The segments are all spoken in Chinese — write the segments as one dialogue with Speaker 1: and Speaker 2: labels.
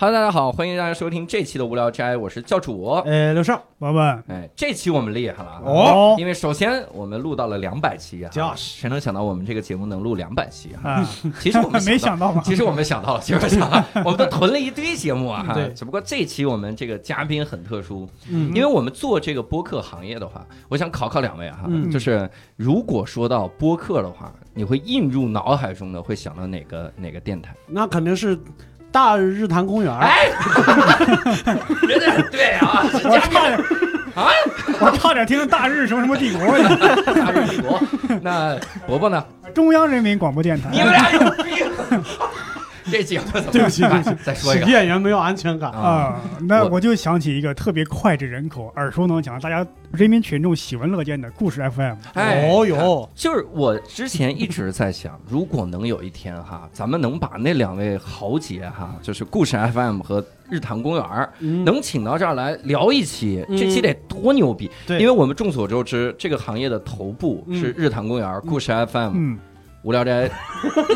Speaker 1: Hello，大家 好，欢迎大家收听这期的无聊斋，我是教主。
Speaker 2: 呃，刘少，
Speaker 3: 文文，
Speaker 1: 哎，这期我们厉害了啊，
Speaker 3: 哎哦
Speaker 1: 因为首先我们录到了两百期啊，
Speaker 2: 就是
Speaker 1: 谁能想到我们这个节目能录两百期 啊？
Speaker 3: 啊，
Speaker 1: 其实我们
Speaker 3: 没
Speaker 1: 想到。
Speaker 3: 想到吧？
Speaker 1: 其实我们想到了，其实我们想到了，我们都囤了一堆节目啊。哈
Speaker 2: 嗯对
Speaker 1: 只不过这期我们这个嘉宾很特殊，
Speaker 2: 嗯
Speaker 1: 因为我们做这个播客行业的话，我想考考两位啊哈、
Speaker 2: 嗯
Speaker 1: 就是如果说到播客的话，你会映入脑海中的会想到哪个哪个电台？
Speaker 2: 那肯定是大日坛公园。
Speaker 1: 哎， 绝对是对啊，是
Speaker 3: 我
Speaker 1: 嘉宾
Speaker 3: 差 点
Speaker 1: 啊，
Speaker 3: 我差点听大日什么什么帝国去了，
Speaker 1: 大日 帝国。那伯伯呢？
Speaker 3: 中央人民广播电
Speaker 1: 你们俩
Speaker 3: 台。
Speaker 1: 有病！ 这节目怎么
Speaker 2: 对不起
Speaker 1: 办
Speaker 2: 对
Speaker 1: 再说一
Speaker 2: 喜
Speaker 1: 个
Speaker 2: 剧演员没有安全感。
Speaker 1: 啊！
Speaker 3: 啊，那
Speaker 1: 我
Speaker 3: 我就想起一个特别脍炙人口、耳熟能详、大家人民群众喜闻乐见的故事 FM。
Speaker 1: 哎，
Speaker 2: 哦哟，
Speaker 1: 就是我之前一直在想，如果能有一天哈， 咱们能把那两位豪杰哈，就是故事 FM 和日坛公园儿，
Speaker 2: 嗯
Speaker 1: 能请到这儿来聊一期，
Speaker 2: 嗯
Speaker 1: 这期得多牛逼！
Speaker 2: 对
Speaker 1: 因为我们众所周知，这个行业的头部
Speaker 2: 嗯
Speaker 1: 是日坛公园儿、故事 FM、
Speaker 3: 嗯，
Speaker 1: 无聊斋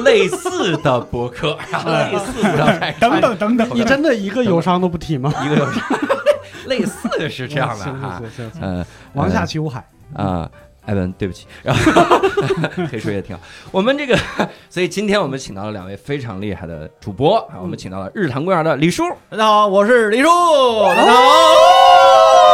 Speaker 1: 类似的博客，类似的
Speaker 3: 等等等等，
Speaker 2: 你真的一个友商都不提吗？
Speaker 1: 一个有类似是这样的
Speaker 2: 行
Speaker 1: 哈
Speaker 2: 行，行行，
Speaker 1: 呃，
Speaker 2: 王下秋海，
Speaker 1: 啊、艾文，对不起，然后黑叔也挺好。我们这个，所以今天我们请到了两位非常厉害的主播啊，我们请到了日坛公园的李叔，
Speaker 4: 大家好，我是李叔。大家好，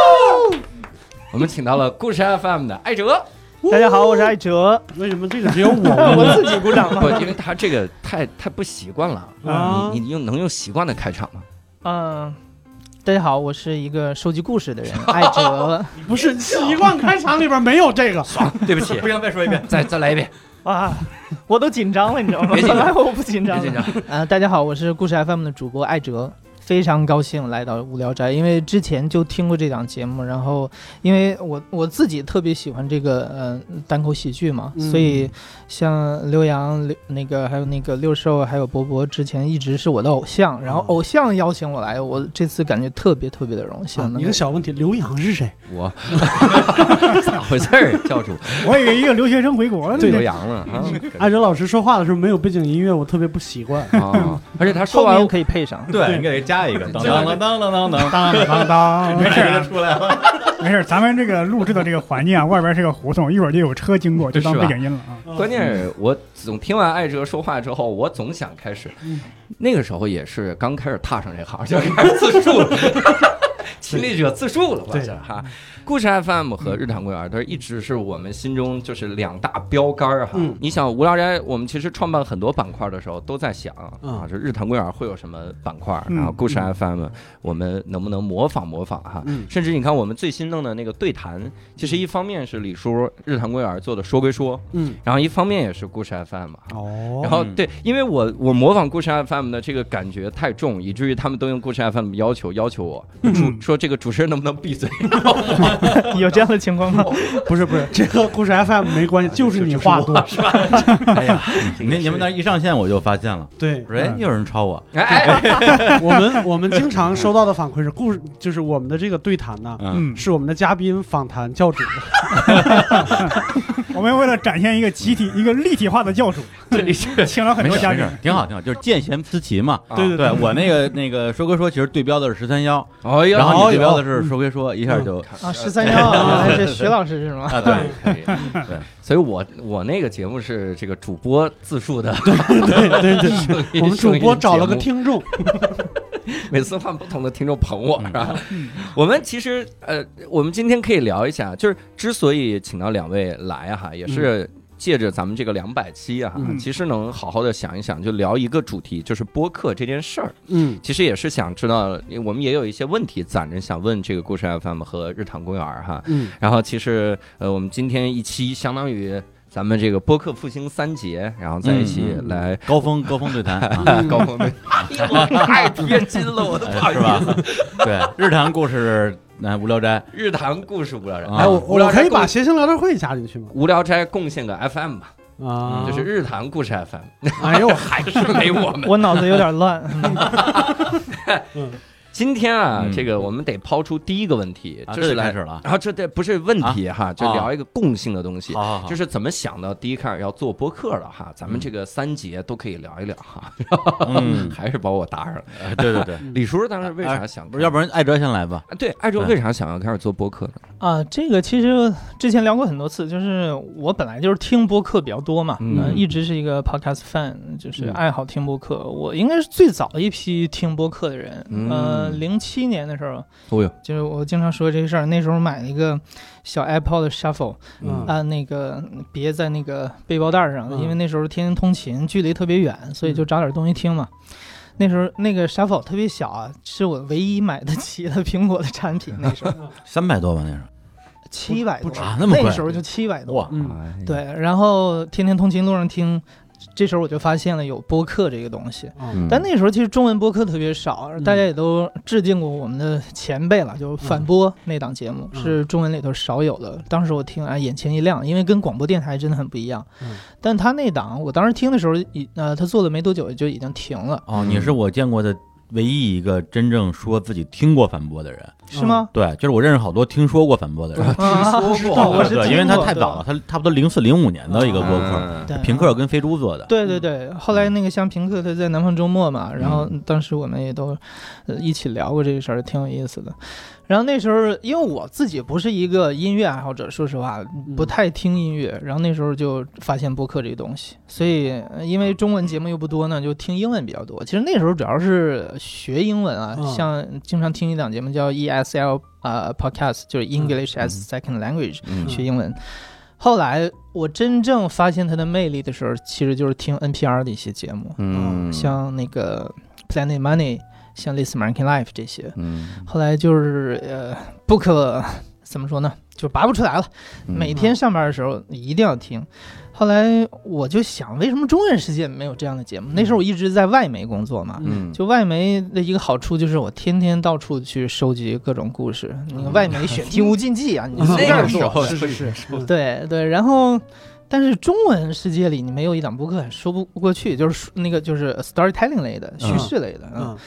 Speaker 1: 我们请到了故事 FM 的艾哲，
Speaker 4: 大家好，我是艾哲。
Speaker 2: 为什么这个只有哦我？
Speaker 4: 我自己鼓掌
Speaker 1: 不
Speaker 4: 了。，
Speaker 1: 因为他这个太太不习惯了。
Speaker 2: 啊
Speaker 1: 你你用能用习惯的开场吗？
Speaker 5: 嗯，大家好，我是一个收集故事的人，艾哲。
Speaker 2: 不是习惯开场里边没有这个。
Speaker 1: 对不起，不行，再说一遍，再再来一遍，
Speaker 5: 啊，我都紧张了，你知道吗？
Speaker 1: 别紧
Speaker 5: 本
Speaker 1: 张
Speaker 5: 来我不紧
Speaker 1: 别
Speaker 5: 张
Speaker 1: 紧
Speaker 5: 的。
Speaker 1: 张。
Speaker 5: 啊，大家好，我是故事 FM 的主播艾哲。非常高兴来到无聊斋，因为之前就听过这档节目，然后因为我我自己特别喜欢这个呃单口喜剧嘛，
Speaker 2: 嗯
Speaker 5: 所以像刘洋、刘那个还有那个六兽还有博博之前一直是我的偶像，然后偶像邀请我来，我这次感觉特别特别的荣幸。
Speaker 2: 啊一个小问题，刘洋是谁？
Speaker 1: 我咋回事儿？啊教主
Speaker 3: 我以为一个留学生回国了呢。
Speaker 1: 刘洋了啊！
Speaker 2: 艾哲老师说话的时候没有背景音乐，我特别不习惯。
Speaker 1: 啊，而且他说
Speaker 5: 后
Speaker 1: 完
Speaker 5: 面可以 配上。
Speaker 4: 对，你给加一个，当当当当当当当，
Speaker 3: 当当当，没事
Speaker 4: 这
Speaker 3: 儿
Speaker 4: 个出来了。
Speaker 3: 没事儿，咱们这个录制的这个环境啊，外边是个胡同，一会儿就有车经过，就当
Speaker 1: 是
Speaker 3: 背
Speaker 1: 吧
Speaker 3: 景音了啊。
Speaker 2: 嗯
Speaker 1: 关键是我总听完艾哲说话之后，我总想开始。
Speaker 2: 嗯
Speaker 1: 那个时候也是刚开始踏上这行，就开始自述 了，亲历者自述了，我
Speaker 2: 对嗯
Speaker 1: 是哈。故事 FM 和日坛公园，它一直是我们心中就是两大标杆儿哈
Speaker 2: 嗯。
Speaker 1: 你想无聊斋，我们其实创办很多板块的时候都在想
Speaker 2: 嗯
Speaker 1: 啊，这日坛公园会有什么板块，
Speaker 3: 嗯
Speaker 1: 然后故事 FM 我们能不能模仿模仿哈？
Speaker 2: 嗯
Speaker 1: 甚至你看我们最新弄的那个对谈，其实一方面是李叔日坛公园做的说归说，
Speaker 2: 嗯，
Speaker 1: 然后一方面也是故事 FM 嘛。
Speaker 2: 哦
Speaker 1: 然后
Speaker 4: 嗯
Speaker 1: 对，因为我我模仿故事 FM 的这个感觉太重，以至于他们都用故事 FM 要求要求我
Speaker 2: 嗯
Speaker 1: 主说这个主持人能不能闭 嘴？
Speaker 5: 有这样的情况吗？
Speaker 2: 不是不是，这和故事 FM 没关系，就是你话多。
Speaker 1: 哎呀，
Speaker 4: 你们你们那一上线我就发现了，
Speaker 2: 对，
Speaker 4: 我说哎，又有人抄我。
Speaker 1: 哎，
Speaker 2: 我们我们经常收到的反馈是，故事就是我们的这个对谈呢，
Speaker 4: 嗯，
Speaker 3: 嗯，
Speaker 2: 是我们的嘉宾访谈教主。
Speaker 3: 我们为了展现一个集体、一个立体化的教主，
Speaker 1: 这里是
Speaker 3: 请了很
Speaker 4: 没
Speaker 3: 多
Speaker 4: 事
Speaker 3: 嘉
Speaker 4: 没
Speaker 3: 宾
Speaker 4: 事。，挺好挺好，就是见贤思齐嘛。
Speaker 1: 啊
Speaker 2: 对对
Speaker 4: 对我那个那个说归说，其实对标的是十三幺，
Speaker 1: 哎呀，
Speaker 4: 然后你对标的
Speaker 2: 嗯
Speaker 4: 是说归说，一下就
Speaker 5: 啊，十三幺啊，这徐老师是吗？
Speaker 4: 啊
Speaker 1: 对
Speaker 4: 对，，
Speaker 1: 可以，对，所以我我那个节目是这个主播自述的，
Speaker 2: 对对对， 我们主播找了个
Speaker 1: 听。
Speaker 2: 听众，
Speaker 1: 每次换不同的听众捧
Speaker 4: 嗯
Speaker 1: 我，是吧？我们其实呃，我们今天可以聊一下，就是之所以请到两位来哈，也
Speaker 4: 嗯
Speaker 1: 是借着咱们这个两百期啊，
Speaker 2: 嗯
Speaker 1: 其实能好好的想一想，就聊一个主题，就是播客这件事儿。
Speaker 2: 嗯
Speaker 1: 其实也是想知道，我们也有一些问题攒着想问这个故事 FM 和日坛公园儿哈。
Speaker 2: 嗯，
Speaker 1: 然后其实呃，我们今天一期相当于咱们这个播客复兴三节，然后在一起
Speaker 4: 嗯
Speaker 2: 嗯嗯
Speaker 1: 来
Speaker 4: 高峰高峰对谈，啊
Speaker 2: 嗯
Speaker 1: 高峰对， 哎呦我太贴金了，我都不好
Speaker 4: 哎
Speaker 1: 意
Speaker 4: 是
Speaker 1: 思。
Speaker 4: 吧？对，日谈故事，那无聊斋，
Speaker 1: 日谈故事无聊斋，
Speaker 4: 啊
Speaker 2: 哎，我
Speaker 1: 无聊
Speaker 2: 我
Speaker 1: 斋
Speaker 2: 可以
Speaker 1: 贡
Speaker 2: 把谐星聊天会加进去吗？
Speaker 1: 无聊斋贡献个 FM 吧，
Speaker 2: 啊，
Speaker 1: 嗯就是，日谈故事 FM，
Speaker 2: 哎呦，
Speaker 1: 还是没我们。
Speaker 5: 我脑子有点乱，嗯
Speaker 1: 今天啊，
Speaker 4: 嗯
Speaker 1: 这个我们得抛出第一个问题，
Speaker 4: 啊
Speaker 1: 就
Speaker 4: 这
Speaker 1: 是
Speaker 4: 就
Speaker 1: 来
Speaker 4: 开始了啊
Speaker 1: 然后这这不是问题哈，就聊一个共性的东西，
Speaker 4: 好好好，
Speaker 1: 就是怎么想到第一开始要做播客了哈。咱们这个三节都可以聊一聊哈，
Speaker 4: 嗯，
Speaker 1: 还是把我搭上了。
Speaker 4: 哎对对对，
Speaker 1: 李叔当时为啥想
Speaker 4: 哎不是，要不然艾哲先来吧。
Speaker 1: 啊对艾哲为啥想要开始做播客呢？
Speaker 5: 啊，这个其实之前聊过很多次，就是我本来就是听播客比较多嘛，
Speaker 1: 嗯
Speaker 5: 呃一直是一个 podcast fan，就是
Speaker 2: 嗯
Speaker 5: 爱好听播客。我应该是最早一批听播客的人，
Speaker 1: 嗯
Speaker 5: 呃，零七年的时候，
Speaker 1: 哦哟，
Speaker 5: 就是我经常说这事儿，那时候买了一个小 iPod Shuffle，
Speaker 2: 嗯
Speaker 5: 啊，那个别在那个背包带上，
Speaker 2: 嗯
Speaker 5: 因为那时候天天通勤，距离特别远，所以就找点东西听嘛。那时候那个 Shuffle 特别小啊，是我唯一买得起的苹果的产品，那时候
Speaker 4: 三百多吧，那是
Speaker 5: 七百多
Speaker 4: 不止啊那么贵
Speaker 5: 时候就七百多。
Speaker 4: 哇
Speaker 2: 嗯
Speaker 1: 哎
Speaker 5: 对，然后天天通勤路上听，这时候我就发现了有播客这个东西。
Speaker 1: 嗯
Speaker 5: 但那时候其实中文播客特别少，
Speaker 2: 嗯
Speaker 5: 大家也都致敬过我们的前辈了，就反播那档节目、
Speaker 2: 嗯
Speaker 5: 是中文里头少有的。当时我听啊，眼前一亮，因为跟广播电台真的很不一样。
Speaker 2: 嗯
Speaker 5: 但他那档，我当时听的时候，已呃，他做了没多久就已经停了，
Speaker 4: 哦，你是我见过的唯一一个真正说自己听过反驳的人。
Speaker 5: 是吗？
Speaker 4: 对，就是我认识好多听说过反驳的人。
Speaker 5: 啊，
Speaker 1: 听说
Speaker 5: 道我
Speaker 4: 对
Speaker 5: 是
Speaker 4: 对，啊
Speaker 5: 听
Speaker 4: 因为他
Speaker 5: 过
Speaker 4: 太
Speaker 5: 对
Speaker 4: 早了，他差不多零四零五年的一个播客，
Speaker 1: 嗯
Speaker 5: 对
Speaker 4: 平克跟飞猪做的。
Speaker 5: 对对对，后来那个像平克他在南方周末嘛，然后
Speaker 4: 嗯
Speaker 5: 当时我们也都呃一起聊过这个事儿，挺有意思的。然后那时候，因为我自己不是一个音乐爱好者，说实话
Speaker 2: 嗯
Speaker 5: 不太听音乐，然后那时候就发现播客这个东西，所以呃因为中文节目又不多呢，就听英文比较多。其实那时候主要是学英文啊，
Speaker 2: 嗯
Speaker 5: 像经常听一档节目叫 ESL 呃 Podcast，就是 English as Second Language，
Speaker 1: 嗯
Speaker 5: 学英文。后来我真正发现它的魅力的时候，其实就是听 NPR 的一些节目，
Speaker 1: 嗯
Speaker 5: 像那个 Planet Money，像 This American Life 这些。
Speaker 1: 嗯
Speaker 5: 后来就是呃，不可怎么说呢，就拔不出来了。
Speaker 1: 嗯
Speaker 5: 每天上班的时候一定要听。后来我就想，为什么中文世界没有这样的节目？那时候我一直在外媒工作嘛，
Speaker 1: 嗯
Speaker 5: 就外媒的一个好处就是我天天到处去收集各种故事。那个外媒选题无禁忌啊，你随
Speaker 1: 嗯 那
Speaker 5: 便
Speaker 1: 个时
Speaker 5: 做。
Speaker 1: 候
Speaker 2: 是是是，嗯
Speaker 5: 对对，然后但是中文世界里你没有一档播客说不过去，就是说那个就是 storytelling 类的叙
Speaker 4: 嗯
Speaker 5: 事类的。
Speaker 2: 嗯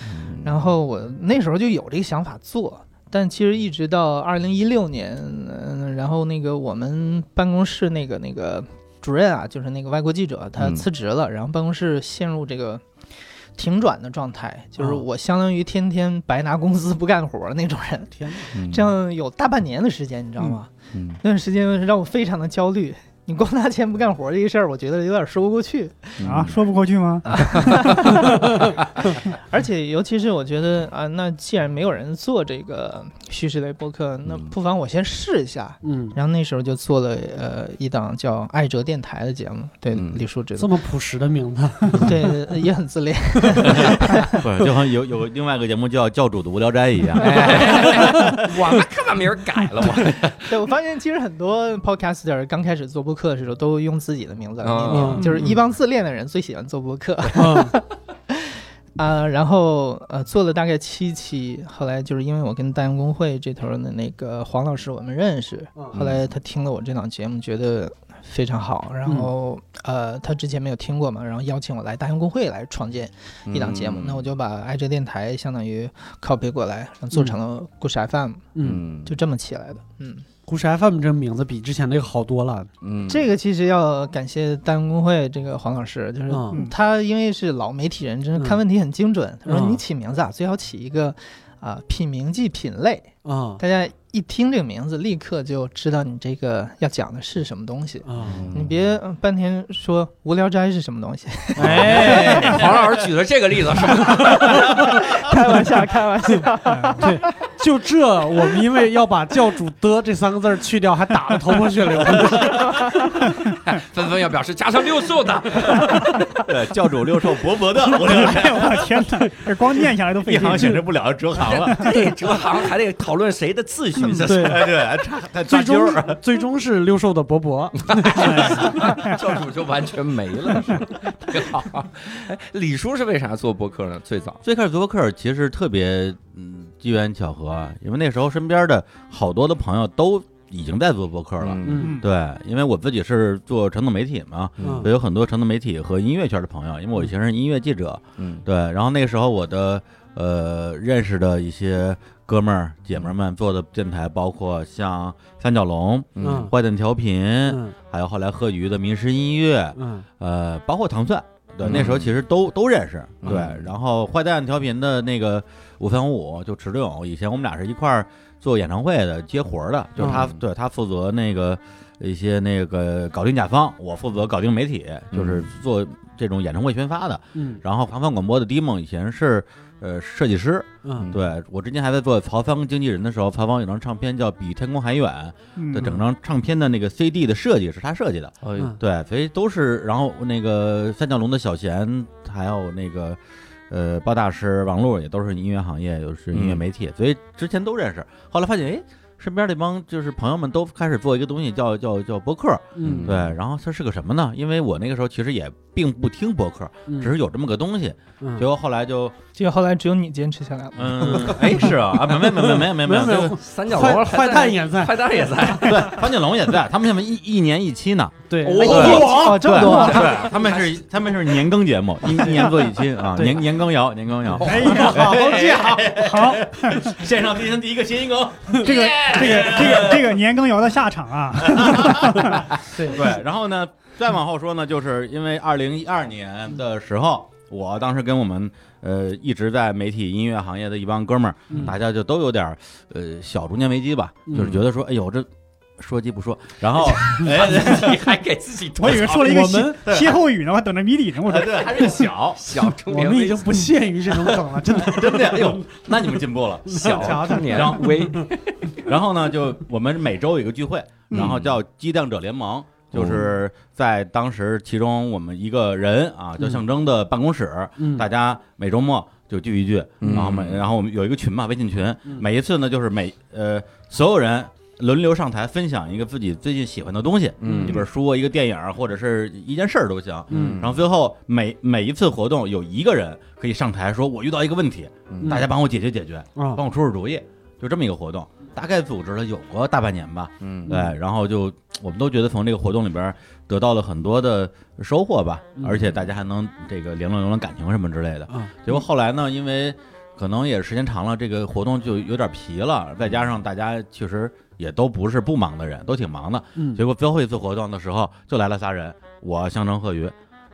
Speaker 5: 然后我那时候就有这个想法做，但其实一直到二零一六年，嗯、然后那个我们办公室那个那个主任啊，就是那个外国记者，他
Speaker 1: 嗯
Speaker 5: 辞职了，然后办公室陷入这个。停转的状态，就是
Speaker 2: 哦
Speaker 5: 我相当于天天白拿工资不干活儿那种人，
Speaker 2: 天哪，
Speaker 5: 这样有大半年的时间，你知道吗？
Speaker 1: 嗯
Speaker 5: 那段时间让我非常的焦虑。你光拿钱不干活这个事儿，我觉得有点说不过去。
Speaker 3: 啊，说不过去吗？
Speaker 5: 而且，尤其是我觉得啊，那既然没有人做这个叙事类播客，那
Speaker 1: 嗯
Speaker 5: 不妨我先试一下。
Speaker 2: 嗯，
Speaker 5: 然后那时候就做了呃一档叫《爱哲电台》的节目，对、
Speaker 1: 嗯
Speaker 5: 李叔知道
Speaker 2: 这，么朴实的名字，
Speaker 5: 对也很自恋。
Speaker 4: 不 是，就好像有有另外一个节目叫《教主的无聊斋》一
Speaker 1: 嗯
Speaker 4: 样。
Speaker 1: 哎 我们可把名儿改了，我
Speaker 5: 对我发现，其实很多 podcaster 刚开始做播客的时候，都用自己的名字来命名，
Speaker 1: 嗯
Speaker 2: 嗯
Speaker 5: 就是一帮自恋的人最喜欢做播客。
Speaker 2: 嗯
Speaker 5: 啊、然后 呃做了大概七期，后来就是因为我跟大洋工会这头的那个黄老师我们认识，
Speaker 2: 嗯
Speaker 5: 后来他听了我这档节目，觉得非常好，然后、呃他之前没有听过嘛，然后邀请我来大洋工会来创建一档节目，
Speaker 1: 嗯
Speaker 5: 那我就把爱哲电台相当于 copy 过来，然后做成了故事 FM，、
Speaker 2: 嗯，
Speaker 1: 嗯
Speaker 5: 就这么起来的。嗯，
Speaker 2: 故事 FM 这个名字比之前那个好多了，
Speaker 1: 嗯
Speaker 5: 这个其实要感谢大洋工会这个黄老师，就是
Speaker 2: 嗯
Speaker 5: 他因为是老媒体人，真是看
Speaker 2: 嗯
Speaker 5: 问题很精准。他说：“
Speaker 2: 嗯
Speaker 5: 你起名字啊，最好起一个啊、品名即品类，
Speaker 2: 啊
Speaker 5: 大家一听这个名字，立刻就知道你这个要讲的是什么东西。
Speaker 1: 哦
Speaker 2: 啊，
Speaker 5: 你别呃半天说《无聊斋》是什么东西，
Speaker 1: 哎，黄老师举的这个例子是吧？
Speaker 5: 开玩笑，开玩笑。
Speaker 2: 对，就这，我们因为要把“教主的”这三个字儿去掉，还打得头破血流。
Speaker 1: 纷纷要表示加上六兽的，
Speaker 4: 对，教主六兽勃勃的无聊斋，
Speaker 3: 哎呦我天哪，这光念下来都费
Speaker 4: 一行显
Speaker 3: 劲
Speaker 4: 示。不了，折行 了。
Speaker 1: 这折行还得讨论谁的次序，这是
Speaker 2: 对，
Speaker 4: 哎， 对，还差还
Speaker 2: 最
Speaker 4: 差
Speaker 2: 终
Speaker 4: 揪
Speaker 2: 是
Speaker 4: 儿。
Speaker 2: 最终是六兽的伯伯，
Speaker 1: 教主就完全没了，是吧 挺好。哎，李叔是为啥做播客呢？最早，
Speaker 4: 最开始做播客其实特别嗯机缘巧合啊，因为那时候身边的好多的朋友都已经在做播客了。
Speaker 2: 嗯
Speaker 4: 对，因为我自己是做传统媒体嘛，
Speaker 2: 嗯
Speaker 4: 所以有很多传统媒体和音乐圈的朋友，因为我以前是音乐记者，
Speaker 1: 嗯
Speaker 4: 对，然后那个时候我的呃认识的一些哥们儿姐们儿们做的电台，包括像三角龙、
Speaker 2: 嗯
Speaker 4: 坏蛋调频，
Speaker 2: 嗯
Speaker 4: 还有后来贺鱼的民诗音乐，
Speaker 2: 嗯
Speaker 4: 呃，包括糖蒜。对，
Speaker 1: 嗯
Speaker 4: 那时候其实都都认识，
Speaker 1: 嗯
Speaker 4: 对。然后坏蛋调频的那个五三五五就池正勇，以前我们俩是一块儿做演唱会的接活儿的，就是他，
Speaker 1: 嗯
Speaker 4: 对他负责那个一些那个搞定甲方，我负责搞定媒体，就是
Speaker 1: 嗯
Speaker 4: 做这种演唱会宣发的。
Speaker 2: 嗯
Speaker 4: 然后航帆广播的 D 梦以前是呃设计师，
Speaker 2: 嗯
Speaker 4: 对我之前还在做曹芳经纪人的时候，曹芳有张唱片叫《比天空还远》
Speaker 3: 嗯
Speaker 4: 的整张唱片的那个 CD 的设计是他设计的，
Speaker 1: 哎呦
Speaker 2: 嗯
Speaker 4: 对，所以都是然后那个三角龙的小贤，还有那个呃包大师王璐也都是音乐行业，又是音乐媒体，所以之前都认识。后来发现，哎，身边这帮就是朋友们都开始做一个东西叫叫叫播客，
Speaker 2: 嗯
Speaker 4: 对，然后它是个什么呢？因为我那个时候其实也并不听播客，
Speaker 2: 嗯，
Speaker 4: 只是有这么个东西，
Speaker 2: 嗯
Speaker 4: 结果后来就
Speaker 5: 结果后来只有你坚持下来了。
Speaker 4: 嗯，哎，是啊，啊，没没没没没
Speaker 2: 没有
Speaker 4: 有
Speaker 2: 没
Speaker 4: 没
Speaker 2: 有，
Speaker 1: 三角
Speaker 2: 嗯坏
Speaker 1: 龙
Speaker 2: 坏蛋也在，
Speaker 1: 坏蛋也 在，
Speaker 4: 对，潘景龙也在，他们现在一一年一期呢，
Speaker 2: 对，
Speaker 4: 哦
Speaker 5: 哦，这么多啊，
Speaker 4: 对，他们是他们是年更节目，一一年做一期啊，
Speaker 2: 对
Speaker 4: 年年更摇，年更摇，
Speaker 3: 哎呀，
Speaker 2: 好家伙，
Speaker 3: 好，
Speaker 4: 线上第一第一个谐哦音梗，
Speaker 3: 这个这个这个这个年羹尧的下场啊，
Speaker 5: 对
Speaker 4: 对，然后呢，再往后说呢，就是因为二零一二年的时候。我当时跟我们呃一直在媒体音乐行业的一帮哥们儿，
Speaker 2: 嗯
Speaker 4: 大家就都有点儿呃小中年危机吧，就是觉得说，哎呦这说鸡不说，然后哎
Speaker 1: 你还给 自己
Speaker 3: 我以为说了一个
Speaker 2: 我们
Speaker 3: 歇歇后语呢，我还等着谜底呢， 我说
Speaker 4: 对还是小，
Speaker 1: 小中
Speaker 2: 我
Speaker 1: 年
Speaker 2: 们已
Speaker 1: 危
Speaker 2: 经不屑于这种梗了，真的。
Speaker 4: 真的，哎呦，那你们进步了。
Speaker 1: 小中年 危，
Speaker 4: 然后呢，就我们每周有一个聚会，
Speaker 3: 嗯
Speaker 4: 然后叫“激荡者联盟”，就是在当时其中我们一个人啊叫象征的办公室，
Speaker 2: 嗯
Speaker 4: 大家每周末就聚一聚，
Speaker 1: 嗯
Speaker 4: 然后每然后我们有一个群嘛，微信群，
Speaker 2: 嗯
Speaker 4: 每一次呢就是每呃所有人。轮流上台分享一个自己最近喜欢的东西，
Speaker 1: 嗯
Speaker 4: 一本书、一个电影，或者是一件事儿都行。
Speaker 2: 嗯
Speaker 4: 然后最后每每一次活动有一个人可以上台说：“我遇到一个问题，
Speaker 1: 嗯哦
Speaker 4: 大家帮我解决解决。”
Speaker 2: 啊，
Speaker 4: 帮我出出主意，就这么一个活动，大概组织了有个大半年吧。
Speaker 1: 嗯
Speaker 4: 对，然后就我们都觉得从这个活动里边得到了很多的收获吧，
Speaker 2: 嗯
Speaker 4: 而且大家还能这个联络联络感情什么之类的。
Speaker 2: 啊，
Speaker 4: 结果后来呢，因为可能也时间长了，这个活动就有点疲了，再加上大家确实也都不是不忙的人，都挺忙的。
Speaker 2: 嗯
Speaker 4: 结果最后一次活动的时候，就来了仨人，我香橙贺鱼，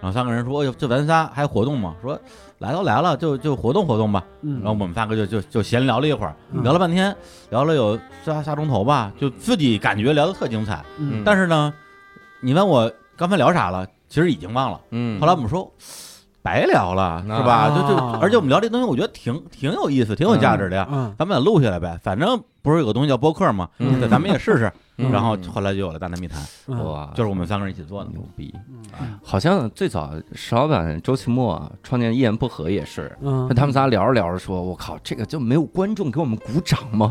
Speaker 4: 然后三个人说：“哎呦，这咱仨还活动吗？”说：“来都来了，就就活动活动吧。”
Speaker 2: 嗯
Speaker 4: 然后我们三个就就就闲聊了一会儿，
Speaker 2: 嗯
Speaker 4: 聊了半天，聊了有仨仨钟头吧，就自己感觉聊得特精彩。
Speaker 2: 嗯
Speaker 4: 但是呢，你问我刚才聊啥了，其实已经忘了。
Speaker 1: 嗯
Speaker 4: 后来我们说白聊了，
Speaker 1: 啊
Speaker 4: 是吧？就就
Speaker 2: 啊
Speaker 4: 而且我们聊这东西，我觉得挺挺有意思，挺有价值的呀。
Speaker 2: 嗯
Speaker 4: 咱们得录下来呗，反正不是有个东西叫播客吗？
Speaker 1: 嗯
Speaker 4: 对咱们也试试。
Speaker 1: 嗯
Speaker 4: 然后后来就有了《大内密谈》，
Speaker 2: 嗯
Speaker 1: 哇，
Speaker 4: 就是我们三个人一起做的。
Speaker 1: 牛逼。
Speaker 2: 嗯
Speaker 4: 啊
Speaker 1: 好像最早石老板周奇墨啊创建一言不合也是。
Speaker 2: 嗯，
Speaker 1: 他们仨聊着聊着说：“我靠，这个就没有观众给我们鼓掌吗？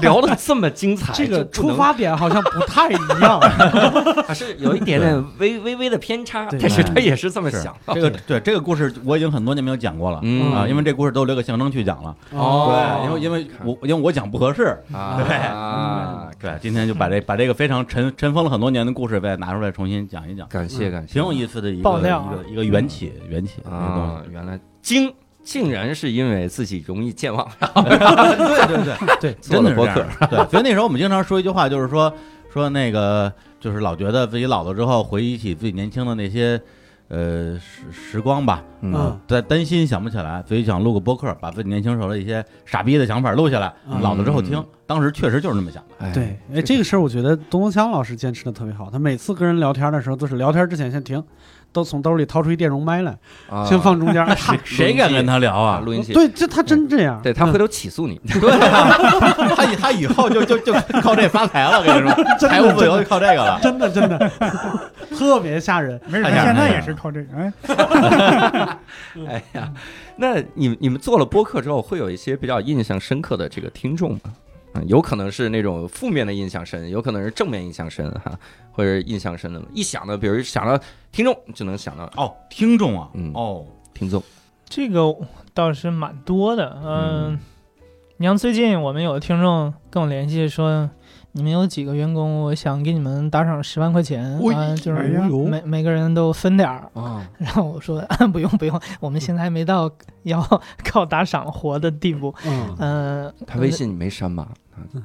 Speaker 1: 聊的这么精彩，
Speaker 2: 这个
Speaker 1: 就不
Speaker 2: 出
Speaker 1: 能
Speaker 2: 发点好像不太一样。
Speaker 1: 还是有一点点微微微的偏差，
Speaker 2: 对
Speaker 1: 但是他也是这么
Speaker 4: 嗯是
Speaker 1: 想。
Speaker 4: 这个对这个故事，我已经很多年没有讲过了
Speaker 1: 嗯
Speaker 4: 啊，因为这故事都留给象征去讲了。
Speaker 1: 哦
Speaker 4: 对，因为因为我因为我讲不合适，
Speaker 1: 啊，
Speaker 4: 对，今天就把这把这个非常尘尘封了很多年的故事再拿出来重新讲一讲，
Speaker 1: 感谢感谢，
Speaker 4: 挺有意思的一个
Speaker 5: 爆料啊
Speaker 4: 一个一个缘起缘起
Speaker 1: 啊！原来精竟然是因为自己容易健忘，
Speaker 4: 这个东西对对对
Speaker 2: 对，
Speaker 4: 真的是
Speaker 1: 做
Speaker 4: 这
Speaker 1: 了
Speaker 4: 样。对，所以那时候我们经常说一句话，就是说说那个就是老觉得自己老了之后回忆起自己年轻的那些呃时时光吧，
Speaker 2: 嗯
Speaker 4: 在担心想不起来，所以想录个播客，把自己年轻时候的一些傻逼的想法录下来，
Speaker 2: 嗯
Speaker 4: 老了之后听
Speaker 1: 嗯。
Speaker 4: 当时确实就是那么想的。
Speaker 1: 哎
Speaker 2: 对，哎，这个事儿我觉得东东强老师坚持的特别好。他每次跟人聊天的时候，都是聊天之前先停，都从兜里掏出一电容麦来，
Speaker 1: 啊
Speaker 2: 先放中 间。啪
Speaker 4: 谁敢跟他聊
Speaker 1: 啊
Speaker 4: 啊？
Speaker 1: 录音器？
Speaker 2: 对，嗯这他真这样。
Speaker 1: 对他回头起诉你，
Speaker 4: 他以他以后就就就靠这发财了，跟 你说，财务自由就靠这个了。
Speaker 2: 真的真 的特别吓人。
Speaker 3: 没准
Speaker 4: 太
Speaker 3: 他
Speaker 4: 吓人
Speaker 3: 现在
Speaker 4: 了
Speaker 3: 也是靠这个，哎，
Speaker 1: 哎呀，那你你们做了播客之后，会有一些比较印象深刻的这个听众吗？嗯，有可能是那种负面的印象深，有可能是正面印象深哈，或者印象深的，一想到，比如想到听众，就能想到
Speaker 4: 哦，听众啊
Speaker 1: 嗯，
Speaker 4: 哦，
Speaker 1: 听众。
Speaker 5: 这个倒是蛮
Speaker 1: 嗯
Speaker 5: 多的。嗯，你像最近我们有听众跟我联系说，你们有几个员工？我想给你们打赏十万块钱
Speaker 2: 哎
Speaker 5: 啊，就
Speaker 3: 哎
Speaker 5: 是
Speaker 3: 呀
Speaker 5: 每每个人都分点儿。
Speaker 1: 啊，
Speaker 5: 然后我说 不用不用，我们现在还没到要 靠打赏活的地步。
Speaker 2: 嗯，
Speaker 5: 嗯、
Speaker 1: 他微信你没删吧？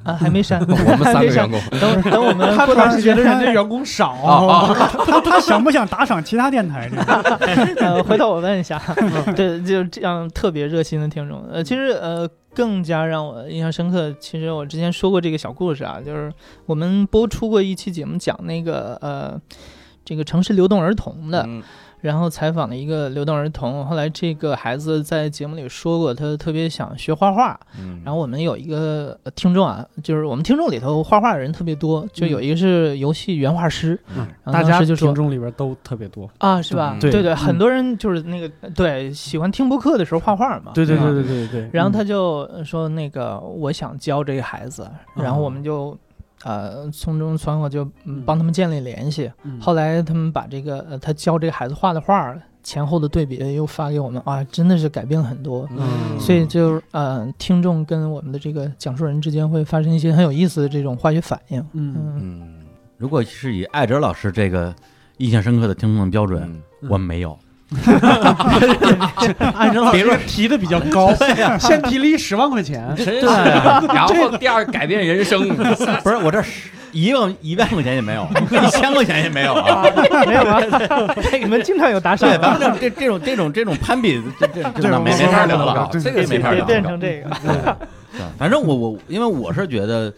Speaker 5: 啊还 没删，
Speaker 1: 我们三
Speaker 5: 还
Speaker 1: 个
Speaker 5: 没
Speaker 1: 员。
Speaker 5: 删
Speaker 1: 工，
Speaker 5: 等等我 们过段时间
Speaker 2: 觉得人家员工少
Speaker 1: 哦
Speaker 3: 他他想不想打赏其他电台？这个
Speaker 5: 呃，回头我问一下，对，就这样特别热心的听众。呃，其实呃，更加让我印象深刻，其实我之前说过这个小故事啊，就是我们播出过一期节目，讲那个呃，这个城市流动儿童的，
Speaker 1: 嗯
Speaker 5: 然后采访了一个流动儿童，后来这个孩子在节目里说过，他特别想学画画，
Speaker 1: 嗯
Speaker 5: 然后我们有一个呃听众啊，就是我们听众里头画画的人特别多，就有一个是游戏原画师，
Speaker 1: 嗯
Speaker 5: 然
Speaker 2: 大
Speaker 5: 后当
Speaker 2: 家
Speaker 5: 时就说
Speaker 2: 听众里边都特别多。
Speaker 5: 啊，是吧？
Speaker 1: 对
Speaker 5: 对
Speaker 2: 嗯
Speaker 5: 很多人就是那个对喜欢听播客的时候画画嘛。
Speaker 2: 对对
Speaker 5: 吧
Speaker 2: 对对对嗯对。
Speaker 5: 然后他就呃说那个我想教这个孩子，
Speaker 2: 嗯
Speaker 5: 然后我们就。呃，从中从我就嗯
Speaker 2: 嗯
Speaker 5: 帮他们建立联系。
Speaker 2: 嗯
Speaker 5: 后来他们把这个呃，他教这个孩子画的画前后的对比又发给我们，啊，真的是改变了很多。
Speaker 2: 嗯
Speaker 5: 所以就是呃，听众跟我们的这个讲述人之间会发生一些很有意思的这种化学反应。
Speaker 2: 嗯
Speaker 5: 嗯，
Speaker 1: 嗯，
Speaker 4: 如果是以艾哲老师这个印象深刻的听众的标准，
Speaker 1: 嗯
Speaker 4: 我们没有。
Speaker 2: 按照老师提的比较高， 先提了一十万块钱，
Speaker 1: 真是，
Speaker 4: 啊
Speaker 1: 然后第二改变人生，
Speaker 4: 不是我这十一万一万块钱也没有，一千块钱也没有啊！
Speaker 5: 没有啊， 你们经常有打赏
Speaker 4: 对，
Speaker 5: 吗
Speaker 4: 咱？们这这这种这种这种攀比，这这这
Speaker 3: 对
Speaker 4: 那没
Speaker 3: 我
Speaker 4: 没法聊
Speaker 3: 我
Speaker 4: 了
Speaker 1: 啊。这个没法
Speaker 5: 别
Speaker 1: 聊。
Speaker 5: 变成这个。
Speaker 4: 对反正我我因为我是觉得，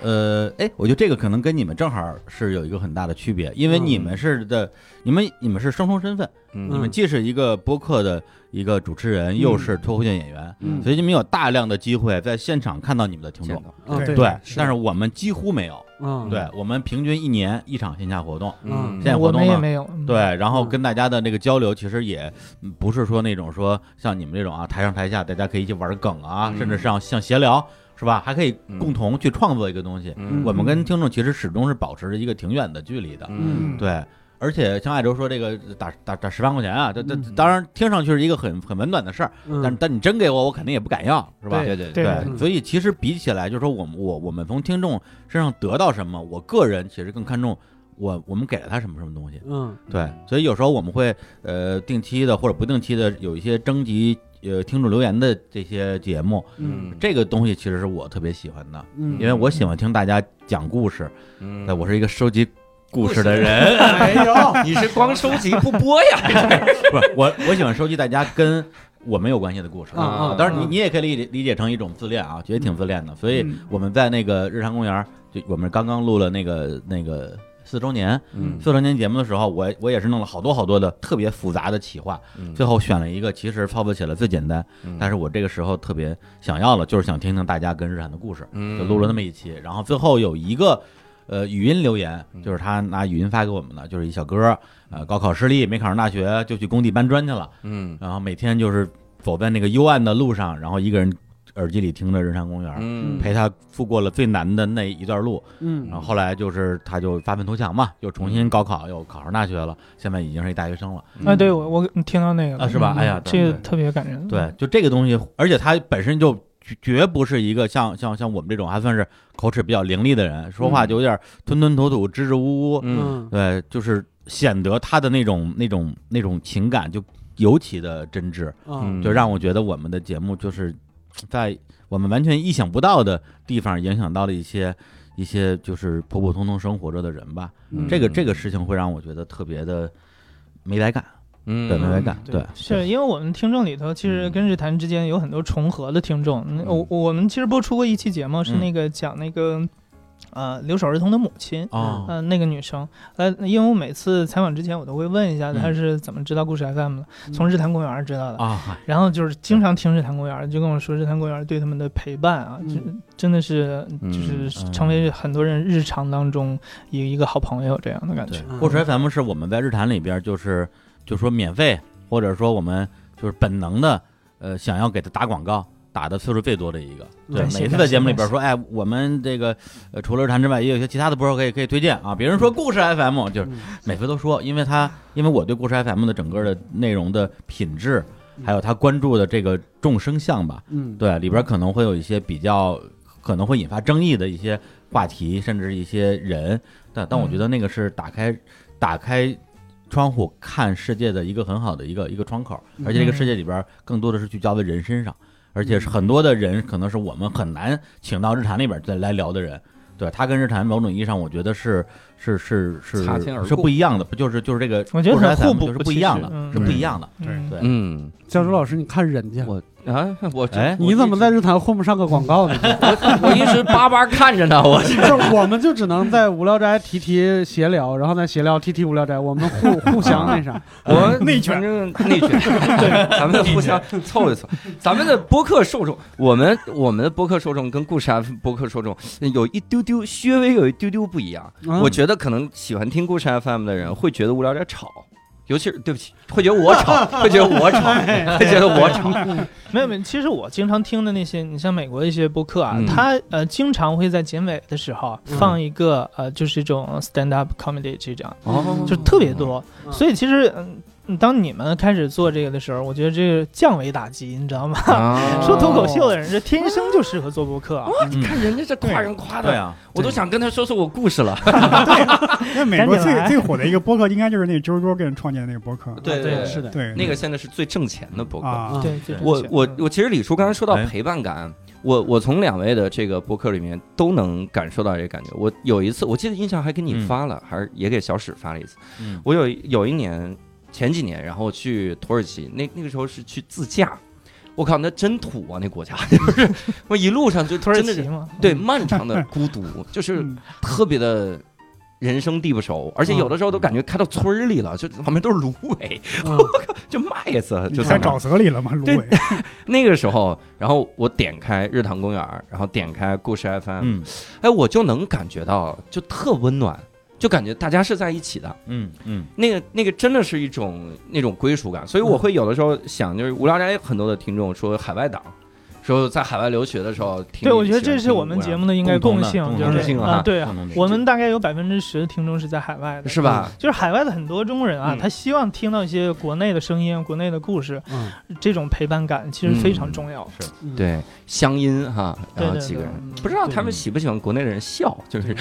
Speaker 4: 呃，哎，我觉得这个可能跟你们正好是有一个很大的区别，因为
Speaker 2: 嗯
Speaker 4: 你们是的，你们你们是双重身份，
Speaker 1: 嗯
Speaker 4: 你们既是一个播客的一个主持人，又是脱口秀演员，
Speaker 1: 嗯
Speaker 4: 所以你们有大量的机会在现场看到你们的听
Speaker 1: 见
Speaker 4: 众。
Speaker 1: 到
Speaker 2: 嗯
Speaker 3: 对
Speaker 4: 对，但是我们几乎没有，
Speaker 2: 嗯
Speaker 4: 对我们平均一年一场线下活动，
Speaker 1: 嗯
Speaker 4: 现在活
Speaker 5: 我
Speaker 4: 动
Speaker 5: 们也
Speaker 4: 嘛
Speaker 5: 没有。嗯，
Speaker 4: 对，然后
Speaker 2: 嗯
Speaker 4: 跟大家的那个交流，其实也嗯不是说那种说像你们这种啊，台上台下大家可以一起玩梗啊，
Speaker 1: 嗯
Speaker 4: 甚至上像闲聊是吧？还可以
Speaker 1: 嗯
Speaker 4: 共同去创作一个东西。
Speaker 1: 嗯
Speaker 4: 我们跟听众其实始终是保持着一个挺远的距离的，
Speaker 1: 嗯
Speaker 4: 对。而且像艾州说这个打打打十万块钱啊，这这
Speaker 2: 嗯
Speaker 4: 当然听上去是一个很很温暖的事儿，
Speaker 2: 嗯，
Speaker 4: 但但你真给我，我肯定也不敢要，是吧？
Speaker 1: 对对
Speaker 5: 对
Speaker 4: 对，
Speaker 2: 嗯
Speaker 4: 所以其实比起来，就是说我们我我们从听众身上得到什么，我个人其实更看重我我们给了他什么什么东西。
Speaker 2: 嗯
Speaker 4: 对，所以有时候我们会呃定期的或者不定期的有一些征集呃听众留言的这些节目，
Speaker 2: 嗯
Speaker 4: 这个东西其实是我特别喜欢的，
Speaker 2: 嗯
Speaker 4: 因为我喜欢听大家讲故事，
Speaker 1: 嗯
Speaker 4: 对我是一个收集故事的人，
Speaker 2: 哎呦，
Speaker 1: 你是光收集不播呀？
Speaker 4: 不是我我喜欢收集大家跟我们有关系的故事。
Speaker 2: 嗯
Speaker 1: 啊
Speaker 4: 啊，当然你你也可以理解理解成一种自恋啊，觉得挺自恋的，所以
Speaker 3: 嗯
Speaker 4: 我们在那个日常公园儿，就我们刚刚录了那个那个四周年
Speaker 1: 嗯
Speaker 4: 四周年节目的时候，我我也是弄了好多好多的特别复杂的企划。
Speaker 1: 嗯
Speaker 4: 最后选了一个其实操作起来最简单，但是我这个时候特别想要了，就是想听听大家跟日产的故事，
Speaker 1: 嗯
Speaker 4: 就录了那么一期。然后最后有一个呃语音留言
Speaker 1: 嗯，
Speaker 4: 就是他拿语音发给我们的，就是一小哥，呃，高考失利，没考上大学，就去工地搬砖去了，
Speaker 1: 嗯
Speaker 4: 然后每天就是走在那个幽暗的路上，然后一个人耳机里听着人山公园。
Speaker 1: 嗯
Speaker 4: 陪他度过了最难的那一段路，然
Speaker 2: 嗯
Speaker 4: 后后来就是他就发愤图强嘛，又重
Speaker 1: 嗯
Speaker 4: 新高考，又考上大学了，现在已经是一大学生了。
Speaker 5: 啊，对我我听到那个了
Speaker 4: 嗯啊是吧
Speaker 5: 嗯
Speaker 4: 哎呀
Speaker 5: 这个
Speaker 4: 对
Speaker 5: 特别感人。
Speaker 4: 对，就这个东西，而且他本身就绝绝不是一个像像像我们这种还算是口齿比较伶俐的人，说话就有点吞吞吐吐、支支吾吾。
Speaker 1: 嗯
Speaker 4: 对，就是显得他的那种那种那种情感就尤其的真挚，
Speaker 1: 嗯
Speaker 4: 就让我觉得我们的节目就是在我们完全意想不到的地方影响到了一些一些就是普普通通生活着的人吧。
Speaker 2: 嗯
Speaker 4: 这个这个事情会让我觉得特别的没来感，
Speaker 1: 嗯
Speaker 4: 对，没来感，
Speaker 2: 嗯
Speaker 4: 对，
Speaker 5: 是因为我们听众里头，其实
Speaker 4: 嗯
Speaker 5: 跟日坛之间有很多重合的听众。那我我们其实播出过一期节目，是
Speaker 4: 嗯
Speaker 5: 那个讲那个呃留守儿童的母亲，
Speaker 4: 哦，
Speaker 5: 呃，那个女生，呃，因为我每次采访之前，我都会问一下
Speaker 4: 嗯
Speaker 5: 她是怎么知道故事 FM 的，从日坛公园知道的。
Speaker 4: 啊，
Speaker 5: 然后就是经常听日坛公园，就跟我说日坛公园对他们的陪伴啊，
Speaker 2: 嗯
Speaker 5: 真真的是
Speaker 1: 嗯
Speaker 5: 就是成为很多人日常当中一一个好朋友这样的感
Speaker 4: 对
Speaker 5: 觉。，
Speaker 2: 嗯
Speaker 4: 故事 FM 是我们在日坛里边，就是就说免费，或者说我们就是本能的，呃，想要给他打广告，打的次数最多的一个。
Speaker 2: 嗯
Speaker 4: 对，
Speaker 5: 感谢
Speaker 4: 每次在节目里边说，哎，我们这个呃，除了日坛之外，也有一些其他的播客可以可以推荐啊。别人说故事 FM，就是
Speaker 2: 嗯
Speaker 4: 每次都说，因为他因为我对故事 FM 的整个的内容的品质，还有他关注的这个众生相吧，
Speaker 2: 嗯，
Speaker 4: 对，里边可能会有一些比较可能会引发争议的一些话题，甚至一些人。但但我
Speaker 5: 嗯
Speaker 4: 觉得那个是打开、打开窗户看世界的一个很好的一个一个窗口，而且这个世界里边更多的是聚焦在人身上，而且
Speaker 5: 嗯
Speaker 4: 是很多的人可能是我们很难请到日坛里边再来聊的人。对他跟日坛某种意义上，我觉得是是是是
Speaker 1: 擦肩而过
Speaker 4: 是不一样的，不就是就是这个，
Speaker 5: 我觉得很互补
Speaker 4: 就是不一样的
Speaker 5: 其实，嗯
Speaker 4: 是不一样的。
Speaker 5: 嗯
Speaker 4: 对
Speaker 1: 嗯，
Speaker 2: 教主老师，你看人家，
Speaker 1: 我啊，我这
Speaker 4: 哎
Speaker 2: 你怎么在日坛混不上个广告呢？
Speaker 1: 我一直巴巴看着呢，我
Speaker 2: 就是我们就只能在无聊斋提提闲聊，然后再闲聊提提无聊斋，我们互互相那啥。
Speaker 4: 嗯
Speaker 1: 我
Speaker 3: 内卷
Speaker 1: 反正内卷， 对，咱们互相凑一凑。咱们的播客受众，我们我们的播客受众跟故事 F 播客受众有一丢丢，稍微有一丢丢不一样。
Speaker 2: 嗯
Speaker 1: 我觉得可能喜欢听故事 FM 的人会觉得无聊点吵，尤其是对不起，会觉得我 吵，会觉得我吵，
Speaker 5: 哎
Speaker 1: 会觉得我吵。
Speaker 5: 没有没有，其实我经常听的那些，你像美国的一些播客啊
Speaker 1: 嗯，
Speaker 5: 它呃经常会在结尾的时候啊放一个呃就是一种 stand up comedy 这种，
Speaker 1: 哦
Speaker 5: 哎就特别多
Speaker 2: 嗯。
Speaker 5: 所以其实嗯，当你们开始做这个的时候，我觉得这个降维打击，你知道吗？
Speaker 1: 啊
Speaker 5: 说脱口秀的人，这天生就适合做播客啊。
Speaker 1: 你看人家这夸人
Speaker 5: 嗯
Speaker 1: 夸
Speaker 4: 嗯对
Speaker 1: 的，
Speaker 4: 啊，
Speaker 1: 我都想跟他说说我故事了。
Speaker 3: 那美国
Speaker 5: 赶紧
Speaker 3: 最
Speaker 5: 来
Speaker 3: 最火的一个播客，应该就是那周周给人创建的那个播客。
Speaker 1: 对
Speaker 5: 对
Speaker 2: 嗯啊是的，
Speaker 3: 对，
Speaker 1: 那个现在是最挣钱的播客。
Speaker 3: 啊，
Speaker 5: 对，这种
Speaker 1: 我
Speaker 5: 情
Speaker 1: 我
Speaker 5: 况
Speaker 1: 我其实李叔刚才说到
Speaker 4: 哎
Speaker 1: 陪伴感，我我从两位的这个博客里面都能感受到这个感觉。我有一次，我记得印象还给你
Speaker 4: 嗯
Speaker 1: 发了，还是也给小史发了一次。
Speaker 4: 嗯
Speaker 1: 我有有一年前几年，然后去土耳其，那那个时候是去自驾。我靠，那真土啊！那国家 就是我一路上就
Speaker 5: 土耳
Speaker 1: 真的
Speaker 5: 其嗯
Speaker 1: 是
Speaker 5: 嘛，
Speaker 1: 对漫长的孤独，就是
Speaker 3: 嗯
Speaker 1: 特别的人生地不熟，而且有的时候
Speaker 5: 嗯
Speaker 1: 都感觉开到村儿里了，就旁边都是芦苇，
Speaker 2: 嗯
Speaker 1: 就麦子，
Speaker 3: 你
Speaker 5: 嗯
Speaker 1: 就在
Speaker 3: 在
Speaker 1: 那儿
Speaker 3: 沼泽里了吗？芦
Speaker 1: 对
Speaker 3: 苇，
Speaker 1: 那个时候，然后我点开日坛公园儿，然后点开故事 FM，、
Speaker 4: 嗯
Speaker 1: 哎，我就能感觉到，就特温暖，就感觉大家是在一起的，
Speaker 4: 嗯嗯
Speaker 1: 那个那个真的是一种那种归属感。所以我会有的时候想，就是无聊斋很多的听众说海外党，说在海外留学的时候听，
Speaker 5: 对，我觉得这是我们节目的应该共性，
Speaker 4: 共
Speaker 5: 就
Speaker 4: 同
Speaker 5: 是
Speaker 4: 的
Speaker 1: 啊共性啊
Speaker 5: 啊，对啊，
Speaker 4: 嗯
Speaker 5: 我们大概有百分之十的听众是在海外的，嗯
Speaker 1: 是？吧？
Speaker 5: 就是海外的很多中国人啊，
Speaker 1: 嗯
Speaker 5: 他希望听到一些国内的声音、国内的故事，
Speaker 2: 嗯
Speaker 5: 这种陪伴感其实非常重要。
Speaker 2: 嗯，
Speaker 1: 对，乡音哈，
Speaker 5: 对
Speaker 1: 然后
Speaker 5: 对
Speaker 1: 啊几个
Speaker 5: 对
Speaker 1: 人。
Speaker 5: 嗯
Speaker 1: 不知道
Speaker 5: 对
Speaker 1: 他们喜不喜欢国内的人笑，就是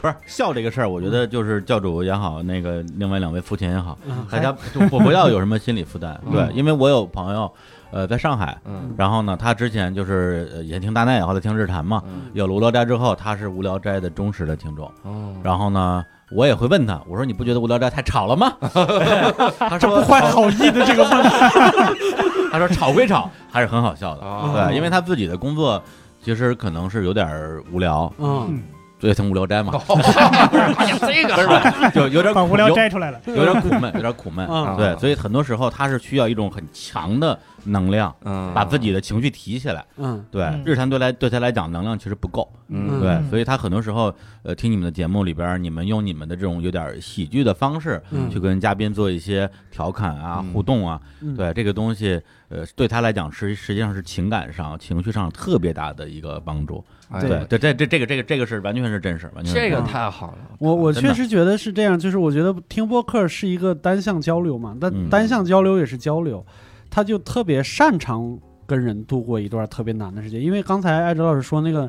Speaker 4: 不是笑这个事儿，我觉得就是教主也好，那个另外两位父亲也好，
Speaker 2: 嗯，
Speaker 3: 哎
Speaker 4: 大家就不不要有什么心理负 担。
Speaker 1: 嗯
Speaker 4: 对，因为我有朋友，呃，在上海，
Speaker 1: 嗯
Speaker 4: 然后呢，他之前就是呃也听大奈，然后再听日坛嘛。
Speaker 1: 嗯
Speaker 4: 有了无聊斋之后，他是无聊斋的忠实的听众。
Speaker 1: 哦，
Speaker 4: 然后呢，我也会问他，我说你不觉得无聊斋太吵 了吗？他说
Speaker 2: 不 怀好意的这个问题，
Speaker 4: 他说吵归吵，还是很好笑的。
Speaker 1: 哦
Speaker 4: 对，因为他自己的工作其实可能是有点儿无聊，
Speaker 2: 嗯，
Speaker 4: 所以听无聊 斋嘛，
Speaker 1: 哎呀，这个 是
Speaker 4: 就有点
Speaker 3: 把哦无聊
Speaker 4: 有
Speaker 3: 摘出来了。
Speaker 4: 有点苦闷，有点苦闷。
Speaker 1: 啊
Speaker 2: 嗯
Speaker 4: 对，所以很多时候他是需要一种很强的能量，
Speaker 1: 嗯，
Speaker 4: 把自己的情绪提起来。
Speaker 2: 嗯
Speaker 4: 对
Speaker 5: 嗯，
Speaker 4: 日坛对来对他来讲能量其实不够，
Speaker 1: 嗯
Speaker 4: 对，
Speaker 5: 嗯
Speaker 4: 所以他很多时候呃听你们的节目里边儿，你们用你们的这种有点喜剧的方式
Speaker 2: 嗯
Speaker 4: 去跟嘉宾做一些调侃啊、
Speaker 1: 嗯
Speaker 4: 互动啊，
Speaker 2: 嗯，
Speaker 4: 对这个东西呃对他来讲实实际上是情感上、情绪上特别大的一个帮助。
Speaker 1: 哎
Speaker 2: 对
Speaker 4: 对，这这这这个这个这个是完全是真事，完全是
Speaker 1: 这个
Speaker 4: 真事
Speaker 1: 太好了，
Speaker 2: 我我
Speaker 4: 真的
Speaker 2: 确实觉得是这样，就是我觉得听播客是一个单向交流嘛，
Speaker 4: 嗯
Speaker 2: 但单向交流也是交流，他就特别擅长跟人度过一段特别难的时间，因为刚才艾哲老师说那个。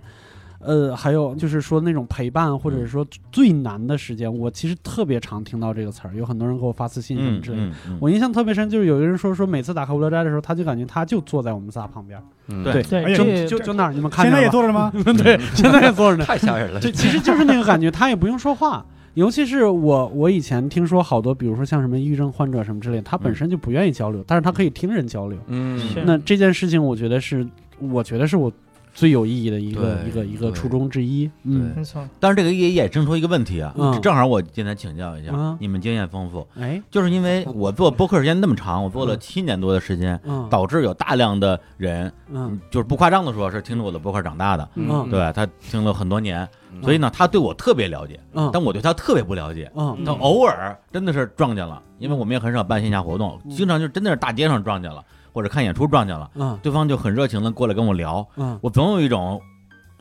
Speaker 2: 呃，还有就是说那种陪伴，或者是说最难的时间，我其实特别常听到这个词儿，有很多人给我发私信什么
Speaker 4: 嗯
Speaker 2: 之类的。
Speaker 4: 嗯嗯，
Speaker 2: 我印象特别深，就是有一个人说说每次打开无聊斋的时候，他就感觉他就坐在我们仨旁边，
Speaker 1: 嗯
Speaker 4: 对
Speaker 3: 哎
Speaker 5: 对，
Speaker 3: 呀
Speaker 5: 这
Speaker 2: 就就那儿你们看
Speaker 3: 现在
Speaker 2: 见了吧
Speaker 3: 也坐着吗？
Speaker 2: 对，现在也坐着呢。
Speaker 1: 太吓人 了
Speaker 2: 这其实就是那个感觉，他也不用说话。尤其是我，我以前听说好多，比如说像什么抑郁症患者什么之类，他本身就不愿意交流，但是他可以听人交流。
Speaker 1: 嗯
Speaker 5: 是
Speaker 2: 那这件事情，我觉得是，我觉得是我最有意义的一个
Speaker 1: 对
Speaker 2: 一个一个
Speaker 1: 对
Speaker 2: 初衷之一。嗯，
Speaker 5: 没错，
Speaker 4: 但是这个也衍生出一个问题啊，
Speaker 2: 嗯
Speaker 4: 正好我今天请教一下、
Speaker 2: 嗯
Speaker 4: 你们经验丰富，
Speaker 2: 哎，
Speaker 4: 就是因为我做播客时间那么长，我做了
Speaker 2: 嗯
Speaker 4: 七年多的时间，
Speaker 2: 嗯，
Speaker 4: 导致有大量的人，
Speaker 2: 嗯
Speaker 4: 就是不夸张的说，是听着我的播客长大的，
Speaker 2: 嗯
Speaker 4: 对他听了很多年，
Speaker 1: 嗯
Speaker 4: 所以呢，他对我特别了解，
Speaker 2: 嗯
Speaker 4: 但我对他特别不了解。
Speaker 2: 嗯
Speaker 4: 他偶尔真的是撞见了，因为我们也很少办线下活动，
Speaker 2: 嗯
Speaker 4: 经常就真的是大街上撞见了，或者看演出撞见了，
Speaker 2: 嗯
Speaker 4: 对方就很热情的过来跟我聊，
Speaker 2: 嗯，
Speaker 4: 我总有一种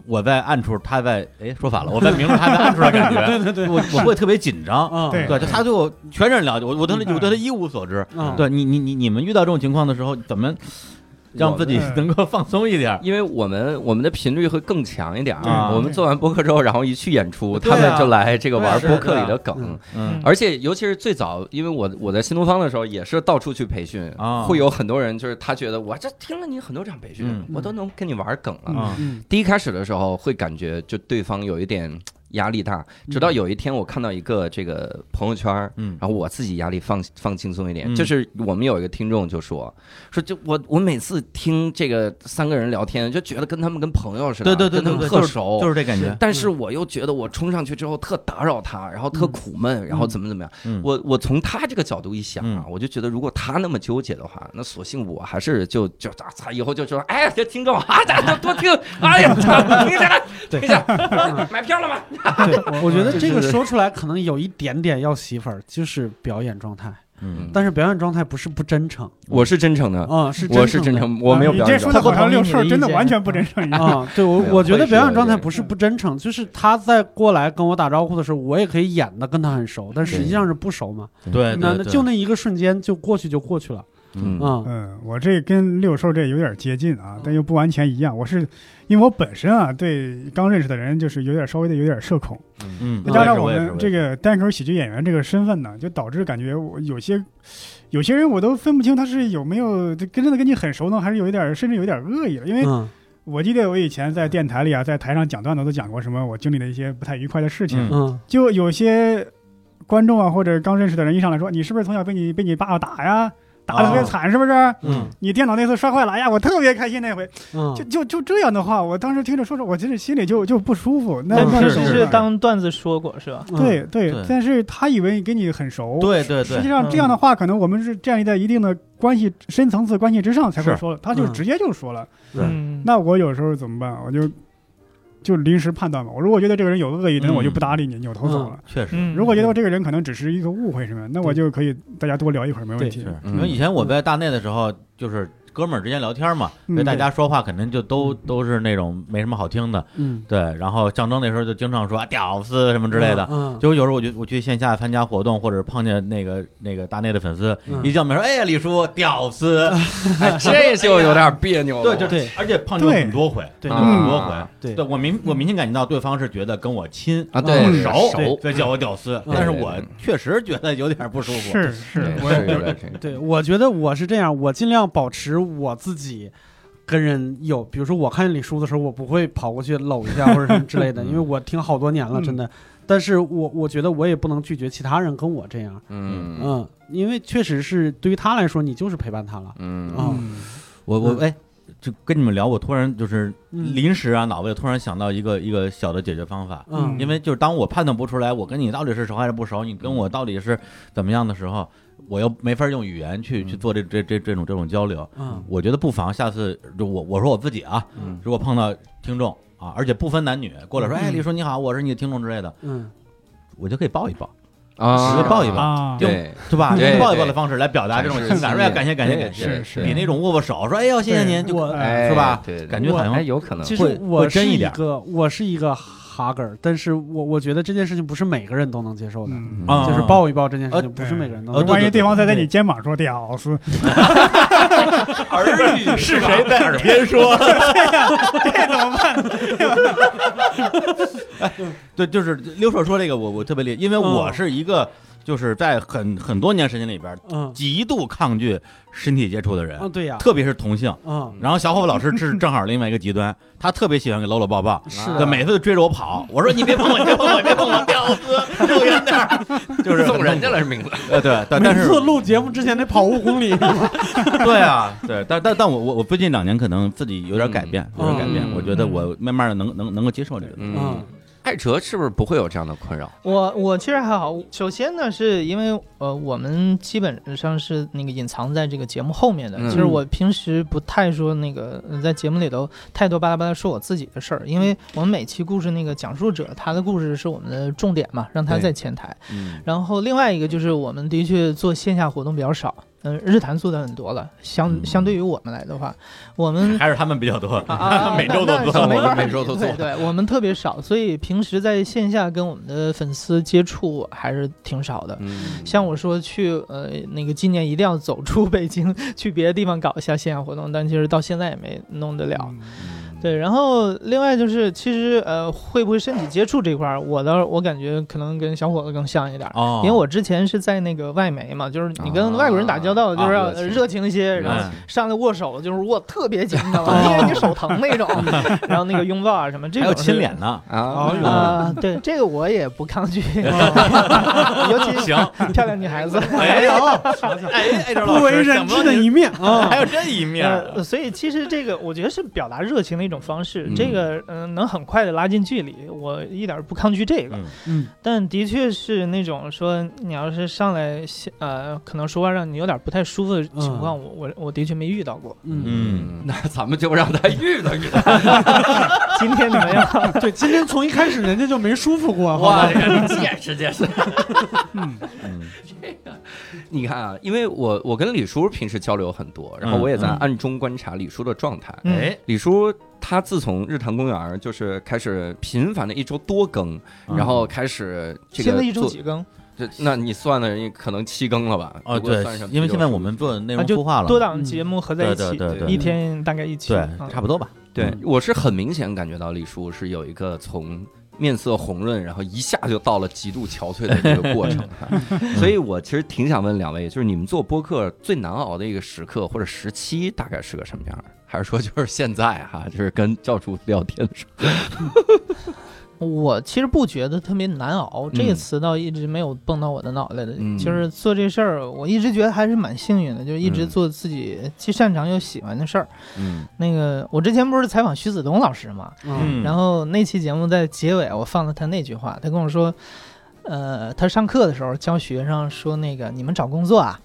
Speaker 4: 我在暗处，他在哎说反了，我在明处，他在暗处的感觉。
Speaker 2: 对对对，
Speaker 4: 我我会特别紧张，
Speaker 2: 啊，
Speaker 3: 对
Speaker 4: 对，就他对我全然了解，我我对他
Speaker 3: 嗯
Speaker 4: 我对他一无所知。
Speaker 2: 嗯
Speaker 4: 对你你你你们遇到这种情况的时候，怎么让自己能够放松一点儿。
Speaker 1: 因为我们我们的频率会更强一点儿
Speaker 4: 啊
Speaker 1: 我们做完播客之后，然后一去演出，
Speaker 4: 对
Speaker 1: 他
Speaker 4: 啊
Speaker 1: 们就来这个玩
Speaker 4: 对啊
Speaker 1: 播客里的
Speaker 2: 是
Speaker 1: 梗
Speaker 2: 啊。
Speaker 4: 嗯
Speaker 1: 而且，尤其是最早，因为我我在新东方的时候，也是到处去培训
Speaker 4: 啊
Speaker 1: 会有很多人就是他觉得我这听了你很多场培训，
Speaker 4: 嗯
Speaker 1: 我都能跟你玩梗了。
Speaker 4: 啊
Speaker 2: 嗯
Speaker 1: 第一开始的时候会感觉就对方有一点压力大，直到有一天我看到一个这个朋友圈儿，
Speaker 4: 嗯
Speaker 1: 然后我自己压力放放轻松一点，
Speaker 4: 嗯
Speaker 1: 就是我们有一个听众就说说就我我每次听这个三个人聊天，就觉得跟他们跟朋友似的，
Speaker 4: 对对对
Speaker 1: 跟他
Speaker 4: 对
Speaker 1: 们
Speaker 4: 对，
Speaker 1: 特
Speaker 4: 就是
Speaker 1: 熟。
Speaker 4: 就是这感觉。
Speaker 1: 但哦是我又觉得我冲上去之后特打扰他，然后特
Speaker 2: 嗯
Speaker 1: 苦闷，然后怎么怎么样。
Speaker 4: 嗯
Speaker 1: 我我从他这个角度一想啊，
Speaker 4: 嗯
Speaker 1: 我就觉得如果他那么纠结的话，那索性我还是就就啊操，以后就说，哎，这听众啊，大家多多听，哎呀，操停下来，停下来，买票了吗？
Speaker 2: 对，我觉得这
Speaker 1: 就
Speaker 2: 个
Speaker 1: 是
Speaker 2: 说出来可能有一点点要媳妇儿，就是表演状态。
Speaker 4: 嗯，
Speaker 2: 但是表演状态不是不真诚，
Speaker 1: 我是真诚的，
Speaker 2: 啊，是
Speaker 1: 我是真
Speaker 2: 的
Speaker 1: 诚，我没有
Speaker 3: 嗯你
Speaker 1: 表
Speaker 3: 这
Speaker 1: 演啊
Speaker 3: 说
Speaker 1: 状
Speaker 3: 的
Speaker 1: 态。
Speaker 3: 好像六顺儿
Speaker 5: 他不同意你的
Speaker 3: 真的
Speaker 5: 意见
Speaker 3: 完全不真 诚一样。
Speaker 2: 啊，对我
Speaker 1: 没有
Speaker 2: 我觉得
Speaker 1: 会是
Speaker 2: 表
Speaker 1: 有
Speaker 2: 演状态
Speaker 1: 点
Speaker 2: 不
Speaker 4: 嗯
Speaker 2: 是不真诚，就是他在过来跟我打招呼的时候，我也可以演的跟他很熟，但实际上是不熟嘛。
Speaker 4: 对
Speaker 2: 那
Speaker 4: 对
Speaker 2: 那
Speaker 4: 对，
Speaker 2: 就那一个瞬间就过去就过去了
Speaker 4: 嗯
Speaker 2: 啊。
Speaker 3: 嗯，我这跟六兽这有点接近啊，但又不完全一样。我是因为我本身啊，对刚认识的人就是有点稍微的有点社恐，
Speaker 4: 嗯，
Speaker 3: 再加上
Speaker 4: 我也是
Speaker 3: 们这，个单口喜剧演员这个身份呢，就导致感觉我有些有些人我都分不清他是有没有跟真的跟你很熟呢，还是有一点甚至有一点恶意了。因为
Speaker 2: 嗯
Speaker 3: 我记得我以前在电台里啊，在台上讲段子都讲过什么我经历的一些不太愉快的事情，
Speaker 4: 嗯
Speaker 2: 嗯
Speaker 3: 就有些观众啊或者刚认识的人一上来说你是不是从小被你被你爸爸打呀，打的特别
Speaker 4: 哦
Speaker 3: 惨是不是？
Speaker 2: 嗯
Speaker 3: 你电脑那次摔坏了呀，我特别开心那回。
Speaker 2: 嗯，
Speaker 3: 就就就这样的话，我当时听着说着，我真是心里就就不舒服。那
Speaker 5: 但
Speaker 3: 那
Speaker 5: 其
Speaker 3: 怎
Speaker 5: 实
Speaker 3: 么
Speaker 5: 嗯是
Speaker 3: 办
Speaker 5: 当段子说过是吧？
Speaker 2: 嗯
Speaker 3: 对对
Speaker 4: 对
Speaker 3: 但是他以为跟你很熟，
Speaker 4: 对对
Speaker 3: 实际
Speaker 4: 对，
Speaker 3: 上这样的话，可能我们是站立在一定的关系深层次关系之上才会
Speaker 4: 是
Speaker 3: 说了，他就
Speaker 2: 嗯
Speaker 3: 直接就说了。
Speaker 4: 对
Speaker 5: 嗯，
Speaker 3: 那我有时候怎么办？我就就临时判断吧。我如果觉得这个人有恶意，那
Speaker 4: 嗯
Speaker 3: 我就不搭理你，扭头走了。
Speaker 4: 确实。
Speaker 5: 嗯
Speaker 3: 如果觉得这个人可能只是一个误会
Speaker 4: 嗯
Speaker 3: 什么，那我就可以大家多聊一会儿，没问题
Speaker 2: 对。
Speaker 4: 是，
Speaker 1: 嗯
Speaker 4: 因为以前我在大内的时候，就是哥们儿之间聊天嘛，
Speaker 3: 嗯
Speaker 4: 所以大家说话肯定就都都是那种没什么好听的，
Speaker 2: 嗯
Speaker 4: 对。然后象征那时候就经常说啊屌丝什么之类的，
Speaker 2: 嗯
Speaker 4: 就有时候我就我去线下参加活动，或者碰见那个那个大内的粉丝，
Speaker 2: 嗯
Speaker 4: 一叫名儿，哎呀，李叔屌丝，
Speaker 1: 哎 这就有点别扭了。
Speaker 4: 对，就
Speaker 2: 对
Speaker 4: 而且碰见过
Speaker 3: 对
Speaker 4: 很多回，
Speaker 2: 对
Speaker 4: 碰见过很多
Speaker 1: 嗯
Speaker 4: 回，
Speaker 2: 对
Speaker 4: 对我明我明显感觉到对方是觉得跟我亲。
Speaker 1: 啊，
Speaker 2: 嗯
Speaker 1: 对，
Speaker 4: 熟，
Speaker 1: 熟，
Speaker 4: 所以叫我屌丝，
Speaker 2: 嗯
Speaker 4: 但是
Speaker 1: 对
Speaker 4: 我确实觉得有点不舒服。
Speaker 3: 是是
Speaker 1: 对，
Speaker 3: 我
Speaker 1: 嗯是有点这个。
Speaker 2: 对，我觉得我是这样，我尽量保持我自己。跟人有，比如说我看见李叔的时候，我不会跑过去搂一下或者什么之 类的，因为我听好多
Speaker 4: 嗯
Speaker 2: 年了，真的。但是我我觉得我也不能拒绝其他人跟我这样，
Speaker 1: 嗯
Speaker 2: 嗯，因为确实是对于他来说，你就是陪伴他了。
Speaker 1: 嗯
Speaker 2: 啊
Speaker 3: 嗯
Speaker 4: 我我
Speaker 2: 嗯
Speaker 4: 哎，就跟你们聊，我突然就是
Speaker 2: 嗯
Speaker 4: 临时啊，脑子里突然想到一个一个小的解决方法，
Speaker 2: 嗯
Speaker 4: 因为就是当我判断不出来我跟你到底是熟还是不熟，你跟我到底是怎么样的时候，我又没法用语言去去做这这这这种这种交流。
Speaker 2: 嗯
Speaker 4: 我觉得不妨下次就我我说我自己啊，
Speaker 1: 嗯
Speaker 4: 如果碰到听众啊，而且不分男女过来说，
Speaker 2: 嗯
Speaker 4: 哎，李叔你好，我是你的听众之类的，
Speaker 2: 嗯
Speaker 4: 我就可以抱一抱，
Speaker 1: 啊
Speaker 4: 直接抱一抱，
Speaker 3: 啊，
Speaker 1: 对，
Speaker 4: 对吧？
Speaker 1: 对
Speaker 4: 用抱一抱
Speaker 1: 对
Speaker 4: 的方式来表达这种
Speaker 1: 展示
Speaker 4: 情感，说哎感谢感谢
Speaker 1: 对
Speaker 4: 感谢，
Speaker 1: 是
Speaker 3: 是
Speaker 4: 比那种握握手说哎呦谢谢您，就
Speaker 2: 我
Speaker 1: 哎，
Speaker 4: 是吧
Speaker 1: 对，
Speaker 4: 感觉好
Speaker 1: 哎
Speaker 4: 像
Speaker 1: 有可能
Speaker 2: 其实
Speaker 4: 会
Speaker 2: 我
Speaker 4: 会
Speaker 2: 是
Speaker 4: 真一
Speaker 2: 一
Speaker 4: 点
Speaker 2: 个我是一个哈根儿，但是我我觉得这件事情不是每个人都能接受的，
Speaker 3: 嗯。
Speaker 4: 啊
Speaker 2: 就是抱一抱这件事情
Speaker 4: 呃
Speaker 2: 不是每个人都
Speaker 4: 呃
Speaker 2: 能。
Speaker 4: 对
Speaker 3: 万一对方再在
Speaker 2: 对
Speaker 3: 你肩膀说“屌丝
Speaker 4: 耳语 是谁在耳边 说？这怎么办？哎，对，就是刘硕说这个，我我特别理解，因为我是一个就是在很很多年时间里边
Speaker 2: 嗯
Speaker 4: 极度抗拒身体接触的人，
Speaker 2: 嗯，对呀，
Speaker 4: 特别是同性。
Speaker 2: 嗯
Speaker 4: 然后小伙子老师是正好另外一个极端，他特别喜欢给搂搂抱 抱，
Speaker 2: 是
Speaker 1: 啊
Speaker 4: 就
Speaker 2: 的，
Speaker 4: 每次都追着我跑。我说你别碰我，你别碰我，别碰我，屌 丝，走远点儿。 就是很
Speaker 1: 啊送人家
Speaker 4: 痛
Speaker 1: 了是名字，
Speaker 4: 苦。呃，对，但
Speaker 2: 每
Speaker 4: 但是
Speaker 2: 次录节目之前得跑五公里。
Speaker 4: 对啊，对，但但但我我我最近两年可能自己有点改变，
Speaker 2: 嗯
Speaker 4: 有点改变，
Speaker 1: 嗯
Speaker 4: 我觉得我慢慢的能能能够接受这个。
Speaker 1: 嗯
Speaker 2: 嗯，
Speaker 1: 艾哲是不是不会有这样的困扰？
Speaker 5: 我我其实还好，首先呢，是因为呃，我们基本上是那个隐藏在这个节目后面的。
Speaker 1: 嗯
Speaker 5: 其实我平时不太说那个呃在节目里头太多巴拉巴拉说我自己的事儿，因为我们每期故事那个讲述者他的故事是我们的重点嘛，让他
Speaker 4: 对
Speaker 5: 在前台。
Speaker 4: 嗯
Speaker 5: 然后另外一个就是我们的确做线下活动比较少，嗯，日坛做的很多了，相
Speaker 4: 嗯
Speaker 5: 相对于我们来的话，我们
Speaker 4: 还是他们比较多，
Speaker 5: 啊啊
Speaker 4: 每周都
Speaker 5: 那那
Speaker 4: 做，
Speaker 5: 是没法
Speaker 4: 我
Speaker 5: 比
Speaker 4: 每周都做
Speaker 5: 对，对，我们特别少，所以平时在线下跟我们的粉丝接触还是挺少的。
Speaker 1: 嗯，
Speaker 5: 像我说去呃那个今年一定要走出北京，去别的地方搞一下线下活动，但其实到现在也没弄得了。
Speaker 3: 嗯
Speaker 4: 嗯
Speaker 5: 对，然后另外就是，其实呃，会不会身体接触这块儿，我倒是我感觉可能跟小伙子更像一点儿，
Speaker 4: 哦，
Speaker 5: 因为我之前是在那个外媒嘛，就是你跟外国人打交道，就是要
Speaker 1: 啊热情
Speaker 5: 热情一些，然后
Speaker 4: 嗯哦
Speaker 5: 上来握手就是握特别紧，你知道吗？因为你手疼那种， 然后那个拥抱啊什么，这
Speaker 4: 嗯还有
Speaker 5: 种是
Speaker 4: 亲脸 嗯呢，
Speaker 1: 啊，
Speaker 2: 哎呦
Speaker 3: 嗯
Speaker 5: 啊、对这个我也不 抗拒，尤其是
Speaker 4: 行，
Speaker 5: 漂亮女孩子。
Speaker 4: 哎呦，哎，哎，这
Speaker 2: 不为人知的一面啊，
Speaker 4: 还有这一 面儿，
Speaker 5: 呃，所以其实这个我觉得是表达热情的一种方式，
Speaker 4: 嗯
Speaker 5: 这个嗯、呃能很快的拉近距离，我一点儿不抗拒这个。
Speaker 4: 嗯
Speaker 2: 嗯
Speaker 5: 但的确是那种说，你要是上来呃，可能说话让你有点不太舒服的情况，我我我的确没遇到过。
Speaker 2: 嗯，
Speaker 4: 嗯，
Speaker 1: 那咱们就让他遇到 遇到，
Speaker 5: 今天你们 要
Speaker 2: 对，今天从一开始人家就没舒服过，好吧
Speaker 1: 哇，见识见识。
Speaker 3: 嗯，
Speaker 4: 嗯
Speaker 1: 你看啊，因为我我跟李叔平时交流很多，然后我也在
Speaker 5: 嗯嗯
Speaker 1: 暗中观察李叔的状态。
Speaker 5: 嗯
Speaker 4: 哎，
Speaker 1: 李叔他自从日坛公园就是开始频繁的一周多更，
Speaker 4: 嗯
Speaker 1: 然后开始这个
Speaker 5: 现在一周
Speaker 1: 做
Speaker 5: 几更，
Speaker 1: 这那你算了，你可能七更了吧？
Speaker 4: 哦
Speaker 1: 如果
Speaker 4: 对
Speaker 1: 算上，
Speaker 4: 因为
Speaker 1: 啤酒
Speaker 4: 现在
Speaker 1: 是
Speaker 4: 我们做内
Speaker 5: 呃啊
Speaker 4: 容
Speaker 5: 就
Speaker 4: 孵化了，嗯
Speaker 5: 多档节目合在
Speaker 4: 对
Speaker 5: 一
Speaker 4: 对
Speaker 5: 起，
Speaker 4: 对
Speaker 1: 对
Speaker 4: 对
Speaker 5: 一天大概一期。
Speaker 4: 对，
Speaker 5: 嗯
Speaker 4: 差不多吧，
Speaker 1: 对
Speaker 2: 嗯
Speaker 1: 我是很明显感觉到李叔是有一个从面色红润，然后一下就到了极度憔悴的这个过程。 所以我其实挺想问两位，就是你们做播客最难熬的一个时刻或者时期，大概是个什么样儿？还是说就是现在哈、就是跟教主聊天的时候，
Speaker 5: 我其实不觉得特别难熬，这
Speaker 4: 嗯
Speaker 5: 个词倒一直没有蹦到我的脑袋里。
Speaker 1: 嗯
Speaker 5: 就是做这事儿，我一直觉得还是蛮幸运的，就是一直做自己既擅长又喜欢的事儿。
Speaker 4: 嗯
Speaker 5: 那个，我之前不是采访徐子东老师嘛，
Speaker 2: 嗯
Speaker 5: 然后那期节目在结尾，我放了他那句话，他跟我说，呃，他上课的时候教学生说，那个你们找工作啊，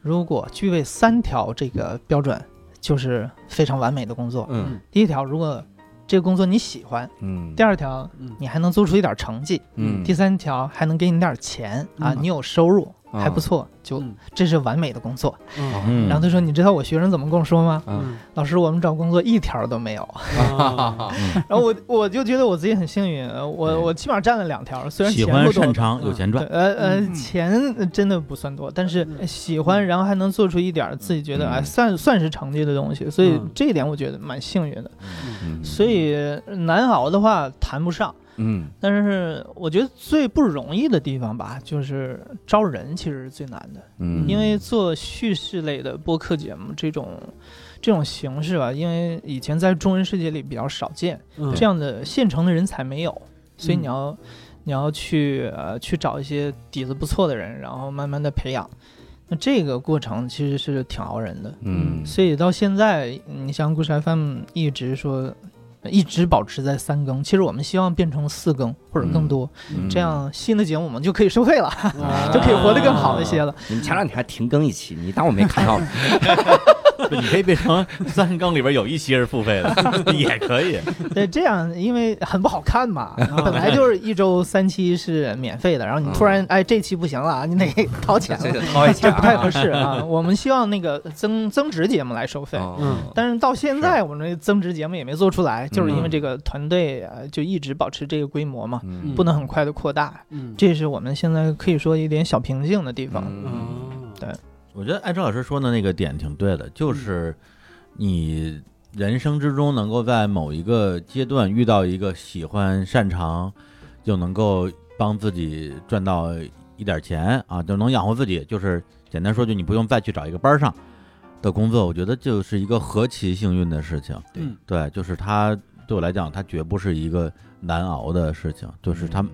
Speaker 5: 如果具备三条这个标准，就是非常完美的工作。
Speaker 1: 嗯
Speaker 5: 第一条，如果这个工作你喜欢；
Speaker 1: 嗯，
Speaker 5: 第二条，
Speaker 2: 嗯
Speaker 5: 你还能做出一点成绩；
Speaker 1: 嗯
Speaker 5: 第三条，还能给你点钱啊，
Speaker 2: 嗯
Speaker 5: 你有收入，
Speaker 1: 啊
Speaker 5: 还不错，就
Speaker 2: 嗯
Speaker 5: 这是完美的工作。
Speaker 2: 嗯
Speaker 4: 嗯，
Speaker 5: 然后他说，你知道我学生怎么跟我说吗？
Speaker 1: 嗯
Speaker 5: 老师，我们找工作一条都没有。
Speaker 2: 啊，
Speaker 5: 然后
Speaker 4: 嗯
Speaker 5: 我我就觉得我自己很幸运，呃
Speaker 1: 对
Speaker 5: 我我起码占了两条，虽然
Speaker 4: 哎喜
Speaker 5: 钱
Speaker 4: 欢
Speaker 5: 不多
Speaker 4: 擅，长有 钱
Speaker 5: 对
Speaker 4: 赚，
Speaker 5: 呃呃
Speaker 3: 嗯，
Speaker 5: 钱真的不算多，但是
Speaker 2: 嗯
Speaker 5: 喜欢，然后还能做出一点儿自己觉得
Speaker 4: 嗯
Speaker 5: 哎算算是成绩的东西，所以
Speaker 2: 嗯
Speaker 5: 这一点我觉得蛮幸运的。
Speaker 1: 嗯
Speaker 5: 所以难熬的话谈不上，
Speaker 1: 嗯
Speaker 5: 但是我觉得最不容易的地方吧，就是招人其实是最难的，
Speaker 1: 嗯，
Speaker 5: 因为做叙事类的播客节目这种这种形式吧，因为以前在中文世界里比较少见。
Speaker 1: 嗯
Speaker 5: 这
Speaker 2: 样
Speaker 5: 样的现成的人才没有，所以
Speaker 2: 嗯
Speaker 5: 你要、你要去呃去找一些底子不错的人，然后慢慢的培养。那这个过程其实是挺熬人的，
Speaker 1: 嗯
Speaker 5: 所以到现在，你像故事 FM 一直说。呃一直保持在三更，其实我们希望变成四更或者更多，
Speaker 1: 嗯
Speaker 5: 这样新的节目我们就可以收费了，
Speaker 1: 啊
Speaker 5: 就可以活得更好一些了。
Speaker 1: 你们前两天还停更一期，你当我没看 到？
Speaker 4: 你可以变成三更里边有一期是付费 的，也可以，
Speaker 5: 对，这样因为很不好看嘛，
Speaker 2: 啊
Speaker 5: 本来就是一周三期是免费的，然后你突然哎这期不行了啊，你得掏钱了
Speaker 1: 这，得掏一下啊，
Speaker 5: 这 不太合适啊。我们希望那个增增值节目来收费，
Speaker 1: 哦。
Speaker 2: 嗯
Speaker 5: 但是到现在我们这增值节目也没做出来，就是因为这个团队呃就一直保持这个规模嘛，
Speaker 1: 嗯
Speaker 5: 不能很快的扩大，
Speaker 2: 嗯
Speaker 5: 这是我们现在可以说有点小瓶颈的地方。
Speaker 1: 嗯
Speaker 4: 我觉得艾哲老师说的那个点挺对的，就是你人生之中能够在某一个阶段遇到一个喜欢、擅长，又能够帮自己赚到一点钱啊，就能养活自己，就是简单说句，你不用再去找一个班儿上的工作，我觉得就是一个何其幸运的事情。
Speaker 2: 对嗯
Speaker 4: 对，就是它对我来讲，它绝不是一个难熬的事情，就是它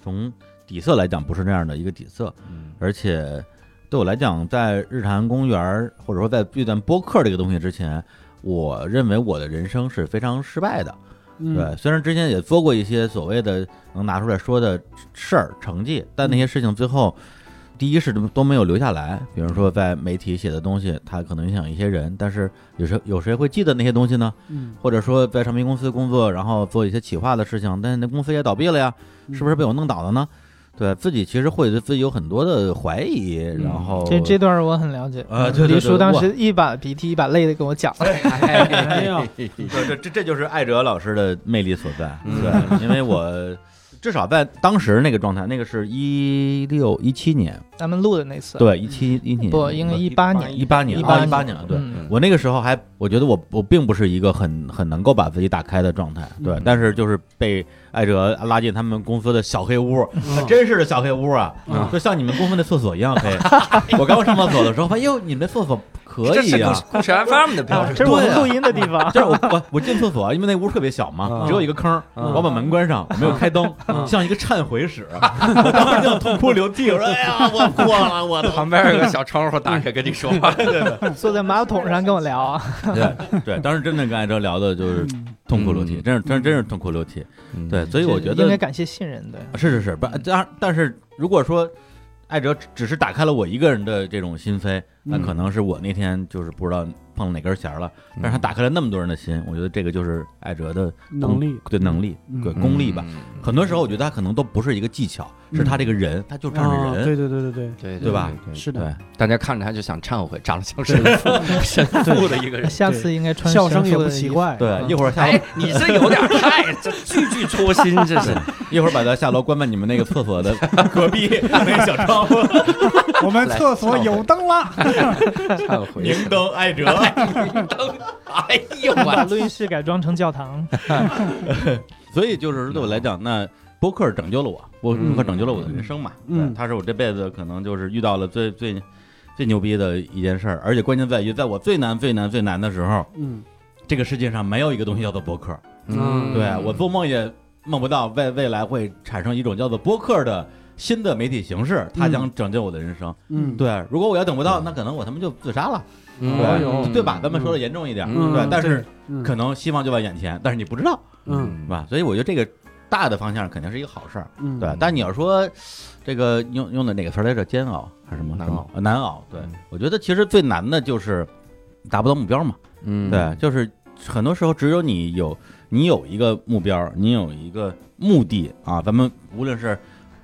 Speaker 4: 从底色来讲不是那样的一个底色。
Speaker 1: 嗯
Speaker 4: 而且对我来讲，在日坛公园儿或者说在遇见播客这个东西之前，我认为我的人生是非常失败的。
Speaker 2: 嗯
Speaker 4: 对，虽然之前也做过一些所谓的能拿出来说的事儿、成绩，但那些事情最后，第一是都没有留下来。比如说在媒体写的东西，它可能影响一些人，但是有谁有谁会记得那些东西呢？
Speaker 2: 嗯
Speaker 4: 或者说在唱
Speaker 2: 嗯
Speaker 4: 片公司工作，然后做一些企划的事情，但是那公司也倒闭了呀，是不是被我弄倒的呢？对自己其实会对自己有很多的怀疑，然
Speaker 2: 嗯
Speaker 4: 后
Speaker 5: 这这段我很了解。
Speaker 4: 呃哦对对对
Speaker 5: 黎叔当
Speaker 4: 哇
Speaker 5: 时一把鼻涕一把泪的跟我讲了，
Speaker 2: 哎呀，
Speaker 4: 对这这这就是艾哲老师的魅力所在，
Speaker 1: 嗯
Speaker 4: 对，因为我至少在当时那个状态，那个是一六一七年，
Speaker 5: 咱们录的那次。
Speaker 4: 对，一七一年，
Speaker 5: 不，应该一八年，
Speaker 4: 一八年，
Speaker 5: 18
Speaker 4: 一八
Speaker 5: 年
Speaker 4: 年，对。
Speaker 5: 嗯
Speaker 4: 我那个时候还，我觉得我我并不是一个很很能够把自己打开的状态，对，
Speaker 2: 嗯
Speaker 4: 但是就是被艾哲拉进他们公司的小黑屋，还真是的小黑屋啊，
Speaker 2: 嗯
Speaker 4: 就像你们公司那厕所一样黑。 我刚上厕所的时候，发现哟，你们厕所可
Speaker 1: 这是
Speaker 4: 以啊
Speaker 1: 故事，故事 FM 的标
Speaker 5: 这
Speaker 1: 志
Speaker 5: 是我
Speaker 4: 对
Speaker 5: 们
Speaker 4: 啊
Speaker 5: 录音的地方。
Speaker 4: 就是我我我进厕所，因为那屋特别小嘛，
Speaker 2: 嗯
Speaker 4: 只有一个坑儿，
Speaker 2: 嗯
Speaker 4: 我把门关上，我没有开灯
Speaker 2: 嗯，
Speaker 4: 像一个忏悔 室，我当时就痛哭流涕，我 说哎呀，我过了，我的。
Speaker 1: 旁边有个小窗户打开跟你说话，
Speaker 5: 坐在马桶上跟我聊啊，
Speaker 4: 对对，当时真的跟艾哲聊的就是痛哭流涕，
Speaker 1: 嗯
Speaker 4: 真是真真是痛哭流涕。对，所以我觉
Speaker 5: 应该
Speaker 4: 得
Speaker 5: 感谢信任的。
Speaker 4: 啊是是是，不，但但是如果说。艾哲只只是打开了我一个人的这种心扉，那
Speaker 2: 嗯
Speaker 4: 可能是我那天就是不知道碰哪根弦儿了，但是
Speaker 1: 嗯
Speaker 4: 他打开了那么多人的心，我觉得这个就是艾哲的
Speaker 2: 能力，
Speaker 4: 对能力、
Speaker 2: 嗯
Speaker 4: 对功力吧。，很多时候我觉得他可能都不是一个技巧，是他这个人，他就这样
Speaker 2: 啊
Speaker 4: 的人，
Speaker 2: 对对对对对，
Speaker 1: 对
Speaker 4: 对吧？
Speaker 2: 是的，
Speaker 4: 对，
Speaker 1: 大家看着他就想忏悔，长得像神父，神父的一个人。
Speaker 5: 下次应该穿
Speaker 2: 笑声也
Speaker 5: 神父
Speaker 2: 不
Speaker 5: 的
Speaker 2: 奇
Speaker 5: 衣服。
Speaker 2: 怪，
Speaker 4: 对，一会儿下
Speaker 1: 哎，你这有点太这句句戳心，这是。
Speaker 4: 一会儿把他下楼关在你们那个厕所的 隔壁那个小窗户，
Speaker 3: 我们
Speaker 1: 来
Speaker 3: 厕所
Speaker 1: 忏悔
Speaker 3: 有灯啦，
Speaker 1: 忏悔。
Speaker 4: 明灯艾 哲。
Speaker 1: 哎呦
Speaker 5: 把
Speaker 1: 我，
Speaker 5: 录音室改装成教堂，
Speaker 4: 所以就是对我来
Speaker 2: 嗯
Speaker 4: 讲，那播客拯救了我，播
Speaker 1: 嗯
Speaker 4: 播客拯救了我的人生嘛。
Speaker 2: 嗯
Speaker 4: 对他是我这辈子可能就是遇到了最最最牛逼的一件事儿，而且关键在于，在我最难最难最难的时候，
Speaker 2: 嗯，
Speaker 4: 这个世界上没有一个东西叫做播客。
Speaker 2: 嗯
Speaker 4: 对啊我做梦也梦不到未未来会产生一种叫做播客的新的媒体形式，它将拯救我的人生。
Speaker 2: 嗯，
Speaker 4: 对，啊如果我要等不到，那可能我他妈就自杀了，
Speaker 2: 哎呦
Speaker 4: 对对吧？咱们说的严重一点，
Speaker 1: 嗯
Speaker 4: 嗯对，但是
Speaker 2: 对嗯
Speaker 4: 可能希望就在眼前，但是你不知道，
Speaker 2: 嗯
Speaker 4: 是吧？所以我觉得这个大的方向肯定是一个好事儿，
Speaker 2: 嗯，
Speaker 4: 对。但你要说这个用用的哪个词儿来着？煎熬还是什么？
Speaker 1: 难
Speaker 4: 什么
Speaker 1: 熬
Speaker 4: 呃难熬。对
Speaker 1: 嗯，
Speaker 4: 我觉得其实最难的就是达不到目标嘛。
Speaker 1: 嗯
Speaker 4: 对，就是很多时候只有你有你有一个目标，你有一个目的啊。咱们无论是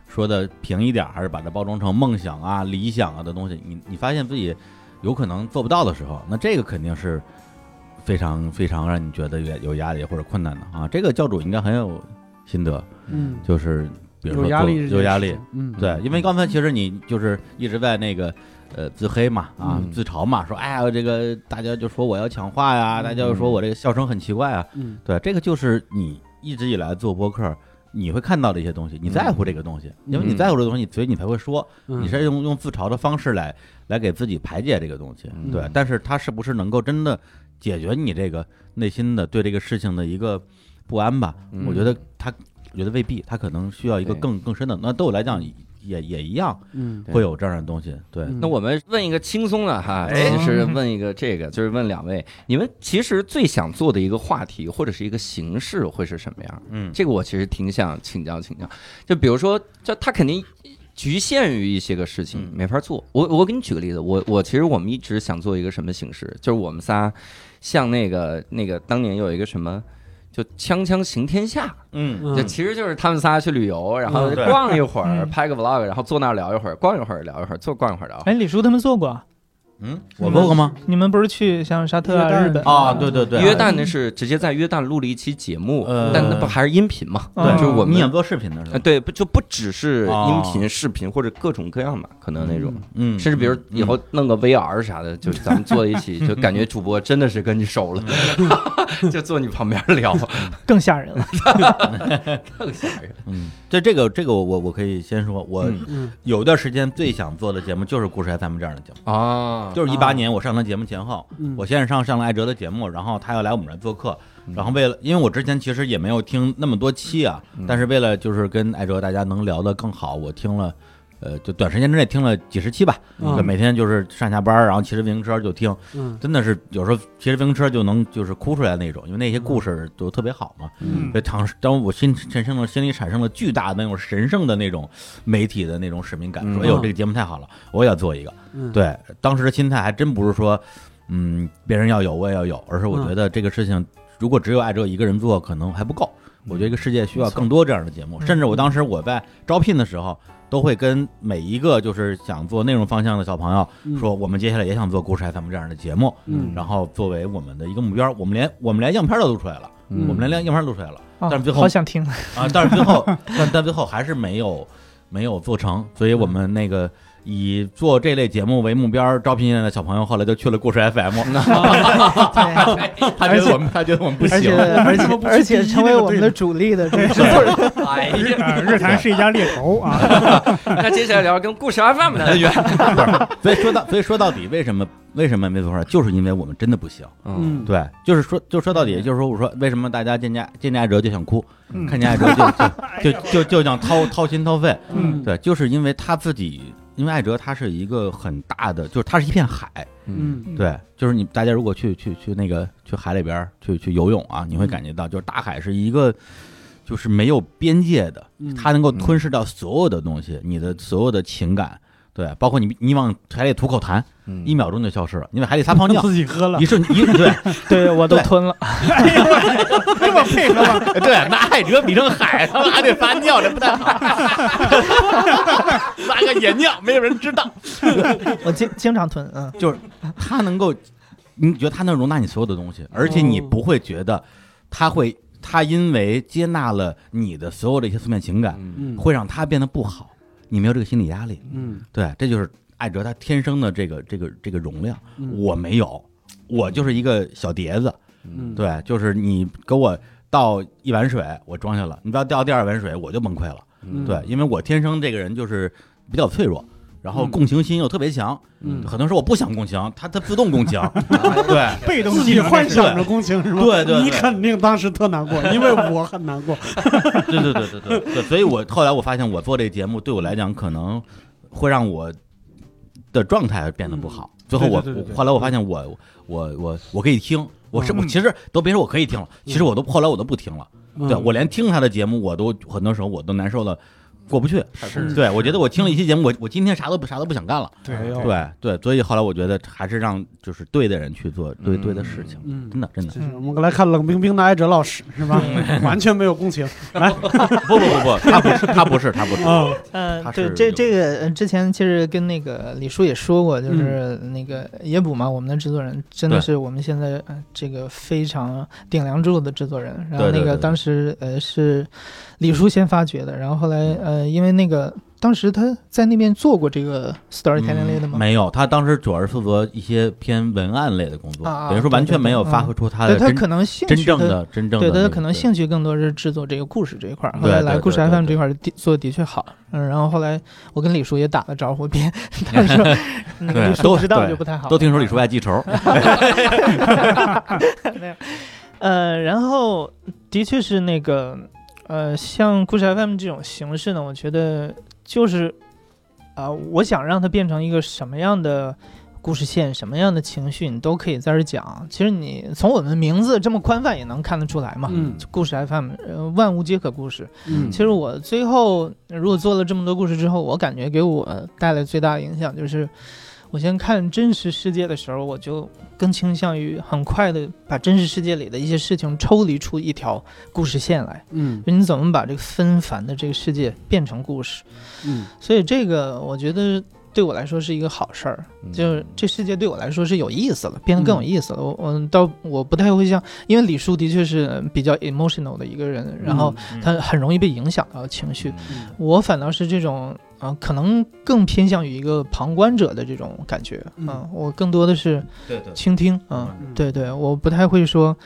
Speaker 4: 说的平一点儿，还是把它包装成梦想啊、理想啊的东西，你你发现自己有可能做不到的时候，那这个肯定是非常非常让你觉得有有压力或者困难的啊。这个教主应该很有心得，
Speaker 2: 嗯，
Speaker 4: 就是比如说
Speaker 2: 有压
Speaker 4: 做
Speaker 2: 力，
Speaker 4: 有压力，，
Speaker 2: 嗯，
Speaker 4: 对，因为刚才其实你就是一直在那个呃自黑嘛，啊、
Speaker 1: 嗯
Speaker 4: 自嘲嘛，说哎呀这个大家就说我要抢话呀，大家就说我这个笑声很奇怪啊，
Speaker 2: 嗯
Speaker 4: 对，这个就是你一直以来做播客。你会看到的一些东西，你在乎这个东西，因为你
Speaker 1: 嗯
Speaker 4: 在乎这个东西，所以你才会说，
Speaker 2: 嗯，
Speaker 4: 你是用用自嘲的方式来来给自己排解这个东西，
Speaker 1: 嗯
Speaker 4: 对。但是它是不是能够真的解决你这个内心的对这个事情的一个不安吧？
Speaker 1: 嗯
Speaker 4: 我觉得它，我觉得未必，它可能需要一个
Speaker 1: 对
Speaker 4: 更更深的。那对我来讲也也一样，
Speaker 2: 嗯，
Speaker 1: 对
Speaker 4: 会有这样的东西。对，
Speaker 2: 嗯
Speaker 1: 那我们问一个轻松的哈，
Speaker 4: 哎
Speaker 1: 其实问一个这个，就是问两位，你们其实最想做的一个话题或者是一个形式会是什么样？
Speaker 4: 嗯
Speaker 1: 这个我其实挺想请教请教。就比如说，就它肯定局限于一些个事情
Speaker 4: 嗯
Speaker 1: 没法做。我我给你举个例子，我我其实我们一直想做一个什么形式，就是我们仨像那个那个当年有一个什么。就锵锵行天下，
Speaker 4: 嗯
Speaker 2: 嗯
Speaker 1: 就其实就是他们仨去旅游，然后
Speaker 2: 嗯
Speaker 4: 对
Speaker 1: 逛一会儿，
Speaker 5: 嗯
Speaker 1: 拍个 vlog，然后坐那儿聊一会儿，逛一会儿聊一会儿，坐逛一会儿聊一会儿。
Speaker 5: 哎，李叔他们做过，
Speaker 4: 嗯，我做过吗？
Speaker 5: 你们不是去像沙特
Speaker 2: 约
Speaker 5: 啊、
Speaker 2: 旦
Speaker 5: 日本
Speaker 4: 啊，对对对，
Speaker 1: 约旦呢是直接在约旦录了一期节目，
Speaker 4: 呃
Speaker 1: 但那不还是音频嘛？
Speaker 5: 对
Speaker 1: 就是我
Speaker 4: 啊你想
Speaker 1: 们。
Speaker 4: 做视频的是
Speaker 1: 呃，
Speaker 4: 吧？
Speaker 1: 对，不就不只是音
Speaker 4: 嗯哦
Speaker 1: 频、视频或者各种各样吧，可能那种，
Speaker 4: 嗯，
Speaker 1: 甚至比如以后弄个 VR 啥的，就咱们坐一起，就 感觉主播真的是跟你熟了，
Speaker 4: 嗯
Speaker 1: 就坐你旁边 聊，
Speaker 5: 更吓人了。
Speaker 1: 更吓人。
Speaker 4: 嗯，对这个这个我我我可以先说，我
Speaker 1: 嗯
Speaker 2: 嗯
Speaker 4: 有一段时间最想做的节目就是故事 FM 这样的节目。
Speaker 1: 啊，
Speaker 4: 哦就是一八年我上他节目前后，
Speaker 2: 嗯，
Speaker 4: 我先是上上了艾哲的节目，然后他要来我们这儿做客，
Speaker 1: 嗯
Speaker 4: 然后为了，因为我之前其实也没有听那么多期啊，
Speaker 1: 嗯
Speaker 4: 但是为了就是跟艾哲大家能聊得更好，我听了，呃，就短时间之内听了几十期吧，
Speaker 2: 嗯
Speaker 4: 就每天就是上下班儿，然后骑着自行车就听，
Speaker 2: 嗯
Speaker 4: 真的是有时候骑着自行车就能就是哭出来那种，因为那些故事都特别好嘛。
Speaker 3: 嗯
Speaker 4: 所以当时当我心产生了心里产生了巨大的那种神圣的那种媒体的那种使命感，
Speaker 1: 嗯
Speaker 4: 说哎呦这个节目太好了，我也要做一个。
Speaker 2: 嗯，
Speaker 4: 对，当时的心态还真不是说，嗯，别人要有我也要有，而是我
Speaker 2: 嗯
Speaker 4: 觉得这个事情如果只有艾哲一个人做，可能还不够。我觉得一个世界需要
Speaker 5: 没错
Speaker 4: 更多这样的节目，
Speaker 5: 嗯
Speaker 4: 甚至我当时我在招聘的时候，都会跟每一个就是想做内容方向的小朋友
Speaker 2: 嗯
Speaker 4: 说，我们接下来也想做故事 FM 这样的节目，
Speaker 2: 嗯
Speaker 4: 然后作为我们的一个目标，我们连我们连样片都录出来了，
Speaker 2: 嗯
Speaker 4: 我们连样片都录出来了
Speaker 5: 啊
Speaker 4: 但是最后
Speaker 5: 好想听，
Speaker 4: 啊，但是最后但但最后还是没有没有做成，所以我们那个。以做这类节目为目标招聘进来的小朋友，后来就去了故事 FM，
Speaker 5: 对，
Speaker 4: 他觉得我们他觉得我们不
Speaker 5: 而且
Speaker 4: 行，
Speaker 5: 而
Speaker 3: 什么不是
Speaker 5: 且而且
Speaker 3: 第一
Speaker 5: 成为
Speaker 3: 那个
Speaker 5: 我们
Speaker 3: 队
Speaker 5: 的
Speaker 3: 伍
Speaker 5: 主力 的主持人，
Speaker 1: 哎呀，
Speaker 3: 啊日坛是一家猎头 啊，
Speaker 1: 那接下来聊跟故事 FM 的渊源。
Speaker 4: 所以说到，所以说到底，为什么为什么没做出来，就是因为我们真的不行。
Speaker 2: 嗯，
Speaker 4: 对，就是说，就说到底，就是说，我说为什么大家见家见家哲就想哭，
Speaker 3: 嗯
Speaker 4: 看见艾哲就就就就就想掏掏心掏肺。
Speaker 3: 嗯
Speaker 4: 对，就是因为他自己，因为艾哲他是一个很大的，就是他是一片海。
Speaker 1: 嗯，
Speaker 2: 嗯
Speaker 4: 对，就是你大家如果去去去那个去海里边儿去去游泳啊，你会感觉到，就是大海是一个。就是没有边界的，
Speaker 2: 嗯
Speaker 4: 它能够吞噬掉所有的东西，你的所有的情感，对，包括你你往海里吐口痰，
Speaker 1: 嗯
Speaker 4: 一秒钟就消失了，因为海里撒 泡尿，
Speaker 2: 自己喝了
Speaker 4: 一，瞬一对
Speaker 5: 对我都
Speaker 4: 对
Speaker 5: 吞了，
Speaker 3: 这么配合吗？
Speaker 4: 哎对，拿海蜇比成海，他妈还得撒尿，这不太好， 撒个野尿，没有人知道。
Speaker 5: 我经经常吞，嗯，
Speaker 4: 他能够，你觉得他能容纳你所有的东西，而且
Speaker 2: 哦
Speaker 4: 你不会觉得他会，他因为接纳了你的所有的一些负面情感，
Speaker 1: 嗯
Speaker 2: 嗯
Speaker 4: 会让他变得不好，你没有这个心理压力。
Speaker 2: 嗯，
Speaker 4: 对，这就是艾哲他天生的这个这个这个容量，
Speaker 2: 嗯
Speaker 4: 我没有，我就是一个小碟子。
Speaker 2: 嗯
Speaker 4: 对，就是你给我倒一碗水，我装下了；你不要倒第二碗水，我就崩溃了。
Speaker 2: 嗯
Speaker 4: 对，因为我天生这个人就是比较脆弱，然后
Speaker 2: 嗯
Speaker 4: 共情心又特别强。
Speaker 2: 嗯
Speaker 4: 很多时候我不想共情，他他自动共情。对
Speaker 3: 被动
Speaker 2: 自
Speaker 3: 技
Speaker 2: 己
Speaker 3: 能
Speaker 2: 幻
Speaker 3: 这是
Speaker 2: 想着共情是吗？
Speaker 4: 对对对
Speaker 2: 你肯定当时特难过，因为我很难过。
Speaker 4: 对对对对对对，所以我后来我发现，我做这节目对我来讲，可能会让我的状态变得不好。最后我
Speaker 2: 对对对对对
Speaker 4: 后来我发现我我我我可以听，我是、我
Speaker 3: 嗯
Speaker 4: 其实都别说我可以听了，其实我都后来我都不听了。 对
Speaker 2: 嗯
Speaker 4: 我连听他的节目，我都很多时候我都难受的过不去。
Speaker 3: 是
Speaker 4: 对我觉得我听了一期节目，我我今天啥都不啥都不想干了。
Speaker 3: 对
Speaker 2: 哎呦
Speaker 3: 对
Speaker 4: 对对，所以后来我觉得还是让就是对的人去做对对的事情，
Speaker 2: 嗯，
Speaker 4: 真的真的。
Speaker 2: 就是我们来看冷冰冰的艾哲老师 是吧？
Speaker 4: 嗯
Speaker 2: 完全没有共情
Speaker 4: 不不不不，他不是他不是他不是，
Speaker 2: 啊，
Speaker 5: 呃
Speaker 4: 他，
Speaker 5: 对，
Speaker 4: 是
Speaker 5: 这
Speaker 4: 有
Speaker 5: 这个呃之前其实跟那个李叔也说过，就是那个野捕嘛，我们的制作人真的
Speaker 4: 嗯对
Speaker 5: 是我们现在呃这个非常顶梁柱的制作人。然后
Speaker 4: 对对
Speaker 5: 那个
Speaker 4: 对对
Speaker 5: 当时呃是李叔先发掘的，然后后来
Speaker 4: 嗯
Speaker 5: 呃因为那个当时他在那边做过这个 storytelling 类的吗？
Speaker 4: 嗯没有，他当时主要是负责一些偏文案类的工作，
Speaker 5: 啊啊
Speaker 4: 等于说完全没有发挥出他的
Speaker 5: 对，他
Speaker 4: 真
Speaker 5: 可能兴趣
Speaker 4: 真正
Speaker 5: 他
Speaker 4: 的真正的
Speaker 5: 对，
Speaker 4: 那
Speaker 5: 他
Speaker 4: 个。
Speaker 5: 的可能兴趣更多是制作这个故事这一块儿，后
Speaker 4: 对
Speaker 5: 来
Speaker 4: 对
Speaker 5: 来
Speaker 4: 对
Speaker 5: 故事
Speaker 4: 对
Speaker 5: FM
Speaker 4: 对
Speaker 5: 这块儿的做的的确好，嗯，然后后来我跟李叔也打了招呼，别 他 说那嗯
Speaker 4: 对
Speaker 5: 个李叔
Speaker 4: 都
Speaker 5: 不知道
Speaker 4: 对
Speaker 5: 就不太好，嗯
Speaker 4: 都听说李叔爱记仇，
Speaker 5: 没有，呃，然后的确是那个呃，像故事 FM 这种形式呢，我觉得就是啊、我想让它变成一个什么样的。故事线什么样的情绪你都可以在这儿讲，其实你从我们名字这么宽泛也能看得出来嘛。
Speaker 2: 嗯
Speaker 5: 故事 FM，呃，万物皆可故事。
Speaker 2: 嗯
Speaker 5: 其实我最后如果做了这么多故事之后，我感觉给我带来最大的影响就是，我先看真实世界的时候，我就更倾向于很快的把真实世界里的一些事情抽离出一条故事线来，
Speaker 2: 嗯
Speaker 5: 就你怎么把这个纷繁的这个世界变成故事。
Speaker 2: 嗯
Speaker 5: 所以这个我觉得对我来说是一个好事儿，
Speaker 1: 嗯
Speaker 5: 就是这世界对我来说是有意思了，变得更有意思了。我我倒我不太会像，因为李叔的确是比较 emotional 的一个人，然后他很容易被影响到情绪。
Speaker 2: 嗯
Speaker 5: 我反倒是这种，呃，可能更偏向于一个旁观者的这种感觉，
Speaker 2: 嗯
Speaker 5: 啊我更多的是
Speaker 4: 对对
Speaker 5: 倾听，嗯、
Speaker 2: 嗯
Speaker 5: 对对，我不太会说，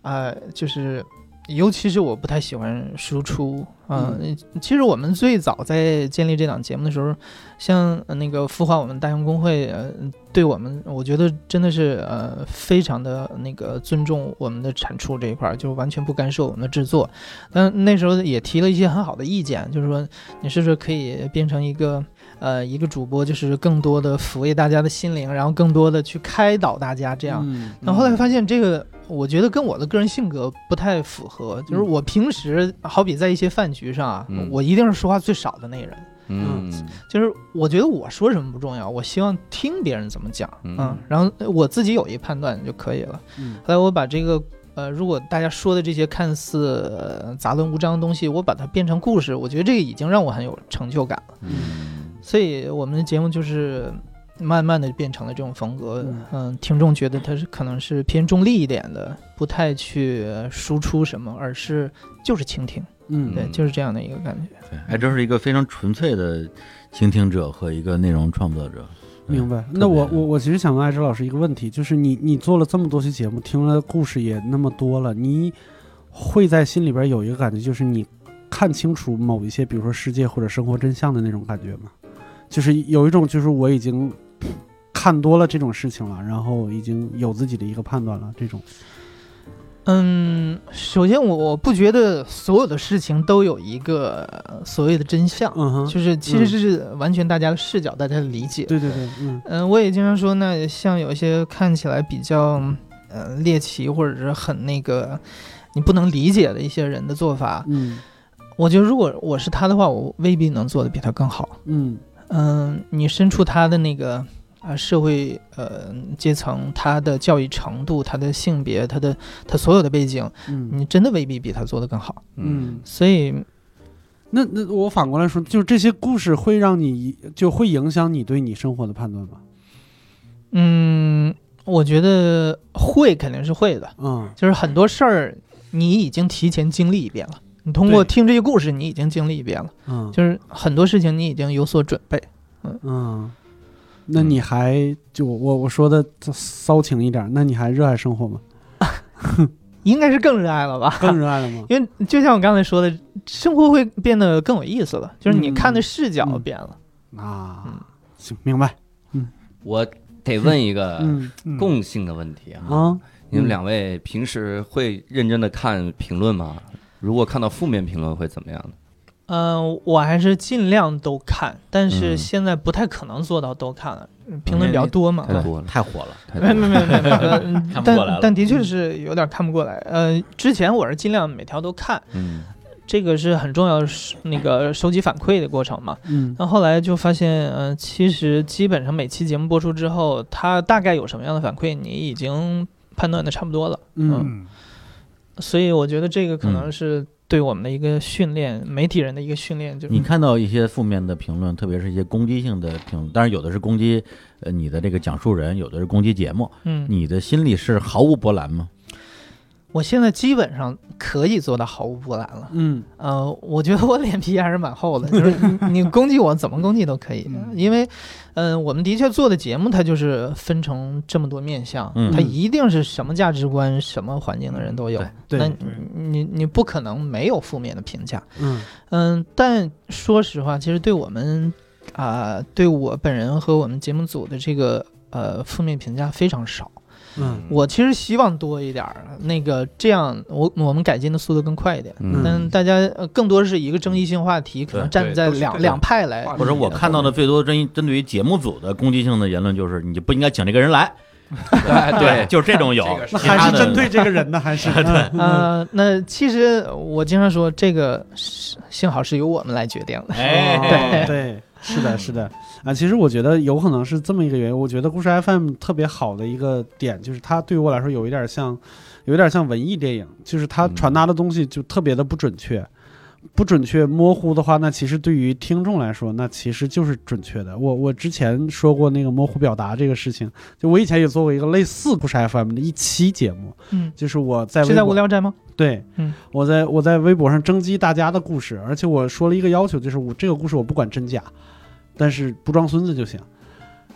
Speaker 5: 啊，就是，尤其是我不太喜欢输出，嗯，其实我们最早在建立这档节目的时候，像呃那个孵化我们大洋公会，呃，对我们，我觉得真的是呃，非常的那个尊重我们的产出这一块儿，就完全不干涉我们的制作。但那时候也提了一些很好的意见，就是说你是不是可以变成一个呃一个主播，就是更多的抚慰大家的心灵，然后更多的去开导大家这样。
Speaker 2: 嗯
Speaker 5: 然后后来发现这个，我觉得跟我的个人性格不太符合。就是我平时好比在一些饭局上啊，
Speaker 1: 嗯
Speaker 5: 我一定是说话最少的那个人。
Speaker 1: 嗯
Speaker 5: 就是我觉得我说什么不重要，我希望听别人怎么讲，
Speaker 1: 嗯
Speaker 5: 呃嗯，然后我自己有一判断就可以了。
Speaker 2: 嗯
Speaker 5: 后来我把这个呃，如果大家说的这些看似、呃杂乱无章的东西，我把它变成故事，我觉得这个已经让我很有成就感了。
Speaker 4: 嗯
Speaker 5: 所以我们的节目就是慢慢的变成了这种风格，
Speaker 2: 嗯
Speaker 5: 嗯、听众觉得它是可能是偏中立一点的，不太去呃输出什么，而是就是倾听，
Speaker 2: 嗯
Speaker 5: 对，
Speaker 1: 嗯
Speaker 5: 就是这样的一个感觉。
Speaker 4: 对，还真是一个非常纯粹的倾听者和一个内容创作者。
Speaker 2: 明白。
Speaker 4: 特别
Speaker 2: 那我我我其实想问艾哲老师一个问题，就是你你做了这么多期节目，听了故事也那么多了，你会在心里边有一个感觉，就是你看清楚某一些，比如说世界或者生活真相的那种感觉吗？就是有一种，就是我已经看多了这种事情了，然后已经有自己的一个判断了，这种。
Speaker 5: 嗯，首先我我不觉得所有的事情都有一个呃所谓的真相，
Speaker 2: 嗯哼，
Speaker 5: 就是其实这是完全大家的视角，大家的理解。
Speaker 2: 对对对，嗯
Speaker 5: 嗯、我也经常说，那像有一些看起来比较呃猎奇或者是很那个你不能理解的一些人的做法，
Speaker 2: 嗯
Speaker 5: 我觉得如果我是他的话，我未必能做得比他更好。
Speaker 2: 嗯
Speaker 5: 嗯、你身处他的那个呃社会呃阶层，他的教育程度，他的性别，他的他所有的背景，
Speaker 2: 嗯
Speaker 5: 你真的未必比他做得更好。
Speaker 2: 嗯。
Speaker 5: 所以
Speaker 2: 那那我反过来说，就是这些故事会让你就会影响你对你生活的判断吗？
Speaker 5: 嗯，我觉得会肯定是会的，
Speaker 2: 嗯
Speaker 5: 就是很多事儿你已经提前经历一遍了，你通过
Speaker 2: 对
Speaker 5: 听这些故事，你已经经历一遍了，
Speaker 2: 嗯，
Speaker 5: 就是很多事情你已经有所准备。
Speaker 2: 嗯，那你还就我我说的骚情一点，那你还热爱生活吗？
Speaker 5: 应该是更热爱了吧？
Speaker 2: 更热爱了吗？
Speaker 5: 因为就像我刚才说的，生活会变得更有意思了，就是你看的视角
Speaker 2: 嗯嗯
Speaker 5: 变了。嗯
Speaker 2: 啊，行，明白。
Speaker 1: 我得问一个
Speaker 2: 嗯
Speaker 3: 嗯
Speaker 1: 共性的问题啊，
Speaker 4: 嗯
Speaker 2: 啊，
Speaker 1: 呃你们两位平时会认真的看评论吗？如果看到负面评论会怎么样呢？
Speaker 5: 嗯、我还是尽量都看，但是
Speaker 1: 嗯
Speaker 5: 现在不太可能做到都看了，
Speaker 1: 嗯
Speaker 5: 评论比较多嘛。
Speaker 1: 太多了，
Speaker 4: 太火了，
Speaker 1: 太多
Speaker 5: 没没
Speaker 1: 了。
Speaker 5: 没 没没，呃
Speaker 4: 看不
Speaker 5: 但
Speaker 4: 过来了
Speaker 5: 但的确是有点看不过来。呃，之前我是尽量每条都看，
Speaker 1: 嗯
Speaker 5: 这个是很重要的是那个收集反馈的过程嘛。
Speaker 2: 嗯
Speaker 5: 那后来就发现，嗯、其实基本上每期节目播出之后，它大概有什么样的反馈，你已经判断的差不多了。
Speaker 2: 嗯
Speaker 3: 嗯，
Speaker 5: 所以我觉得这个可能
Speaker 4: 嗯
Speaker 5: 是对我们的一个训练，媒体人的一个训练，就是
Speaker 4: 你看到一些负面的评论，特别是一些攻击性的评论，当然有的是攻击呃你的这个讲述人，有的是攻击节目，
Speaker 5: 嗯，
Speaker 4: 你的心里是毫无波澜吗？
Speaker 5: 我现在基本上可以做到毫无波澜了。
Speaker 2: 嗯
Speaker 5: 呃，我觉得我脸皮还是蛮厚的，就是你你攻击我怎么攻击都可以，
Speaker 3: 嗯
Speaker 5: 因为，嗯、我们的确做的节目它就是分成这么多面相，
Speaker 4: 嗯
Speaker 5: 它一定是什么价值观、什么环境的人都有
Speaker 4: 对，
Speaker 5: 那
Speaker 2: 对
Speaker 5: 你你你不可能没有负面的评价，
Speaker 2: 嗯
Speaker 5: 嗯，但说实话，其实对我们啊、对我本人和我们节目组的这个呃负面评价非常少。
Speaker 2: 嗯
Speaker 5: 我其实希望多一点儿，那个这样我我们改进的速度更快一点。
Speaker 2: 嗯
Speaker 5: 但大家呃更多是一个争议性话题，可能
Speaker 4: 对
Speaker 5: 站
Speaker 1: 对
Speaker 5: 在
Speaker 1: 都是
Speaker 5: 两
Speaker 1: 这个
Speaker 5: 两派来。
Speaker 4: 或者我看到 的，最多针针对于节目组的攻击性的言论就是，你就不应该请这个人来。对，就是这种有，
Speaker 2: 那
Speaker 4: 其他
Speaker 2: 还是
Speaker 4: 的
Speaker 2: 针对这个人呢？还是对，嗯
Speaker 5: 呃，那其实我经常说，这个是幸好是由我们来决定 的。
Speaker 4: 哎
Speaker 2: 哦，对，是的，是的啊。其实我觉得有可能是这么一个原因。我觉得故事 FM 特别好的一个点就是它对于我来说有一点像，有一点像文艺电影，就是它
Speaker 1: 嗯
Speaker 2: 传达的东西就特别的不准确。不准确、模糊的话，那其实对于听众来说，那其实就是准确的。我我之前说过那个模糊表达这个事情，就我以前也做过一个类似故事 FM 的一期节目，
Speaker 5: 嗯，
Speaker 2: 就是我在
Speaker 5: 是在无
Speaker 2: 微博
Speaker 5: 聊斋吗？
Speaker 2: 对，
Speaker 5: 嗯
Speaker 2: 我在我在微博上征集大家的故事，而且我说了一个要求，就是我这个故事我不管真假，但是不装孙子就行。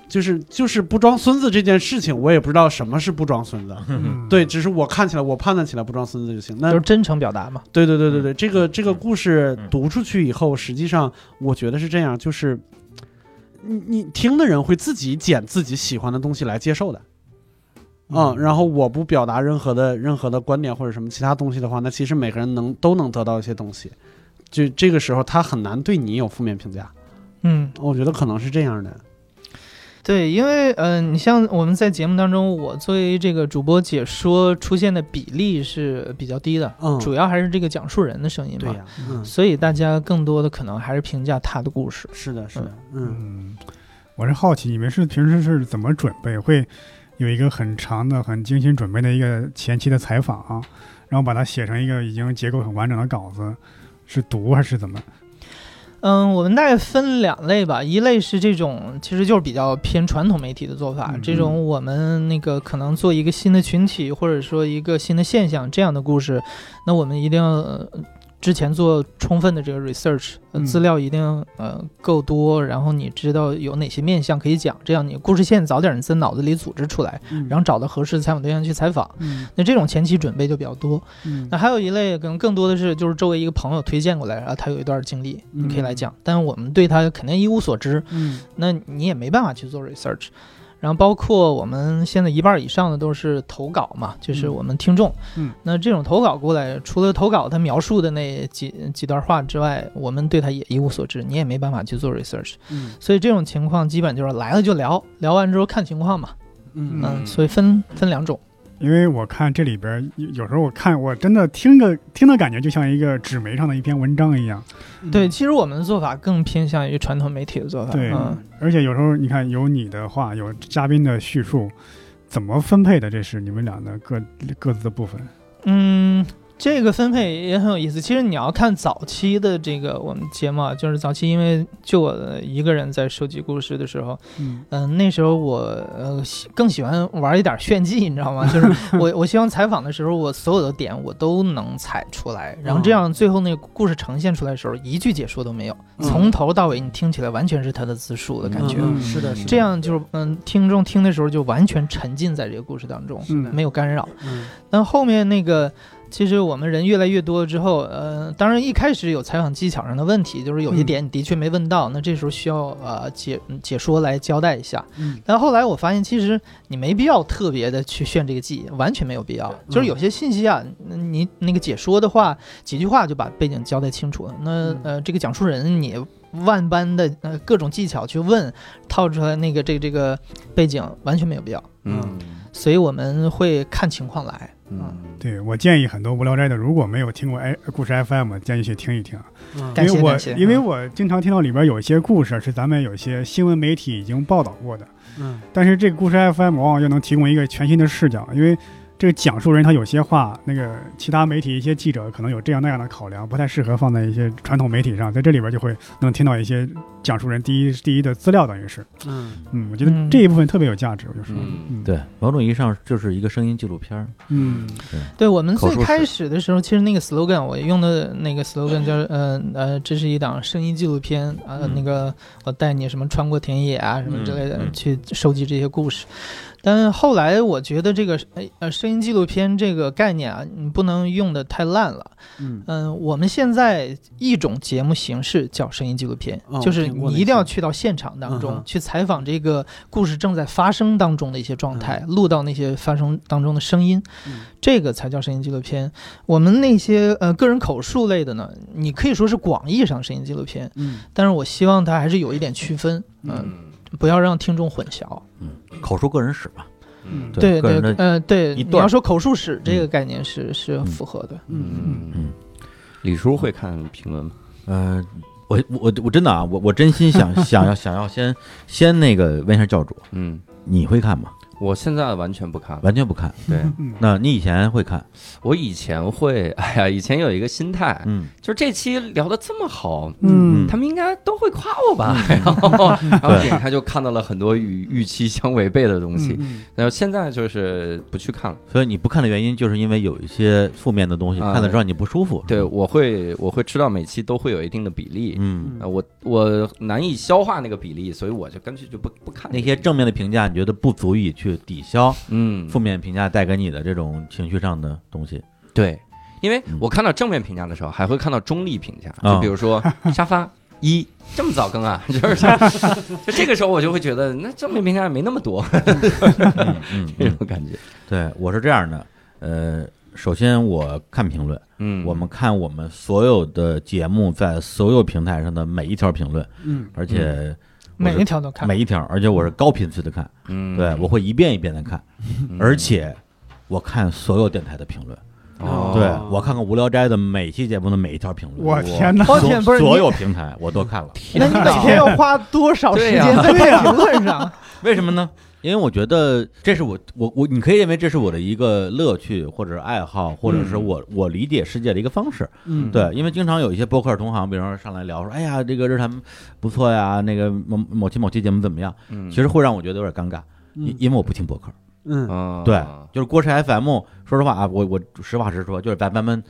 Speaker 2: 就是就是不装孙子这件事情，我也不知道什么是不装孙子。
Speaker 3: 嗯
Speaker 2: 对，，只是我看起来，我判断起来不装孙子就行。那
Speaker 5: 就是真诚表达嘛。
Speaker 2: 对对对对对，这个这个
Speaker 4: 嗯
Speaker 2: 故事
Speaker 4: 嗯
Speaker 2: 读出去以后，实际上我觉得是这样，就是你你听的人会自己捡自己喜欢的东西来接受的，嗯，然后我不表达任何的任何的观点或者什么其他东西的话，那其实每个人能都能得到一些东西，就这个时候他很难对你有负面评价，
Speaker 5: 嗯，
Speaker 2: 我觉得可能是这样的，
Speaker 5: 对，因为呃，你像我们在节目当中，我作为这个主播解说出现的比例是比较低的，
Speaker 2: 嗯，
Speaker 5: 主要还是这个讲述人的声音
Speaker 2: 对
Speaker 5: 嘛。
Speaker 2: 呀、嗯，
Speaker 5: 所以大家更多的可能还是评价他的故事。
Speaker 2: 是的，是的，嗯
Speaker 3: 嗯，我是好奇你们是平时是怎么准备？会有一个很长的、很精心准备的一个前期的采访、啊，然后把它写成一个已经结构很完整的稿子，是读还是怎么？
Speaker 5: 嗯，我们大概分两类吧，一类是这种，其实就是比较偏传统媒体的做法，
Speaker 3: 嗯
Speaker 5: 这种我们那个可能做一个新的群体，或者说一个新的现象这样的故事，那我们一定要、呃之前做充分的这个 research，、呃
Speaker 3: 嗯
Speaker 5: 资料一定呃够多，然后你知道有哪些面向可以讲，这样你故事线早点在脑子里组织出来，然后找到合适的采访对象去采访，
Speaker 2: 嗯
Speaker 5: 那这种前期准备就比较多。
Speaker 2: 嗯
Speaker 5: 那还有一类可能更多的是就是周围一个朋友推荐过来，然后他有一段经历，你可以来讲，但我们对他肯定一无所知，
Speaker 2: 嗯
Speaker 5: 那你也没办法去做 research。然后包括我们现在一半以上的都是投稿嘛，就是
Speaker 2: 嗯
Speaker 5: 我们听众。
Speaker 3: 嗯，
Speaker 5: 那这种投稿过来，除了投稿他描述的那几几段话之外，我们对他也一无所知，你也没办法去做 research。
Speaker 2: 嗯
Speaker 5: 所以这种情况基本就是来了就聊，聊完之后看情况嘛。
Speaker 2: 嗯
Speaker 5: 嗯，
Speaker 1: 嗯
Speaker 5: 所以分分两种。
Speaker 3: 因为我看这里边儿有有时候我看我真的听个听的感觉就像一个纸媒上的一篇文章一样，
Speaker 2: 嗯
Speaker 5: 对，其实我们的做法更偏向于传统媒体的做法。
Speaker 3: 对
Speaker 5: 嗯，
Speaker 3: 而且有时候你看有你的话，有嘉宾的叙述，怎么分配的？这是你们俩的各各自的部分。
Speaker 5: 嗯，这个分配也很有意思。其实你要看早期的这个我们节目，啊，就是早期因为就我一个人在收集故事的时候，
Speaker 3: 嗯
Speaker 5: 嗯、那时候我呃喜更喜欢玩一点炫技，你知道吗？ 就是我我希望采访的时候，我所有的点我都能采出来，然后这样最后那个故事呈现出来的时候，一句解说都没有，
Speaker 2: 嗯
Speaker 5: 从头到尾你听起来完全是他的自述的感觉。
Speaker 2: 嗯嗯是的是的
Speaker 5: 这样就是，嗯，听众听的时候就完全沉浸在这个故事当中，
Speaker 3: 是的
Speaker 5: 没有干扰。
Speaker 2: 嗯
Speaker 5: 但后面那个，其实我们人越来越多之后，呃，当然一开始有采访技巧上的问题，就是有些
Speaker 2: 嗯
Speaker 5: 点你的确没问到，那这时候需要呃解解说来交代一下。
Speaker 2: 嗯
Speaker 5: 但后来我发现，其实你没必要特别的去炫这个技，完全没有必要。
Speaker 2: 嗯
Speaker 5: 就是有些信息啊，你那个解说的话，几句话就把背景交代清楚了。那
Speaker 2: 嗯
Speaker 5: 呃，这个讲述人你万般的呃各种技巧去问，套出来那个这个这个背景完全没有必要。
Speaker 1: 嗯
Speaker 5: 所以我们会看情况来。
Speaker 1: 嗯，
Speaker 3: 对我建议很多无聊斋的，如果没有听过哎故事 FM，建议去听一听，啊
Speaker 2: 嗯
Speaker 5: 感
Speaker 3: 因
Speaker 5: 谢
Speaker 3: 为我
Speaker 5: 感谢
Speaker 3: 因为我经常听到里边有一些故事是咱们有些新闻媒体已经报道过的，
Speaker 2: 嗯
Speaker 3: 但是这个故事 FM 往往又能提供一个全新的视角，因为这个讲述人他有些话，那个其他媒体一些记者可能有这样那样的考量，不太适合放在一些传统媒体上，在这里边就会能听到一些讲述人第一第一的资料，等于是，
Speaker 2: 嗯
Speaker 3: 嗯，我觉得
Speaker 5: 嗯
Speaker 3: 这一部分特别有价值，我就说，
Speaker 1: 嗯
Speaker 4: 对，某种意义上就是一个声音纪录片儿。
Speaker 3: 嗯
Speaker 5: 对我们
Speaker 4: 口
Speaker 5: 最
Speaker 4: 述
Speaker 5: 开
Speaker 4: 史
Speaker 5: 始的时候，其实那个 slogan 我用的那个 slogan 叫呃呃，这是一档声音纪录片啊、呃
Speaker 4: 嗯
Speaker 5: 那个我带你什么穿过田野啊什么之类的、
Speaker 4: 嗯嗯
Speaker 5: 去收集这些故事。但后来我觉得这个呃呃声音纪录片这个概念啊，你不能用的太烂了。
Speaker 2: 嗯
Speaker 5: 嗯、我们现在一种节目形式叫声音纪录片，
Speaker 2: 哦
Speaker 5: 就是
Speaker 2: 听过
Speaker 5: 你
Speaker 2: 那
Speaker 5: 一定要
Speaker 2: 期
Speaker 5: 去到现场当中、
Speaker 2: 嗯哼
Speaker 5: 去采访这个故事正在发生当中的一些状态，录到那些发生当中的声音。
Speaker 2: 嗯
Speaker 5: 这个才叫声音纪录片。我们那些呃个人口述类的呢，你可以说是广义上声音纪录片，
Speaker 2: 嗯
Speaker 5: 但是我希望它还是有一点区分，嗯，
Speaker 1: 嗯
Speaker 5: 不要让听众混淆。
Speaker 4: 口述个人史吧，
Speaker 1: 嗯
Speaker 5: 对
Speaker 4: 对个
Speaker 5: 对
Speaker 4: 人，的
Speaker 5: 呃，对，
Speaker 4: 一
Speaker 5: 你
Speaker 4: 段
Speaker 5: 要说口述史这个概念是是符合的。
Speaker 1: 嗯
Speaker 4: 嗯，
Speaker 1: 李叔会看评论吗？
Speaker 4: 呃，我我我真的啊，我我真心想想要想要先先那个问一下教主，
Speaker 1: 嗯，
Speaker 4: 你会看吗？
Speaker 1: 我现在完全不看了。
Speaker 4: 完全不看。
Speaker 1: 对
Speaker 3: 嗯
Speaker 4: 那你以前会看？
Speaker 1: 我以前会，哎呀，以前有一个心态，
Speaker 4: 嗯
Speaker 1: 就是这期聊的这么好，
Speaker 3: 嗯
Speaker 4: 嗯
Speaker 1: 他们应该都会夸我吧？ 然后，然后点开就看到了很多与预期相违背的东西。
Speaker 2: 嗯
Speaker 1: 然后现在就是不去看了。
Speaker 4: 所以你不看的原因，就是因为有一些负面的东西，
Speaker 1: 啊
Speaker 4: 看了之后你不舒服。
Speaker 1: 对，我会我会知道每期都会有一定的比例，
Speaker 4: 嗯，
Speaker 1: 呃，我我难以消化那个比例，所以我就干脆就不不看
Speaker 4: 那些正面的评价，你觉得不足以去抵消
Speaker 1: 嗯
Speaker 4: 负面评价带给你的这种情绪上的东西。
Speaker 1: 对，因为
Speaker 4: 嗯
Speaker 1: 我看到正面评价的时候，还会看到中立评价，
Speaker 4: 啊
Speaker 1: 就比如 说沙发。一这么早更啊， 就是就这个时候我就会觉得，那正面评价也没那么多
Speaker 4: 嗯嗯
Speaker 1: 这
Speaker 4: 嗯
Speaker 1: 种感觉。
Speaker 4: 对，我是这样的，呃，首先我看评论，
Speaker 1: 嗯，
Speaker 4: 我们看我们所有的节目在所有平台上的每一条评论，
Speaker 2: 嗯
Speaker 4: 而且我
Speaker 5: 每
Speaker 4: 是
Speaker 5: 一条都看，
Speaker 4: 每一条，而且我是高频次的看，
Speaker 1: 嗯，
Speaker 4: 对我会一遍一遍的看，
Speaker 1: 嗯，
Speaker 4: 而且我看所有电台的评论，
Speaker 1: 哦
Speaker 4: 对我看看无聊斋的每期节目的每一条评论，
Speaker 3: 我天哪！
Speaker 5: 我天，不是
Speaker 4: 所
Speaker 5: 你，
Speaker 4: 有平台我都看了，
Speaker 5: 那你每天要花多少时间在
Speaker 3: 对呀
Speaker 5: 这个评论上？
Speaker 4: 为什么呢？因为我觉得这是我我我，你可以认为这是我的一个乐趣或者爱好，或者是我、我理解世界的一个方式。
Speaker 2: 嗯，
Speaker 4: 嗯对，因为经常有一些播客同行，比如说上来聊说，哎呀，这个日坛不错呀，那个某某期某期节目怎么样？
Speaker 1: 嗯，
Speaker 4: 其实会让我觉得有点尴尬，因、
Speaker 2: 嗯
Speaker 4: 因为我不听播客。
Speaker 2: 嗯
Speaker 1: 啊，
Speaker 4: 对，就是郭氏 FM，说实话啊，我我实话实说，就是咱咱们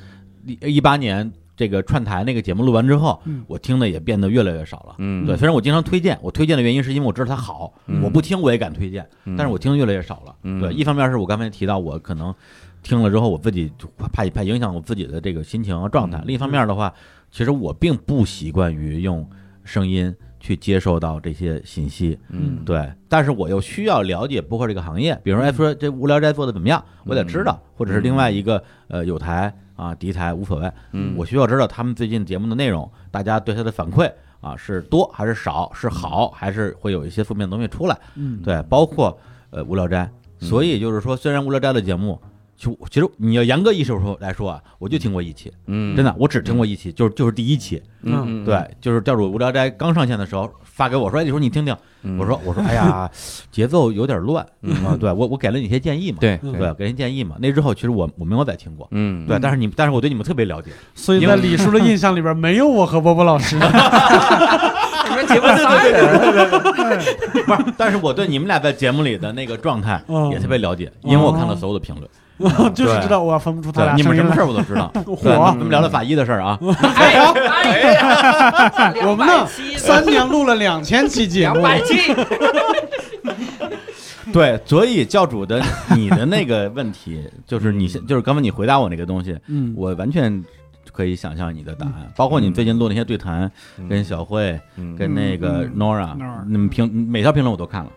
Speaker 4: 一八年这个串台那个节目录完之后，
Speaker 3: 嗯
Speaker 4: 我听的也变得越来越少了。
Speaker 1: 嗯，
Speaker 4: 对，虽然我经常推荐，我推荐的原因是因为我知道它好，
Speaker 1: 嗯
Speaker 4: 我不听我也敢推荐，
Speaker 1: 嗯，
Speaker 4: 但是我听的越来越少了。
Speaker 1: 嗯
Speaker 4: 对，一方面是我刚才提到，我可能听了之后我自己就怕怕影响我自己的这个心情和状态；
Speaker 1: 嗯
Speaker 4: 另一方面的话，其实我并不习惯于用声音去接受到这些信息。
Speaker 1: 嗯，
Speaker 4: 对，但是我又需要了解播客这个行业，比如说，哎，说这无聊斋做的怎么样，我得知
Speaker 1: 嗯
Speaker 4: 道，或者是另外一个呃有台啊敌台无所谓，
Speaker 1: 嗯，
Speaker 4: 我需要知道他们最近节目的内容，大家对他的反馈啊是多还是少，是
Speaker 1: 嗯
Speaker 4: 好还是会有一些负面的东西出来，
Speaker 2: 嗯，
Speaker 4: 对，包括呃无聊斋，
Speaker 1: 嗯
Speaker 4: 所以就是说，虽然无聊斋的节目。其实其实你要严格意义上说来说啊，我就听过一期，
Speaker 1: 嗯，
Speaker 4: 真的，我只听过一期，就是就是第一期，
Speaker 1: 嗯，嗯，
Speaker 4: 对，就是教主无聊斋刚上线的时候发给我说，哎，你说你听听，
Speaker 1: 嗯
Speaker 4: 我说我说 哎呀，节奏有点乱啊，对我我给了你一些建议嘛，
Speaker 1: 对
Speaker 2: 嗯
Speaker 4: 对，，给人建议嘛。那之后其实我我没有再听过，
Speaker 1: 嗯，
Speaker 4: 对，但是你但是我对你们特别了解，
Speaker 2: 所以在李叔的印象里边没有我和波波老 师，
Speaker 1: 你们节目仨人，
Speaker 4: 不是，但是我对你们俩在节目里的那个状态
Speaker 2: 嗯
Speaker 4: 也特别了解，因为我看了所有的评 论，
Speaker 2: 就是知道我分不出他
Speaker 4: 对，
Speaker 2: 俩
Speaker 4: 你们
Speaker 2: 声
Speaker 4: 什
Speaker 2: 音
Speaker 4: 么
Speaker 2: 来
Speaker 4: 事。儿我都知道。对，
Speaker 2: 火，嗯
Speaker 4: 咱们聊聊法医的事儿啊，
Speaker 2: 哎我们呢 三年录了两千期节目
Speaker 1: 两，百七，
Speaker 4: 对，所以教主的你的那个问题，就是你现就是刚才你回答我那个东西，
Speaker 2: 嗯，
Speaker 4: 我完全可以想象你的答案，包括你最近做那些对谈，
Speaker 1: 嗯
Speaker 4: 跟小
Speaker 2: 嗯
Speaker 4: 慧、 跟那个
Speaker 3: 嗯
Speaker 4: Nora，
Speaker 3: Nora
Speaker 4: 你们评每条评论我都看了，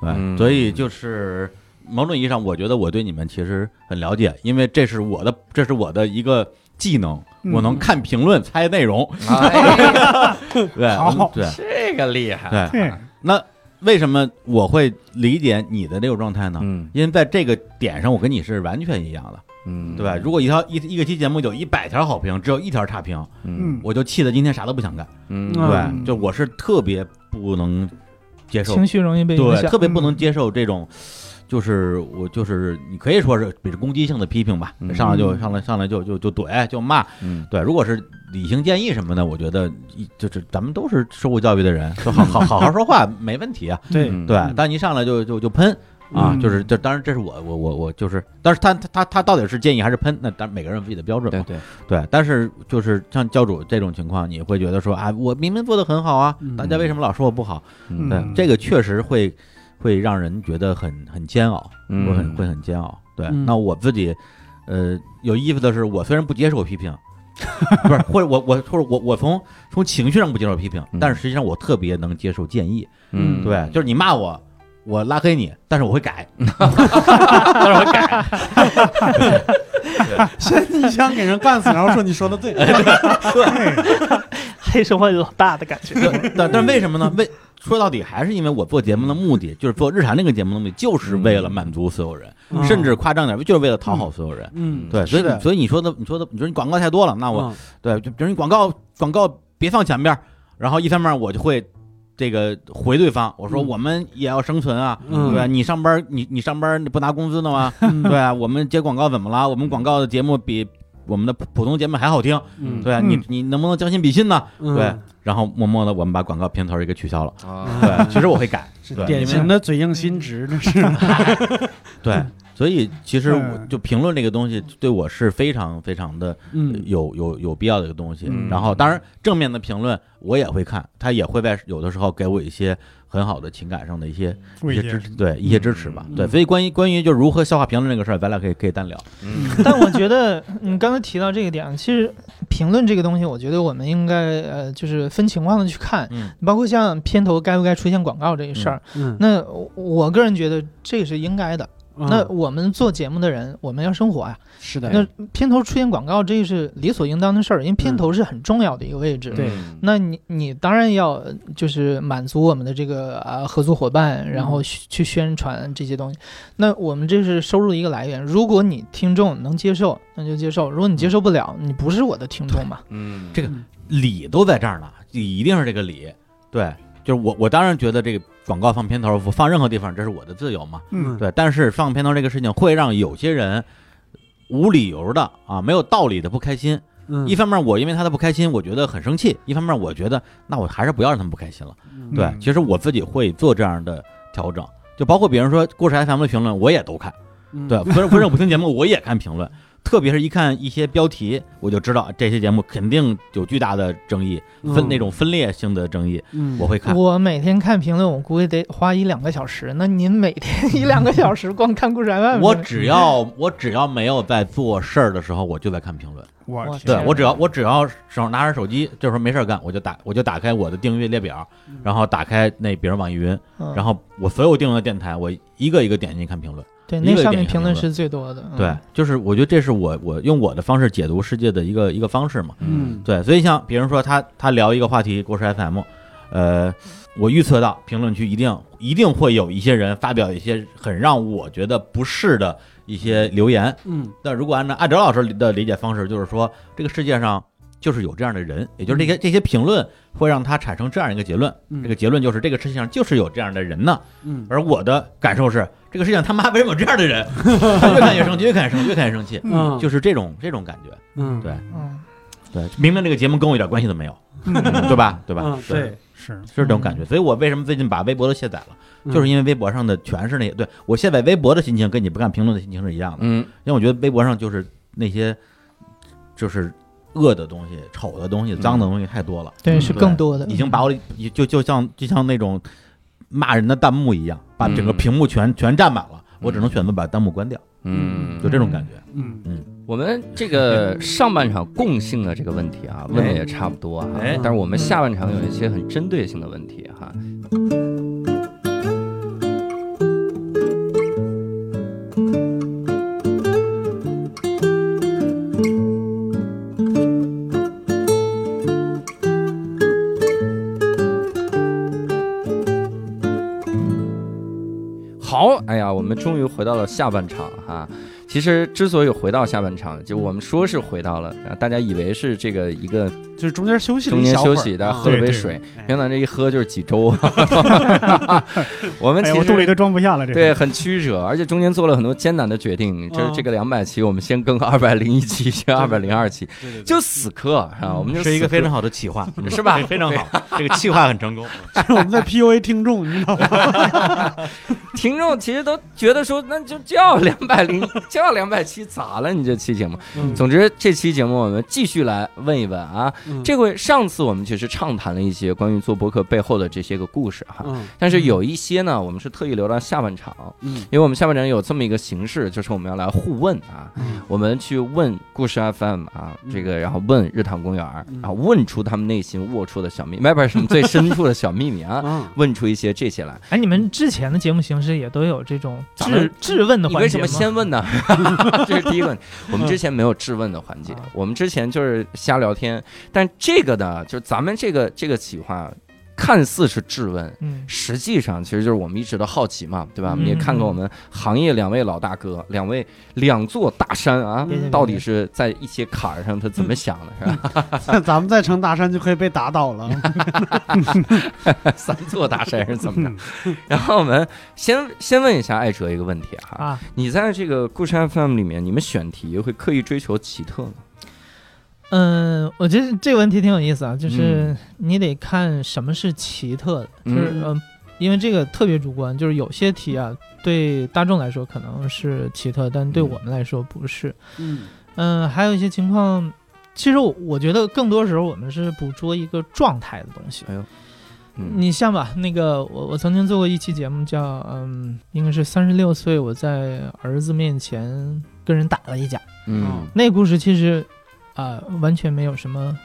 Speaker 4: 对，
Speaker 1: 嗯
Speaker 4: 所以就是某种意义上，我觉得我对你们其实很了解，因为这是我的，这是我的一个技能，
Speaker 3: 嗯
Speaker 4: 我能看评论猜内容，
Speaker 1: 哎，
Speaker 4: 对
Speaker 3: 好
Speaker 4: 对
Speaker 1: 这个厉害，
Speaker 4: 对。
Speaker 3: 对，
Speaker 4: 那为什么我会理解你的这种状态呢？
Speaker 1: 嗯
Speaker 4: 因为在这个点上，我跟你是完全一样的，
Speaker 1: 嗯，
Speaker 4: 对吧？如果一条一一个期节目有一百条好评，只有一条差评，
Speaker 1: 嗯
Speaker 3: 嗯，
Speaker 4: 我就气得今天啥都不想干。
Speaker 1: 嗯，
Speaker 2: 嗯
Speaker 4: 对，就我是特别不能接受
Speaker 5: 情绪容易被影
Speaker 4: 对，
Speaker 5: 响
Speaker 4: 特。别不
Speaker 6: 嗯
Speaker 4: 能接受这种，就是我就是你可以说是比如攻击性的批评吧，
Speaker 1: 嗯
Speaker 4: 上来就上来上来就就就怼就骂，
Speaker 1: 嗯，
Speaker 4: 对，如果是理性建议什么的，我觉得一就是咱们都是受过教育的人，就好好好好 说话没问题啊，
Speaker 2: 对，
Speaker 4: 对
Speaker 2: 嗯，
Speaker 4: 但一上来就就就喷。啊，
Speaker 3: 嗯
Speaker 4: 就是这，当然这是我我我我就是，但是他他他他到底是建议还是喷？那当然每个人有自己的标准
Speaker 1: 嗯对
Speaker 4: 嘛。
Speaker 1: 对，
Speaker 4: 对，但是就是像教主这种情况，你会觉得说啊，我明明做的很好啊，
Speaker 2: 嗯
Speaker 4: 大家为什么老说我不好？对
Speaker 3: 嗯，
Speaker 4: 这个确实会会让人觉得很很煎熬，
Speaker 1: 嗯
Speaker 4: 会很会很煎熬。对，
Speaker 2: 嗯
Speaker 4: 那我自己，呃，有意思的是，我虽然不接受批评， 不是，或者我我或者我我从从情绪上不接受批评，
Speaker 1: 嗯
Speaker 4: 但是实际上我特别能接受建议。
Speaker 1: 嗯，
Speaker 4: 对，就是你骂我。我拉黑你，但是我会改，但是我会改，
Speaker 2: 先你想给人干死，然后说你说的对，
Speaker 4: 哎
Speaker 6: 黑社会老大的感觉。
Speaker 4: 对但但是为什么呢？为说到底还是因为我做节目的目的，就是做日常那个节目的目的，就是为了满足所有人，
Speaker 2: 嗯
Speaker 4: 甚至夸张点，就是为了讨好所有人。
Speaker 2: 嗯，
Speaker 1: 啊
Speaker 4: 对，所以
Speaker 2: 是的
Speaker 4: 你所以你说的，你说的，你说你广告太多了，那我、
Speaker 2: 嗯
Speaker 4: 对，就比如你广告广告别放前边儿，然后一方面我就会这个回对方，我说
Speaker 2: 嗯
Speaker 4: 我们也要生存啊，
Speaker 2: 嗯
Speaker 4: 对吧？你上班你你上班你不拿工资呢吗？对啊，我们接广告怎么了？我们广告的节目比我们的普普通节目还好听，
Speaker 2: 嗯
Speaker 4: 对啊，
Speaker 3: 嗯
Speaker 4: 你你能不能将心比心呢？
Speaker 2: 嗯
Speaker 4: 对，然后默默的我们把广告片头也给取消了。
Speaker 1: 啊，
Speaker 4: 对，其实我会改，
Speaker 2: 是
Speaker 4: 对
Speaker 2: 嗯典
Speaker 4: 因为
Speaker 2: 型的嘴硬心直，那 是，
Speaker 4: 对，所以其实我
Speaker 3: 嗯
Speaker 4: 就评论这个东西对我是非常非常的
Speaker 2: 嗯
Speaker 4: 有有有必要的一个东西。
Speaker 1: 嗯
Speaker 4: 然后，当然正面的评论我也会看，他也会在有的时候给我一些很好的情感上的一些
Speaker 3: 负
Speaker 4: 一
Speaker 3: 一
Speaker 4: 些
Speaker 3: 些
Speaker 4: 支，持，对一些支持吧。
Speaker 2: 嗯
Speaker 4: 对，所以关于关于就如何消化评论这个事儿，咱俩可以可以单聊。
Speaker 1: 嗯
Speaker 5: 但我觉得你刚才提到这个点，其实评论这个东西，我觉得我们应该呃，就是分情况的去看，
Speaker 4: 嗯
Speaker 5: 包括像片头该不该出现广告这一事儿。
Speaker 2: 嗯，
Speaker 5: 那我我个人觉得这是应该的。
Speaker 2: 啊
Speaker 5: 那我们做节目的人，我们要生活呀、
Speaker 2: 是的，
Speaker 5: 那片头出现广告，这是理所应当的事儿，因为片头
Speaker 4: 嗯
Speaker 5: 是很重要的一个位置。
Speaker 1: 嗯
Speaker 2: 对
Speaker 5: 那你你当然要呃就是满足我们的这个啊、合作伙伴，然
Speaker 4: 嗯
Speaker 5: 后去去宣传这些东西。那我们这是收入的一个来源。如果你听众能接受，那就接受；如果
Speaker 4: 嗯
Speaker 5: 你接受不了，你不是我的听众嘛。
Speaker 1: 嗯，
Speaker 4: 这个理都在这儿呢，理一定是这个理。对，就是我我当然觉得这个广告放片头，我放任何地方，这是我的自由嘛。
Speaker 3: 嗯，
Speaker 4: 对，但是放片头这个事情会让有些人无理由的啊，没有道理的不开心。
Speaker 2: 嗯
Speaker 4: 一方面我因为他的不开心，我觉得很生气；一方面我觉得那我还是不要让他们不开心了。
Speaker 2: 嗯
Speaker 4: 对
Speaker 3: 嗯，
Speaker 4: 其实我自己会做这样的调整，就包括别人说故事 FM 的评论，我也都看。
Speaker 2: 嗯
Speaker 4: 对，不是不是我不听节目，我也看评论， 特别是一看一些标题，我就知道这些节目肯定有巨大的争议，分
Speaker 2: 嗯
Speaker 4: 那种分裂性的争议，
Speaker 2: 嗯
Speaker 4: 我会 看。
Speaker 5: 我每天看评论，我估计得花一两个小时。那您每天一两个小时光看故事 FM，
Speaker 4: 我只要我只要没有在做事儿的时候，我就在看评论。
Speaker 3: 我
Speaker 5: 我
Speaker 4: 对
Speaker 5: 天
Speaker 4: 我只要我只要手拿着手机，这时候没事儿干，我就打我就打开我的订阅列表，然后打开那比如网易云，
Speaker 5: 嗯
Speaker 4: 然后我所有订阅的电台，我一个一个点进去看评论。
Speaker 5: 对
Speaker 4: 一
Speaker 5: 那
Speaker 4: 个
Speaker 5: 上
Speaker 4: 点
Speaker 5: 面
Speaker 4: 一个
Speaker 5: 评论
Speaker 4: 评论
Speaker 5: 是最多的。嗯
Speaker 4: 对，就是我觉得这是我我用我的方式解读世界的一个一个方式嘛。
Speaker 2: 嗯
Speaker 4: 对，所以像比如说他他聊一个话题，故事 FM，呃，我预测到评论区一定一定会有一些人发表一些很让我觉得不适的一些留言。
Speaker 2: 嗯
Speaker 4: 但如果按照按哲老师的理解方式，就是说这个世界上就是有这样的人，也就是这些这些评论会让他产生这样一个结论，
Speaker 2: 嗯
Speaker 4: 这个结论就是这个世界上就是有这样的人呢。
Speaker 2: 嗯
Speaker 4: 而我的感受是，这个世界上他妈为什么有这样的人？ 越看越生气，越看越生气，越看越生气，
Speaker 2: 嗯
Speaker 4: 就是这种这种感觉。
Speaker 2: 嗯
Speaker 4: 对
Speaker 5: 嗯，
Speaker 4: 对，明明这个节目跟我一点关系都没有，
Speaker 3: 嗯
Speaker 4: 对吧？对吧？
Speaker 2: 嗯对，
Speaker 3: 是
Speaker 4: 是这种感觉。所以我为什么最近把微博都卸载了，就是
Speaker 2: 因
Speaker 4: 因为微博上的全是那些。对我卸载微博的心情跟你不看评论的心情是一样的，
Speaker 1: 嗯，
Speaker 4: 因为我觉得微博上就是那些就是恶的东西、丑的东西、
Speaker 1: 嗯
Speaker 4: 脏的东西太多了，
Speaker 5: 对
Speaker 1: 嗯
Speaker 5: 是
Speaker 4: 对
Speaker 5: 更多的，
Speaker 4: 已经把我就就像就像那种骂人的弹幕一样，把整个
Speaker 1: 嗯
Speaker 4: 屏幕全全占满了。我只能选择把弹幕关掉，
Speaker 1: 嗯，
Speaker 4: 就这种感觉。
Speaker 2: 嗯
Speaker 1: 我们这个上半场共性的这个问题啊，问的也差不多啊，
Speaker 4: 哎
Speaker 1: 但是我们下半场有一些很针对性的问题哈、好，哎呀，我们终于回到了下半场哈、其实之所以回到下半场，就我们说是回到了，啊大家以为是这个一个
Speaker 2: 就是中间休息了
Speaker 1: 中
Speaker 2: 一
Speaker 1: 间
Speaker 2: 小会
Speaker 1: 休
Speaker 2: 儿
Speaker 1: 息，大家
Speaker 2: 啊
Speaker 1: 喝了
Speaker 3: 对
Speaker 1: 杯
Speaker 3: 对
Speaker 1: 水，
Speaker 2: 哎
Speaker 1: 原来这一喝就是几周。啊我们其
Speaker 3: 哎呀，
Speaker 1: 实
Speaker 3: 我肚里都装不下了，这
Speaker 1: 对，很曲折，而且中间做了很多艰难的决定。这
Speaker 2: 嗯
Speaker 1: 这个两百期，我们先更二百零一期，先二百
Speaker 2: 对
Speaker 1: 零二期，
Speaker 2: 对对对
Speaker 1: 就死磕啊！我们就是
Speaker 4: 一个
Speaker 1: 死磕
Speaker 4: 非常好的企划，
Speaker 1: 是吧
Speaker 4: 嗯 非常好，这个企划很 成功。
Speaker 2: 我们在 PUA 听众，你知道吗？
Speaker 1: 听众其实都觉得说，那就叫两百零，叫两百期咋了？你这期节目，
Speaker 2: 嗯
Speaker 1: 总之这期节目我们继续来问一问啊。
Speaker 2: 嗯
Speaker 1: 这回上次我们其实畅谈了一些关于做博客背后的这些个故事哈，
Speaker 2: 嗯
Speaker 1: 但是有一些呢，我们是特意留到下半场，
Speaker 2: 嗯
Speaker 1: 因为我们下半场有这么一个形式，就是我们要来互问啊，
Speaker 2: 嗯
Speaker 1: 我们去问故事 FM 啊，
Speaker 2: 嗯
Speaker 1: 这个然后问日坛公园儿，
Speaker 2: 嗯
Speaker 1: 然后问出他们内心龌龊的小秘密，外边什么最深处的小秘密啊，
Speaker 2: 啊
Speaker 1: 问出一些这些来。
Speaker 5: 哎，你们之前的节目形式也都有这种
Speaker 1: 嗯咱们
Speaker 5: 质质问的
Speaker 1: 你
Speaker 5: 环节
Speaker 1: 为什么
Speaker 5: 吗
Speaker 1: 先问呢？ 这是第一个问题。我们之前没有质问的环节
Speaker 5: 啊，
Speaker 1: 我们之前就是瞎聊天。但这个呢，就是咱们这个这个企划，看似是质问，
Speaker 5: 嗯
Speaker 1: 实际上其实就是我们一直的好奇嘛，对吧？
Speaker 5: 嗯
Speaker 1: 我们也看看我们行业两位老大哥，两位两座大山啊
Speaker 5: 别别别，
Speaker 1: 到底是在一些坎儿上他怎么想的，是吧？
Speaker 2: 咱们再成大山就可以被打倒了。
Speaker 5: 嗯
Speaker 1: 三座大山是怎 么
Speaker 3: 嗯
Speaker 1: 的？然后我们先先问一下艾哲一个问题哈，
Speaker 5: 啊，
Speaker 1: 你在这个故事 FM 里面，你们选题会刻意追求奇特吗？
Speaker 5: 嗯，我觉得这个问题挺有意思啊，就是你得看什么是奇特的，就是
Speaker 1: 嗯
Speaker 5: 嗯、呃因为这个特别主观，就是有些题啊，对大众来说可能是奇特，但
Speaker 1: 嗯
Speaker 5: 对我们来说不是。
Speaker 2: 嗯
Speaker 5: 嗯，还有一些情况，其实我我觉得更多时候我们是捕捉一个状态的东西。
Speaker 1: 哎呦，嗯
Speaker 5: 你像吧，那个我我曾经做过一期节目叫嗯，应该是三十六岁，我在儿子面前跟人打了一架。
Speaker 1: 嗯
Speaker 5: 那故事其实啊、呃完全没有什么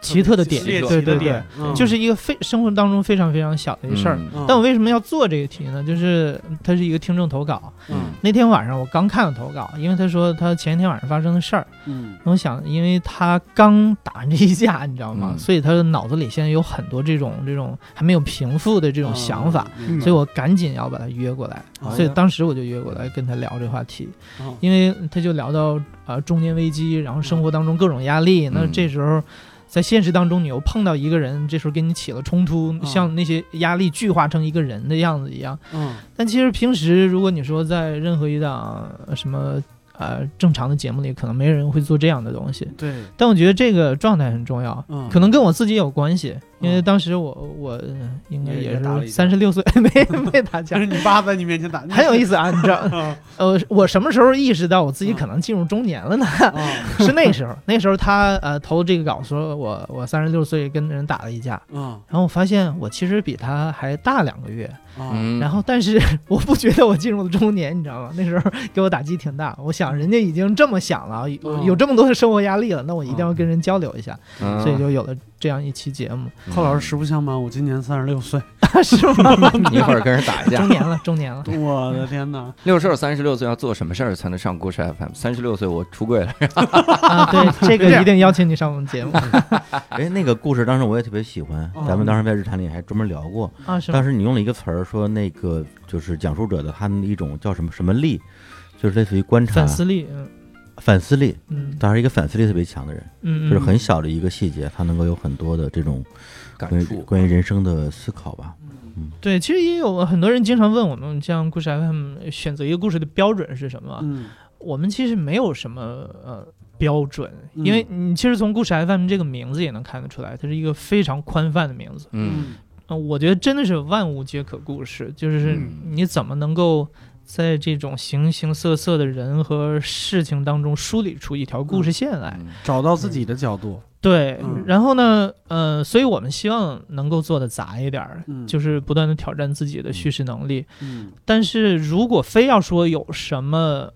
Speaker 5: 奇特的点，
Speaker 1: 猎奇
Speaker 5: 对
Speaker 1: 的
Speaker 5: 对对
Speaker 1: 点，
Speaker 2: 嗯
Speaker 5: 就是一个非生活当中非常非常小的一事儿。
Speaker 1: 嗯
Speaker 2: 嗯
Speaker 5: 但我为什么要做这个题呢？就是它是一个听众投稿。
Speaker 2: 嗯
Speaker 5: 那天晚上我刚看了投稿，因为他说他前一天晚上发生的事儿。
Speaker 2: 嗯
Speaker 5: 我想，因为他刚打完这一架，你知道吗？
Speaker 1: 嗯
Speaker 5: 所以他的脑子里现在有很多这种这种还没有平复的这
Speaker 2: 这
Speaker 5: 种想法，，所以我赶紧要把他约过来。
Speaker 2: 嗯哦
Speaker 5: 所以当时我就约过来跟他聊这话题。
Speaker 2: 嗯
Speaker 5: 因为他就聊到呃中年危机，然后生活当中各种压力，那
Speaker 1: 嗯
Speaker 5: 这时候在现实当中，你又碰到一个人，这时候跟你起了冲突，
Speaker 2: 嗯
Speaker 5: 像那些压力具化成一个人的样子一样。
Speaker 2: 嗯
Speaker 5: 但其实平时，如果你说在任何一档呃什么呃正常的节目里，可能没人会做这样的东西。
Speaker 2: 对，
Speaker 5: 但我觉得这个状态很重要，
Speaker 2: 嗯，
Speaker 5: 可能跟我自己有关系，因为
Speaker 2: 嗯
Speaker 5: 当时我我呃应该
Speaker 2: 也
Speaker 5: 也
Speaker 2: 也打了
Speaker 5: 是
Speaker 2: 一架嗯
Speaker 5: 三十六岁， 没没打架
Speaker 2: 但是。你爸在你面前打，
Speaker 5: 很 有意思啊，你知道，
Speaker 2: 啊
Speaker 5: 呃，我什么时候意识到我自己
Speaker 2: 嗯
Speaker 5: 可能进入中年了呢？
Speaker 2: 啊
Speaker 5: 是那时候，那时候他呃投这个稿说我我三十六岁跟人打了一架，
Speaker 2: 啊
Speaker 5: 然后我发现我其实比他还大两个月，
Speaker 2: 啊！
Speaker 1: 嗯，
Speaker 5: 然后但是我不觉得我进入了中年，你知道吗？那时候给我打击挺大，我想人家已经这么想了，
Speaker 2: 嗯
Speaker 5: 有有这么多的生活压力了，那我一定要跟人交流一下，
Speaker 1: 嗯
Speaker 5: 所以就有了这样一期节目，啊
Speaker 2: 寇老师，实不相瞒，我今年三十六岁，
Speaker 5: 是吗？
Speaker 1: 一会儿跟人打一架
Speaker 5: 中。年了，中年 了。
Speaker 2: 我的天 哪！
Speaker 1: 六十三十六岁要做什么事儿才能上故事 FM？三十六岁我出柜了，
Speaker 5: 啊，对，这个一定邀请你上我们节目
Speaker 4: 哎，那个故事当时我也特别喜欢
Speaker 2: 哦，
Speaker 4: 咱们当时在日坛里还专门聊过。
Speaker 5: 啊，是
Speaker 4: 当
Speaker 5: 吗？
Speaker 4: 时你用了一个词儿说，那个就是讲述者的他们一种叫什么什么力，就是类似于观察、
Speaker 5: 反思力，嗯
Speaker 4: 反思力。
Speaker 5: 嗯
Speaker 4: 当时一个反思力特别强的人，
Speaker 5: 嗯，
Speaker 4: 就是很小的一个细节，他能够有很多的这种
Speaker 1: 感
Speaker 4: 关于
Speaker 1: 触。
Speaker 4: 关于人生的思考吧。
Speaker 5: 对，其实也有很多人经常问我们，像故事 FM 选择一个故事的标准是什么？
Speaker 2: 嗯
Speaker 5: 我们其实没有什么呃标准，
Speaker 2: 嗯
Speaker 5: 因为你其实从故事 FM 这个名字也能看得出来，它是一个非常宽泛的名字。
Speaker 1: 嗯，
Speaker 5: 呃，我觉得真的是万物皆可故事，就是
Speaker 1: 嗯
Speaker 5: 你怎么能够在这种形形色色的人和事情当中梳理出一条故事线
Speaker 1: 嗯
Speaker 5: 来。
Speaker 2: 找到自己的角度，
Speaker 5: 对，
Speaker 2: 嗯
Speaker 5: 然后呢，呃，所以我们希望能够做的杂一点儿，
Speaker 2: 嗯
Speaker 5: 就是不断的挑战自己的叙事能力。
Speaker 2: 嗯
Speaker 5: 但是如果非要说有什么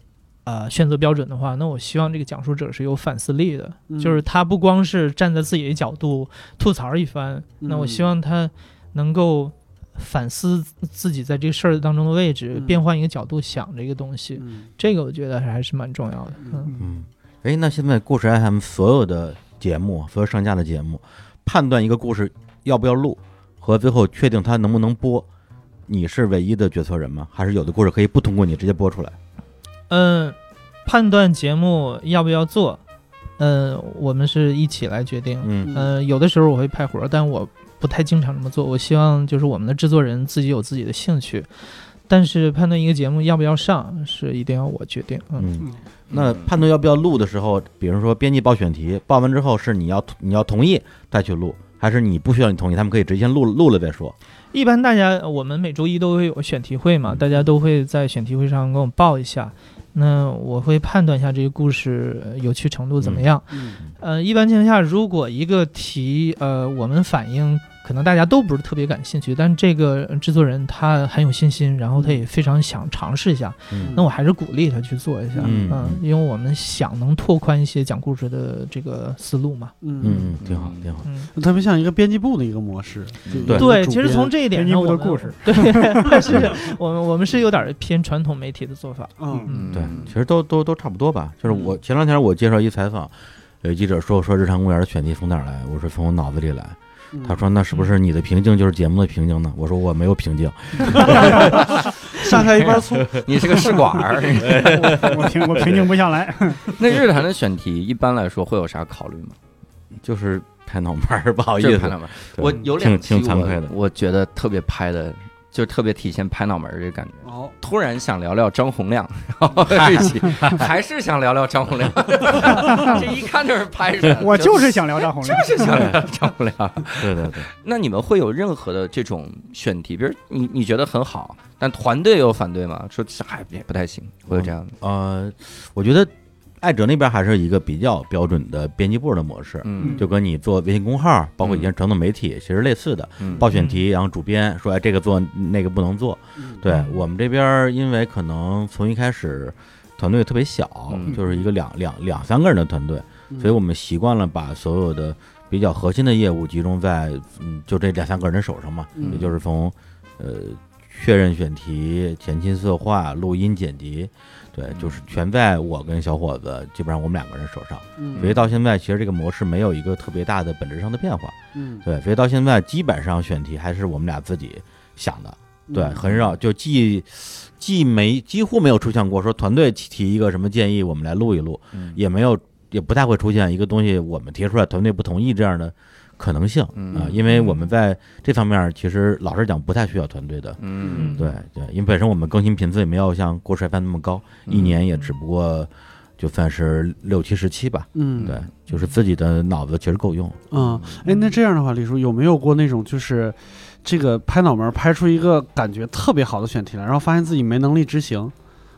Speaker 5: 呃选择标准的话，那我希望这个讲述者是有反思力的，
Speaker 2: 嗯
Speaker 5: 就是他不光是站在自己的角度吐槽一番，那我希
Speaker 2: 嗯
Speaker 5: 望他能够反思自己在这个事儿当中的位置，
Speaker 2: 嗯
Speaker 5: 变换一个角度想这个东西。
Speaker 2: 嗯
Speaker 5: 这个我觉得还是蛮重要的。嗯，
Speaker 3: 嗯，
Speaker 4: 嗯，哎，那现在故事 FM 所有的节目，所有上架的节目，判断一个故事要不要录和最后确定它能不能播，你是唯一的决策人吗？还是有的故事可以不通过你直接播出来？
Speaker 5: 嗯、判断节目要不要做，嗯、我们是一起来决定。
Speaker 4: 嗯
Speaker 5: 呃，有的时候我会派活儿，但我不太经常这么做。我希望就是我们的制作人自己有自己的兴趣，但是判断一个节目要不要上是一定要我决定。嗯，
Speaker 4: 嗯，那判断要不要录的时候，比如说编辑报选题，报完之后是你要你要同意再去录，还是你不需要你同意，他们可以直接先录录了再说？
Speaker 5: 一般大家我们每周一都会有选题会嘛，大家都会在选题会上给我报一下。那我会判断一下这个故事呃有趣程度怎么样。
Speaker 2: 嗯
Speaker 5: 呃，一般情况下，如果一个题，呃，我们反映可能大家都不是特别感兴趣，但这个制作人他很有信心，然后他也非常想尝试一下，
Speaker 4: 嗯
Speaker 5: 那我还是鼓励他去做一下，
Speaker 4: 嗯
Speaker 5: 因为我们想能拓宽一些讲故事的这个思路嘛，
Speaker 2: 嗯
Speaker 4: 嗯，挺好，挺好。
Speaker 5: 嗯，
Speaker 2: 嗯，特别像一个编辑部的一个模式，就
Speaker 4: 对
Speaker 5: 对，
Speaker 2: 主
Speaker 5: 其实
Speaker 2: 编
Speaker 5: 从这一点上，我们
Speaker 3: 编辑部的故事，
Speaker 5: 对，是我们我们是有点偏传统媒体的做法，
Speaker 2: 嗯
Speaker 5: 嗯，
Speaker 4: 对，其实都都都差不多吧。就是我前两天我介绍一采访，有一记者说说日常公园的选题从哪儿来，我说从我脑子里来。
Speaker 2: 嗯
Speaker 4: 他说那是不是你的瓶颈就是节目的瓶颈呢？我说我没有瓶颈。
Speaker 2: 上下一包 粗，
Speaker 1: 你是个试管儿。
Speaker 3: 我平我平静不下来，
Speaker 1: 那日坛的选题一般来说会有啥考虑吗？
Speaker 4: 就是拍脑门儿，不哦好意
Speaker 1: 这是
Speaker 4: 思
Speaker 1: 拍。脑门儿，
Speaker 4: 对
Speaker 1: 我有两期
Speaker 4: 挺挺惭愧
Speaker 1: 我
Speaker 4: 的
Speaker 1: 我觉得特别拍的，就特别体现拍脑门儿这感觉。
Speaker 2: 哦，
Speaker 1: 突然想聊聊张洪亮，然后这期还是想聊聊张洪亮，这一看就是拍出来的。
Speaker 3: 我
Speaker 1: 就
Speaker 3: 就是想聊张红亮，
Speaker 1: 是想聊聊张洪亮。
Speaker 4: 对对对，
Speaker 1: 那你们会有任何的这种选题，比如你你觉得很好，但团队有反对吗？说这哎也不太行，会有这样的。
Speaker 4: 呃，我觉得艾哲那边还是一个比较标准的编辑部的模式，
Speaker 1: 嗯，
Speaker 4: 就跟你做微信公号，包括以前
Speaker 2: 嗯
Speaker 4: 传统媒体其实类似的，
Speaker 1: 嗯
Speaker 4: 报选题，然后主编说哎这个做那个不能做。
Speaker 2: 嗯
Speaker 4: 对我们这边儿，因为可能从一开始团队特别小，
Speaker 1: 嗯
Speaker 4: 就是一个两两两三个人的团队，
Speaker 2: 嗯
Speaker 4: 所以我们习惯了把所有的比较核心的业务集中在嗯就这两三个人的手上嘛，
Speaker 2: 嗯
Speaker 4: 也就是从呃确认选题、前期策划、录音剪辑，对，就是全在我跟小伙子基本上我们两个人手上，
Speaker 2: 嗯
Speaker 4: 所以到现在其实这个模式没有一个特别大的本质上的变化，
Speaker 2: 嗯
Speaker 4: 对，所以到现在基本上选题还是我们俩自己想的。
Speaker 2: 嗯
Speaker 4: 对，很少，就既既没几乎没有出现过说团队提一个什么建议，我们来录一录，
Speaker 1: 嗯
Speaker 4: 也没有也不太会出现一个东西我们提出来团队不同意这样的可能性啊、
Speaker 1: 嗯
Speaker 4: 因为我们在这方面其实老实讲不太需要团队的。
Speaker 1: 嗯
Speaker 4: 对对，因为本身我们更新频次也没有像锅甩饭那么高，一
Speaker 1: 嗯
Speaker 4: 年也只不过就算是六七十期吧。
Speaker 2: 嗯，
Speaker 4: 对，就是自己的脑子其实够用。
Speaker 2: 嗯，哎，那这样的话，李叔有没有过那种就是这个拍脑门儿拍出一个感觉特别好的选题来，然后发现自己没能力执行？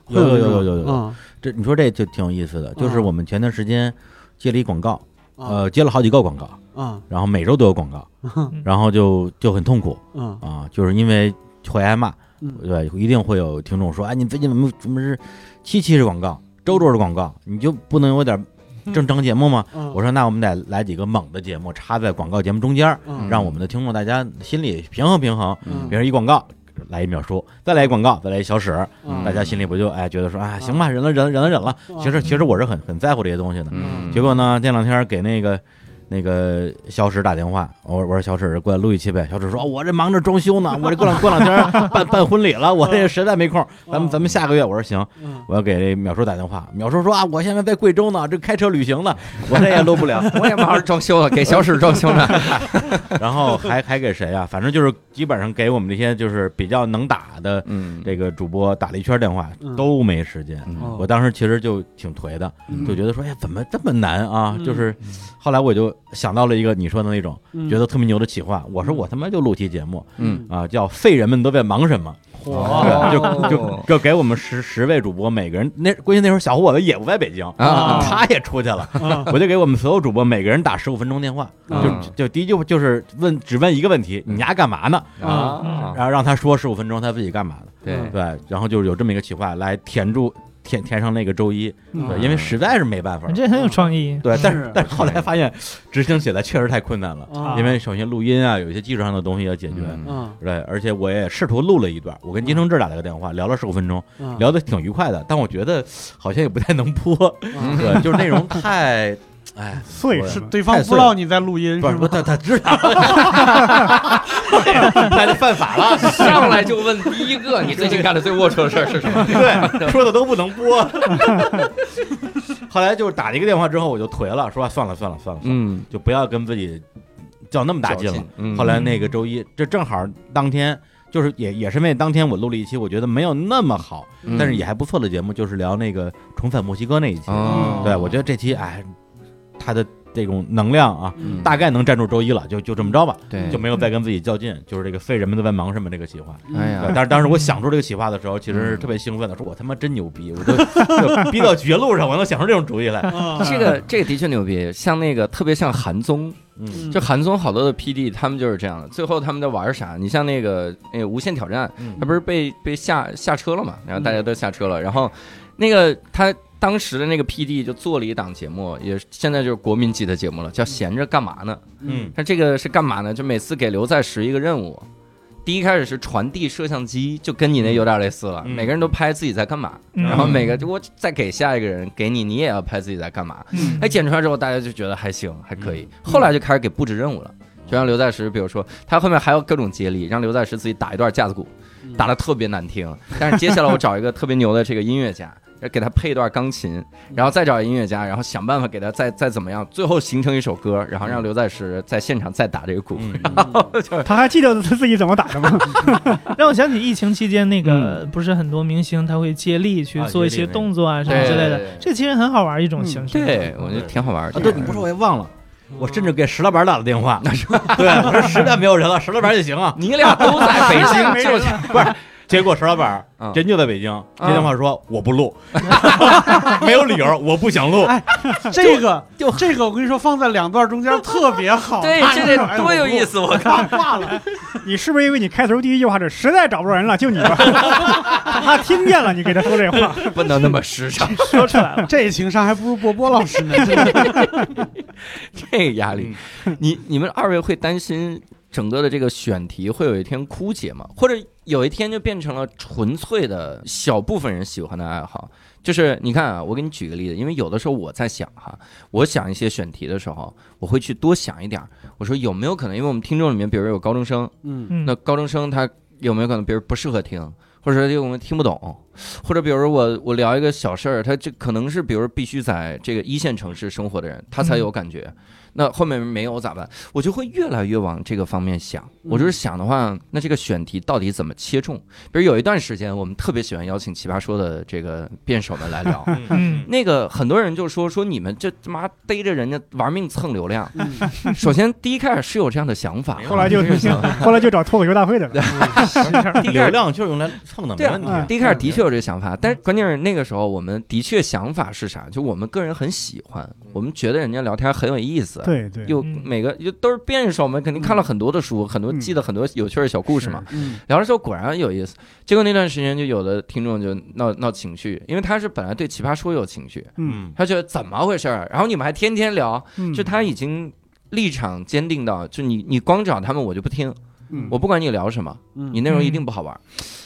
Speaker 4: 有
Speaker 2: 会
Speaker 4: 有有
Speaker 2: 这种
Speaker 4: 有有有这你说这就挺有意思的，就是
Speaker 2: 啊
Speaker 4: 我们前段时间接了一广告，
Speaker 2: 嗯
Speaker 4: 呃，接了好几个广告，
Speaker 2: 嗯
Speaker 4: 然后每周都有广告，
Speaker 2: 嗯
Speaker 4: 然后就就很痛苦
Speaker 2: 嗯
Speaker 4: 啊，就是因为会挨骂，
Speaker 2: 嗯
Speaker 4: 对，一定会有听众说，哎，你最近怎么怎么是七期是广告，周周是广告，你就不能有点正常节目吗？
Speaker 2: 嗯，
Speaker 4: 我说那我们得来几个猛的节目插在广告节目中间儿，
Speaker 2: 嗯
Speaker 4: 让我们的听众大家心里平衡平衡，
Speaker 2: 嗯
Speaker 4: 比如一广告。来一秒叔，再来一广告，再来一小史，
Speaker 2: 嗯
Speaker 4: 大家心里不就哎觉得说啊行吧，忍了忍了忍了忍了。其实其实我是很很在乎这些东西的，
Speaker 1: 嗯
Speaker 4: 结果呢，前两天给那个那个小史打电话，我说我说小史过来录一期呗。小史说，哦我这忙着装修呢，我这过两过两天办办婚礼了，我这实在没空。咱们咱们下个月，我说行，
Speaker 2: 嗯
Speaker 4: 我要给淼叔打电话。淼叔说啊，我现在在贵州呢，这开车旅行呢，我这也录不了。
Speaker 1: 我也马上装修了，给小史装修呢。
Speaker 4: 然后还还给谁啊？反正就是基本上给我们这些就是比较能打的
Speaker 1: 嗯
Speaker 4: 这个主播打了一圈电话
Speaker 2: 嗯，
Speaker 4: 都没时间。
Speaker 2: 哦
Speaker 4: 我当时其实就挺颓的，就觉得说，哎呀，怎么这么难啊？
Speaker 2: 嗯
Speaker 4: 就是后来我就想到了一个你说的那种
Speaker 2: 嗯
Speaker 4: 觉得特别牛的企划，我说我他妈就录期节目
Speaker 1: 嗯，
Speaker 4: 啊，叫“废人们都在忙什么”，
Speaker 1: 哦
Speaker 4: 对就就就给我们十十位主播每个人，那关键那时候小伙子也不在北京。
Speaker 1: 啊
Speaker 4: 他也出去了，
Speaker 2: 嗯
Speaker 4: 我就给我们所有主播每个人打十五分钟电话，
Speaker 2: 啊
Speaker 4: 就就第一句就是问，只问一个问题，
Speaker 2: 嗯
Speaker 4: 你丫干嘛呢？
Speaker 1: 啊，
Speaker 4: 然后让他说十五分钟他自己干嘛的，
Speaker 1: 对，
Speaker 4: 对，然后就是有这么一个企划来填住填填上那个周一，
Speaker 3: 嗯
Speaker 4: 对，
Speaker 2: 嗯
Speaker 4: 因为实在是没办法，
Speaker 6: 这很有创意。
Speaker 4: 对，但是
Speaker 2: 是
Speaker 4: 但是后
Speaker 1: 嗯
Speaker 4: 来发现执行起来确实太困难了，
Speaker 2: 啊
Speaker 4: 因为首先录音啊，有一些技术上的东西要解决。
Speaker 1: 嗯
Speaker 2: 嗯
Speaker 4: 对，而且我也试图录了一段，我跟金承志打了个电话，聊了十五分钟，
Speaker 2: 嗯
Speaker 4: 聊得挺愉快的，但我觉得好像也不太能 播，
Speaker 2: 嗯
Speaker 4: 对，就是内容太，哎，
Speaker 3: 碎
Speaker 4: 我
Speaker 3: 是
Speaker 2: 是
Speaker 3: 吧
Speaker 2: 对方
Speaker 4: 太
Speaker 2: 不
Speaker 4: 碎
Speaker 2: 知道你在录音
Speaker 4: 不
Speaker 2: 是
Speaker 4: 是，
Speaker 2: 吗？
Speaker 4: 他他 知道，那就犯法了，
Speaker 1: 上来就问第一个，你最近干的最龌龊的事儿是什么？
Speaker 4: 对，说的都不能 播。后来就是打了一个电话之后，我就颓了，说啊算了算了算了，算了
Speaker 1: 嗯，
Speaker 4: 就不要跟自己较那么大劲了。
Speaker 1: 嗯
Speaker 4: 后来那个周一，这正好当天，就是也也是因为当天我录了一期，我觉得没有那么好，
Speaker 1: 嗯
Speaker 4: 但是也还不错的节目，就是聊那个重返墨西哥那一期。
Speaker 3: 嗯
Speaker 1: 哦
Speaker 4: 对，我觉得这期哎，他的这种能量啊，
Speaker 1: 嗯哎
Speaker 4: 大概能站住周一了，就就这么着吧，
Speaker 1: 对
Speaker 4: 就没有再跟自己较劲。就是这个废人们都在忙什么这个企划。
Speaker 1: 哎
Speaker 4: 对，
Speaker 1: 呀，
Speaker 4: 但是当时我想出这个企划的时候，其实
Speaker 1: 嗯
Speaker 4: 是特别兴奋的，说我他妈真牛逼，我都 就逼到绝路上，我能想出这种主意来。
Speaker 1: 这个这个的确牛逼，像那个特别像韩综，
Speaker 4: 嗯
Speaker 1: 就韩综好多的 PD 他们就是这样的，最后他们在玩啥？你像那个那个无限挑战，
Speaker 4: 嗯
Speaker 1: 他不是被被下下车了嘛？然后大家都下车了，然后那个他当时的那个 PD 就做了一档节目，也是现在就是国民级的节目了，叫闲着干嘛呢？
Speaker 4: 嗯
Speaker 1: 他这个是干嘛呢？就每次给刘在石一个任务。第一开始是传递摄像机，就跟你那有点类似了，
Speaker 4: 嗯
Speaker 1: 每个人都拍自己在干嘛，
Speaker 6: 嗯
Speaker 1: 然后每个我再给下一个人，给你，你也要拍自己在干嘛，
Speaker 6: 嗯
Speaker 1: 哎，剪出来之后大家就觉得还行，还可以。后来就开始给布置任务了，就让刘在石，比如说他后面还有各种接力，让刘在石自己打一段架子鼓，
Speaker 2: 嗯
Speaker 1: 打的特别难听。嗯 但是接下来我找一个特别牛的这个音乐家，给他配一段钢琴，然后再找音乐家，然后想办法给他再再怎么样，最后形成一首歌，然后让刘在石在现场再打这个鼓。
Speaker 4: 嗯
Speaker 3: 他还记得他自己怎么打的吗？
Speaker 6: 让我想起疫情期间那个，不是很多明星他会接力去
Speaker 4: 啊
Speaker 6: 做一
Speaker 4: 接力
Speaker 6: 些
Speaker 4: 那个
Speaker 6: 动作啊什么
Speaker 1: 对
Speaker 6: 之类
Speaker 1: 对对
Speaker 6: 的，这其实很好玩一种形式。
Speaker 1: 对，我觉得挺好玩的。
Speaker 4: 啊，对你不说我也忘了，我甚至给石老板打了电 话，对，我说实在没有人了，石老板就行 啊。
Speaker 1: 你俩都在北 京，就
Speaker 4: 结果石老板
Speaker 1: 嗯
Speaker 4: 真就在北京，接电话说我不录， 没有理由，我不想录。嗯
Speaker 2: 这个这个我跟你说，放在两段中间特别好。
Speaker 1: 对，这
Speaker 4: 哎
Speaker 1: 得多有意思！我靠，
Speaker 2: 挂了，
Speaker 3: 你是不是因为你开头第一句话是实在找不着人了，就你吧？ 他听见了你给他说这话，
Speaker 1: 不能那么时尚，
Speaker 6: 说出来了，
Speaker 2: 这情商还不如波波老师呢。
Speaker 1: 这个压力。你你们二位会担心整个的这个选题会有一天枯竭吗？或者有一天就变成了纯粹的小部分人喜欢的爱好？就是你看啊，我给你举个例子，因为有的时候我在想哈，我想一些选题的时候，我会去多想一点儿。我说有没有可能，因为我们听众里面，比如有高中生，
Speaker 2: 嗯
Speaker 6: 嗯，
Speaker 1: 那高中生他有没有可能，比如不适合听，或者说这个我们听不懂，或者比如说我我聊一个小事儿，他这可能是比如说必须在这个一线城市生活的人，他才有感觉。那后面没有咋办？我就会越来越往这个方面想。我就是想的话，那这个选题到底怎么切中？比如有一段时间，我们特别喜欢邀请奇葩说的这个辩手们来聊。
Speaker 7: 嗯
Speaker 5: 嗯，
Speaker 1: 那个很多人就说说你们这他妈逮着人家玩命蹭流量。
Speaker 2: 嗯
Speaker 1: 首先第一开始是有这样的想法，
Speaker 7: 后
Speaker 3: 后来就
Speaker 1: 这个想法
Speaker 3: 后来就找脱口秀大会的了。
Speaker 7: 流
Speaker 4: 嗯流量就是用来蹭的，
Speaker 1: 对
Speaker 4: 没
Speaker 1: 啊
Speaker 4: 问，
Speaker 3: 嗯
Speaker 4: 题。
Speaker 1: 第一开始的确有这个想法，但是关键是那个时候我们的确想法是啥？就我们个人很喜欢，我们觉得人家聊天很有意思，
Speaker 3: 对对，
Speaker 1: 又
Speaker 5: 嗯
Speaker 1: 每个又都是辩手嘛，肯定看了很多的书，很多
Speaker 3: 嗯
Speaker 1: 记得很多有趣的小故事嘛。
Speaker 2: 嗯
Speaker 1: 聊的时候果然有意思。结果那段时间就有的听众就闹闹情绪，因为他是本来对奇葩说有情绪，
Speaker 3: 嗯，
Speaker 1: 他觉得怎么回事儿，然后你们还天天聊，
Speaker 3: 嗯
Speaker 1: 就他已经立场坚定到，就你你光找他们我就不听，
Speaker 3: 嗯
Speaker 1: 我不管你聊什么，
Speaker 2: 嗯
Speaker 1: 你内容一定不好玩儿。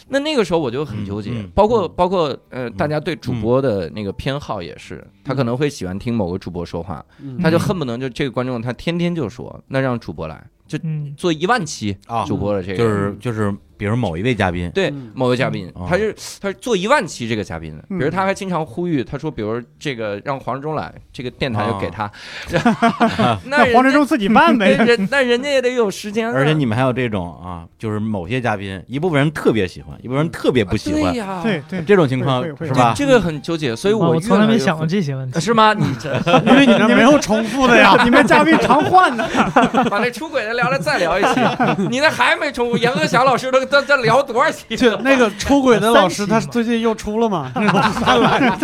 Speaker 1: 那那个时候我就很纠结
Speaker 4: 嗯嗯，嗯
Speaker 1: 包括包括呃，大家对主播的那个偏好也是，他可能会喜欢听某个主播说话，
Speaker 2: 嗯
Speaker 1: 他就恨不能就这个观众他天天就说，那让主播来就
Speaker 5: 嗯
Speaker 1: 做一万期
Speaker 4: 啊
Speaker 1: 主播的这个，
Speaker 4: 就是就是，比如某一位嘉宾，
Speaker 1: 对
Speaker 2: 嗯
Speaker 1: 某个嘉宾
Speaker 4: 嗯，
Speaker 1: 他是他是做一万期这个嘉宾的，比
Speaker 3: 嗯
Speaker 1: 如他还经常呼吁，他说，比如这个让黄志忠来，这个电台就给他，
Speaker 4: 哦
Speaker 1: 那
Speaker 3: 那
Speaker 1: 人
Speaker 3: 黄志忠自己办
Speaker 1: 那
Speaker 3: 呗。
Speaker 1: 人那人家也得有时间啊，
Speaker 4: 而且你们还有这种啊，就是某些嘉宾，一部分人特别喜欢，一部分人特别不喜
Speaker 1: 对
Speaker 4: 欢，
Speaker 1: 呀，
Speaker 3: 对 对，
Speaker 4: 这种情况
Speaker 3: 会会会
Speaker 4: 是吧？
Speaker 1: 这个很纠结，所以
Speaker 5: 哇
Speaker 1: 我
Speaker 5: 我从来没想过
Speaker 1: 这
Speaker 5: 这些问题。
Speaker 1: 是吗？你这
Speaker 7: 因 为你那没有重复的呀。
Speaker 3: 你们嘉宾常换呢。
Speaker 1: 把那出轨的聊了再聊一期，你那还没重复？严鹤翔老师都都这聊多少期
Speaker 2: 就那个出轨的老
Speaker 3: 三期
Speaker 2: 师，他
Speaker 3: 嘛嗯
Speaker 2: 最近又出了 嘛？嗯
Speaker 1: 了？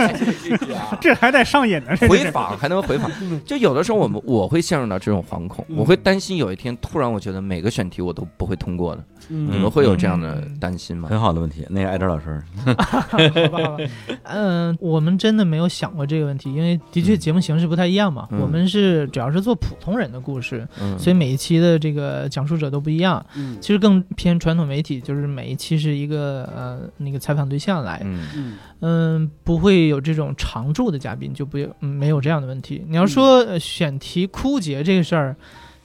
Speaker 3: 这还在上演呢，这
Speaker 1: 回访还能回访，就有的时候我们我会陷入到这种惶恐，
Speaker 2: 嗯
Speaker 1: 我会担心有一天突然我觉得每个选题我都不会通过的，你
Speaker 2: 嗯
Speaker 1: 们会有这样的
Speaker 5: 嗯
Speaker 1: 担心吗？
Speaker 4: 很好的问题，那个艾哲老师，
Speaker 5: 好吧，好吧，嗯、我们真的没有想过这个问题，因为的确节目形式不太一样嘛。
Speaker 1: 嗯
Speaker 5: 我们是主要是做普通人的故事，
Speaker 1: 嗯，
Speaker 5: 所以每一期的这个讲述者都不一样。
Speaker 2: 嗯
Speaker 5: 其实更偏传统媒体，就是每一期是一个呃那个采访对象来，
Speaker 1: 嗯
Speaker 2: 嗯
Speaker 5: 嗯，不会有这种常驻的嘉宾，就不、嗯没有这样的问题。你要说、呃选题枯竭这个事儿。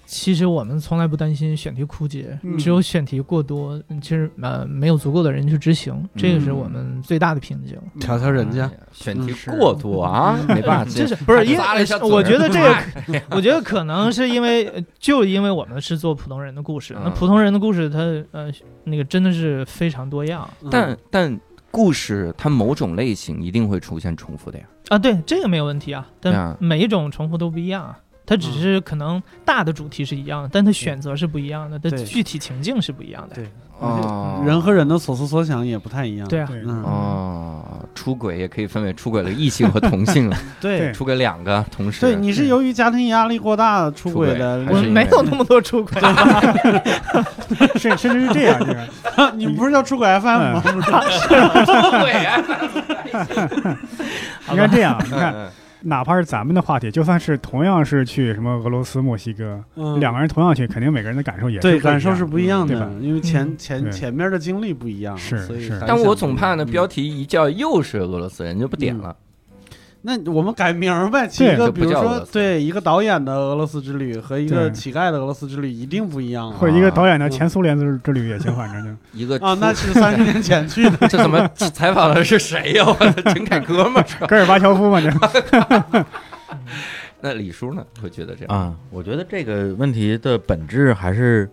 Speaker 5: 其实我们从来不担心选题枯竭，
Speaker 3: 嗯
Speaker 5: 只有选题过多，其实呃没有足够的人去执
Speaker 1: 嗯
Speaker 5: 行，这个是我们最大的瓶颈。
Speaker 3: 嗯
Speaker 2: 瞧瞧人家，
Speaker 1: 选题过多啊，
Speaker 2: 嗯
Speaker 1: 没办 法，
Speaker 5: 这是不是因为
Speaker 1: 咂了一下嘴儿
Speaker 5: 我觉得这个， 我觉得可能是因为呃就因为我们是做普通人的故事，那
Speaker 1: 嗯
Speaker 5: 普通人的故事它呃那个真的是非常多样
Speaker 2: 嗯
Speaker 1: 但但故事它某种类型一定会出现重复的呀。
Speaker 5: 啊，对这个没有问题啊，
Speaker 1: 对
Speaker 5: 但
Speaker 1: 啊
Speaker 5: 每一种重复都不一样啊。它只是可能大的主题是一样的，但它选择是不一样的，它
Speaker 2: 对
Speaker 5: 具体情境是不一样的
Speaker 2: 对。嗯人
Speaker 1: 和
Speaker 2: 和人的所思所想也不太一样。
Speaker 5: 对啊，
Speaker 3: 哦对
Speaker 2: 嗯，
Speaker 1: 哦，出轨也可以分为出轨了异性和同性 了，
Speaker 2: 对
Speaker 3: 对
Speaker 1: 出轨两个同时。
Speaker 2: 对，你是由于家庭压力过大出轨的
Speaker 1: 出，轨还
Speaker 5: 我
Speaker 1: 是因为
Speaker 5: 没有那么多出轨，啊
Speaker 3: 甚甚至是这样，这个
Speaker 2: 你们不是叫出轨 FM
Speaker 3: 哎嗯
Speaker 2: 吗？
Speaker 1: 对
Speaker 5: 啊
Speaker 1: 呀，
Speaker 3: 你看这 样，你看，
Speaker 1: 嗯
Speaker 3: 哪怕是咱们的话题，就算是同样是去什么俄罗斯、墨西哥，
Speaker 2: 嗯
Speaker 3: 两个人同样去，肯定每个人的感受也是
Speaker 2: 对
Speaker 3: 不一样
Speaker 2: 感受是不一样
Speaker 3: 对
Speaker 2: 的
Speaker 3: 吧，
Speaker 2: 因为前
Speaker 5: 嗯
Speaker 2: 前
Speaker 3: 对
Speaker 2: 前面的经历不一样，
Speaker 3: 是
Speaker 2: 所以
Speaker 3: 是
Speaker 2: 反
Speaker 1: 但我
Speaker 2: 响
Speaker 1: 总
Speaker 2: 不一嗯
Speaker 1: 怕
Speaker 2: 样
Speaker 1: 呢，标。题一叫又是俄罗斯人就不点
Speaker 4: 嗯
Speaker 1: 了。
Speaker 2: 那我们改名儿呗，起一个
Speaker 1: 就
Speaker 2: 比
Speaker 1: 不
Speaker 2: 如
Speaker 1: 叫俄
Speaker 2: 说
Speaker 1: 罗斯
Speaker 2: 对一个导演的俄罗斯之旅和一个
Speaker 3: 对
Speaker 2: 乞丐的俄罗斯之旅一定不一样啊
Speaker 3: 或者一个导演的
Speaker 2: 啊
Speaker 3: 前苏联之之旅也行，反正 就
Speaker 1: 一个
Speaker 4: 哦
Speaker 2: 啊！那
Speaker 1: 出
Speaker 2: 是三十年前去的，
Speaker 1: 这怎么采访的是谁呀？我的陈凯歌吗？ 是吧
Speaker 3: 戈尔巴乔夫嘛，这
Speaker 1: 那李叔呢？会觉得这样？
Speaker 4: 啊，我觉得这个问题的本质还是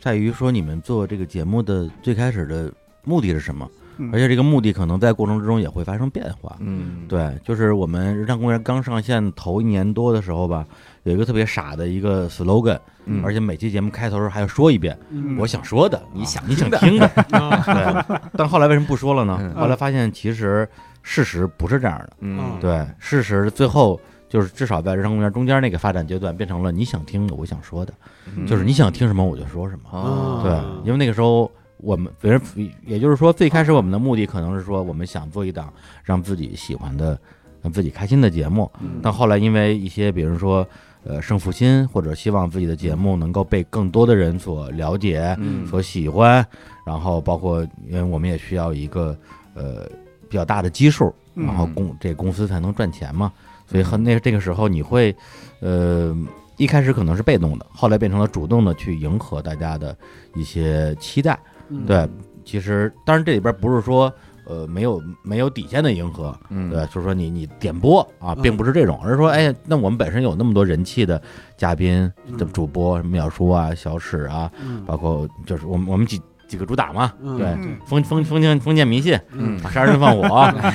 Speaker 4: 在于说你们做这个节目的最开始的目的是什么，
Speaker 3: 嗯
Speaker 4: 而且这个目的可能在过程之中也会发生变化。
Speaker 1: 嗯，
Speaker 4: 对，就是我们日常公园刚上线头一年多的时候吧，有一个特别傻的一个 slogan，、
Speaker 1: 嗯
Speaker 4: 而且每期节目开头时还要说一遍、
Speaker 3: 嗯
Speaker 4: 我想说的，
Speaker 1: 你
Speaker 4: 啊
Speaker 1: 想
Speaker 4: 你想
Speaker 1: 听的
Speaker 4: 听的，
Speaker 2: 啊
Speaker 4: 对。但后来为什么不说了呢
Speaker 1: 嗯？
Speaker 4: 后来发现其实事实不是这样的，
Speaker 5: 哦
Speaker 1: 嗯，
Speaker 2: 啊
Speaker 4: 对，事实最后就是至少在日常公园中间那个发展阶段，变成了你想听的，我想说的，
Speaker 1: 嗯
Speaker 4: 就是你想听什么我就说什么。
Speaker 1: 哦
Speaker 4: 对，因为那个时候我们，别人也就是说，最开始我们的目的可能是说，我们想做一档让自己喜欢的、让自己开心的节目。
Speaker 2: 嗯
Speaker 4: 但后来因为一些，比如说，呃，胜负心，或者希望自己的节目能够被更多的人所了解、
Speaker 1: 嗯
Speaker 4: 所喜欢，然后包括因为我们也需要一个呃比较大的基数，
Speaker 3: 嗯
Speaker 4: 然后公这公司才能赚钱嘛。所以很那这个时候你会，呃，一开始可能是被动的，后来变成了主动的去迎合大家的一些期待。
Speaker 2: 嗯
Speaker 4: 对，其实当然这里边不是说呃没有没有底线的迎合，
Speaker 1: 嗯
Speaker 4: 对，就是说你你点播啊，
Speaker 2: 嗯
Speaker 4: 并不是这种，而是说，哎，那我们本身有那么多人气的嘉宾、
Speaker 2: 嗯
Speaker 4: 的主播，什么淼叔啊、小史啊，
Speaker 2: 嗯
Speaker 4: 包括就是我们我们几几个主打嘛，
Speaker 2: 嗯
Speaker 4: 对，
Speaker 3: 嗯
Speaker 4: 封封封建封建迷信，
Speaker 1: 嗯
Speaker 4: 杀 人放火，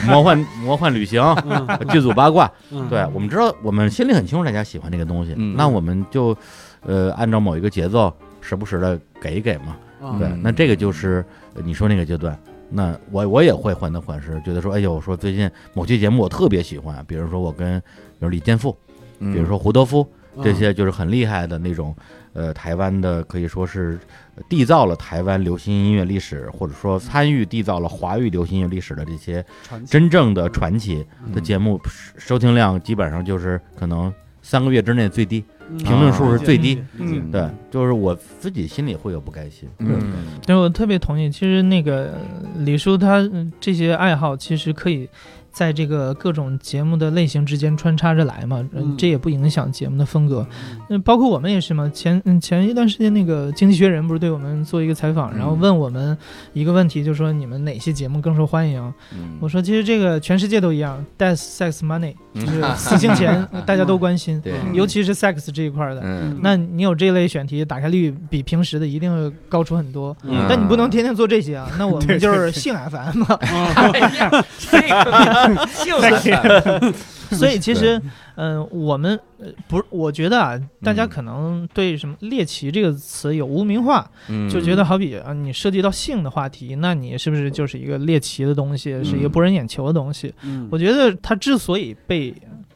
Speaker 4: 魔幻魔幻旅行，
Speaker 2: 嗯
Speaker 4: 剧组八卦，
Speaker 2: 嗯
Speaker 4: 对我们知道，我们心里很清楚大家喜欢这个东西，
Speaker 1: 嗯
Speaker 4: 那我们就呃按照某一个节奏，时不时的给一给嘛，
Speaker 2: 嗯
Speaker 4: 对，
Speaker 1: 嗯
Speaker 4: 那这个就是呃你说那个阶段，那我我也会患得患失，觉得说，哎呦，说最近某期节目我特别喜欢，比如说我跟比如李健富，比
Speaker 1: 比
Speaker 4: 如说胡德夫，
Speaker 2: 嗯
Speaker 4: 这些就是很厉害的那种，呃，台湾的可以说是缔造了台湾流行音乐历史，或者说参与缔造了华语流行音乐历史的这些
Speaker 2: 传奇
Speaker 4: 真正的传奇
Speaker 2: 嗯
Speaker 4: 的节目，收听量基本上就是可能三个月之内最低，
Speaker 2: 嗯
Speaker 4: 评论数是最低。
Speaker 3: 嗯
Speaker 4: 对，就是我自己心里会有不开心。
Speaker 1: 嗯
Speaker 5: 对，我特别同意。其实那个李叔他嗯这些爱好，其实可以在这个各种节目的类型之间穿插着来嘛，呃
Speaker 2: 嗯
Speaker 5: 这也不影响节目的风格。
Speaker 2: 嗯
Speaker 5: 嗯，包括我们也是嘛。前嗯前一段时间那个《经济学人》不是对我们做一个采访，然后
Speaker 1: 嗯
Speaker 5: 问我们一个问题，就说你们哪些节目更受欢迎？
Speaker 1: 嗯
Speaker 5: 我说其实这个全世界都一样，death、sex、money，就是
Speaker 1: 嗯
Speaker 5: 死性钱，呃大家都关心，
Speaker 1: 对，
Speaker 5: 尤其是 sex 这一块儿的。
Speaker 1: 嗯
Speaker 5: 那你有这类选题，打开率比平时的一定会高出很多。
Speaker 1: 嗯
Speaker 5: 但你不 能天天做这些啊，那我们就是性 FM 嘛。
Speaker 1: 哎
Speaker 5: 所以其实，嗯、我们呃不是，我觉得啊，大
Speaker 1: 嗯
Speaker 5: 家可能对什么猎奇这个词有污名化，
Speaker 4: 嗯
Speaker 1: 嗯
Speaker 5: 就觉得好比啊，你涉及到性的话题，那你是不是就是一个猎奇的东西，
Speaker 1: 嗯
Speaker 5: 是一个博人眼球的东西？
Speaker 2: 嗯
Speaker 5: 我觉得它之所以被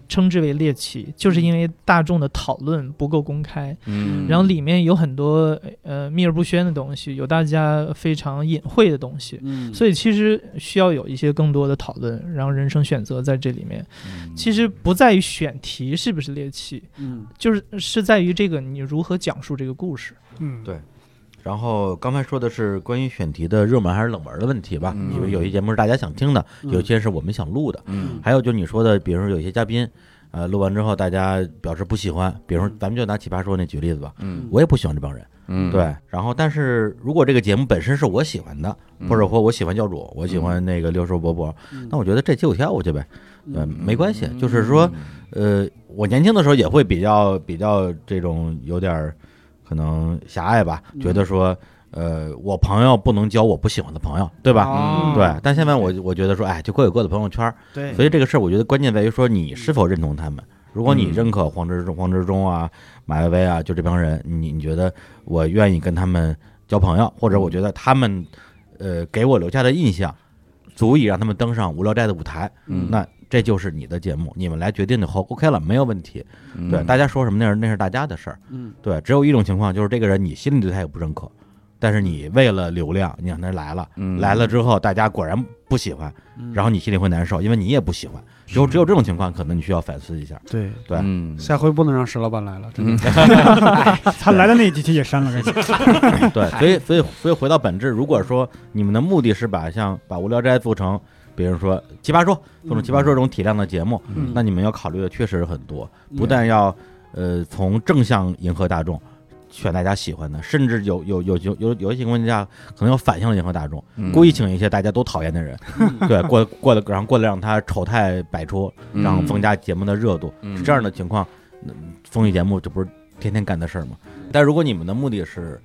Speaker 5: 称之为猎奇，就是因为大众的讨论不够公开。
Speaker 1: 嗯
Speaker 5: 然后里面有很多呃秘而不宣的东西，有大家非常隐晦的东西，
Speaker 2: 嗯
Speaker 5: 所以其实需要有一些更多的讨论，然后人生选择在这里面。
Speaker 1: 嗯
Speaker 5: 其实不在于选题是不是猎奇，
Speaker 2: 嗯
Speaker 5: 就是是在于这个你如何讲述这个故事。
Speaker 3: 嗯，
Speaker 4: 对然后刚才说的是关于选题的热门还是冷门的问题吧，
Speaker 1: 嗯
Speaker 4: 因为有些节目是大家想听的，
Speaker 2: 嗯
Speaker 4: 有些是我们想录的，
Speaker 1: 嗯
Speaker 4: 还有就是你说的，比如说有些嘉宾，呃，录完之后大家表示不喜欢，比如说咱们就拿《奇葩说》那举例子吧，
Speaker 1: 嗯
Speaker 4: 我也不喜欢这帮人，
Speaker 1: 嗯
Speaker 4: 对。然后，但是如果这个节目本身是我喜欢的，
Speaker 1: 嗯
Speaker 4: 或者说我喜欢教主，我喜欢那个六叔伯伯，
Speaker 2: 嗯
Speaker 4: 那我觉得这期我跳过去呗，呃，
Speaker 2: 嗯
Speaker 4: 没关系，就是说，呃，我年轻的时候也会比较比较这种有点儿可能狭隘吧，
Speaker 2: 嗯
Speaker 4: 觉得说，呃，我朋友不能交我不喜欢的朋友，对
Speaker 2: 哦
Speaker 4: 吧？
Speaker 1: 嗯
Speaker 4: 对，但现在我我觉得说，哎，就各有各的朋友圈儿，
Speaker 2: 对
Speaker 4: 所以这个事儿，我觉得关键在于说你是否认同他们。如果你认可黄执中、黄执中啊、马薇薇啊，就这帮人，你你觉得我愿意跟他们交朋友，或者我觉得他们呃给我留下的印象，足以让他们登上无聊斋的舞台，
Speaker 1: 嗯
Speaker 4: 那这就是你的节目，你们来决定以后，OK 了，没有问题。对，大
Speaker 1: 家
Speaker 4: 家说什么那是那是大家的事儿。
Speaker 2: 嗯
Speaker 4: 对，只有一种情况就是这个人你心里对他有不认可，但是你为了流量，你让他来了，
Speaker 1: 嗯
Speaker 4: 来了之后大家果然不喜欢，
Speaker 2: 嗯
Speaker 4: 然后你心里会难受，因为你也不喜欢。只有只有这种情况，可能你需要反思 一下。
Speaker 2: 对
Speaker 4: 对
Speaker 1: 嗯
Speaker 2: 下回不能让石老板来了，真的
Speaker 1: 嗯
Speaker 3: 他来的那几期也删了，赶紧
Speaker 4: 对，所以所以所以回到本质，如果说你们的目的是把像把无聊斋做成，比如说奇葩说做成奇葩说这种体量的节目，
Speaker 2: 嗯
Speaker 4: 那你们要考虑的确实很多，
Speaker 2: 嗯
Speaker 4: 不但要呃从正向迎合大众。选大家喜欢的，甚至有有有有有有一些情况下，可能要反向迎合大众，
Speaker 1: 嗯
Speaker 4: 故意请一些大家都讨厌的人，
Speaker 2: 嗯
Speaker 4: 对，过过来，然后过来让他丑态百出，让
Speaker 2: 嗯
Speaker 4: 增加节目的热度，
Speaker 1: 嗯
Speaker 4: 是这样的情况，那综艺节目这不是天天干的事儿吗？但如果你们的目的是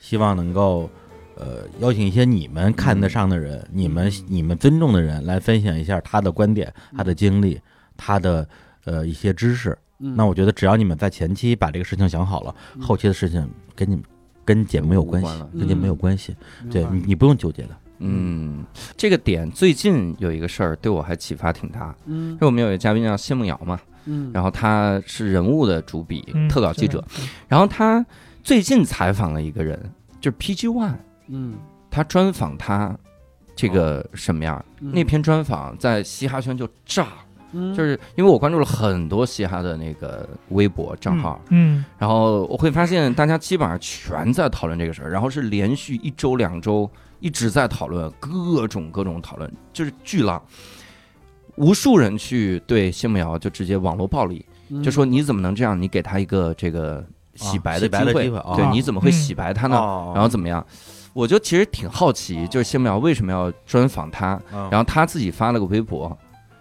Speaker 4: 希望能够呃邀请一些你们看得上的人，你们你们尊重的人来分享一下他的观点、他的经历、他的呃一些知识，
Speaker 2: 嗯
Speaker 4: 那我觉得只要你们在前期把这个事情想好了，
Speaker 2: 嗯
Speaker 4: 后期的事情跟你们跟节目没有关系
Speaker 1: 无关了，
Speaker 4: 跟节目没有关系，
Speaker 2: 明
Speaker 4: 对
Speaker 2: 白
Speaker 4: 你你不用纠结的。
Speaker 1: 嗯，这个点最近有一个事儿对我还启发挺大，
Speaker 2: 嗯
Speaker 1: 就我们有一个嘉宾叫谢梦瑶嘛，
Speaker 2: 嗯，
Speaker 1: 然后他是人物的主笔
Speaker 5: 嗯，
Speaker 1: 特稿记者，，
Speaker 5: 是的
Speaker 1: 然后他最近采访了一个人，就是 PG One，
Speaker 2: 嗯
Speaker 1: 他专访他这个什么样儿？
Speaker 2: 嗯
Speaker 1: 那篇专访在嘻哈圈就炸了，
Speaker 2: 嗯
Speaker 1: 就是因为我关注了很多嘻哈的那个微博账号，
Speaker 5: 嗯
Speaker 1: 然后我会发现大家基本上全在讨论这个事儿，然后是连续一周两周一直在讨论各种各种讨论，就是巨浪。无数人去对谢梦瑶就直接网络暴力，
Speaker 4: 嗯
Speaker 2: 嗯
Speaker 1: 就说你怎么能这样？你给他一个这个洗白的
Speaker 4: 啊洗白的机会啊
Speaker 1: 对，你怎么会洗白他呢？
Speaker 4: 哦
Speaker 1: 然后怎么样？我就其实挺好奇，就是谢淼为什么要专访他，
Speaker 4: 然
Speaker 1: 然后他自己发了个微博，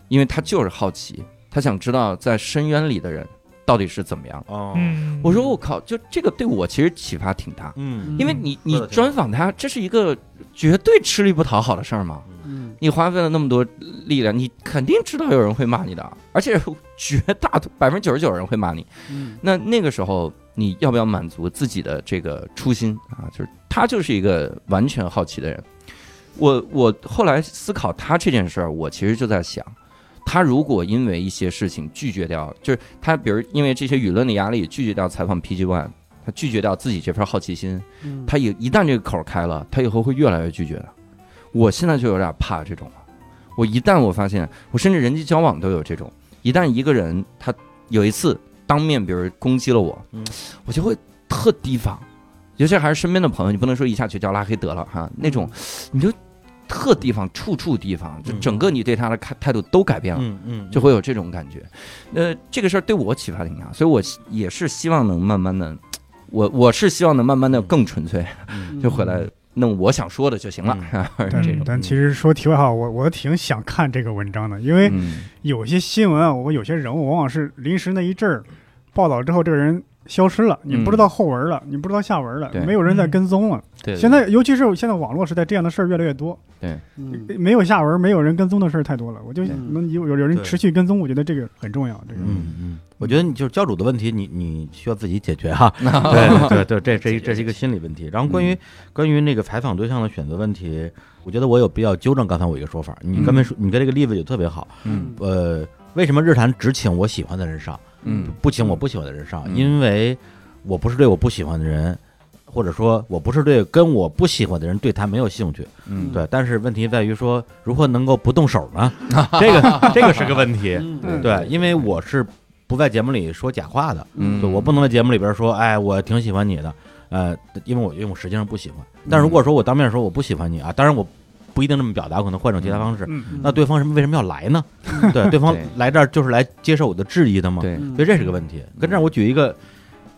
Speaker 1: 因为他就是好奇，他想知道在深渊里的人到底是怎么样。
Speaker 4: 哦，
Speaker 5: 嗯，
Speaker 1: 我说我靠，就这个对我其实启发挺大，
Speaker 4: 嗯
Speaker 1: 因为你你
Speaker 4: 说得挺好
Speaker 1: 专访他，这是一个绝对吃力不讨好的事儿嘛。
Speaker 2: 嗯
Speaker 1: 你花费了那么多力量，你肯定知道有人会骂你的，而且绝大百分之九十九人会骂你。
Speaker 2: 嗯
Speaker 1: 那那个时候，你要不要满足自己的这个初心啊？就是他就是一个完全好奇的人。我我后来思考他这件事儿，我其实就在想，他如果因为一些事情拒绝掉，就是他比如因为这些舆论的压力拒绝掉采访 PG One，他拒绝掉自己这份好奇心，
Speaker 2: 嗯，
Speaker 1: 他一一旦这个口儿开了，他以后会越来越拒绝的。我现在就有点怕这种了。我一旦我发现，我甚至人际交往都有这种，一旦一个人他有一次当面，比如攻击了我，
Speaker 4: 嗯
Speaker 1: 我就会特提防，尤其还是身边的朋友，你不能说一下去叫拉黑得了哈，那种你就特提防，处处提防，就
Speaker 4: 嗯
Speaker 1: 整个你对他的看态度都改变了。
Speaker 4: 嗯嗯，
Speaker 1: 就会有这种感觉。呃，这个事儿对我启发挺大，所以我希也是希望能慢慢的，我我是希望能慢慢的更纯粹，
Speaker 4: 嗯
Speaker 1: 就回来弄我想说的就行了。
Speaker 3: 但
Speaker 1: 这种，
Speaker 3: 但其实说题外话，我我挺想看这个文章的，因为
Speaker 1: 嗯
Speaker 3: 有些新闻啊，我有些人物往往是临时那一阵儿报道之后，这个人消失了，你
Speaker 1: 嗯
Speaker 3: 不知道后文了，你不知道下文了
Speaker 1: 对，嗯
Speaker 3: 没有人在跟踪了。
Speaker 1: 对，
Speaker 3: 现在尤其是现在网络时代，这样的事儿越来越多，
Speaker 2: 嗯
Speaker 3: 没有下文，没有人跟踪的事儿太多了。我就
Speaker 2: 对
Speaker 1: 嗯
Speaker 3: 能有有有人
Speaker 4: 对
Speaker 3: 持续跟踪，我觉得这个很重要。这个
Speaker 4: 嗯嗯，我觉得你就是教主的问题，你你需要自己解 决哈。对对对，这这这是一个心理问
Speaker 1: 嗯
Speaker 4: 题。然后关于、关于那个采访对象的选择问题，我觉得我有必要纠正刚才我一个说法。你刚才说、你跟这个例子就特别好，
Speaker 1: 嗯
Speaker 4: 呃，为什么日坛只请我喜欢的人上，
Speaker 1: 嗯
Speaker 4: 不请我不喜欢的人上？
Speaker 1: 嗯
Speaker 4: 因为我不是对我不喜欢的人，或者说我不是对跟我不喜欢的人对他没有兴趣。
Speaker 1: 嗯
Speaker 4: 对，但是问题在于说如何能够不动手呢？这个这个是个问题。
Speaker 2: 嗯
Speaker 4: 对，因为我是不在节目里说假话的，
Speaker 1: 嗯
Speaker 4: 对我不能在节目里边说，哎，我挺喜欢你的，呃，因为我因为我实际上不喜欢。但如果说我当面说我不喜欢你啊，当然我不一定这么表达，可能换种其他方式。
Speaker 3: 嗯，
Speaker 4: 那对方什么为什么要来呢？对，对方
Speaker 1: 对
Speaker 4: 来这儿就是来接受我的质疑的嘛。，
Speaker 2: 嗯
Speaker 1: 对，
Speaker 4: 所以这是个问题。跟这儿我举一个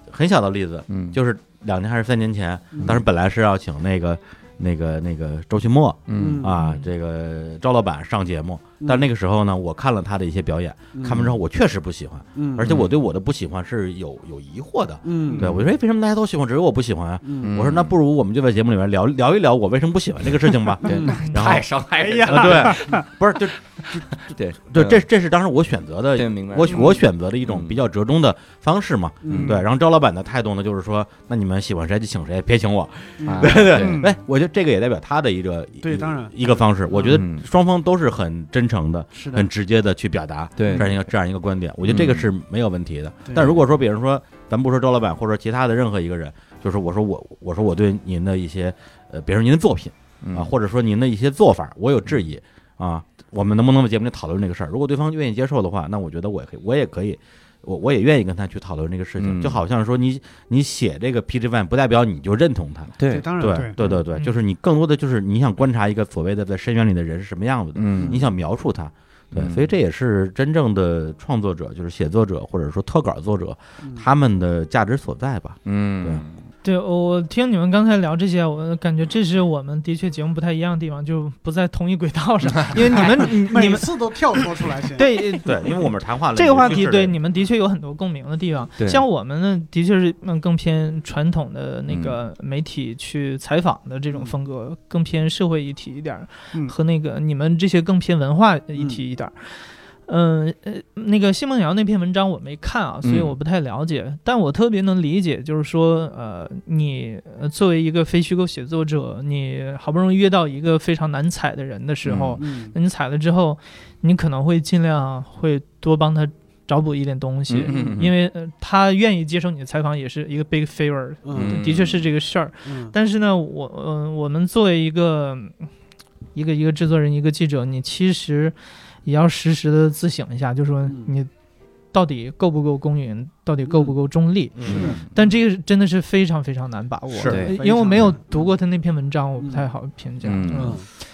Speaker 4: 很小的例子，
Speaker 1: 嗯
Speaker 4: 就是两年还是三年前，
Speaker 2: 嗯
Speaker 4: 当时本来是要请那个那个那个周迅墨
Speaker 1: 嗯
Speaker 4: 啊
Speaker 5: 嗯，
Speaker 4: 这个赵老板上节目，但那个时候呢，我看了他的一些表演，
Speaker 2: 个
Speaker 4: 看完之后，我确实不喜欢，
Speaker 2: 嗯
Speaker 4: 而且我对我的不喜欢是有有疑惑的。
Speaker 2: 嗯
Speaker 4: 对，我说哎，为什么大家都喜欢，只有我不喜欢啊？
Speaker 2: 嗯
Speaker 4: 我说那不如我们就在节目里面聊聊一聊我为什么不喜欢这个事情吧。
Speaker 1: 对
Speaker 2: 嗯
Speaker 4: 然后
Speaker 1: 太伤害人了，
Speaker 4: 啊，对，不是，就
Speaker 1: 哎对
Speaker 4: 对，这这是当时我选择的，
Speaker 1: 对明白
Speaker 4: 我
Speaker 1: 嗯
Speaker 4: 我选择了一种
Speaker 1: 嗯
Speaker 4: 比较折中的方式嘛。
Speaker 2: 嗯
Speaker 4: 对，然后赵老板的态度呢，就是说，那你们喜欢谁就请谁，别请我。
Speaker 1: 啊
Speaker 4: 对
Speaker 1: 对
Speaker 3: 嗯
Speaker 4: 哎，我觉得这个也代表他的一个
Speaker 2: 对
Speaker 4: 一
Speaker 2: 当然
Speaker 4: 一个方式。我觉得
Speaker 1: 嗯
Speaker 4: 双方都是很真诚的、
Speaker 2: 是的
Speaker 4: 很，直接的去表达
Speaker 1: 对
Speaker 4: 这样一个这样一个观点，我觉得这个
Speaker 1: 嗯
Speaker 4: 是没有问题的。
Speaker 2: 对
Speaker 4: 但如果说，比如说，咱不说赵老板或者其他的任何一个人，就是我说我我说我对您的一些呃，比如说您的作品。
Speaker 1: 嗯
Speaker 4: 啊，或者说您的一些做法，我有质疑啊，我们能不能在节目里讨论这个事儿？如果对方愿意接受的话，那我觉得我也可以，我也可以，我我也愿意跟他去讨论这个事情。
Speaker 1: 嗯
Speaker 4: 就好像说你你写这个 PG One 不代表你就认同他，
Speaker 1: 嗯
Speaker 2: 对，
Speaker 1: 对，
Speaker 2: 当然
Speaker 4: 对
Speaker 3: 对
Speaker 4: 对对对，就是你更多的就是你想观察一个所谓的在深渊里的人是什么样子的，
Speaker 1: 嗯
Speaker 4: 你想描述他。对，
Speaker 1: 嗯
Speaker 4: 所以这也是真正的创作者，就是写作者或者说特稿作者，
Speaker 2: 嗯
Speaker 4: 他们的价值所在吧。
Speaker 1: 嗯
Speaker 5: 对，我我听你们刚才聊这些，我感觉这是我们的确节目不太一样的地方，就不在同一轨道上，因为你们你
Speaker 2: 每
Speaker 5: 们
Speaker 2: 次都跳脱出来先，
Speaker 5: 对
Speaker 4: 对，因为我们谈话了
Speaker 5: 这个话题，对
Speaker 4: 们
Speaker 5: 你们的确有很多共鸣的地方
Speaker 1: 对。
Speaker 5: 像我们呢，的确是嗯更偏传统的那个媒体去采访的这种风格，更偏社会议题一点儿，
Speaker 3: 嗯
Speaker 5: 和那个你们这些更偏文化议题一点儿。嗯呃，那个谢梦瑶那篇文章我没看啊，所以
Speaker 1: 嗯
Speaker 5: 我不太了解。但我特别能理解，就是说，呃，你呃作为一个非虚构写作者，你好不容易约到一个非常难踩的人的时候，
Speaker 2: 嗯
Speaker 5: 那你踩了之后，你可能会尽量会多帮他找补一点东西，
Speaker 1: 嗯嗯
Speaker 5: 因为、呃、他愿意接受你的采访也是一个 big favor，、
Speaker 1: 嗯
Speaker 5: 的确是这个事儿。
Speaker 2: 嗯
Speaker 5: 但是呢，我嗯、我们作为一个一个一个制作人、一个记者，你其实也要时时的自省一下，就说
Speaker 2: 嗯
Speaker 5: 你到底够不够公允，到底够不够中立。
Speaker 4: 是
Speaker 1: 嗯
Speaker 5: 但这个真的是非常非常难把握，
Speaker 4: 是
Speaker 5: 呃
Speaker 1: 对
Speaker 5: 因为我没有读过他那篇文章，我不
Speaker 2: 嗯
Speaker 5: 太好评价。
Speaker 1: 嗯
Speaker 2: 嗯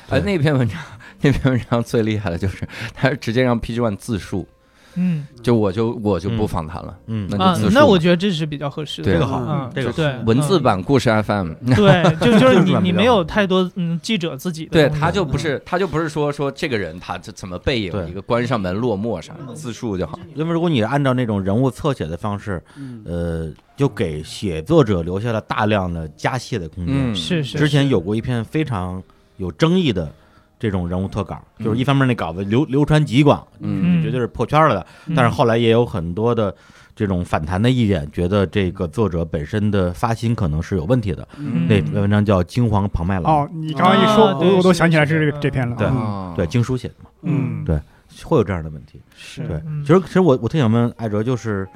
Speaker 1: 哎，那篇文章，那篇文章最厉害的就是，他是直接让 PG One 自述，
Speaker 5: 嗯
Speaker 1: 就我就我就不
Speaker 4: 嗯
Speaker 1: 访谈了，
Speaker 4: 嗯
Speaker 1: 那就
Speaker 5: 啊
Speaker 1: 自，述
Speaker 5: 那我
Speaker 1: 嘛
Speaker 5: 觉得这是比较合适的，
Speaker 1: 对这个
Speaker 4: 好
Speaker 5: 嗯，
Speaker 4: 这个好
Speaker 5: 对
Speaker 1: 文字。版故事 FM，
Speaker 5: 嗯对，就就是你
Speaker 4: 版比
Speaker 5: 你
Speaker 4: 较
Speaker 5: 没
Speaker 4: 好
Speaker 5: 有太多嗯记者自己的东
Speaker 1: 对，
Speaker 5: 西，
Speaker 1: 他就不是他就不是说说这个人他怎怎么背影
Speaker 4: 对
Speaker 1: 一个关上门落寞啥的自述就好，
Speaker 4: 因为如果你按照那种人物侧写的方式，
Speaker 2: 嗯
Speaker 4: 呃，就给写作者留下了大量的加戏的空间。
Speaker 1: 嗯
Speaker 5: 是是
Speaker 4: 之前有过一篇非常有争议的这种人物特稿，就是一方面那稿子流流传极广，
Speaker 1: 嗯
Speaker 5: 嗯
Speaker 4: 绝对是破圈了的，但是
Speaker 5: 嗯
Speaker 4: 后来也有很多的这种反弹的意见，觉得这个作者本身的发心可能是有问题的。
Speaker 5: 嗯
Speaker 4: 那篇文章叫《惊慌庞麦郎》，
Speaker 3: 哦，你刚刚一说，
Speaker 5: 啊
Speaker 3: 我我
Speaker 5: 对
Speaker 3: 都想起来
Speaker 5: 是
Speaker 3: 是这
Speaker 5: 是
Speaker 3: 个这篇了。
Speaker 4: 对
Speaker 3: 嗯
Speaker 1: 哦
Speaker 4: 对，经书写的嘛，
Speaker 3: 嗯，
Speaker 4: 对会有这样的问题。
Speaker 5: 是
Speaker 4: 对，
Speaker 5: 嗯
Speaker 4: 其实其实我我特想问艾哲，就是，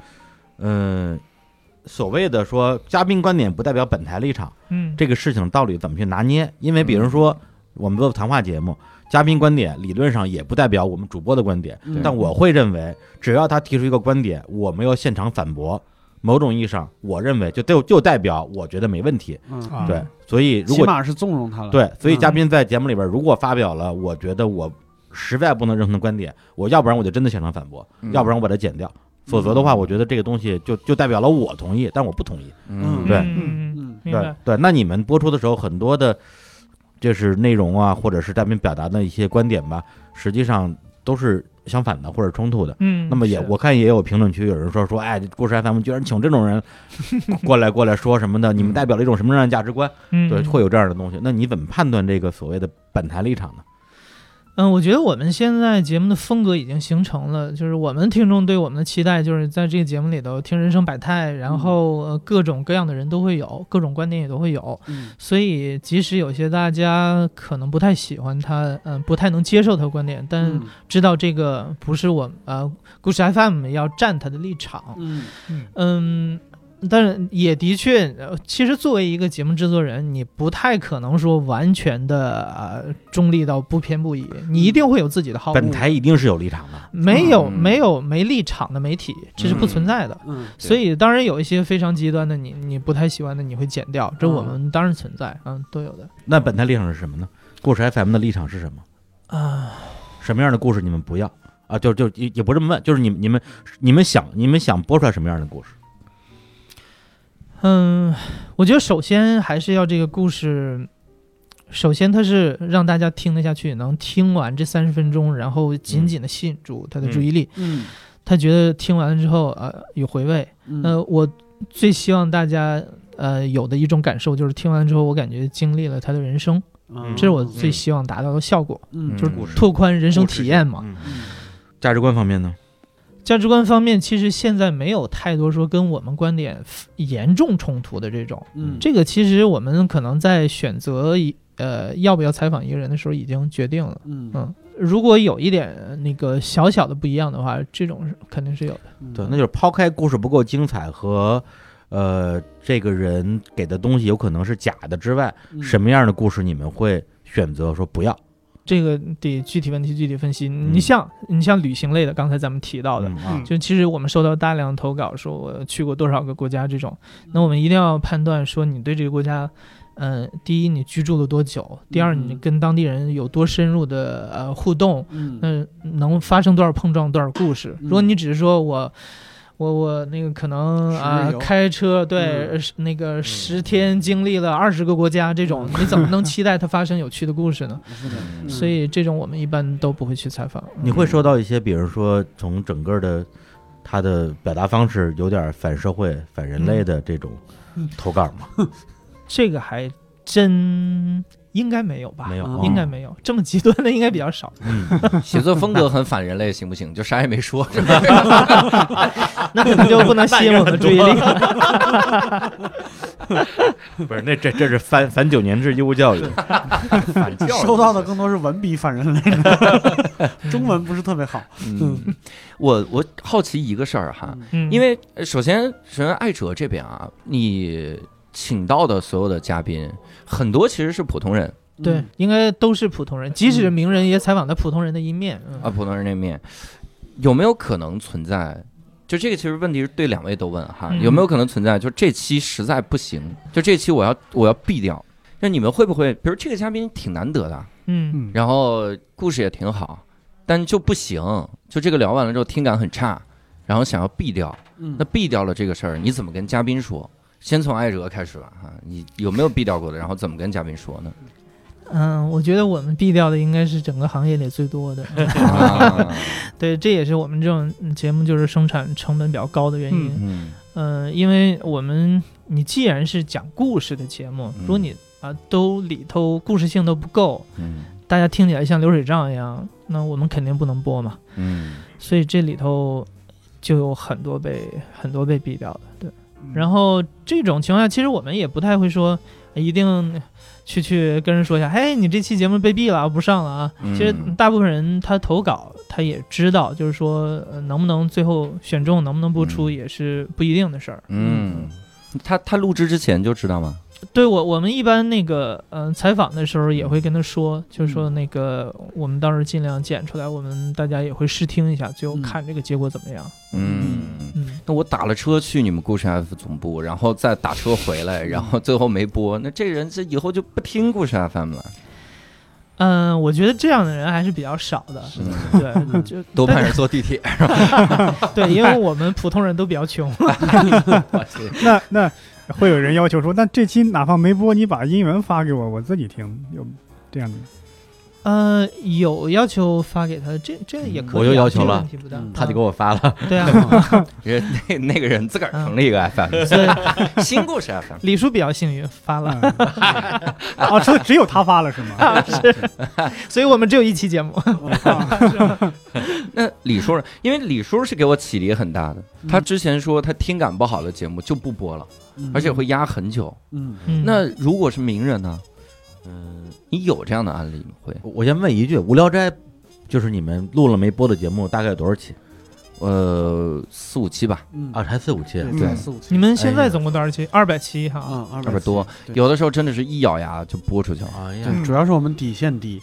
Speaker 4: 嗯、所谓的说嘉宾观点不代表本台立场，
Speaker 5: 嗯
Speaker 4: 这个事情到底怎么去拿捏？因为比
Speaker 2: 嗯
Speaker 4: 如说我们做谈话节目，嘉宾观点理论上也不代表我们主播的观点，
Speaker 2: 嗯
Speaker 4: 但我会认为，只要他提出一个观点，我没有现场反驳，某种意义上，我认为就就就代表我觉得没问题。
Speaker 2: 嗯，
Speaker 3: 啊，
Speaker 4: 对，所以如
Speaker 2: 起
Speaker 4: 果
Speaker 2: 码是纵容他了。，
Speaker 4: 对，所以
Speaker 2: 嗯
Speaker 4: 嘉宾在节目里边如果发表了我觉得我实在不能认同的观点，我要不然我就真的现场反驳，
Speaker 1: 嗯
Speaker 4: 要不然我把它剪掉。否则的
Speaker 5: 嗯
Speaker 4: 话，我觉得这个东西就就代表了我同意，但我不同意。
Speaker 1: 嗯
Speaker 4: 对
Speaker 5: 嗯嗯
Speaker 2: 嗯
Speaker 5: 明
Speaker 4: 对
Speaker 5: 白，
Speaker 4: 对，那你们播出的时候，很多的就是内容啊，或者是嘉宾表达的一些观点吧，实际上都是相反的或者冲突的。
Speaker 5: 嗯，
Speaker 4: 那么也
Speaker 5: 是
Speaker 4: 我看也有评论区有人说说，哎，故事 FM 居然请这种 人过来过来说什么的，你们代表了一种什么样的价值观？
Speaker 5: 嗯
Speaker 4: 对，
Speaker 5: 嗯
Speaker 4: 会有这样的东西。那你怎么判断这个所谓的本台立场呢？
Speaker 5: 嗯，我觉得我们现在节目的风格已经形成了，就是我们听众对我们的期待，就是在这个节目里头听人生百态，
Speaker 4: 嗯
Speaker 5: 然后、呃、各种各样的人都会有，各种观点也都会有。
Speaker 2: 嗯
Speaker 5: 所以，即使有些大家可能不太喜欢他，嗯、不太能接受他的观点，但
Speaker 2: 嗯
Speaker 5: 知道这个不是我呃故事 FM 要站他的立场。
Speaker 2: 嗯
Speaker 5: 嗯，但是也的确，呃其实作为一个节目制作人，你不太可能说完全的呃中立到不偏不倚，你一定会有自己的好恶。
Speaker 4: 本台一定是有立场的。
Speaker 5: 没有、
Speaker 1: 嗯
Speaker 5: 没有没立场的媒体，这是不存在的。
Speaker 2: 嗯
Speaker 5: 所以当然有一些非常极端的你，你不太喜欢的你会剪掉，这我们当然存在，嗯，都有的
Speaker 4: 那本台立场是什么呢？故事 FM 的立场是什么？
Speaker 5: 啊，
Speaker 4: 什么样的故事你们不要啊？就就也也不这么问，就是你们你们你们想你们想播出来什么样的故事？
Speaker 5: 嗯，我觉得首先还是要这个故事。首先，它是让大家听得下去，能听完这三十分钟，然后
Speaker 4: 嗯
Speaker 5: 紧紧的吸引住他的注意力。
Speaker 2: 嗯
Speaker 5: 他觉得听完之后呃有回味。
Speaker 2: 嗯
Speaker 5: 呃，我最希望大家呃有的一种感受就是听完之后，我感觉经历了他的人生，
Speaker 2: 嗯
Speaker 5: 这是我最希望达到的效果，
Speaker 2: 嗯
Speaker 5: 就是
Speaker 4: 故事
Speaker 5: 拓宽人生体验嘛。嗯
Speaker 4: 嗯价值观方面呢？
Speaker 5: 价值观方面，其实现在没有太多说跟我们观点严重冲突的这种。
Speaker 2: 嗯
Speaker 5: 这个其实我们可能在选择一呃要不要采访一个人的时候已经决定了。
Speaker 2: 嗯
Speaker 5: 嗯，如果有一点呃那个小小的不一样的话，这种是肯定是有的。
Speaker 2: 嗯
Speaker 4: 对，那就是抛开故事不够精彩和呃这个人给的东西有可能是假的之外，
Speaker 5: 嗯
Speaker 4: 什
Speaker 2: 么
Speaker 4: 么样的故事你们会选择说不要？
Speaker 5: 这个得具体问题具体分析。
Speaker 4: 嗯
Speaker 5: 你像你像旅行类的，刚才咱们提到的，
Speaker 4: 嗯啊，
Speaker 5: 就其实我们收到大量投稿，说我去过多少个国家这种，那我们一定要判断说你对这个国家，嗯、第一你居住了多久，第二
Speaker 2: 嗯
Speaker 5: 你跟当地人有多深入的呃互动，
Speaker 2: 嗯
Speaker 5: 那、能发生多少碰撞，多少故事。
Speaker 2: 嗯
Speaker 5: 如果你只是说我。我我那个可能
Speaker 2: 十日
Speaker 5: 啊、
Speaker 2: 游
Speaker 5: 开车对、
Speaker 2: 嗯
Speaker 5: 呃是那个十天经历了二十个国家这种，你怎么 能期待它发生有趣的故事呢？
Speaker 2: 是的嗯
Speaker 5: 所以这种我们一般都不会去采访。
Speaker 4: 你会收到一些，比如说从整个的他的表达方式有点反社会、反
Speaker 5: 嗯
Speaker 4: 人类的这种投稿吗？
Speaker 5: 这个还真应该没有吧？
Speaker 4: 没有
Speaker 2: 嗯，
Speaker 5: 应该没有，这么极端的应该比较少。
Speaker 1: 写作风格很反人类，行不行？就啥也没说，是吧
Speaker 5: 那可能就不能吸引我们的注意力。
Speaker 4: 不是，那这这是反反九年制义务教育，
Speaker 1: 反 教育
Speaker 2: 收到的更多是文笔反人类的，中文不是特别好。
Speaker 1: 嗯，我我好奇一个事儿哈，
Speaker 5: 嗯，
Speaker 1: 因为呃首先首先艾哲这边啊，你请到的所有的嘉宾，很多其实是普通人
Speaker 5: 对，应该都是普通人，即使
Speaker 2: 嗯
Speaker 5: 名人也采访他普通人的一面。嗯
Speaker 1: 啊，普通人那面，有没有可能存在？就这个其实问题是对两位都问哈，
Speaker 5: 嗯
Speaker 1: 有没有可能存在？就这期实在不行，就这期我要我要毙掉。那你们会不会，比如这个嘉宾挺难得的，
Speaker 5: 嗯
Speaker 3: 嗯，
Speaker 1: 然后故事也挺好，但就不行，就这个聊完了之后听感很差，然后想要避掉，
Speaker 2: 嗯
Speaker 1: 那避掉了这个事儿，你怎么跟嘉宾说？先从艾哲开始吧，哈，你有没有避掉过的？然后怎么跟嘉宾说 呢？
Speaker 5: 嗯，我觉得我们避掉的应该是整个行业里最多的。嗯
Speaker 1: 啊
Speaker 5: 对，这也是我们这种嗯节目就是生产成本比较高的原因。
Speaker 4: 嗯
Speaker 5: 嗯、因为我们你既然是讲故事的节目，如果你啊、都里头故事性都不够，
Speaker 4: 嗯
Speaker 5: 大家听起来像流水账一样，那我们肯定不能播嘛。
Speaker 4: 嗯，
Speaker 5: 所以这里头就有很多被很多被毙掉的。对，然后这种情况下，其实我们也不太会说呃一定去去跟人说一下，嘿，你这期节目被毙了，不上了啊。
Speaker 4: 嗯
Speaker 5: 其实大部分人他投稿，他也知道，就是说、呃能不能最后选中，能不能播出，
Speaker 4: 嗯
Speaker 5: 也是不一定的事儿。
Speaker 1: 嗯，他他录制之前就知道吗？
Speaker 5: 对我，我们一般那个嗯、呃采访的时候也会跟他说，就是
Speaker 4: 嗯
Speaker 5: 说那个我们到时候尽量剪出来，我们大家也会试听一下，最后
Speaker 2: 嗯
Speaker 5: 看这个结果怎么样。
Speaker 1: 嗯，
Speaker 5: 嗯
Speaker 1: 那我打了车去你们故事 F 总部，然后再打车回来，然后最后没播，那这人这以后就不听故事 FM 了，
Speaker 5: 嗯、我觉得这样的人还是比较少的。 对，就
Speaker 1: 多半是坐地铁。
Speaker 5: 但 对，因为我们普通人都比较穷。
Speaker 1: 我去
Speaker 3: 那那会有人要求说，那这期哪怕没播，你把英文发给我，我自己听，有这样的吗？
Speaker 5: 呃，有要求发给他，这这也可以啊、
Speaker 4: 我又要求
Speaker 5: 这
Speaker 4: 了
Speaker 5: 个问题不大
Speaker 2: 嗯
Speaker 4: 他就给我发了，
Speaker 5: 嗯对啊，
Speaker 1: 人那那个人自个儿成立一
Speaker 4: 嗯
Speaker 1: 个 FM，
Speaker 5: 所以
Speaker 1: 新故事 FM。
Speaker 5: 李叔比较幸运发了，
Speaker 3: 啊，只只有他发了 是吗？
Speaker 2: 啊
Speaker 5: 所以我们只有一期节目。
Speaker 1: 那李叔呢，因为李叔是给我启迪很大的，
Speaker 4: 嗯
Speaker 1: 他之前说他听感不好的节目就不播了，
Speaker 4: 嗯
Speaker 1: 而且会压很久。
Speaker 2: 嗯
Speaker 5: 嗯、
Speaker 1: 那如果是名人呢？
Speaker 4: 嗯，
Speaker 1: 你有这样的案例吗？会？
Speaker 4: 我先问一句，《无聊斋》就是你们录了没播的节目，大概有多少期
Speaker 1: 呃，四五期吧，
Speaker 2: 嗯
Speaker 4: 啊？才四五
Speaker 1: 哎
Speaker 4: 期，
Speaker 3: 对
Speaker 2: 四五期
Speaker 5: 你们现
Speaker 4: 哎
Speaker 5: 在总共多少期？二百期哈。
Speaker 2: 啊二
Speaker 1: 差不多。
Speaker 2: 对
Speaker 1: 有的时候真的是一咬牙就播出去了。
Speaker 4: 哎呀，
Speaker 2: 对，主要是我们底线低，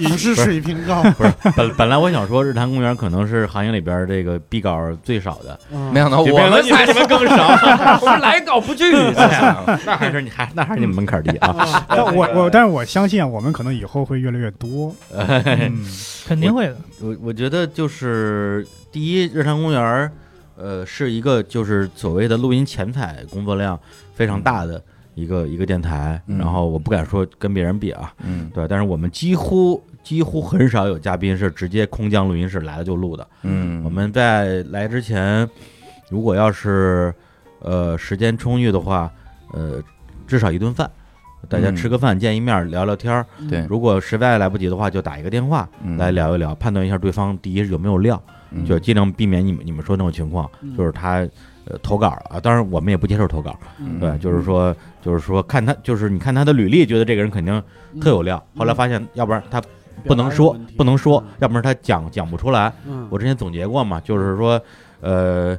Speaker 8: 影视水平 高，
Speaker 4: 不是，本本来我想说，日坛公园可能是行业里边这个逼稿最少的，
Speaker 2: 嗯
Speaker 1: 没想到我
Speaker 4: 嗯就变成
Speaker 1: 们
Speaker 4: 你们
Speaker 1: 才是更少， 我们来稿不拒。
Speaker 4: 那还是你还那还是你们门槛低啊。
Speaker 3: 但我我但是我相信啊，我们可能以后会越来越 多。嗯
Speaker 5: 肯定会的。
Speaker 4: 我我觉得就是第一，日坛公园儿，呃，是一个就是所谓的录音前采工作量非常大的一个一个电台。
Speaker 1: 嗯
Speaker 4: 然后我不敢说跟别人比啊，
Speaker 1: 嗯
Speaker 4: 对，但是我们几乎几乎很少有嘉宾是直接空降录音室来了就录的。
Speaker 1: 嗯
Speaker 4: 我们在来之前，如果要是呃时间充裕的话，呃，至少一顿饭。大家
Speaker 1: 嗯
Speaker 4: 吃个饭，见一面，聊聊天儿。
Speaker 2: 嗯
Speaker 1: 对
Speaker 4: 如果实在来不及的话，就打一个电话
Speaker 1: 嗯
Speaker 4: 来聊一聊，判断一下对方第一是有没有料，
Speaker 1: 嗯
Speaker 4: 就尽量避免你们你们说那种情况，
Speaker 2: 嗯
Speaker 4: 就是他呃投稿啊，当然我们也不接受投稿，
Speaker 2: 嗯
Speaker 4: 对，就是说就是说看他就是你看他的履历，觉得这个人肯定
Speaker 2: 嗯
Speaker 4: 特有料，后来
Speaker 1: 嗯
Speaker 4: 发现要不然他不能说不能说，要不然他讲讲不出来。
Speaker 2: 嗯
Speaker 4: 我之前总结过嘛，就是说呃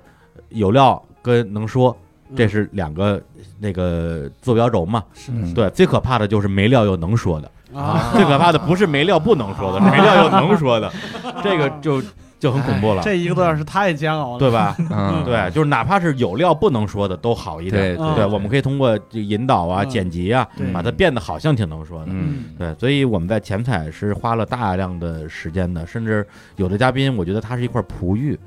Speaker 4: 有料跟能说这是两个那个坐标轴嘛，
Speaker 1: 嗯
Speaker 4: 对，最可怕的就是没料又能说的。
Speaker 2: 啊
Speaker 4: 最可怕的不是没料不能说的，是没料又能说 的，这个就就很恐怖了，
Speaker 8: 这一个多小时太煎熬了。
Speaker 4: 啊对 吧？
Speaker 1: 嗯
Speaker 4: 对，就是哪怕是有料不能说的都好一点。
Speaker 1: 对
Speaker 2: 嗯
Speaker 1: 对，
Speaker 4: 对，我们可以通过这引导啊、
Speaker 2: 嗯
Speaker 4: 剪辑啊
Speaker 1: 对，
Speaker 4: 把它变得好像挺能说的。
Speaker 1: 嗯
Speaker 4: 对，所以我们在前采是花了大量的时间的，甚至有的嘉宾，我觉得他是一块璞玉，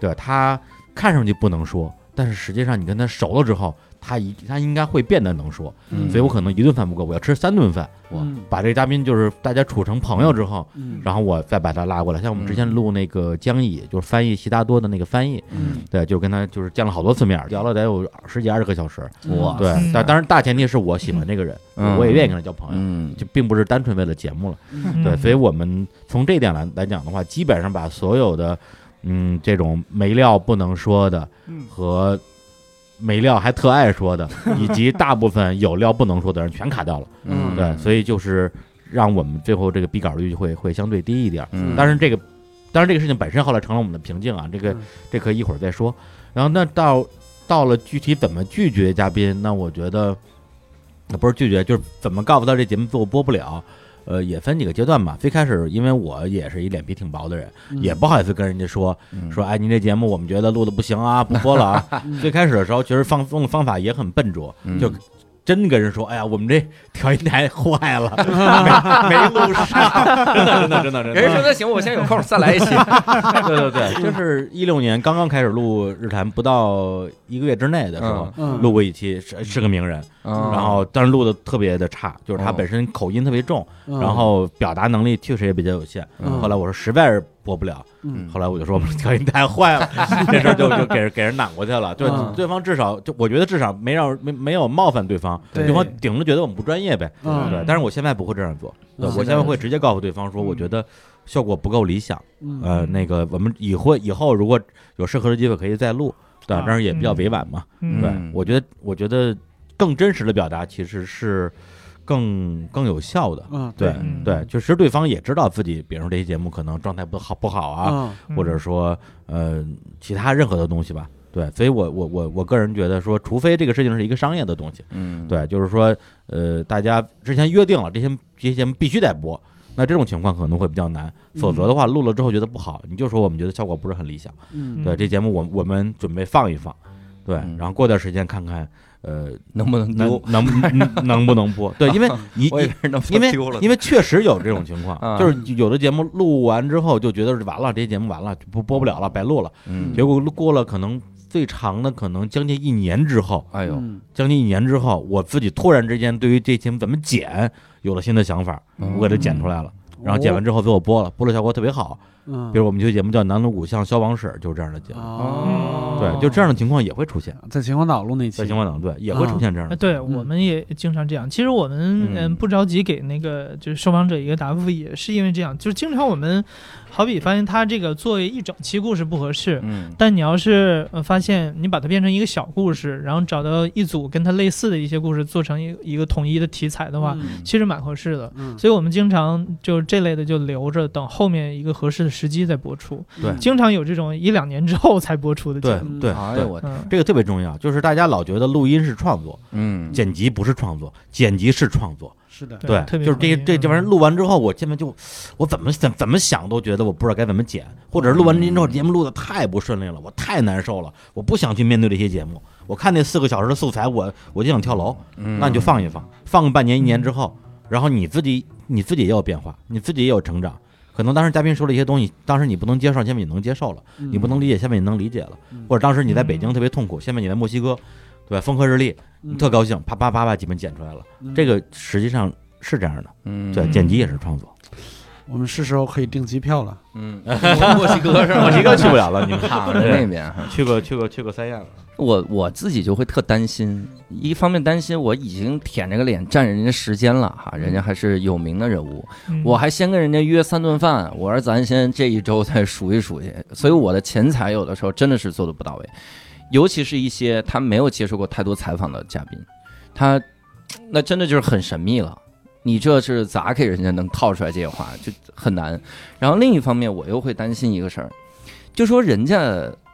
Speaker 4: 对他看上去不能说，但是实际上你跟他熟了之后，他一他应该会变得能说。
Speaker 1: 嗯
Speaker 4: 所以我可能一顿饭不够，我要吃三顿饭。
Speaker 1: 我
Speaker 2: 嗯
Speaker 4: 把这个嘉宾就是大家处成朋友之后，
Speaker 2: 嗯
Speaker 4: 然后我再把他拉过来。像我们之前
Speaker 1: 嗯
Speaker 4: 录那个江乙，就是翻译悉达多的那个翻译，
Speaker 1: 嗯
Speaker 4: 对，就跟他就是见了好多次面，聊了得有十几二十个小时。
Speaker 1: 我
Speaker 4: 对
Speaker 5: 嗯，
Speaker 4: 但当然大前提是我喜欢这个人，
Speaker 1: 嗯
Speaker 4: 我也愿意跟他交朋友，
Speaker 1: 嗯
Speaker 4: 就并不是单纯为了节目了。
Speaker 5: 嗯
Speaker 4: 对，所以我们从这一点来来讲的话，基本上把所有的嗯这种没料不能说的
Speaker 3: 嗯
Speaker 4: 和。没料还特爱说的，以及大部分有料不能说的人全卡掉了。
Speaker 1: 嗯
Speaker 4: 对，所以就是让我们最后这个逼稿率会会相对低一点儿。
Speaker 1: 嗯
Speaker 4: 当然这个，当然这个事情本身后来成了我们的瓶颈啊，这个
Speaker 2: 嗯
Speaker 4: 这可以一会儿再说。然后那到到了具体怎么拒绝嘉宾，那我觉得那不是拒绝，就是怎么告诉他这节目做播不了。呃，也分几个阶段吧。最开始，因为我也是一脸皮挺薄的人，
Speaker 2: 嗯
Speaker 4: 也不好意思跟人家说
Speaker 1: 嗯
Speaker 4: 说，哎，您这节目我们觉得录的不行啊，不播了啊。最开始的时候，其实放送的方法也很笨拙，
Speaker 1: 嗯
Speaker 4: 就真跟人说，哎呀，我们这调音台坏了，没没录上， 真的真的 真的真
Speaker 1: 人家说
Speaker 4: 的。
Speaker 1: 那行，我现在有空，再来一 期。
Speaker 2: 嗯
Speaker 4: 对对对，就是一六年刚刚开始录日坛，不到一个月之内的时候，
Speaker 2: 嗯，
Speaker 4: 录过一期，是是个名人，然
Speaker 1: 然
Speaker 4: 后但是录的特别的差，就是他
Speaker 1: 哦
Speaker 4: 本身口音特别重，
Speaker 2: 嗯
Speaker 4: 然后表达能力确实也比较有限。
Speaker 2: 嗯
Speaker 4: 后来我说实在是播不了，
Speaker 2: 嗯
Speaker 4: 后来我就说我们调音台 坏了，这事儿就就给人给人攮过去了。对
Speaker 2: 嗯，
Speaker 4: 对方至少就我觉得至少没让没没有冒犯对方，
Speaker 2: 对
Speaker 4: 对方顶着觉得我们不专业呗。
Speaker 2: 嗯
Speaker 4: 对，但是我现在不会这样做，对
Speaker 2: 嗯
Speaker 4: 我现在会直接告诉对方说，
Speaker 2: 嗯
Speaker 4: 我觉得效果不够理想，
Speaker 2: 嗯
Speaker 4: 呃，那个我们以后以后如果有适合的机会可以再录，对，
Speaker 3: 啊
Speaker 4: 但是也比较委婉嘛。
Speaker 6: 嗯
Speaker 4: 对
Speaker 1: 嗯，
Speaker 4: 我觉得我觉得更真实的表达其实是更更有效的。
Speaker 2: 嗯
Speaker 4: 对
Speaker 6: 嗯
Speaker 4: 对，确实对方也知道自己，比如说这期节目可能状态不好不好啊，
Speaker 2: 啊
Speaker 5: 嗯
Speaker 6: 嗯
Speaker 4: 或者说呃其他任何的东西吧。对，所以我我我我个人觉得说，除非这个事情是一个商业的东西，
Speaker 1: 嗯，
Speaker 4: 对，就是说呃大家之前约定了这些这些节目必须得播。那这种情况可能会比较难，
Speaker 1: 嗯
Speaker 4: 否则的话，录了之后觉得不好，你就说我们觉得效果不是很理想。
Speaker 2: 嗯
Speaker 4: 对，这节目我我们准备放一放，对，
Speaker 1: 嗯
Speaker 4: 然后过段时间看看，呃，
Speaker 1: 能不能
Speaker 4: 能
Speaker 1: 丢？
Speaker 4: 能能能不能 播？对，因为你
Speaker 1: 我以
Speaker 4: 你
Speaker 1: 为能不
Speaker 4: 因为
Speaker 1: 能丢了呢，
Speaker 4: 因为确实有这种情况，
Speaker 1: 啊
Speaker 4: 就是有的节目录完之后就觉得完了，这节目完了，就不播不了了，白录了。
Speaker 1: 嗯
Speaker 4: 结果录过了可能最长的可能将近一年之后，
Speaker 1: 哎呦，
Speaker 2: 嗯
Speaker 4: 将近一年之后，我自己突然之间对于这节目怎么剪有了新的想法，
Speaker 1: 嗯
Speaker 4: 我给它剪出来了。
Speaker 6: 嗯
Speaker 4: 然后剪完之后被我播了，播了效果特别好。
Speaker 2: 哦嗯
Speaker 4: 比如我们有一个节目叫《南锣鼓巷消亡史》，就是这样的节
Speaker 6: 啊
Speaker 4: 目。
Speaker 2: 哦，
Speaker 4: 对，就这样的情况也会出现，
Speaker 2: 在秦皇岛录那期
Speaker 4: 在情况党对也会出现这样的
Speaker 6: 啊，
Speaker 4: 情况。
Speaker 6: 对，我们也经常这样。其实我们
Speaker 4: 嗯
Speaker 6: 嗯不着急给那个就是受访者一个答复，也是因为这样，就是经常我们好比发现他这个作为一整期故事不合适，
Speaker 1: 嗯
Speaker 6: 但你要是呃发现你把它变成一个小故事，然后找到一组跟它类似的一些故事，做成一一个统一的题材的话，
Speaker 2: 嗯
Speaker 6: 其实蛮合适的。
Speaker 2: 嗯
Speaker 6: 所以我们经常就这类的就留着，等后面一个合适的时机再播出。
Speaker 4: 对
Speaker 2: 嗯
Speaker 6: 经常有这种一两年之后才播出的节
Speaker 4: 对
Speaker 6: 目。
Speaker 4: 对
Speaker 1: 哎
Speaker 4: 对
Speaker 1: 呦，我，
Speaker 6: 嗯，
Speaker 4: 这个特别重要，就是大家老觉得录音是创作，
Speaker 1: 嗯，
Speaker 4: 剪辑不是创作，剪辑是创作。
Speaker 2: 是的，
Speaker 6: 对特别
Speaker 4: 就是这
Speaker 6: 同意
Speaker 4: 这这玩意儿
Speaker 6: 嗯
Speaker 4: 录完之后，我现在就我怎么怎怎么想都觉得我不知道该怎么剪，或者是录完音之后
Speaker 6: 嗯
Speaker 4: 节目录的太不顺利了，我太难受了，我不想去面对这些节目。我看那四个小时的素材，我我就想跳楼。
Speaker 1: 嗯
Speaker 6: 嗯
Speaker 4: 那你就放一放，放个半年一年之后，然后你自己你自己也有变化，你自己也有成长。可能当时嘉宾说了一些东西，当时你不能接受，现在你能接受了；
Speaker 2: 嗯
Speaker 4: 你不能理解，现在你能理解了
Speaker 2: 嗯；
Speaker 4: 或者当时你在北京特别痛苦，现在你在墨西哥，对吧？风和日丽，
Speaker 6: 嗯
Speaker 4: 你特高兴，啪啪啪啪，基本剪出来了。
Speaker 2: 嗯
Speaker 4: 这个实际上是这样的，
Speaker 1: 嗯，
Speaker 4: 对，剪辑也是创作。
Speaker 2: 我们是时候可以订机票了。
Speaker 1: 嗯， 墨西哥是吧？
Speaker 4: 墨西哥去不了了，你们
Speaker 1: 啊
Speaker 4: 看
Speaker 1: 那边哈。
Speaker 4: 去过去过去过三亚了，
Speaker 1: 我我自己就会特担心，一方面担心我已经舔着个脸占人家时间了哈，人家还是有名的人物，
Speaker 6: 嗯
Speaker 1: 我还先跟人家约三顿饭，我说咱先这一周再数一数去，所以我的钱财有的时候真的是做的不到位，尤其是一些他没有接受过太多采访的嘉宾，他那真的就是很神秘了。你这是咋给人家能套出来这些话，就很难。然后另一方面，我又会担心一个事儿，就说人家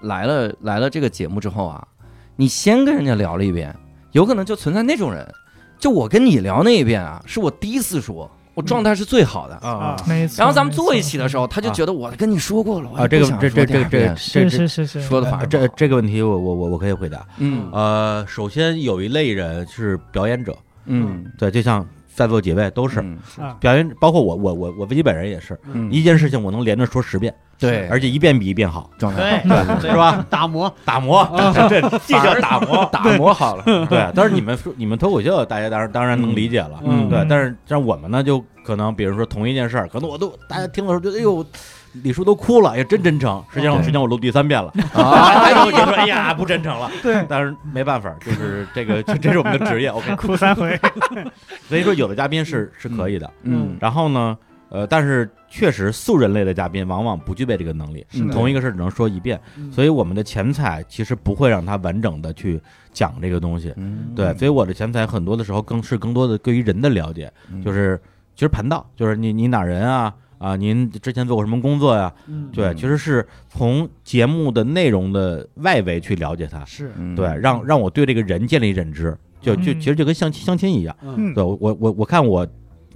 Speaker 1: 来了来了这个节目之后啊，你先跟人家聊了一遍，有可能就存在那种人，就我跟你聊那一遍啊，是我第一次说，我状态是最好的。
Speaker 4: 啊
Speaker 6: 没错。
Speaker 1: 然后咱们坐一
Speaker 6: 没错
Speaker 1: 起的时候，他就
Speaker 4: 啊
Speaker 1: 觉得我跟你说过了，我也
Speaker 4: 啊！这
Speaker 1: 不
Speaker 4: 个
Speaker 1: 想
Speaker 4: 这
Speaker 1: 说
Speaker 4: 这这
Speaker 1: 第二
Speaker 4: 这
Speaker 1: 遍
Speaker 4: 这
Speaker 6: 是是是是
Speaker 1: 说的反而不
Speaker 4: 啊这
Speaker 1: 好
Speaker 4: 这个问题，我我我我可以回答。
Speaker 1: 嗯
Speaker 4: 呃，首先有一类人是表演者，嗯
Speaker 1: 嗯
Speaker 4: 对，就像在座几位都
Speaker 1: 不
Speaker 4: 是、
Speaker 2: 啊，
Speaker 4: 表演，包括我我我我自己本人也是，
Speaker 1: 嗯
Speaker 4: 一件事情我能连着说十遍，
Speaker 1: 对，
Speaker 4: 而且一遍比一遍好，
Speaker 1: 状态好
Speaker 4: 是吧？
Speaker 9: 打磨，
Speaker 4: 打磨， 这这叫打磨，
Speaker 1: 啊 打磨好了，
Speaker 4: 对。但是你们说你们脱口秀，大家当然当然能理解了，
Speaker 2: 嗯
Speaker 4: 对
Speaker 6: 嗯。
Speaker 4: 但是像我们呢，就可能比如说同一件事儿，可能我都大家听的时候觉得，哎呦。李叔都哭了，哎呀，真真诚。实际上，
Speaker 1: 对
Speaker 4: 实际上我录第三 遍了，
Speaker 1: 啊，
Speaker 4: 然后我就说，哎呀，不真诚了。对，但是没办法，就是这个， 这这是我们的职业。OK，
Speaker 3: 哭三回，
Speaker 4: 所以说有的嘉宾是是可以的，
Speaker 1: 嗯
Speaker 4: 然后呢，呃，但是确实素人类的嘉宾往往不具备这个能力，
Speaker 1: 是的
Speaker 4: 嗯同一个事儿只能说一遍，所以我们的前菜其实不会让他完整的去讲这个东西，
Speaker 1: 嗯，
Speaker 4: 对，所以我的前菜很多的时候更是更多的对于人的了解，
Speaker 1: 嗯
Speaker 4: 就是其实盘道，就是你你哪人啊啊，您之前做过什么工作呀、
Speaker 2: 嗯
Speaker 4: 对，
Speaker 1: 嗯
Speaker 4: 其实是从节目的内容的外围去了解他，
Speaker 2: 是，
Speaker 1: 嗯
Speaker 4: 对，让让我对这个人建立认知，就就
Speaker 6: 嗯
Speaker 4: 其实就跟相亲相亲一样。
Speaker 2: 嗯
Speaker 4: 对我我我我看我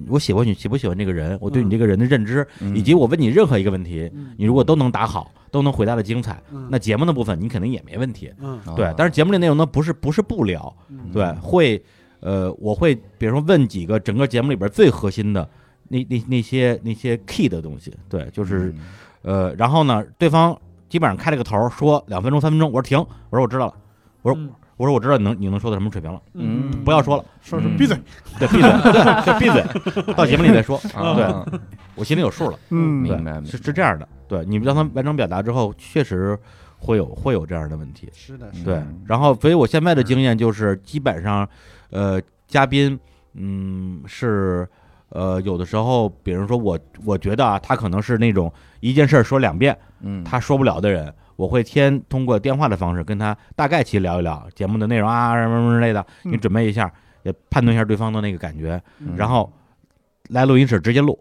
Speaker 4: 我喜欢你喜不喜欢这个人，我对你
Speaker 2: 嗯
Speaker 4: 这个人的认知，
Speaker 1: 嗯
Speaker 4: 以及我问你任何一个问题，
Speaker 2: 嗯
Speaker 4: 你如果都能答好，都能回答的精彩，
Speaker 2: 嗯
Speaker 4: 那节目的部分你肯定也没问题。
Speaker 1: 哦啊
Speaker 2: 嗯
Speaker 4: 对，但是节目里内容呢，不是不是不聊，
Speaker 2: 嗯
Speaker 4: 对，会呃，我会比如说问几个整个节目里边最核心的那那那些那些 key 的东西，对，就是、
Speaker 1: 嗯
Speaker 4: 呃，然后呢，对方基本上开了个头儿说两分钟三分钟，我说停，我说我知道了，我说、
Speaker 2: 嗯
Speaker 4: 我说我知道你能你能说到什么水平了，
Speaker 1: 嗯
Speaker 4: 不要说了，
Speaker 2: 说
Speaker 1: 嗯
Speaker 2: 说
Speaker 10: 闭嘴，
Speaker 4: 对，闭嘴， 对，对闭嘴，到节目里再说，
Speaker 1: 啊
Speaker 4: 对，我心里有数了。
Speaker 3: 嗯
Speaker 1: 明
Speaker 4: 对，
Speaker 1: 白明
Speaker 4: 是是这样的。对，你让他完整表达之后，确实会有会有这样的问题。
Speaker 10: 是的，
Speaker 4: 对，
Speaker 1: 嗯
Speaker 4: 然后所以我现在的经验就是，基本上，呃，嘉宾，嗯，是。呃，有的时候，比如说我，我觉得啊，他可能是那种一件事儿说两遍，
Speaker 1: 嗯，
Speaker 4: 他说不了的人，我会先通过电话的方式跟他大概其聊一聊节目的内容啊，什么什么之类的，你
Speaker 3: 嗯
Speaker 4: 准备一下，也判断一下对方的那个感觉，
Speaker 1: 嗯
Speaker 4: 然后来录音室直接录，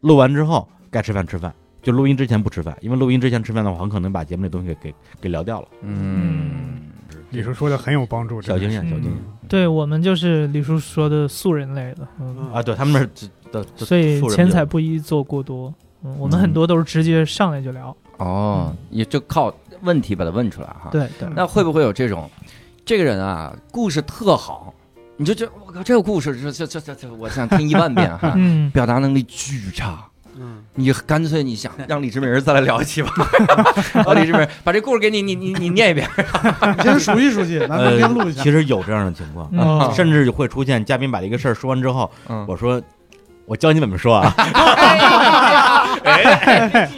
Speaker 4: 录完之后该吃饭吃饭，就录音之前不吃饭，因为录音之前吃饭的话，很可能把节目里东西给给给聊掉了。
Speaker 1: 嗯
Speaker 3: 李叔说的很有帮助，
Speaker 4: 小
Speaker 3: 真
Speaker 4: 经
Speaker 3: 的
Speaker 4: 验，
Speaker 5: 嗯
Speaker 4: 小经验
Speaker 5: 对我们就是李叔说的素人类的，嗯，
Speaker 4: 啊，对他们那儿只的，的
Speaker 5: 所以
Speaker 4: 素人
Speaker 5: 钱
Speaker 4: 比较
Speaker 5: 财不宜做过多。嗯，我们很多都是直接上来就聊。
Speaker 1: 哦，也就靠问题把它问出来哈。，
Speaker 5: 对对，，
Speaker 1: 那会不会有这种，这个人啊，故事特好，你就觉得我靠，这个故事这这这这这，我想听一万遍哈
Speaker 5: 嗯，
Speaker 1: 表达能力巨差。
Speaker 2: 嗯，
Speaker 1: 你干脆你想让李志明再来聊一期吧，好，李志明 把这故事给你，你你你念一遍，
Speaker 10: 你先熟悉熟悉，咱们先录
Speaker 4: 呃，
Speaker 10: 一下
Speaker 4: 其。实有这样的情况，
Speaker 5: 嗯
Speaker 4: 甚至会出现嘉宾把一个事儿说完之后，
Speaker 1: 嗯，
Speaker 4: 我说我教你怎么说啊，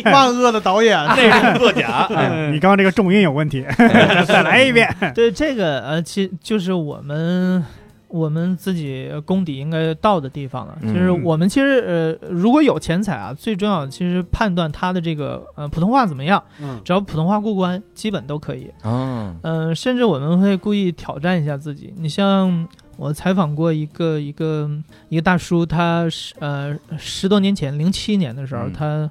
Speaker 10: 万恶的导演，
Speaker 4: 那是作假。
Speaker 3: 哎你刚刚这个重音有问题，
Speaker 4: 哎
Speaker 3: 再来一遍。
Speaker 5: 对这个呃，其就是我们我们自己功底应该到的地方了。
Speaker 1: 嗯
Speaker 5: 就是我们其实呃，如果有钱财啊，最重要的其实判断他的这个呃普通话怎么样，
Speaker 10: 嗯，
Speaker 5: 只要普通话过关，基本都可以。
Speaker 1: 哦，
Speaker 5: 嗯、甚至我们会故意挑战一下自己。你像我采访过一个一个一个大叔，他是呃十多年前，零七年的时候，
Speaker 1: 嗯
Speaker 5: 他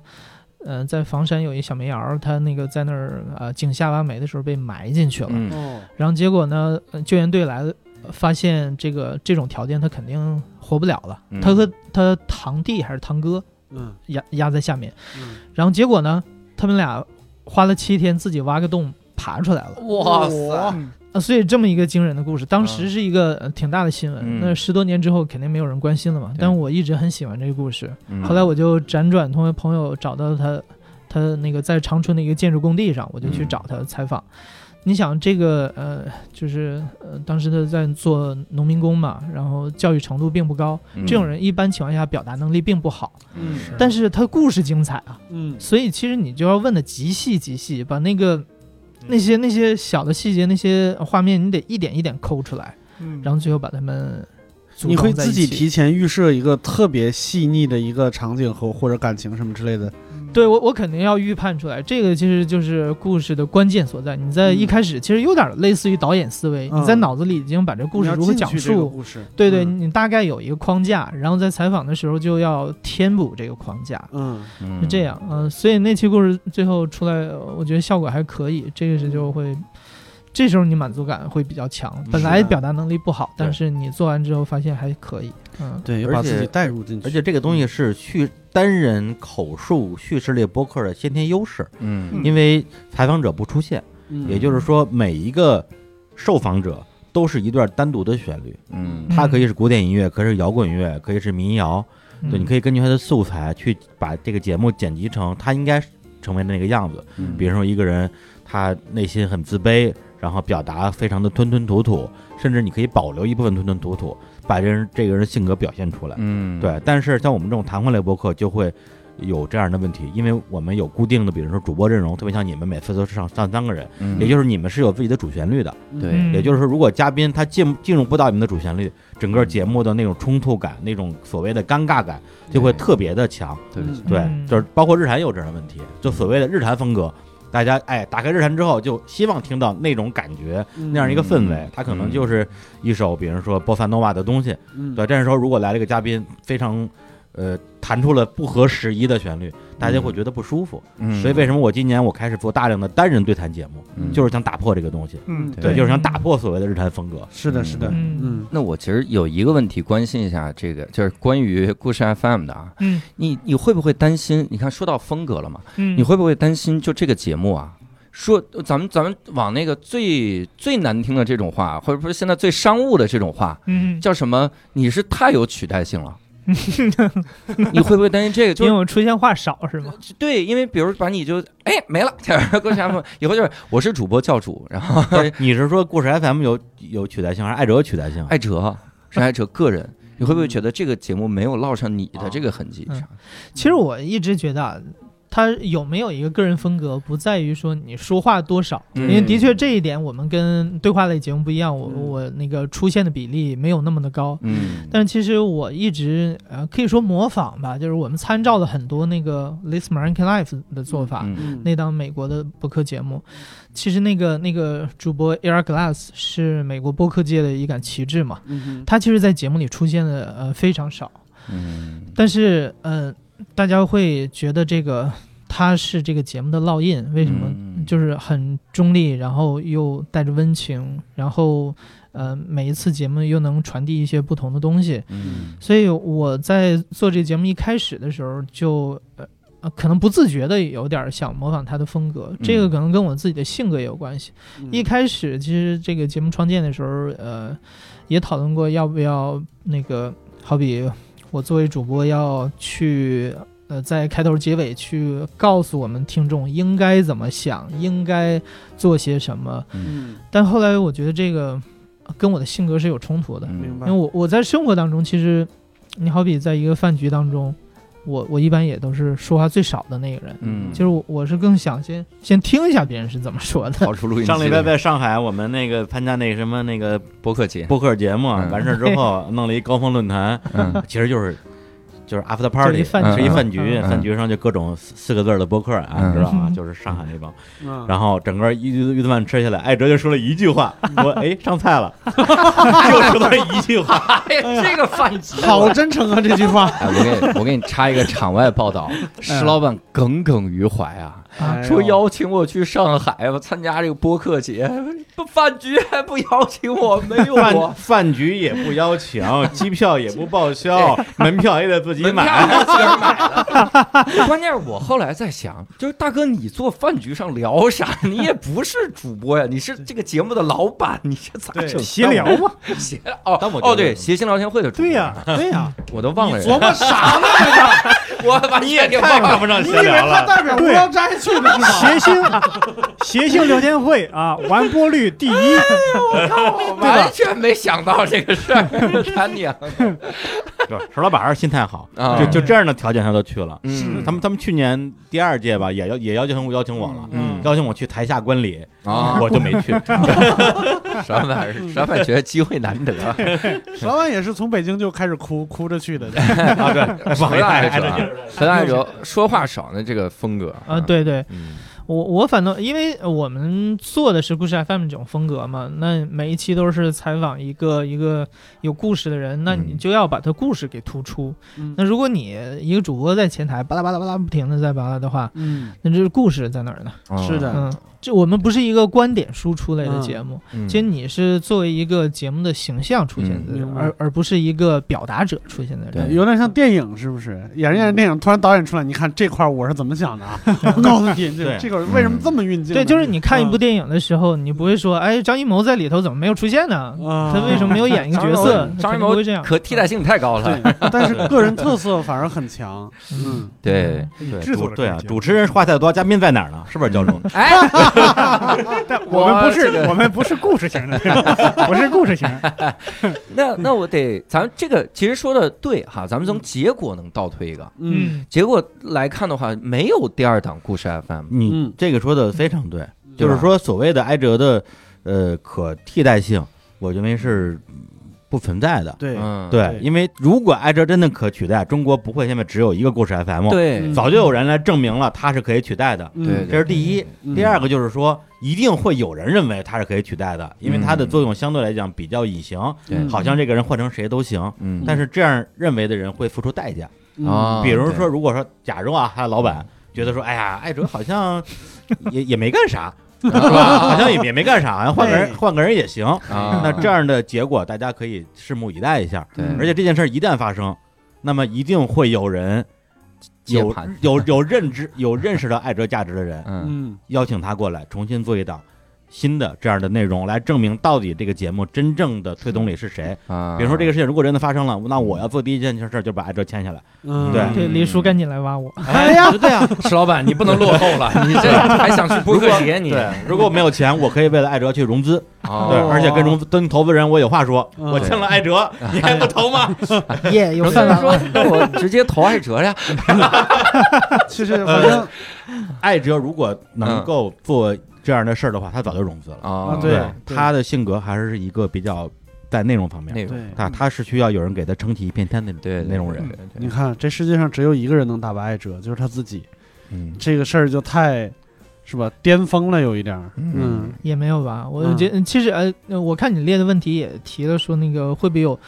Speaker 5: 呃在房山有一小煤窑儿，他那个在那儿呃井下挖煤的时候被埋进去了。
Speaker 1: 嗯
Speaker 10: 哦，
Speaker 5: 然后结果呢，呃救援队来了，呃发现这个这种条件他肯定活不了了。
Speaker 1: 嗯
Speaker 5: 他和他堂弟还是堂哥
Speaker 10: 嗯
Speaker 5: 压压在下面，
Speaker 10: 嗯，
Speaker 5: 然后结果呢，他们俩花了七天自己挖个洞爬出来了。
Speaker 1: 哇
Speaker 3: 嗯
Speaker 1: 塞，
Speaker 5: 啊，所以这么一个惊人的故事，当时是一个呃挺大的
Speaker 1: 嗯
Speaker 5: 新闻。那十多年之后，肯定没有人关心了嘛。
Speaker 1: 对
Speaker 5: 但我一直很喜欢这个故事。
Speaker 1: 嗯
Speaker 5: 后来我就辗转通过朋友找到他，他那个在长春的一个建筑工地上，我就去
Speaker 1: 嗯
Speaker 5: 找他采访。你想这个呃，就是呃，当时他在做农民工嘛，然后教育程度并不高，这种，人一般情况下表达能力并不好，
Speaker 1: 嗯
Speaker 5: 但是他故事精彩啊，
Speaker 10: 嗯，
Speaker 5: 所以其实你就要问的极细极细，把那
Speaker 1: 嗯
Speaker 5: 个那些那些小的细节、那些画面，你得一点一点抠出来，
Speaker 3: 嗯
Speaker 1: 嗯
Speaker 5: 然后最后把它们组
Speaker 2: 你会
Speaker 5: 装在一
Speaker 2: 自
Speaker 5: 起。
Speaker 2: 己提前预设一个特别细腻的一个场景和或者感情什么之类的。
Speaker 5: 对我，我肯定要预判出来，这个其实就是故事的关键所在。你在
Speaker 2: 嗯
Speaker 5: 一开始其实有点类似于导演思维，
Speaker 2: 嗯
Speaker 5: 你在脑子里已经把这故事如何讲
Speaker 2: 你要进去这个
Speaker 5: 述，
Speaker 2: 故事，
Speaker 5: 对对，
Speaker 2: 嗯
Speaker 5: 你大概有一个框架，然后在采访的时候就要填补这个框架，
Speaker 2: 嗯，
Speaker 1: 嗯
Speaker 5: 是这样，嗯、所以那期故事最后出来，呃我觉得效果还可以，这个是就会。这时候你满足感会比较强，
Speaker 2: 啊
Speaker 5: 本来表达能力不好，但是你做完之后发现还可以，嗯，
Speaker 2: 对，
Speaker 4: 而
Speaker 2: 把自
Speaker 4: 且
Speaker 2: 己带入进去，
Speaker 4: 而且这个东西是叙单人口述叙事类播客的先天优势，
Speaker 1: 嗯
Speaker 4: 因为采访者不出现，
Speaker 2: 嗯
Speaker 4: 也就是说每一个受访者都是一段单独的旋律，
Speaker 1: 嗯
Speaker 4: 它可以是古典音乐，可以是摇滚乐，可以是民谣，
Speaker 5: 嗯
Speaker 4: 对，你可以根据它的素材去把这个节目剪辑成它应该成为的那个样子。
Speaker 1: 嗯
Speaker 4: 比如说一个人他内心很自卑，然后表达非常的吞吞吐吐，甚至你可以保留一部分吞吞吐吐，把这人这个人性格表现出来。
Speaker 1: 嗯，
Speaker 4: 对，但是像我们这种谈话类播客就会有这样的问题，因为我们有固定的，比如说主播阵容，特别像你们每次都是上上三个人，
Speaker 1: 嗯，
Speaker 4: 也就是你们是有自己的主旋律的，
Speaker 2: 嗯
Speaker 5: 嗯
Speaker 1: 对，
Speaker 4: 也就是说，如果嘉宾他进进入不到你们的主旋律，整个节目的那种冲突感、那种所谓的尴尬感就会特别的强。
Speaker 1: 对
Speaker 10: 嗯
Speaker 4: 对，
Speaker 5: 嗯
Speaker 4: 就是包括日坛也有这样的问题，就所谓的日坛风格，大家哎打开日坛之后就希望听到那种感觉，那样一个氛围
Speaker 1: 嗯，
Speaker 4: 它可能就是一首比如说波萨诺瓦的东西。
Speaker 10: 嗯
Speaker 4: 对，这时候如果来了一个嘉宾，非常呃弹出了不合时宜的旋律，大家会觉得不舒服。
Speaker 1: 嗯
Speaker 4: 所以为什么我今年我开始做大量的单人对谈节目，
Speaker 1: 嗯
Speaker 4: 就是想打破这个东西，
Speaker 3: 嗯，
Speaker 4: 对，就是想打破所谓的日坛风格。
Speaker 2: 是的，是的，
Speaker 5: 嗯
Speaker 2: 嗯，
Speaker 1: 那我其实有一个问题关心一下，这个就是关于故事 FM 的啊，
Speaker 5: 嗯
Speaker 1: 你你会不会担心？你看说到风格了嘛，
Speaker 5: 嗯，
Speaker 1: 你会不会担心就这个节目啊，说咱们咱们往那个最最难听的这种话，或者说现在最商务的这种话，
Speaker 5: 嗯，
Speaker 1: 叫什么？你是太有取代性 了。你会不会担心这个？就
Speaker 5: 因为
Speaker 1: 是
Speaker 5: 我出现话少是吗？
Speaker 1: 对，因为比如把你就哎没了， 郭山峰以后就是我是主播教主，然后
Speaker 4: 你是说故事 FM 有有取代性，还是艾哲有取代性？啊
Speaker 1: 艾哲是艾哲个人，你会不会觉得这个节目没有烙上你的这个痕迹？
Speaker 5: 嗯其实我一直觉得啊，他有没有一个个人风格，不在于说你说话多少，
Speaker 1: 嗯
Speaker 5: 因为的确这一点我们跟对话类节目不一样，我
Speaker 11: 嗯
Speaker 5: 我那个出现的比例没有那么的高。
Speaker 1: 嗯，
Speaker 5: 但是其实我一直呃可以说模仿吧，就是我们参照了很多那个《This American Life》的做法，
Speaker 1: 嗯
Speaker 11: 嗯
Speaker 5: 那档美国的播客节目。其实那个那个主播 Era Glass 是美国播客界的一杆旗帜嘛，
Speaker 11: 嗯
Speaker 5: 他其实在节目里出现的呃非常少。
Speaker 1: 嗯
Speaker 5: 但是，呃，大家会觉得这个它是这个节目的烙印，为什么？
Speaker 1: 嗯
Speaker 5: 就是很中立，然后又带着温情，然后呃，每一次节目又能传递一些不同的东西。
Speaker 1: 嗯
Speaker 5: 所以我在做这个节目一开始的时候就，呃呃，可能不自觉的有点想模仿他的风格，这
Speaker 1: 嗯
Speaker 5: 个可能跟我自己的性格也有关系。
Speaker 11: 嗯
Speaker 5: 一开始其实这个节目创建的时候，呃，也讨论过要不要那个，好比我作为主播要去。呃，在开头结尾去告诉我们听众应该怎么想，应该做些什么。
Speaker 11: 嗯
Speaker 5: 但后来我觉得这个呃跟我的性格是有冲突的，
Speaker 11: 明
Speaker 4: 嗯
Speaker 11: 白
Speaker 5: 因为我我在生活当中，其实你好比在一个饭局当中，我我一般也都是说话最少的那个人。
Speaker 1: 嗯，
Speaker 5: 就是我我是更想先先听一下别人是怎么说的，
Speaker 1: 跑出录音机
Speaker 4: 上
Speaker 1: 了。
Speaker 4: 礼拜在上海，我们那个参加那个什么那个
Speaker 1: 播客节，
Speaker 4: 播客节目啊，
Speaker 1: 嗯
Speaker 4: 完事儿之后弄了一高峰论坛，
Speaker 1: 嗯
Speaker 4: 其实就是就是 after
Speaker 5: 就
Speaker 4: party，
Speaker 5: 一饭
Speaker 4: 是
Speaker 1: 局
Speaker 4: 一饭局，
Speaker 5: 嗯
Speaker 4: 饭局上就各种四四个字儿的播客啊，
Speaker 1: 嗯
Speaker 4: 知道吧？
Speaker 5: 嗯
Speaker 4: 就是上海那帮。
Speaker 11: 嗯，
Speaker 4: 然后整个一顿一顿饭吃下来，艾哎哲就说了一句话，我哎上菜了，就说了一句话，
Speaker 1: 哎呀，这个饭局
Speaker 2: 好真诚啊！这句话
Speaker 1: 哎，我给你我给你插一个场外报道，石老板耿耿于怀啊，
Speaker 5: 啊
Speaker 1: 说邀请我去上海我参加这个播客节，不饭局还不邀请我，没有啊
Speaker 4: 饭
Speaker 1: 我。
Speaker 4: 饭局也不邀请，机票也不报销，门票也得自己
Speaker 1: 门
Speaker 4: 买。
Speaker 1: 票自己买的， 关键是我后来在想，就是大哥，你做饭局上聊啥？你也不是主播呀，你是这个节目的老板，你是咋整？
Speaker 3: 闲聊嘛，
Speaker 1: 闲哦
Speaker 4: 但我觉得
Speaker 1: 哦，对，谐星聊天会的主播，
Speaker 3: 对 呀，
Speaker 2: 对呀，
Speaker 1: 我都忘了人
Speaker 2: 琢磨啥呢？
Speaker 1: 我把你也给忘
Speaker 4: 太
Speaker 1: 了
Speaker 4: 看。不上
Speaker 2: 你以
Speaker 4: 闲
Speaker 2: 为
Speaker 4: 聊
Speaker 2: 他
Speaker 4: 了，
Speaker 2: 代表无聊斋去的是吗？
Speaker 3: 谐星谐星聊天会啊，完播率第一，
Speaker 1: 完全没想到这个事儿， 他娘的！
Speaker 4: 不是石老板还是心态好，
Speaker 1: 啊
Speaker 4: 就就这样的条件他都去了。
Speaker 1: 嗯
Speaker 4: 他们他们去年第二届吧，也邀也邀请邀请我了，
Speaker 1: 嗯
Speaker 4: 邀请我去台下观礼，
Speaker 1: 啊，
Speaker 4: 我就没 去。
Speaker 1: 石老板，石老板觉得机会难得，
Speaker 2: 石老板也是从北京就开始哭，哭着 去的。
Speaker 4: 啊，对，网
Speaker 1: 很
Speaker 4: 一
Speaker 1: 爱
Speaker 4: 台
Speaker 1: 哲，很爱哲，说话少的这个风格
Speaker 5: 啊，，对对，
Speaker 1: 嗯
Speaker 5: 我我反倒因为我们做的是故事 FM 这种风格嘛，那每一期都是采访一个一个有故事的人，那你
Speaker 1: 嗯
Speaker 5: 就要把他故事给突出。
Speaker 2: 嗯
Speaker 5: 那如果你一个主播在前台巴拉巴拉巴拉不停的在巴拉的话，
Speaker 2: 嗯，
Speaker 5: 那这故事在哪儿呢？
Speaker 2: 是，的，
Speaker 5: 嗯，这我们不是一个观点输出类的节目，
Speaker 1: 嗯
Speaker 5: 其实你是作为一个节目的形象出现在这
Speaker 11: 嗯
Speaker 5: 儿，
Speaker 11: 明白
Speaker 5: 而而不是一个表达者出现在这儿。
Speaker 1: 对
Speaker 2: 有点像电影，是不是？演着演着电影，突然导演出来，你看这块儿我是怎么想的啊？我告诉你，这
Speaker 4: 对
Speaker 2: 这个为什么这么运镜呢？
Speaker 5: 对，就是你看一
Speaker 2: 嗯
Speaker 5: 部电影的时候，你不会说，哎，张艺谋在里头怎么没有出现呢？
Speaker 2: 啊，
Speaker 5: 他为什么没有演一个角色？
Speaker 1: 张艺
Speaker 5: 肯定不
Speaker 1: 谋
Speaker 5: 会这样。嗯
Speaker 1: 可替代性太高了，
Speaker 2: 对，但是个人特色反而很强。嗯，
Speaker 1: 对，
Speaker 4: 对
Speaker 3: 制作
Speaker 4: 主
Speaker 3: 了
Speaker 4: 对
Speaker 3: 这
Speaker 4: 啊
Speaker 3: 个，节目
Speaker 4: 主持人话太多，嘉宾在哪儿呢？是不是教主？
Speaker 1: 哎，
Speaker 3: 但我们不
Speaker 1: 我这
Speaker 3: 是
Speaker 1: 个
Speaker 3: 我们不是故事 型的，不是故事型，
Speaker 1: 那那我得，咱们这个其实说的对哈，咱们从结果能倒推一个，
Speaker 2: 嗯，
Speaker 1: 结果来看的话，没有第二档故事 FM，
Speaker 4: 你
Speaker 2: 嗯
Speaker 4: 这个说的非常对，
Speaker 1: 嗯对啊
Speaker 4: 就
Speaker 1: 吧
Speaker 4: 是说所谓的埃哲的呃可替代性，我认为是不存在的。
Speaker 2: 对，
Speaker 1: 嗯，
Speaker 4: 对，因为如果埃哲真的可取代，中国不会现在只有一个故事 FM，
Speaker 1: 嗯对
Speaker 4: 早就有人来证明了它是可以取代的。
Speaker 2: 嗯
Speaker 1: 对，
Speaker 4: 这是第一，
Speaker 2: 嗯
Speaker 4: 第二个就是说，一定会有人认为它是可以取代的，因为它
Speaker 1: 嗯
Speaker 4: 的作用相对来讲比较隐形，
Speaker 1: 对
Speaker 2: 嗯
Speaker 4: 好像这个人换成谁都行。
Speaker 1: 嗯
Speaker 4: 但是这样认为的人会付出代价，
Speaker 2: 嗯
Speaker 1: 啊，
Speaker 4: 比如说，如果说假如啊，他的老板觉得说，哎呀，艾哲好像也也没干 啥，是吧？好像也也没干啥，好像换个人
Speaker 2: 对嗯
Speaker 4: 换个人也行。
Speaker 1: 啊，
Speaker 4: 那这样的结果，大家可以拭目以待一下。
Speaker 1: 对，
Speaker 4: 而且这件事儿一旦发生，那么一定会有人
Speaker 1: 接
Speaker 4: 有
Speaker 1: 盘，
Speaker 4: 有有认知、有认识到爱哲价值的人，
Speaker 1: 嗯，
Speaker 2: 嗯，
Speaker 4: 邀请他过来重新做一档新的这样的内容，来证明到底这个节目真正的推动力是谁。
Speaker 1: 啊
Speaker 4: 嗯比如说这个事情如果真的发生了，那我要做第一件事儿就把爱哲签下来。
Speaker 2: 嗯啊
Speaker 4: 对
Speaker 5: 对，黎叔赶紧来挖我，
Speaker 4: 哎呀，对呀，
Speaker 1: 石老板，你不能落后了，啊 你这还想去扑克节你？
Speaker 4: 对，如果我没有钱，我可以为了艾哲去融资，对，
Speaker 1: 哦，
Speaker 4: 而且跟融跟投资人我有话说，
Speaker 2: 嗯
Speaker 4: 我签了艾 哲，你还不投 吗？
Speaker 5: 耶，有
Speaker 1: 算
Speaker 5: 算
Speaker 1: 了
Speaker 5: 法
Speaker 1: 说，那我直接投爱哲呀，
Speaker 2: 其实反正
Speaker 4: 艾哲如果能够做这样的事儿的话，他早就融资了。
Speaker 1: 啊
Speaker 2: 对
Speaker 4: 他的性格还是一个比较在内容方面，
Speaker 1: 那个
Speaker 2: 对，
Speaker 4: 他他是需要有人给他撑起一片天的
Speaker 1: 对
Speaker 4: 那种人，
Speaker 1: 对对
Speaker 2: 你看这世界上只有一个人能打败艾哲，就是他自己。
Speaker 4: 嗯，
Speaker 2: 这个事儿就太，是吧？巅峰了有一点儿，嗯
Speaker 5: 也没有吧？我觉得、其实呃，呃我看你列的问题也提了，说那个会不会有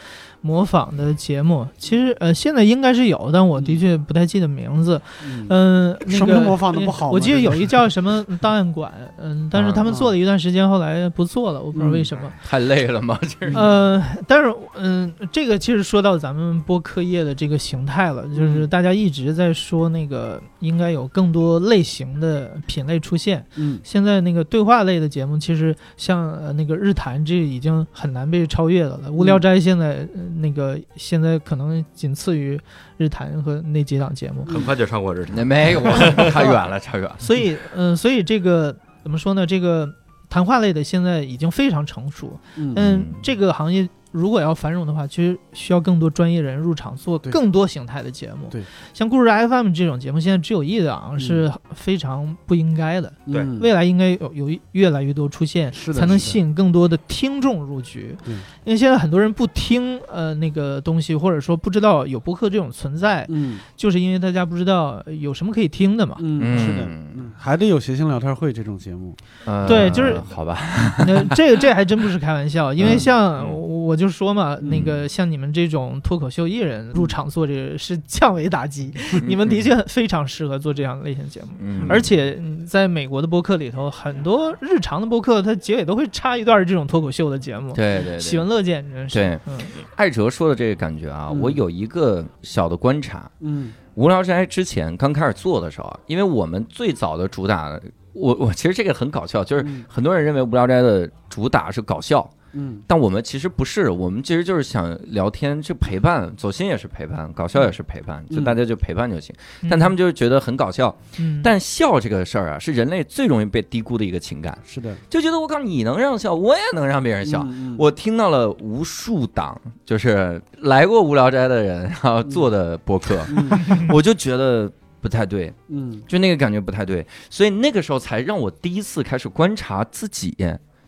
Speaker 5: 模仿的节目？其实呃，现在应该是有，但我的确不太记得名字。
Speaker 2: 嗯
Speaker 5: 嗯、那个
Speaker 2: 什么模仿的不好吗
Speaker 5: 我记得有
Speaker 2: 这啊
Speaker 5: 一
Speaker 2: 是
Speaker 5: 叫什么档案馆，嗯、但是他们做了一段时间，后来不做了，我不
Speaker 2: 嗯
Speaker 5: 知道为什么。
Speaker 1: 太累了嘛，这是
Speaker 5: 呃，但是嗯、这个其实说到咱们播客业的这个形态了，就是大家一直在说那个应该有更多类型的品类出现。
Speaker 2: 嗯
Speaker 5: 现在那个对话类的节目，其实像呃那个日坛，这已经很难被超越的了。无聊斋现在、呃那个现在可能仅次于日坛和那几档节目，
Speaker 4: 很快就超过日常。
Speaker 1: 没有，差远了，差远了，
Speaker 5: 所以嗯、呃所以这个怎么说呢？这个谈话类的现在已经非常成熟。
Speaker 2: 嗯
Speaker 5: 嗯
Speaker 4: 嗯，
Speaker 5: 这个行业如果要繁荣的话，其实需要更多专业人入场做
Speaker 2: 对
Speaker 5: 更多形态的节目。
Speaker 2: 对，
Speaker 5: 像故事 FM 这种节目，现在只有一档是非常不应该的。
Speaker 4: 对
Speaker 2: 嗯
Speaker 5: 未来应该有有越来越多出现，
Speaker 2: 是的
Speaker 5: 才能
Speaker 2: 是的嗯
Speaker 5: 吸引更多的听众入局。
Speaker 2: 对
Speaker 5: 因为现在很多人不听呃那个东西，或者说不知道有播客这种存在，
Speaker 2: 嗯
Speaker 5: 就是因为大家不知道有什么可以听的嘛。
Speaker 2: 嗯，是的，嗯，还得有谐星聊天会这种节目，
Speaker 1: 呃
Speaker 5: 对就是
Speaker 1: 好吧，
Speaker 5: 那这个这还真不是开玩笑，因为像
Speaker 1: 嗯
Speaker 5: 我我就说嘛，
Speaker 2: 嗯
Speaker 5: 那个像你们这种脱口秀艺人
Speaker 1: 嗯
Speaker 5: 入场做这个是降维打 击，你们的确非常适合做这样的类型节目。
Speaker 1: 嗯，
Speaker 5: 而且嗯在美国的播客里头，很多日常的播客，它结尾都会插一段这种脱口秀的节目。
Speaker 1: 对对对，
Speaker 5: 喜闻乐见，真是。
Speaker 1: 对
Speaker 5: 嗯，
Speaker 1: 艾哲说的这个感觉啊，
Speaker 2: 嗯
Speaker 1: 我有一个小的观察。
Speaker 2: 嗯
Speaker 1: 无聊斋之前刚开始做的时候啊，因为我们最早的主打，我我其实这个很搞笑，就是
Speaker 2: 嗯
Speaker 1: 很多人认为无聊斋的主打是搞笑，
Speaker 2: 嗯
Speaker 1: 但我们其实不是，我们其实就是想聊天，这陪伴，走心也是陪伴，搞笑也是陪伴，就
Speaker 2: 嗯
Speaker 1: 大家就陪伴就行。但他们就是觉得很搞笑，
Speaker 5: 嗯，
Speaker 1: 但笑这个事儿啊，是人类最容易被低估的一个情感，
Speaker 2: 是的，
Speaker 1: 就觉得我靠，你能让笑，我也能让别人笑。
Speaker 2: 嗯嗯
Speaker 1: 我听到了无数档，就是来过无聊斋的人，然后做的播客，
Speaker 2: 嗯
Speaker 1: 我就觉得不太对，
Speaker 2: 嗯
Speaker 1: 就那个感觉不太对，所以那个时候才让我第一次开始观察自己，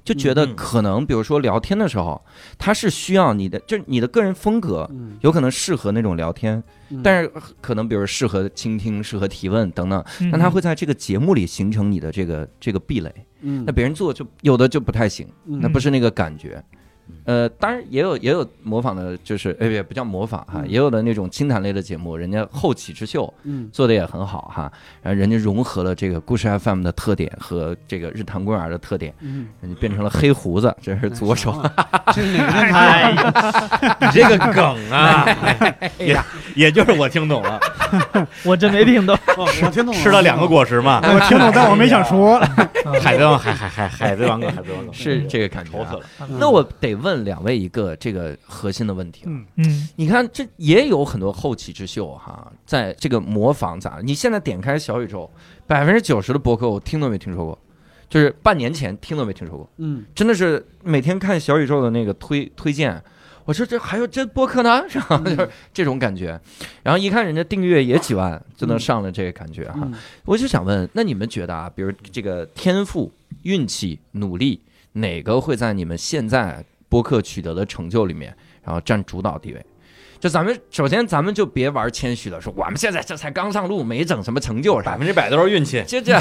Speaker 1: 就觉得
Speaker 4: 嗯
Speaker 1: 可能，比如说聊天的时候，它是需要你的，就是你的个人风格。
Speaker 2: 嗯
Speaker 1: 有可能适合那种聊天，
Speaker 2: 嗯，
Speaker 1: 但是可能比如适合倾听、适合提问等等，
Speaker 5: 嗯
Speaker 1: 但它会在这个节目里形成你的这个这个壁垒。
Speaker 2: 嗯
Speaker 1: 那别人做就有的就不太行，
Speaker 5: 嗯
Speaker 1: 那不是那个感觉。呃，当然也有也有模仿的，就是哎也不叫模仿哈，
Speaker 2: 嗯
Speaker 1: 也有的那种清谈类的节目，人家后起之秀
Speaker 2: 嗯
Speaker 1: 做的也很好哈，然后人家融合了这个故事 FM 的特点和这个日坛公园的特点，
Speaker 2: 嗯，
Speaker 1: 人家变成了黑胡子，这是左 手，
Speaker 2: 哎，这是哪个电台？
Speaker 4: 哎呀，你这个梗啊，也也就是我听懂了，
Speaker 5: 我真没听懂。
Speaker 2: 哦我听懂
Speaker 4: 吃了两个，果实嘛，
Speaker 3: 我听懂，但我没想说。
Speaker 4: 海贼王，海海海海贼王梗，海贼王梗，
Speaker 1: 是这个感觉
Speaker 4: 愁死
Speaker 1: 啊、
Speaker 4: 了。
Speaker 2: 嗯
Speaker 1: 那我得问两位一个这个核心的问题了，
Speaker 3: 嗯，
Speaker 5: 嗯，
Speaker 1: 你看，这也有很多后起之秀哈，在这个模仿咋？你现在点开小宇宙，百分之九十的博客我听都没听说过，就是半年前听都没听说过。
Speaker 2: 嗯
Speaker 1: 真的是每天看小宇宙的那个推推荐，我说这还有这播客呢， 然后就是这种感觉。然后一看人家订阅也几万，就能上了这个感觉哈。
Speaker 2: 嗯
Speaker 1: 我就想问，那你们觉得啊，比如这个天赋、运气、努力，哪个会在你们现在播客取得的成就里面，然后占主导地位？就咱们首先，咱们就别玩谦虚了，说我们现在这才刚上路，没整什么成就啥的。
Speaker 4: 百分之百都是运气。
Speaker 1: 就这，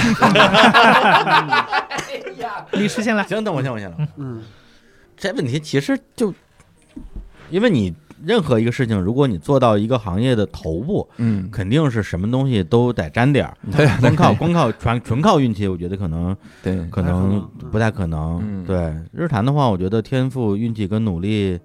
Speaker 5: 李叔先来。
Speaker 4: 行，等我先，我先了。
Speaker 2: 嗯
Speaker 4: 这问题其实就，因为你任何一个事情，如果你做到一个行业的头部，
Speaker 1: 嗯，
Speaker 4: 肯定是什么东西都得沾点儿。
Speaker 1: 对
Speaker 4: 光靠光靠纯纯靠运气，我觉得可能
Speaker 1: 对，
Speaker 4: 可能
Speaker 2: 不太可能
Speaker 4: 不太可能。
Speaker 1: 嗯
Speaker 4: 对日坛的话，我觉得天赋、运气跟努力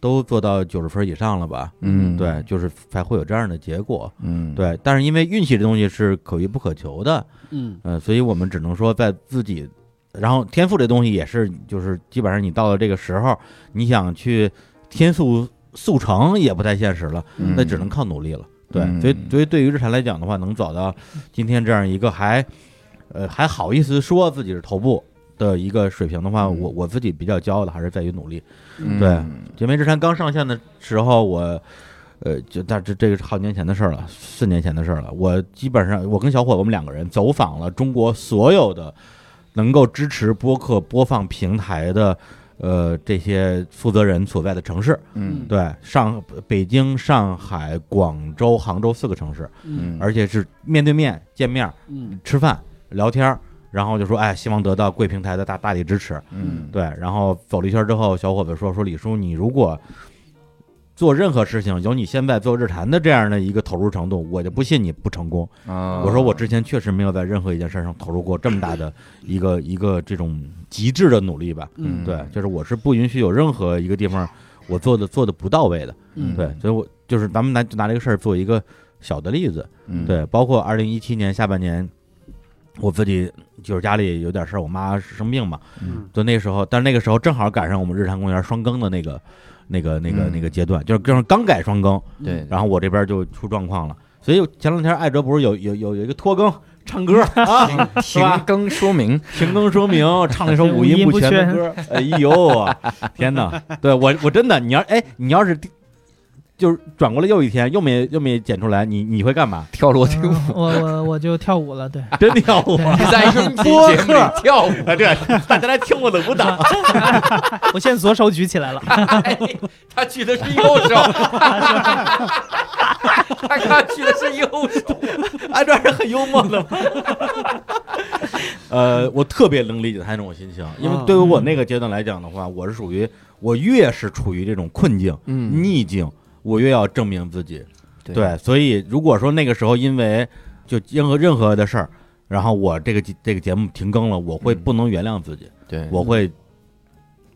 Speaker 4: 都做到九十分以上了吧？
Speaker 1: 嗯
Speaker 4: 对，就是才会有这样的结果。
Speaker 1: 嗯，
Speaker 4: 对，但是因为运气这东西是可遇不可求的，
Speaker 2: 嗯
Speaker 4: 嗯，所以我们只能说在自己，然后天赋这东西也是，就是基本上你到了这个时候，你想去天赋速成也不太现实了，
Speaker 1: 嗯
Speaker 4: 那只能靠努力了。对，
Speaker 1: 嗯
Speaker 4: 所以所以对于日产来讲的话，能找到今天这样一个还，呃，还好意思说自己是头部的一个水平的话，
Speaker 1: 嗯
Speaker 4: 我我自己比较骄傲的还是在于努力。
Speaker 1: 嗯
Speaker 4: 对因为日产刚上线的时候，我，呃，就但这这个是好几年前的事儿了，四年前的事儿了。我基本上，我跟小伙我们两个人走访了中国所有的能够支持播客播放平台的，呃，这些负责人所在的城市，
Speaker 1: 嗯
Speaker 4: 对，上北京、上海、广州、杭州四个城市，
Speaker 1: 嗯，
Speaker 4: 而且是面对面见面
Speaker 2: 嗯
Speaker 4: 吃饭聊天儿，然后就说，哎，希望得到贵平台的大大力支持。
Speaker 1: 嗯
Speaker 4: 对，然后走了一圈之后，小伙子说：“说李叔，你如果做任何事情有你现在做日坛的这样的一个投入程度，我就不信你不成功。
Speaker 1: 啊，
Speaker 4: 我说我之前确实没有在任何一件事上投入过这么大的一个一个这种极致的努力吧。
Speaker 1: 嗯
Speaker 4: 对，就是我是不允许有任何一个地方我做的做的不到位的。
Speaker 1: 嗯
Speaker 4: 对，所以我就是咱们拿就拿这个事儿做一个小的例子。
Speaker 1: 嗯
Speaker 4: 对，包括二零一七年下半年，我自己就是家里有点事儿，我妈生病嘛，
Speaker 2: 嗯
Speaker 4: 就那时候，但是那个时候正好赶上我们日坛公园双更的那个、那个、那个、那个阶段，就是就是刚改双更，
Speaker 1: 嗯对，
Speaker 4: 然后我这边就出状况了，所以前两天艾哲不是有有有有一个拖更 唱歌啊，是
Speaker 1: 停
Speaker 4: 吧？
Speaker 1: 更说明，
Speaker 4: 停更说明，唱了一首五
Speaker 5: 五音
Speaker 4: 音
Speaker 5: 不
Speaker 4: 全的
Speaker 5: 全
Speaker 4: 歌，哎呦啊，天哪！对我我真的，你要哎，你要是就是转过来又一天，又没又没剪出来，你你会干嘛？
Speaker 1: 跳楼听
Speaker 5: 嗯我我我就跳舞 了，对，
Speaker 4: 真的要我。
Speaker 1: 你在音频节目里跳舞，
Speaker 4: 啊，对，大家来听我的 舞蹈。
Speaker 5: 我现在左手举起来了，
Speaker 1: 哎他举的是右手，他他举的是右手，
Speaker 4: 安这是很幽默的吗？呃，我特别能理解他那种心情，因
Speaker 1: 嗯
Speaker 4: 为对于我那个阶段来讲的话，我是属于我越是处于这种困境、
Speaker 1: 嗯
Speaker 4: 逆境，我越要证明自己。
Speaker 1: 对
Speaker 4: 对，所以如果说那个时候因为就任何任何的事儿，然后我这个节这个节目停更了，我会
Speaker 1: 嗯
Speaker 4: 不能原谅自己，
Speaker 1: 对，
Speaker 4: 我会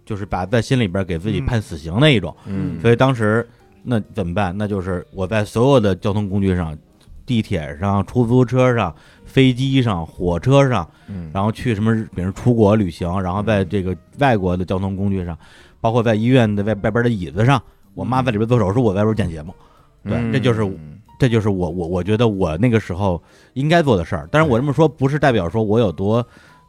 Speaker 4: 就是把在心里边给自己
Speaker 5: 嗯
Speaker 4: 判死刑那一种。
Speaker 1: 嗯，
Speaker 4: 所以当时那怎么办？那就是我在所有的交通工具上，地铁上、出租车上、飞机上、火车上，
Speaker 1: 嗯
Speaker 4: 然后去什么，比如出国旅行，然后在这个外国的交通工具上，包括在医院的外外边的椅子上，我妈在里边做手术，我在外边剪节目。对，这就是这就是我我我觉得我那个时候应该做的事儿。但是我这么说不是代表说我有多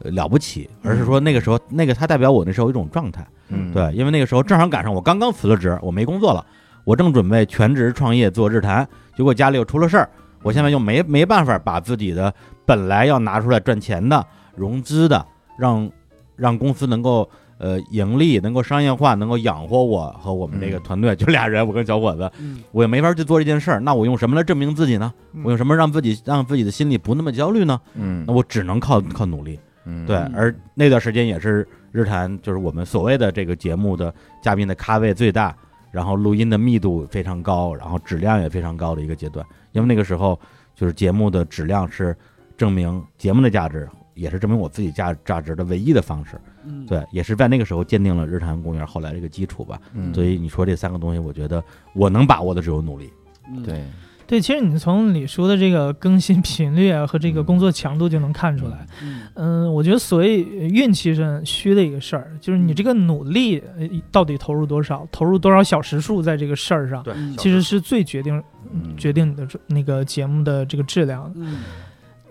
Speaker 4: 呃了不起，而是说那个时候那个它代表我那时候一种状态。
Speaker 1: 嗯
Speaker 4: 对，因为那个时候正好赶上我刚刚辞了职，我没工作了，我正准备全职创业做日坛，结果家里又出了事儿，我现在又没没办法把自己的本来要拿出来赚钱的、融资的，让让公司能够呃盈利、能够商业化、能够养活我和我们这个
Speaker 1: 嗯
Speaker 4: 团队，就俩人，我跟小伙子，
Speaker 2: 嗯
Speaker 4: 我也没法去做这件事儿，那我用什么来证明自己呢？我用什么让自己让自己的心里不那么焦虑呢？
Speaker 1: 嗯
Speaker 4: 那我只能靠靠努力。
Speaker 1: 嗯
Speaker 4: 对，而那段时间也是日坛，就是我们所谓的这个节目的嘉宾的咖位最大，然后录音的密度非常高，然后质量也非常高的一个阶段。因为那个时候就是节目的质量是证明节目的价值，也是证明我自己价价值的唯一的方式。
Speaker 2: 嗯，
Speaker 4: 对，也是在那个时候奠定了日坛公园后来这个基础吧。
Speaker 1: 嗯
Speaker 4: 所以你说这三个东西，我觉得我能把握的只有努力。
Speaker 2: 嗯，
Speaker 1: 对，
Speaker 5: 对，其实你从李叔的这个更新频率啊和这个工作强度就能看出来。
Speaker 2: 嗯
Speaker 5: 嗯，我觉得所谓运气是很虚的一个事儿，就是你这个努力呃到底投入多少，投入多少小时数在这个事儿上，
Speaker 4: 对
Speaker 2: 嗯
Speaker 5: 其实是最决定
Speaker 1: 嗯
Speaker 5: 决定你的这那个节目的这个质量的。
Speaker 2: 嗯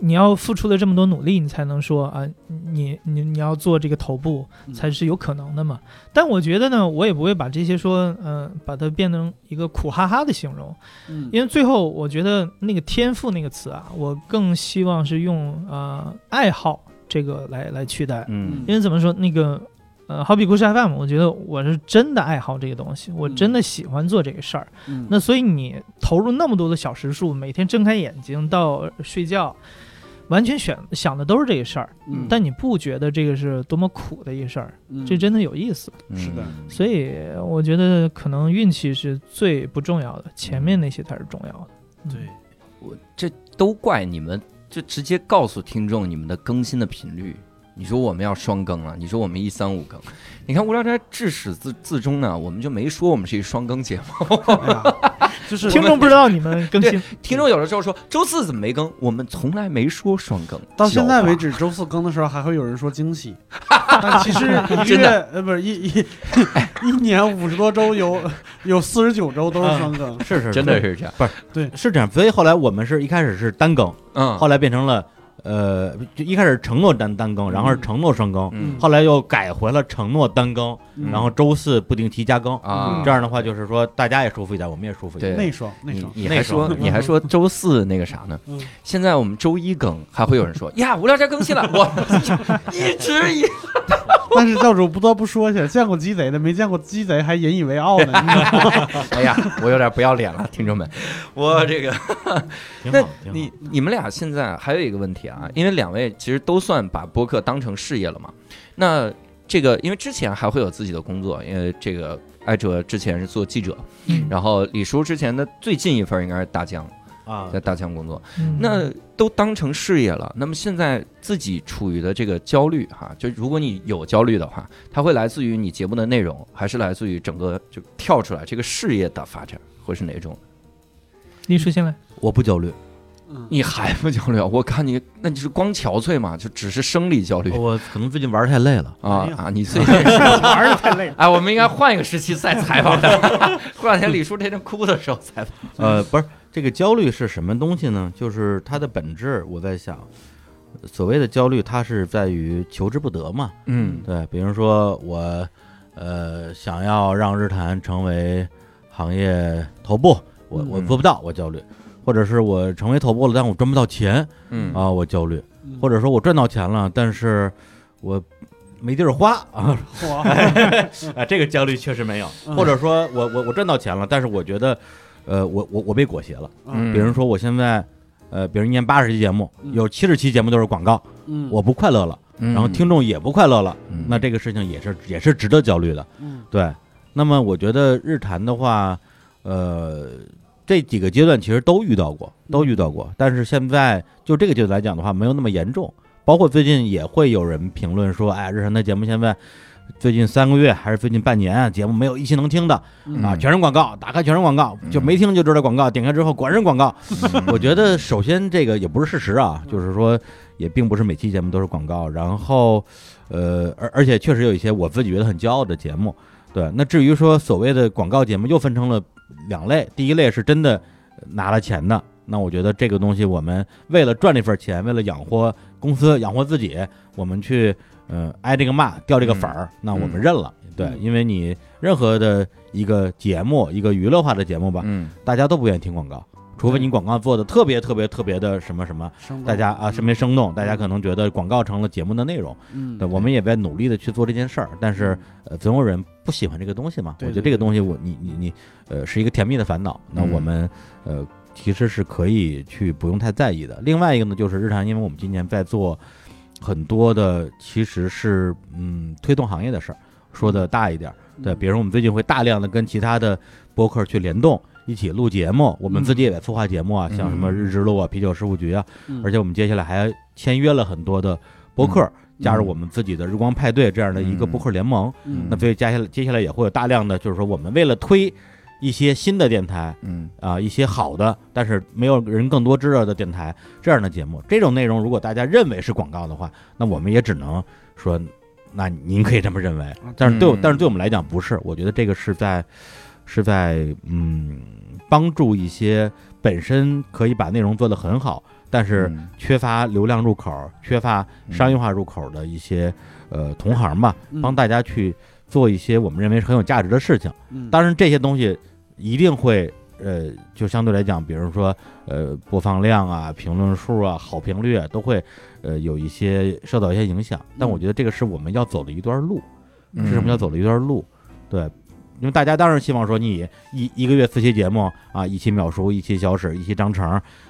Speaker 5: 你要付出了这么多努力，你才能说啊，你你你要做这个头部
Speaker 2: 嗯
Speaker 5: 才是有可能的嘛。但我觉得呢，我也不会把这些说，嗯、把它变成一个苦哈哈的形容，
Speaker 2: 嗯
Speaker 5: 因为最后我觉得那个天赋那个词啊，我更希望是用呃爱好这个来来取代。
Speaker 4: 嗯
Speaker 5: 因为怎么说那个呃，好比故事 FM，我觉得我是真的爱好这个东西，我真的喜欢做这个事儿。
Speaker 2: 嗯
Speaker 5: 那所以你投入那么多的小时数，每天睁开眼睛到睡觉，完全选想的都是这个事儿，
Speaker 2: 嗯
Speaker 5: 但你不觉得这个是多么苦的一个事儿，
Speaker 2: 嗯
Speaker 5: 这真的有意思。
Speaker 1: 嗯
Speaker 2: 是的
Speaker 5: 所以我觉得可能运气是最不重要的，前面那些才是重要的。嗯
Speaker 2: 嗯对
Speaker 1: 我这都怪你们，就直接告诉听众你们的更新的频率。你说我们要双更了，你说我们一三五更，你看无聊斋至始至至终呢，我们就没说我们是一双更节 目。
Speaker 2: 就是
Speaker 6: 听众不知道你们更新，
Speaker 1: 听众有的时候说周四怎么没更，我们从来没说双更，
Speaker 2: 到现
Speaker 9: 在为
Speaker 1: 止。
Speaker 9: 止，周四更的时候还会有人说惊 喜，但其实一个
Speaker 1: 真
Speaker 9: 月呃不是一一一年五十多周有有四十九周都是
Speaker 4: 嗯
Speaker 9: 双更，
Speaker 4: 是是，
Speaker 1: 真的是这样，
Speaker 4: 是这样。所以后来我们是一开始是单更，
Speaker 1: 嗯，
Speaker 4: 后来变成了呃，就一开始承诺单单更，然后是承诺双更，
Speaker 1: 嗯
Speaker 4: 后来又改回了承诺单更，
Speaker 9: 嗯
Speaker 4: 然后周四不定期加更。
Speaker 1: 啊
Speaker 4: 这，样的话，就是说大家也舒服一点，我们也舒服一点。
Speaker 1: 对
Speaker 9: 内双内
Speaker 1: 你
Speaker 9: 双。
Speaker 1: 你
Speaker 4: 那
Speaker 1: 还
Speaker 4: 时候
Speaker 1: 说你还说周四那个啥呢
Speaker 9: 嗯？
Speaker 1: 现在我们周一更，还会有人说 呀，无聊斋更新了，我 一直以
Speaker 9: 但是教主不得不说一下，见过鸡贼的，没见过鸡贼还引以为傲呢。你 知道吗
Speaker 1: 哎呀，我有点不要脸了，听众们，我这个，
Speaker 4: 挺
Speaker 1: 那
Speaker 4: 好，挺好
Speaker 1: 你你们俩现在还有一个问题啊，因为两位其实都算把播客当成事业了嘛，那这个因为之前还会有自己的工作，因为这个艾哲之前是做记者，
Speaker 6: 嗯
Speaker 1: 然后李叔之前的最近一份应该是大疆，
Speaker 4: 啊
Speaker 1: 在，大疆工作，
Speaker 6: 嗯
Speaker 1: 那都当成事业了，那么现在自己处于的这个焦虑哈，就如果你有焦虑的话，它会来自于你节目的内容，还是来自于整个就跳出来这个事业的发展，会是哪种？
Speaker 6: 李叔先来，
Speaker 4: 我不焦虑，
Speaker 1: 你还不焦虑啊？我看你，那你是光憔悴嘛？就只是生理焦虑
Speaker 4: 哦我可能最近玩太累了。
Speaker 1: 啊
Speaker 9: 哎呀
Speaker 1: 啊！你最近是
Speaker 3: 玩的太累了。
Speaker 1: 哎，我们应该换一个时期再采访他。 过两天李叔天天哭的时候采访。
Speaker 4: 呃，不是这个焦虑是什么东西呢？就是它的本质，我在想，所谓的焦虑，它是在于求之不得嘛。
Speaker 1: 嗯
Speaker 4: 对，比如说我，呃，想要让日坛成为行业头部，我我
Speaker 1: 嗯
Speaker 4: 做不到，我焦虑；或者是我成为头部了，但我赚不到钱
Speaker 1: 嗯
Speaker 4: 啊，我焦虑；或者说我赚到钱了，但是我没地儿花 啊啊，这个焦虑确实没有。 或者说我我我赚到钱了，但是我觉得，呃，我我我被裹挟了。
Speaker 1: 嗯
Speaker 4: 比如说我现在，呃，比如一年八十期节目，有七十期节目都是广告，
Speaker 9: 嗯，
Speaker 4: 我不快乐了，
Speaker 1: 然
Speaker 4: 然后听众也不快乐了，
Speaker 1: 嗯
Speaker 4: 那这个事情也是也是值得焦虑的。
Speaker 9: 嗯
Speaker 4: 对，那么我觉得日坛的话，呃，这几个阶段其实都遇到过，都遇到过，但是现在就这个阶段来讲的话，没有那么严重。包括最近也会有人评论说，哎，日坛的节目现在最近三个月还是最近半年啊，节目没有一期能听的啊，
Speaker 1: 嗯
Speaker 4: 全是广告，打开全是广告，就没听就知道广告，点开之后果然是广告。我觉得首先这个也不是事实啊，就是说也并不是每期节目都是广告，然后呃，而而且确实有一些我自己觉得很骄傲的节目。对，那至于说所谓的广告节目，又分成了两类，第一类是真的拿了钱的，那我觉得这个东西我们为了赚这份钱，为了养活公司、养活自己，我们去呃挨这个骂、掉这个粉儿，那我们认了。对，因为你任何的一个节目，一个娱乐化的节目 吧，
Speaker 1: 嗯
Speaker 4: 大家都不愿意听广告，除非你广告做的特别特别特别的什么什么，
Speaker 9: 生
Speaker 4: 大家啊
Speaker 9: 嗯
Speaker 4: 身边生动，大家可能觉得广告成了节目的内容。
Speaker 9: 嗯
Speaker 4: 对，我们也在努力的去做这件事儿，但是呃，总有人不喜欢这个东西嘛。我
Speaker 9: 对
Speaker 4: 觉
Speaker 9: 对
Speaker 4: 得这个东西我，你你你呃是一个甜蜜的烦恼，那我
Speaker 1: 嗯
Speaker 4: 们呃其实是可以去不用太在意的。另外一个呢，就是日常，因为我们今年在做很多的其实是嗯推动行业的事儿，说的大一点儿，对，
Speaker 9: 嗯
Speaker 4: 比如我们最近会大量的跟其他的播客去联动。一起录节目，我们自己也在策划节目啊，像什么
Speaker 1: 嗯
Speaker 4: 日之路啊、啤酒事务局啊，
Speaker 9: 嗯
Speaker 4: 而且我们接下来还签约了很多的播客，加入我们自己的日光派对这样的一个播客联盟。
Speaker 9: 嗯
Speaker 4: 那所以接下来接下来也会有大量的，就是说我们为了推一些新的电台
Speaker 1: 嗯
Speaker 4: 啊、一些好的，但是没有人更多知道的电台这样的节目，这种内容如果大家认为是广告的话，那我们也只能说，那您可以这么认为，但是对我、
Speaker 1: 嗯
Speaker 4: 但是对我们来讲不是，我觉得这个是在是在嗯帮助一些本身可以把内容做得很好，但是。
Speaker 1: 嗯
Speaker 4: 缺乏流量入口、缺乏商业化入口的一些、呃同行吧，帮大家去做一些我们认为是很有价值的事情。
Speaker 9: 嗯
Speaker 4: 当然，这些东西一定会呃，就相对来讲，比如说呃播放量啊、评论数啊、好评率啊，都会呃有一些受到一些影响。但我觉得这个是我们要走的一段路，
Speaker 1: 嗯
Speaker 4: 是什么叫走了一段路？对。因为大家当然希望说你一一个月四期节目啊，一期秒叔，一期小史，一期张成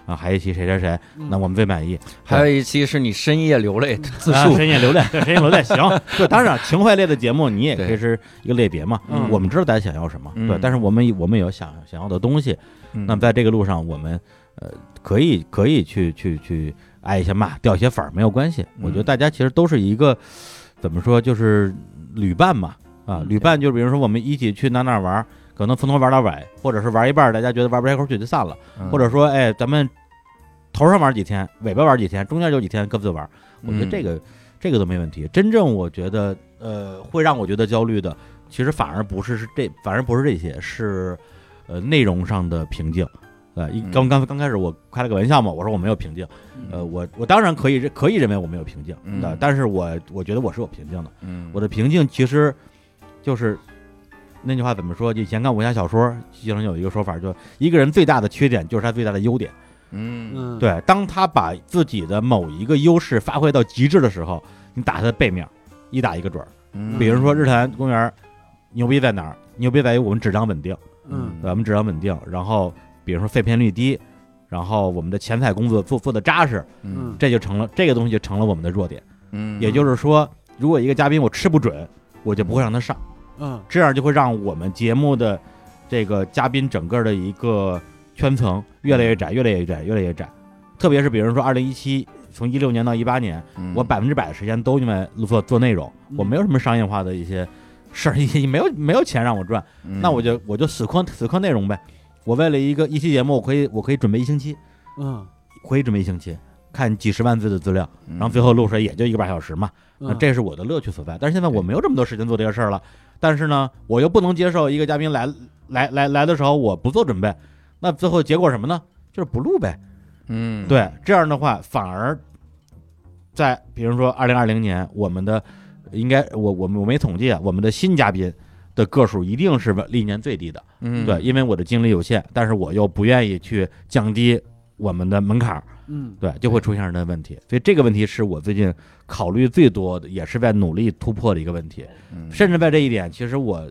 Speaker 4: 啊，还有一期谁谁谁，
Speaker 1: 嗯
Speaker 4: 那我们最满意。
Speaker 1: 还有一期是你深夜流泪 自
Speaker 4: 啊
Speaker 1: 述，
Speaker 4: 深夜流 泪，对，深夜流泪，行。对，当然情怀类的节目你也可以是一个类别嘛。
Speaker 1: 嗯
Speaker 4: 我们知道大家想要什么，
Speaker 1: 嗯
Speaker 4: 对，但是我们我们有想想要的东西。那么在这个路上，我们呃可以可以去去去挨一下骂，掉一些粉儿没有关系。我觉得大家其实都是一个怎么说，就是旅伴嘛，啊，旅伴就是比如说我们一起去哪哪玩儿，可能从头玩到尾，或者是玩一半儿，大家觉得玩不下口去就散了，
Speaker 1: 嗯
Speaker 4: 或者说哎，咱们头上玩几天，尾巴玩几天，中间有几天各自玩儿，我觉得这个、这个都没问题。真正我觉得呃会让我觉得焦虑的，其实反而不是是这，反而不是这些，是呃内容上的瓶颈。呃，一刚刚刚开始我开了个玩笑嘛，我说我没有瓶颈，呃，我我当然可以可以认为我没有瓶颈，
Speaker 1: 嗯
Speaker 4: 呃但是我我觉得我是有瓶颈的，
Speaker 1: 嗯
Speaker 4: 我的瓶颈其实就是那句话怎么说？以前看武侠小说，经常有一个说法，就一个人最大的缺点就是他最大的优点。
Speaker 1: 嗯
Speaker 2: 嗯，
Speaker 4: 对，当他把自己的某一个优势发挥到极致的时候，你打他的背面，一打一个准儿。
Speaker 1: 嗯
Speaker 4: 比如说日坛公园牛逼在哪儿？牛逼在于我们质量稳定，
Speaker 2: 嗯
Speaker 4: 我们质量稳定，然后比如说废片率低，然后我们的前采工作做做的扎实，
Speaker 2: 嗯
Speaker 4: 这就成了这个东西就成了我们的弱点。
Speaker 1: 嗯
Speaker 4: 也就是说，如果一个嘉宾我吃不准，我就不会让他上。
Speaker 2: 嗯
Speaker 4: 这样就会让我们节目的这个嘉宾整个的一个圈层越来越窄，越来越窄，越来越窄。特别是比如说二零一七，从一六年到一八年，
Speaker 1: 嗯
Speaker 4: 我百分之百的时间都用来做做内容，我没有什么商业化的一些事儿，也没有 没有钱让我赚，
Speaker 1: 嗯
Speaker 4: 那我就我就死磕死磕内容呗。我为了一个一期节目，我可以我可以准备一星期，
Speaker 2: 嗯，
Speaker 4: 可以准备一星期，看几十万字的资料，
Speaker 1: 嗯
Speaker 4: 然后最后录出来也就一个把小时嘛。那
Speaker 2: 嗯
Speaker 4: 这是我的乐趣所在。但是现在我没有这么多时间做这些事儿了，但是呢，我又不能接受一个嘉宾来来来来的时候我不做准备，那最后结果什么呢？就是不录呗。
Speaker 1: 嗯
Speaker 4: 对，这样的话反而在比如说二零二零年，我们的应该我我我没统计啊，我们的新嘉宾的个数一定是历年最低的。
Speaker 1: 嗯
Speaker 4: 对，因为我的精力有限，但是我又不愿意去降低我们的门槛儿，
Speaker 2: 嗯
Speaker 4: 对，就会出现这样的问题。所以这个问题是我最近考虑最多的，也是在努力突破的一个问题。
Speaker 1: 嗯
Speaker 4: 甚至在这一点，其实我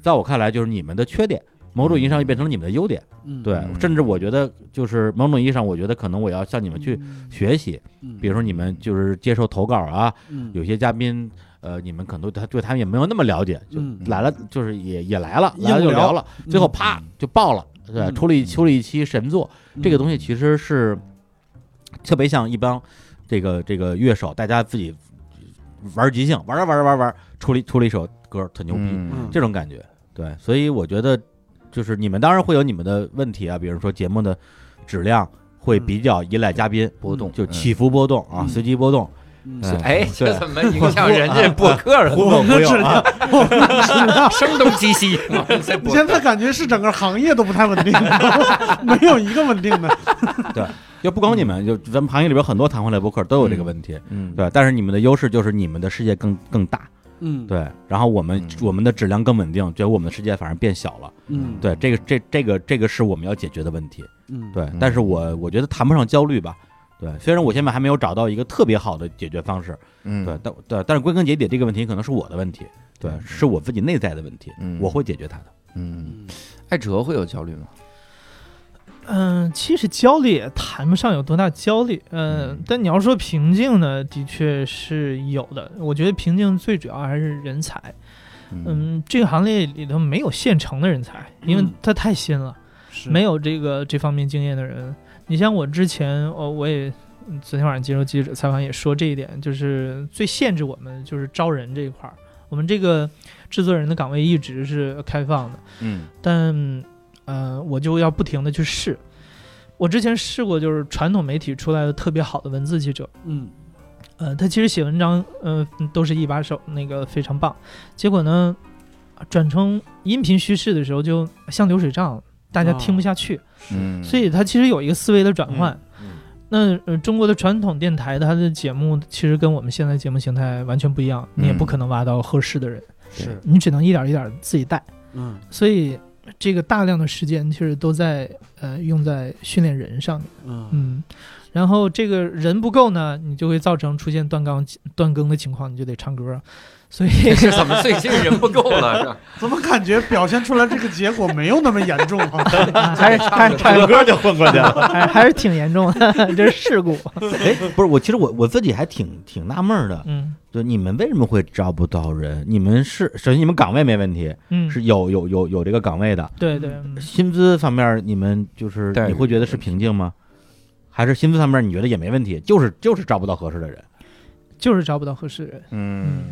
Speaker 4: 在我看来，就是你们的缺点，某种意义上就变成了你们的优点。
Speaker 2: 嗯，
Speaker 4: 对，
Speaker 1: 嗯
Speaker 4: 甚至我觉得就是某种意义上，我觉得可能我要向你们去学习，
Speaker 2: 嗯，
Speaker 4: 比如说你们就是接受投稿啊，
Speaker 2: 嗯
Speaker 4: 有些嘉宾。呃，你们可能对他对他们也没有那么了解，就
Speaker 2: 嗯
Speaker 4: 来了，就是也也来了，
Speaker 2: 硬
Speaker 4: 来了就聊
Speaker 2: 聊
Speaker 4: 了，最后啪就爆了，对，
Speaker 2: 嗯
Speaker 4: 出了一出了一期神作，这个东西其实是特别像一帮这个这个乐手，大家自己玩即兴，玩着玩着玩着玩着，出了一出了一首歌，特牛逼，
Speaker 2: 嗯
Speaker 4: 这种感觉。对，所以我觉得就是你们当然会有你们的问题啊，比如说节目的质量会比较依赖嘉宾
Speaker 1: 波动
Speaker 4: 就起伏波动啊，
Speaker 2: 嗯
Speaker 4: 随机波动。
Speaker 2: 嗯
Speaker 4: 嗯
Speaker 1: 哎，
Speaker 4: 对
Speaker 1: 这怎么影响人家播客了？
Speaker 4: 忽冷忽热啊，
Speaker 1: 声东击西，在播
Speaker 2: 现在感觉是整个行业都不太稳定，没有一个稳定的。
Speaker 4: 就不光你们，就咱们行业里边很多谈话类播客都有这个问题。
Speaker 1: 嗯，
Speaker 4: 对，但是你们的优势就是你们的世界更更大，
Speaker 2: 嗯，，
Speaker 4: 对，然后我们、
Speaker 1: 嗯
Speaker 4: 我们的质量更稳定，觉得我们的世界反而变小了。
Speaker 2: 嗯，
Speaker 4: 对，这个这这个这个是我们要解决的问题。
Speaker 2: 嗯，
Speaker 4: 对，但是我我觉得谈不上焦虑吧。对，虽然我现在还没有找到一个特别好的解决方式，
Speaker 1: 嗯
Speaker 4: 对，但对，但是归根结底，这个问题可能是我的问题，对，
Speaker 1: 嗯
Speaker 4: 是我自己内在的问题，
Speaker 1: 嗯
Speaker 4: 我会解决它的。
Speaker 1: 嗯，艾哲会有焦虑吗？
Speaker 5: 嗯，其实焦虑也谈不上有多大焦虑，嗯
Speaker 1: 嗯，
Speaker 5: 但你要说瓶颈呢，的确是有的。我觉得瓶颈最主要还是人才，嗯，这个行业里头没有现成的人才，因为
Speaker 2: 嗯
Speaker 5: 他太新了，
Speaker 2: 是
Speaker 5: 没有这个这方面经验的人。你像我之前，哦，我也嗯昨天晚上接受记者采访也说这一点，就是最限制我们就是招人这一块儿。我们这个制作人的岗位一直是开放的，
Speaker 1: 嗯
Speaker 5: 但呃，我就要不停的去试。我之前试过，就是传统媒体出来的特别好的文字记者，
Speaker 2: 嗯
Speaker 5: 呃，他其实写文章，呃，都是一把手，那个非常棒。结果呢，转成音频叙事的时候，就像流水账，大家听不下去。
Speaker 1: 嗯，
Speaker 5: 所以它其实有一个思维的转换。那、呃、中国的传统电台，它的节目其实跟我们现在节目形态完全不一样，你也
Speaker 1: 嗯
Speaker 5: 不可能挖到合适的人，
Speaker 1: 是
Speaker 5: 你只能一点一点自己带。
Speaker 2: 嗯
Speaker 5: 所以这个大量的时间其实都在呃用在训练人上面。
Speaker 2: 嗯
Speaker 5: 嗯，然后这个人不够呢，你就会造成出现断更断更的情况，你就得唱歌。所以
Speaker 1: 是怎么最近人不够了？是吧
Speaker 2: 怎么感觉表现出来这个结果没有那么严重啊？
Speaker 5: 还是还是
Speaker 4: 唱歌就混过去了。
Speaker 5: 还还是挺严重的，这是事故。
Speaker 4: 哎，不是，我其实我我自己还挺挺纳闷儿的，
Speaker 5: 嗯
Speaker 4: 就你们为什么会招不到人？你们是首先你们岗位没问题，
Speaker 5: 嗯，
Speaker 4: 是有有有有这个岗位的，
Speaker 5: 对对，嗯
Speaker 4: 薪资方面你们就是
Speaker 1: 待遇
Speaker 4: 嗯你会觉得是瓶颈吗？还是薪资上面你觉得也没问题，就是就是招不到合适的人。
Speaker 6: 就是招不到合适人。
Speaker 4: 嗯，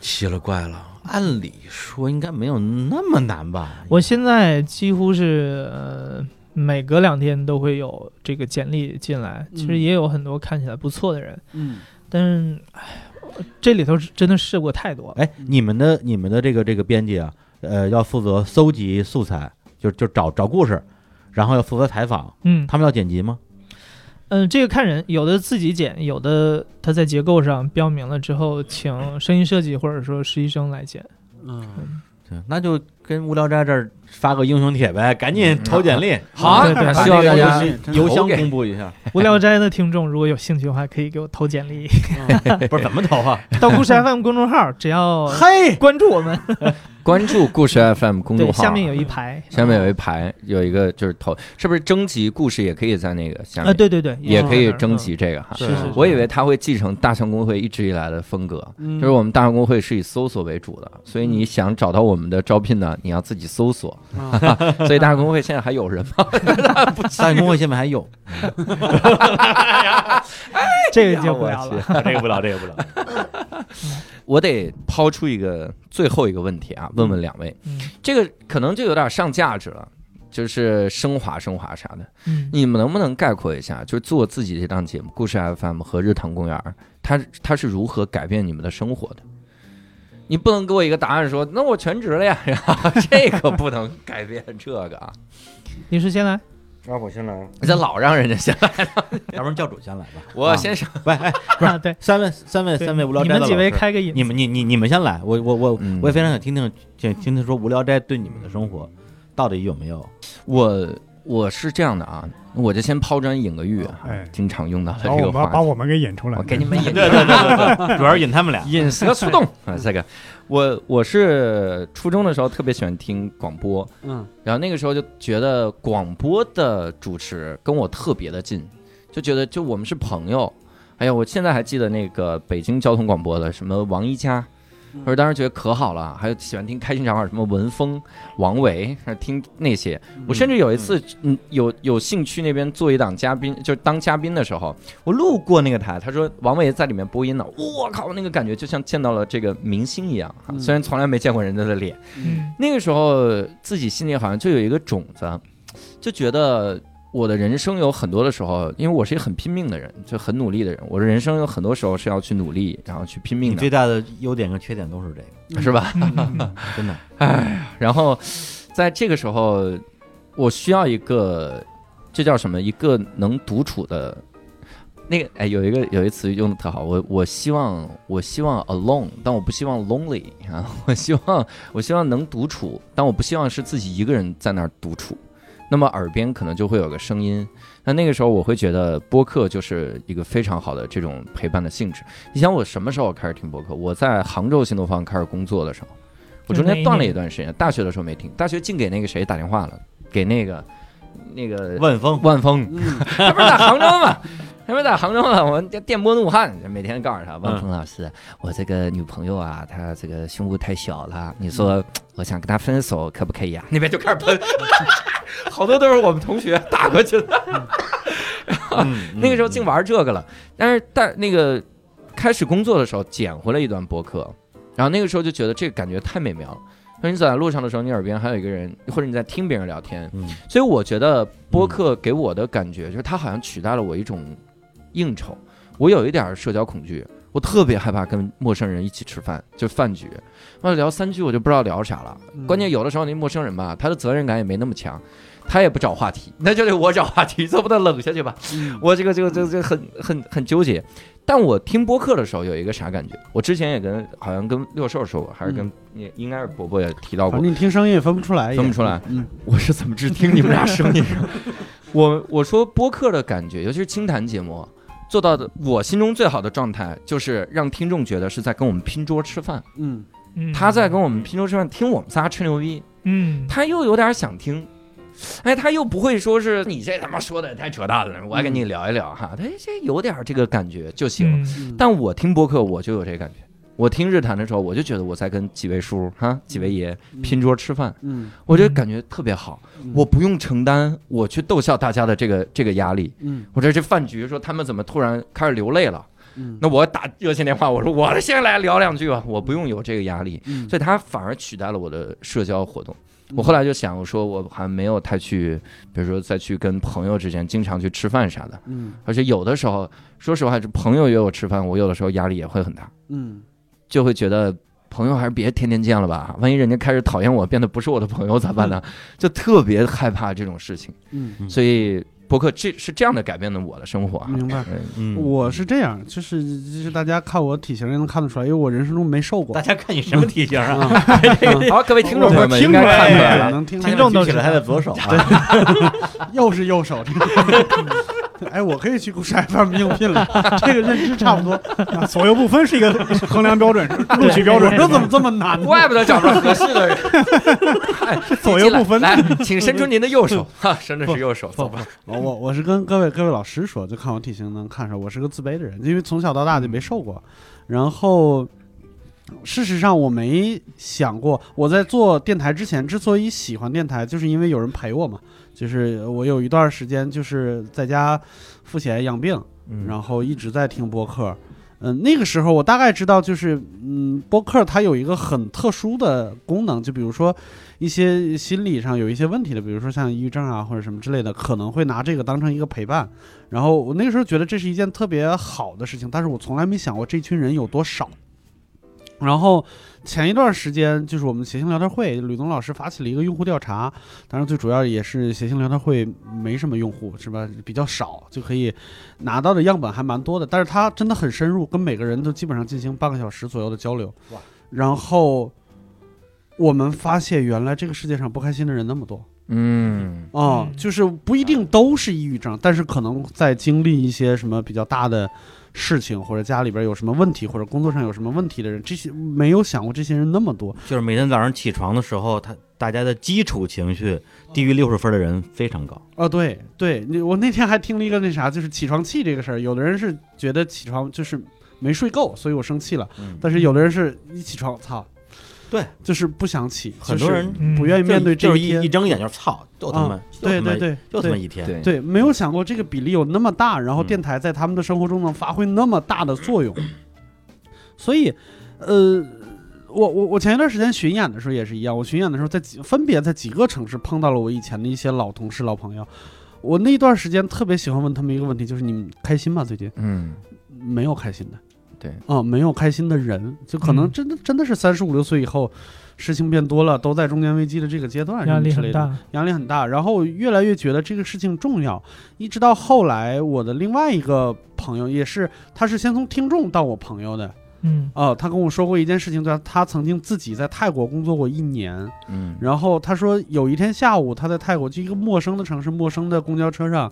Speaker 4: 奇了怪了，按理说应该没有那么难吧？
Speaker 6: 我现在几乎是、呃、每隔两天都会有这个简历进来，其实
Speaker 2: 嗯
Speaker 6: 也有很多看起来不错的人，
Speaker 2: 嗯，
Speaker 6: 但是唉我这里头真的试过太多了。
Speaker 4: 哎，你们的你们的这个这个编辑啊，呃，要负责搜集素材，就就找找故事，然后要负责采访，
Speaker 6: 嗯
Speaker 4: 他们要剪辑吗？
Speaker 6: 嗯、这个看人，有的自己剪，有的他在结构上标明了之后，请声音设计或者说实习生来 剪。
Speaker 2: 嗯，
Speaker 4: 对，那就跟无聊斋这儿发个英雄帖呗，赶紧投简历，
Speaker 1: 好
Speaker 6: 对对
Speaker 1: 那
Speaker 6: 对
Speaker 1: 希望大家
Speaker 4: 邮
Speaker 1: 投
Speaker 4: 箱
Speaker 1: 给
Speaker 4: 公布一下，
Speaker 6: 无聊斋的听众如果有兴趣的话，可以给我投简 历
Speaker 4: 不是怎么投啊？
Speaker 6: 到故事 FM 公众号，只要
Speaker 2: 嘿，
Speaker 6: 关注我们，
Speaker 1: 关注故事 FM 公众
Speaker 6: 对，
Speaker 1: 号，啊
Speaker 6: 下面有一排。
Speaker 1: 下面有一排有一个就是投，是不是征集故事也可以在那个下
Speaker 6: 啊，
Speaker 1: 面，
Speaker 6: 对对对，
Speaker 1: 也可以
Speaker 6: 有
Speaker 1: 征集这个哈。
Speaker 2: 是
Speaker 4: 对
Speaker 2: 是是
Speaker 1: 我以为他会继承大象公会一直以来的风格，
Speaker 2: 就
Speaker 1: 就是我们大象公会是以搜索为主的，所以你想找到我们的招聘呢，你要自己搜索。 所以大象公会现在还有 人吗？
Speaker 4: 三公会现在还有，
Speaker 6: 这个就不聊了。
Speaker 4: 这个不聊，这个不聊。
Speaker 1: 我得抛出一个最后一个问题啊，问问两位，
Speaker 6: 嗯
Speaker 1: 这个可能就有点上价值了，就是升华升华啥的。
Speaker 6: 嗯，
Speaker 1: 你们能不能概括一下，就是做自己这档节目《故事 FM》和《日坛公园》，它它是如何改变你们的生活的？你不能给我一个答案说，那我全职了呀，然后这个不能改变这个 啊，
Speaker 6: 你是先来，
Speaker 4: 那我先来，
Speaker 1: 你这老让人家先来，
Speaker 4: 要不然教主先来吧。
Speaker 1: 我先上，
Speaker 4: 喂，哎，不是
Speaker 6: 啊，对，
Speaker 4: 三位三位
Speaker 6: 对
Speaker 4: 三位无聊
Speaker 6: 你
Speaker 4: 斋的
Speaker 6: 们几位
Speaker 4: 老师
Speaker 6: 开个引，
Speaker 4: 你们你你你们先来，我我我
Speaker 1: 嗯
Speaker 4: 我也非常想听听听听听说无聊斋对你们的生活到底有没有？
Speaker 1: 我我是这样的啊，我就先抛砖引个玉啊，
Speaker 3: 哎
Speaker 1: 经常用到的
Speaker 3: 把
Speaker 1: 这
Speaker 3: 我
Speaker 1: 个
Speaker 3: 把把
Speaker 1: 话题，
Speaker 3: 我们给引出来
Speaker 1: 我。给 你们引
Speaker 4: 对对对对，主要是引他们俩。
Speaker 1: 引蛇出洞啊，这个我我是初中的时候特别喜欢听广播，
Speaker 2: 嗯，
Speaker 1: 然后那个时候就觉得广播的主持跟我特别的近，就觉得就我们是朋友。哎呀，我现在还记得那个北京交通广播的什么王一佳，我说当时觉得可好了，还有喜欢听开心茶话什么文峰、王维，还有听那些。我甚至有一次，嗯，有有兴趣那边做一档嘉宾，就是当嘉宾的时候，我路过那个台，他说王维在里面播音呢，我靠，那个感觉就像见到了这个明星一样啊，
Speaker 2: 嗯
Speaker 1: 虽然从来没见过人家的脸。
Speaker 6: 嗯
Speaker 1: 那个时候自己心里好像就有一个种子，啊就觉得我的人生有很多的时候，因为我是一个很拼命的人，就很努力的人，我的人生有很多时候是要去努力，然后去拼
Speaker 4: 你
Speaker 1: 命
Speaker 4: 最
Speaker 1: 的，
Speaker 4: 大的优点跟缺点都是这个，
Speaker 1: 是吧？
Speaker 6: 嗯
Speaker 4: 真 的。
Speaker 1: 然后在这个时候，我需要一个，这叫什么？一个能独处的。那个哎，有一个有一词用的特好，我我希望我希望 alone，但我不希望 lonely 啊， 我希望我希望能独处，但我不希望是自己一个人在那儿独处。那么耳边可能就会有个声音，那那个时候我会觉得播客就是一个非常好的这种陪伴的性质。你想我什么时候开始听播客？我在杭州新东方开始工作的时候，我中间断了一段时间，大学的时候没听，大学净给那个谁打电话了，给那个那个
Speaker 4: 万峰，
Speaker 1: 万峰，
Speaker 2: 嗯
Speaker 1: 他不是在杭州吗？他不是在杭州吗？我这电波怒汉，每天告诉他，万峰老师，我这个女朋友啊，她这个胸部太小了，你说我想跟她分手，可不可以啊？嗯 那边就开始喷，好多都是我们同学打过去的。
Speaker 4: 嗯
Speaker 1: 那个时候净玩这个了。但是但那个开始工作的时候捡回了一段播客，然后那个时候就觉得这个感觉太美妙了。就是你走在路上的时候，你耳边还有一个人，或者你在听别人聊天，
Speaker 4: 嗯
Speaker 1: 所以我觉得播客给我的感觉就是它好像取代了我一种应酬，我有一点儿社交恐惧。我特别害怕跟陌生人一起吃饭，就饭局，那聊三句我就不知道聊啥了。
Speaker 2: 嗯
Speaker 1: 嗯关键有的时候那陌生人吧，他的责任感也没那么强，他也不找话题， 那就得我找话题，这不得冷下去吧？我这个这个这个这个很很很纠结。但我听播客的时候有一个啥感觉？我之前也跟好像跟六兽说过，还是跟、也应该是伯伯也提到过
Speaker 2: 反，正你听声音也分不出来，
Speaker 1: 分不出来。
Speaker 2: 嗯
Speaker 1: 我是怎么只听你们俩声音？ 我我说播客的感觉，尤其是清谈节目，做到的我心中最好的状态，就是让听众觉得是在跟我们拼桌吃饭，
Speaker 2: 嗯
Speaker 6: 嗯
Speaker 1: 他在跟我们拼桌吃饭，听我们仨吹牛逼，
Speaker 6: 嗯，
Speaker 1: 他又有点想听。哎，他又不会说是你这他妈说的也太扯淡了，我来跟你聊一聊哈，他这有点这个感觉就行。
Speaker 6: 嗯
Speaker 2: 嗯，
Speaker 1: 但我听播客我就有这感觉，我听日坛的时候，我就觉得我在跟几位叔哈、几位爷
Speaker 2: 嗯
Speaker 1: 拼桌吃饭，
Speaker 2: 嗯，
Speaker 1: 我就感觉特别好，
Speaker 2: 嗯
Speaker 1: 我不用承担我去逗笑大家的这个这个压力。
Speaker 2: 嗯
Speaker 1: 我这这饭局说他们怎么突然开始流泪了，
Speaker 2: 嗯
Speaker 1: 那我打热线电话，我说我先来聊两句吧，我不用有这个压力，
Speaker 2: 嗯
Speaker 1: 所以它反而取代了我的社交活动。我后来就想，我说我好像没有太去，比如说再去跟朋友之间经常去吃饭啥的，
Speaker 2: 嗯
Speaker 1: 而且有的时候，说实话，就朋友约我吃饭，我有的时候压力也会很大，
Speaker 2: 嗯
Speaker 1: 就会觉得朋友还是别天天见了吧，万一人家开始讨厌我，变得不是我的朋友咋办呢？就特别害怕这种事情，
Speaker 2: 嗯，
Speaker 4: 嗯
Speaker 1: 所以博客这是这样的改变了我的生活啊。
Speaker 2: 明白。
Speaker 1: 嗯
Speaker 4: 嗯
Speaker 2: 我是这样，就是就是大家看我体型也能看得出来，因为我人生中没瘦过
Speaker 4: 大。家看你什么体型啊？
Speaker 1: 好，各位听众朋友们应该
Speaker 3: 我听出来
Speaker 1: 看出来
Speaker 3: 哎
Speaker 1: 了，
Speaker 2: 能听
Speaker 4: 现在
Speaker 5: 众都
Speaker 4: 举起来他的左 手啊，
Speaker 2: 又是右手，这个 哎，我可以去故事 FM 应聘了，这个认知差不多。
Speaker 3: 啊左右不分是一个 衡量标准，录取标
Speaker 2: 我
Speaker 3: 准。
Speaker 2: 说怎么这么难 呢？
Speaker 1: 怪不得找不着合适的 人。哎
Speaker 3: 左右不分
Speaker 1: 来，来请伸出您的右 手，哈，伸的是右手，走吧。
Speaker 2: 我我我是跟各位各位老师说，就看我体型能看出来，我是个自卑的人，因为从小到大就没瘦过。然后，事实上我没想过，我在做电台之前，之所以喜欢电台，就是因为有人陪我嘛。就是我有一段时间就是在家赋闲养病，然后一直在听播客。嗯，那个时候我大概知道，就是嗯，播客它有一个很特殊的功能，就比如说一些心理上有一些问题的，比如说像抑郁症啊或者什么之类的，可能会拿这个当成一个陪伴。然后我那个时候觉得这是一件特别好的事情，但是我从来没想过这群人有多少。然后前一段时间，就是我们谐星聊天会，吕东老师发起了一个用户调查，当然最主要也是谐星聊天会没什么用户是吧，比较少，就可以拿到的样本还蛮多的，但是他真的很深入，跟每个人都基本上进行半个小时左右的交流。
Speaker 4: 哇！
Speaker 2: 然后我们发现，原来这个世界上不开心的人那么多
Speaker 1: 嗯
Speaker 2: 啊、
Speaker 5: 嗯
Speaker 2: 就是不一定都是抑郁症，但是可能在经历一些什么比较大的事情，或者家里边有什么问题，或者工作上有什么问题的人，这些没有想过这些人那么多。
Speaker 4: 就是每天早上起床的时候，他大家的基础情绪低于六十分的人非常高。
Speaker 2: 哦，对对，你我那天还听了一个那啥，就是起床气这个事儿，有的人是觉得起床就是没睡够，所以我生气了，
Speaker 4: 嗯
Speaker 2: 但是有的人是一起床，操，
Speaker 4: 对，
Speaker 2: 就是不想起，
Speaker 4: 很多人
Speaker 2: 就是
Speaker 5: 嗯
Speaker 2: 不愿意面对这
Speaker 4: 就是
Speaker 2: 天
Speaker 4: 一一，睁眼就操，就他妈
Speaker 2: 啊，对对对
Speaker 4: 就他妈
Speaker 2: 对
Speaker 4: 一天。
Speaker 1: 对
Speaker 2: 对，没有想过这个比例有那么大，然后
Speaker 4: 嗯
Speaker 2: 电台在他们的生活中能发挥那么大的作用，所以，呃。我我我前一段时间巡演的时候也是一样，我巡演的时候在几分别在几个城市碰到了我以前的一些老同事、老朋友。我那段时间特别喜欢问他们一个问题，就是你们开心吗？最近
Speaker 1: 嗯，
Speaker 2: 没有开心的，
Speaker 1: 对
Speaker 2: 啊，没有开心的人，就可能
Speaker 5: 嗯
Speaker 2: 真的、真的是三十五六岁以后，事情变多了，都在中年危机的这个阶段，
Speaker 5: 压力
Speaker 2: 什么之
Speaker 5: 很
Speaker 2: 类的，
Speaker 5: 大，
Speaker 2: 压力很大。然后我越来越觉得这个事情重要，一直到后来，我的另外一个朋友也是，他是先从听众到我朋友的，
Speaker 5: 嗯
Speaker 2: 哦、他跟我说过一件事情，就是他曾经自己在泰国工作过一年，
Speaker 1: 嗯
Speaker 2: 然后他说有一天下午，他在泰国就一个陌生的城市、陌生的公交车上，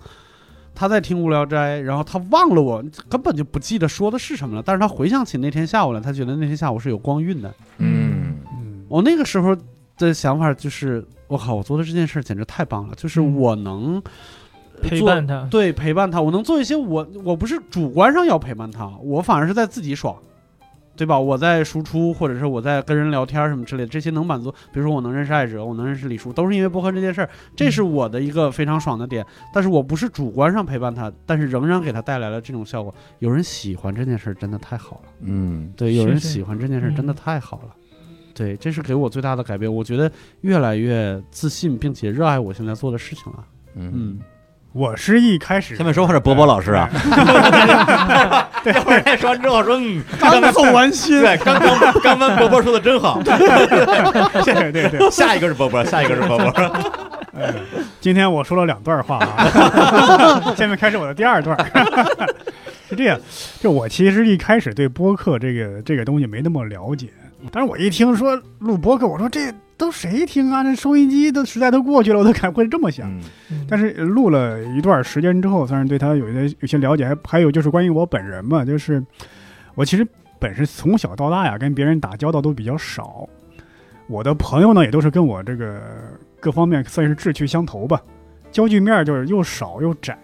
Speaker 2: 他在听《无聊斋》，然后他忘了我根本就不记得说的是什么了。但是他回想起那天下午来，他觉得那天下午是有光晕的。
Speaker 1: 嗯
Speaker 3: 嗯
Speaker 2: 我那个时候的想法就是，我靠，我做的这件事简直太棒了，就是
Speaker 5: 嗯
Speaker 2: 我能呃
Speaker 5: 陪
Speaker 2: 做
Speaker 5: 伴他，
Speaker 2: 对陪伴他，我能做一些我我不是主观上要陪伴他，我反而是在自己爽，对吧？我在输出，或者是我在跟人聊天什么之类的，这些能满足，比如说我能认识艾哲，我能认识李叔，都是因为播客这件事儿，
Speaker 5: 嗯
Speaker 2: 这是我的一个非常爽的点。但是我不是主观上陪伴他，但是仍然给他带来了这种效果。有人喜欢这件事儿真的太好了，
Speaker 1: 嗯
Speaker 2: 对，有
Speaker 5: 是
Speaker 2: 人
Speaker 5: 是
Speaker 2: 喜欢这件事儿真的
Speaker 5: 嗯
Speaker 2: 太好了。对，这是给我最大的改变。我觉得越来越自信，并且热爱我现在做的事情了。
Speaker 1: 嗯，
Speaker 3: 我是一开始
Speaker 4: 下面说话是博博老师啊， 一会儿再说完之后说，嗯， 刚才
Speaker 2: 送完 心
Speaker 4: 对，刚刚刚刚博博说的真好。
Speaker 3: 对对对，
Speaker 4: 下一个是博博，下一个是 博博。
Speaker 3: 哎 今天我说了两段话啊，下面开始我的第二段。 是这样，就我其实一开始对播客这个这个东西没那么了解，但是我一听说录播客，我说这都谁听啊？这收音机都时代都过去了，我都敢会这么想。
Speaker 4: 嗯
Speaker 5: 嗯
Speaker 3: 但是录了一段时间之后，算是对他有些有些了解，还还有就是关于我本人嘛，就是我其实本身从小到大呀，跟别人打交道都比较少，我的朋友呢也都是跟我这个各方面算是志趣相投吧，交际面儿就是又少又窄，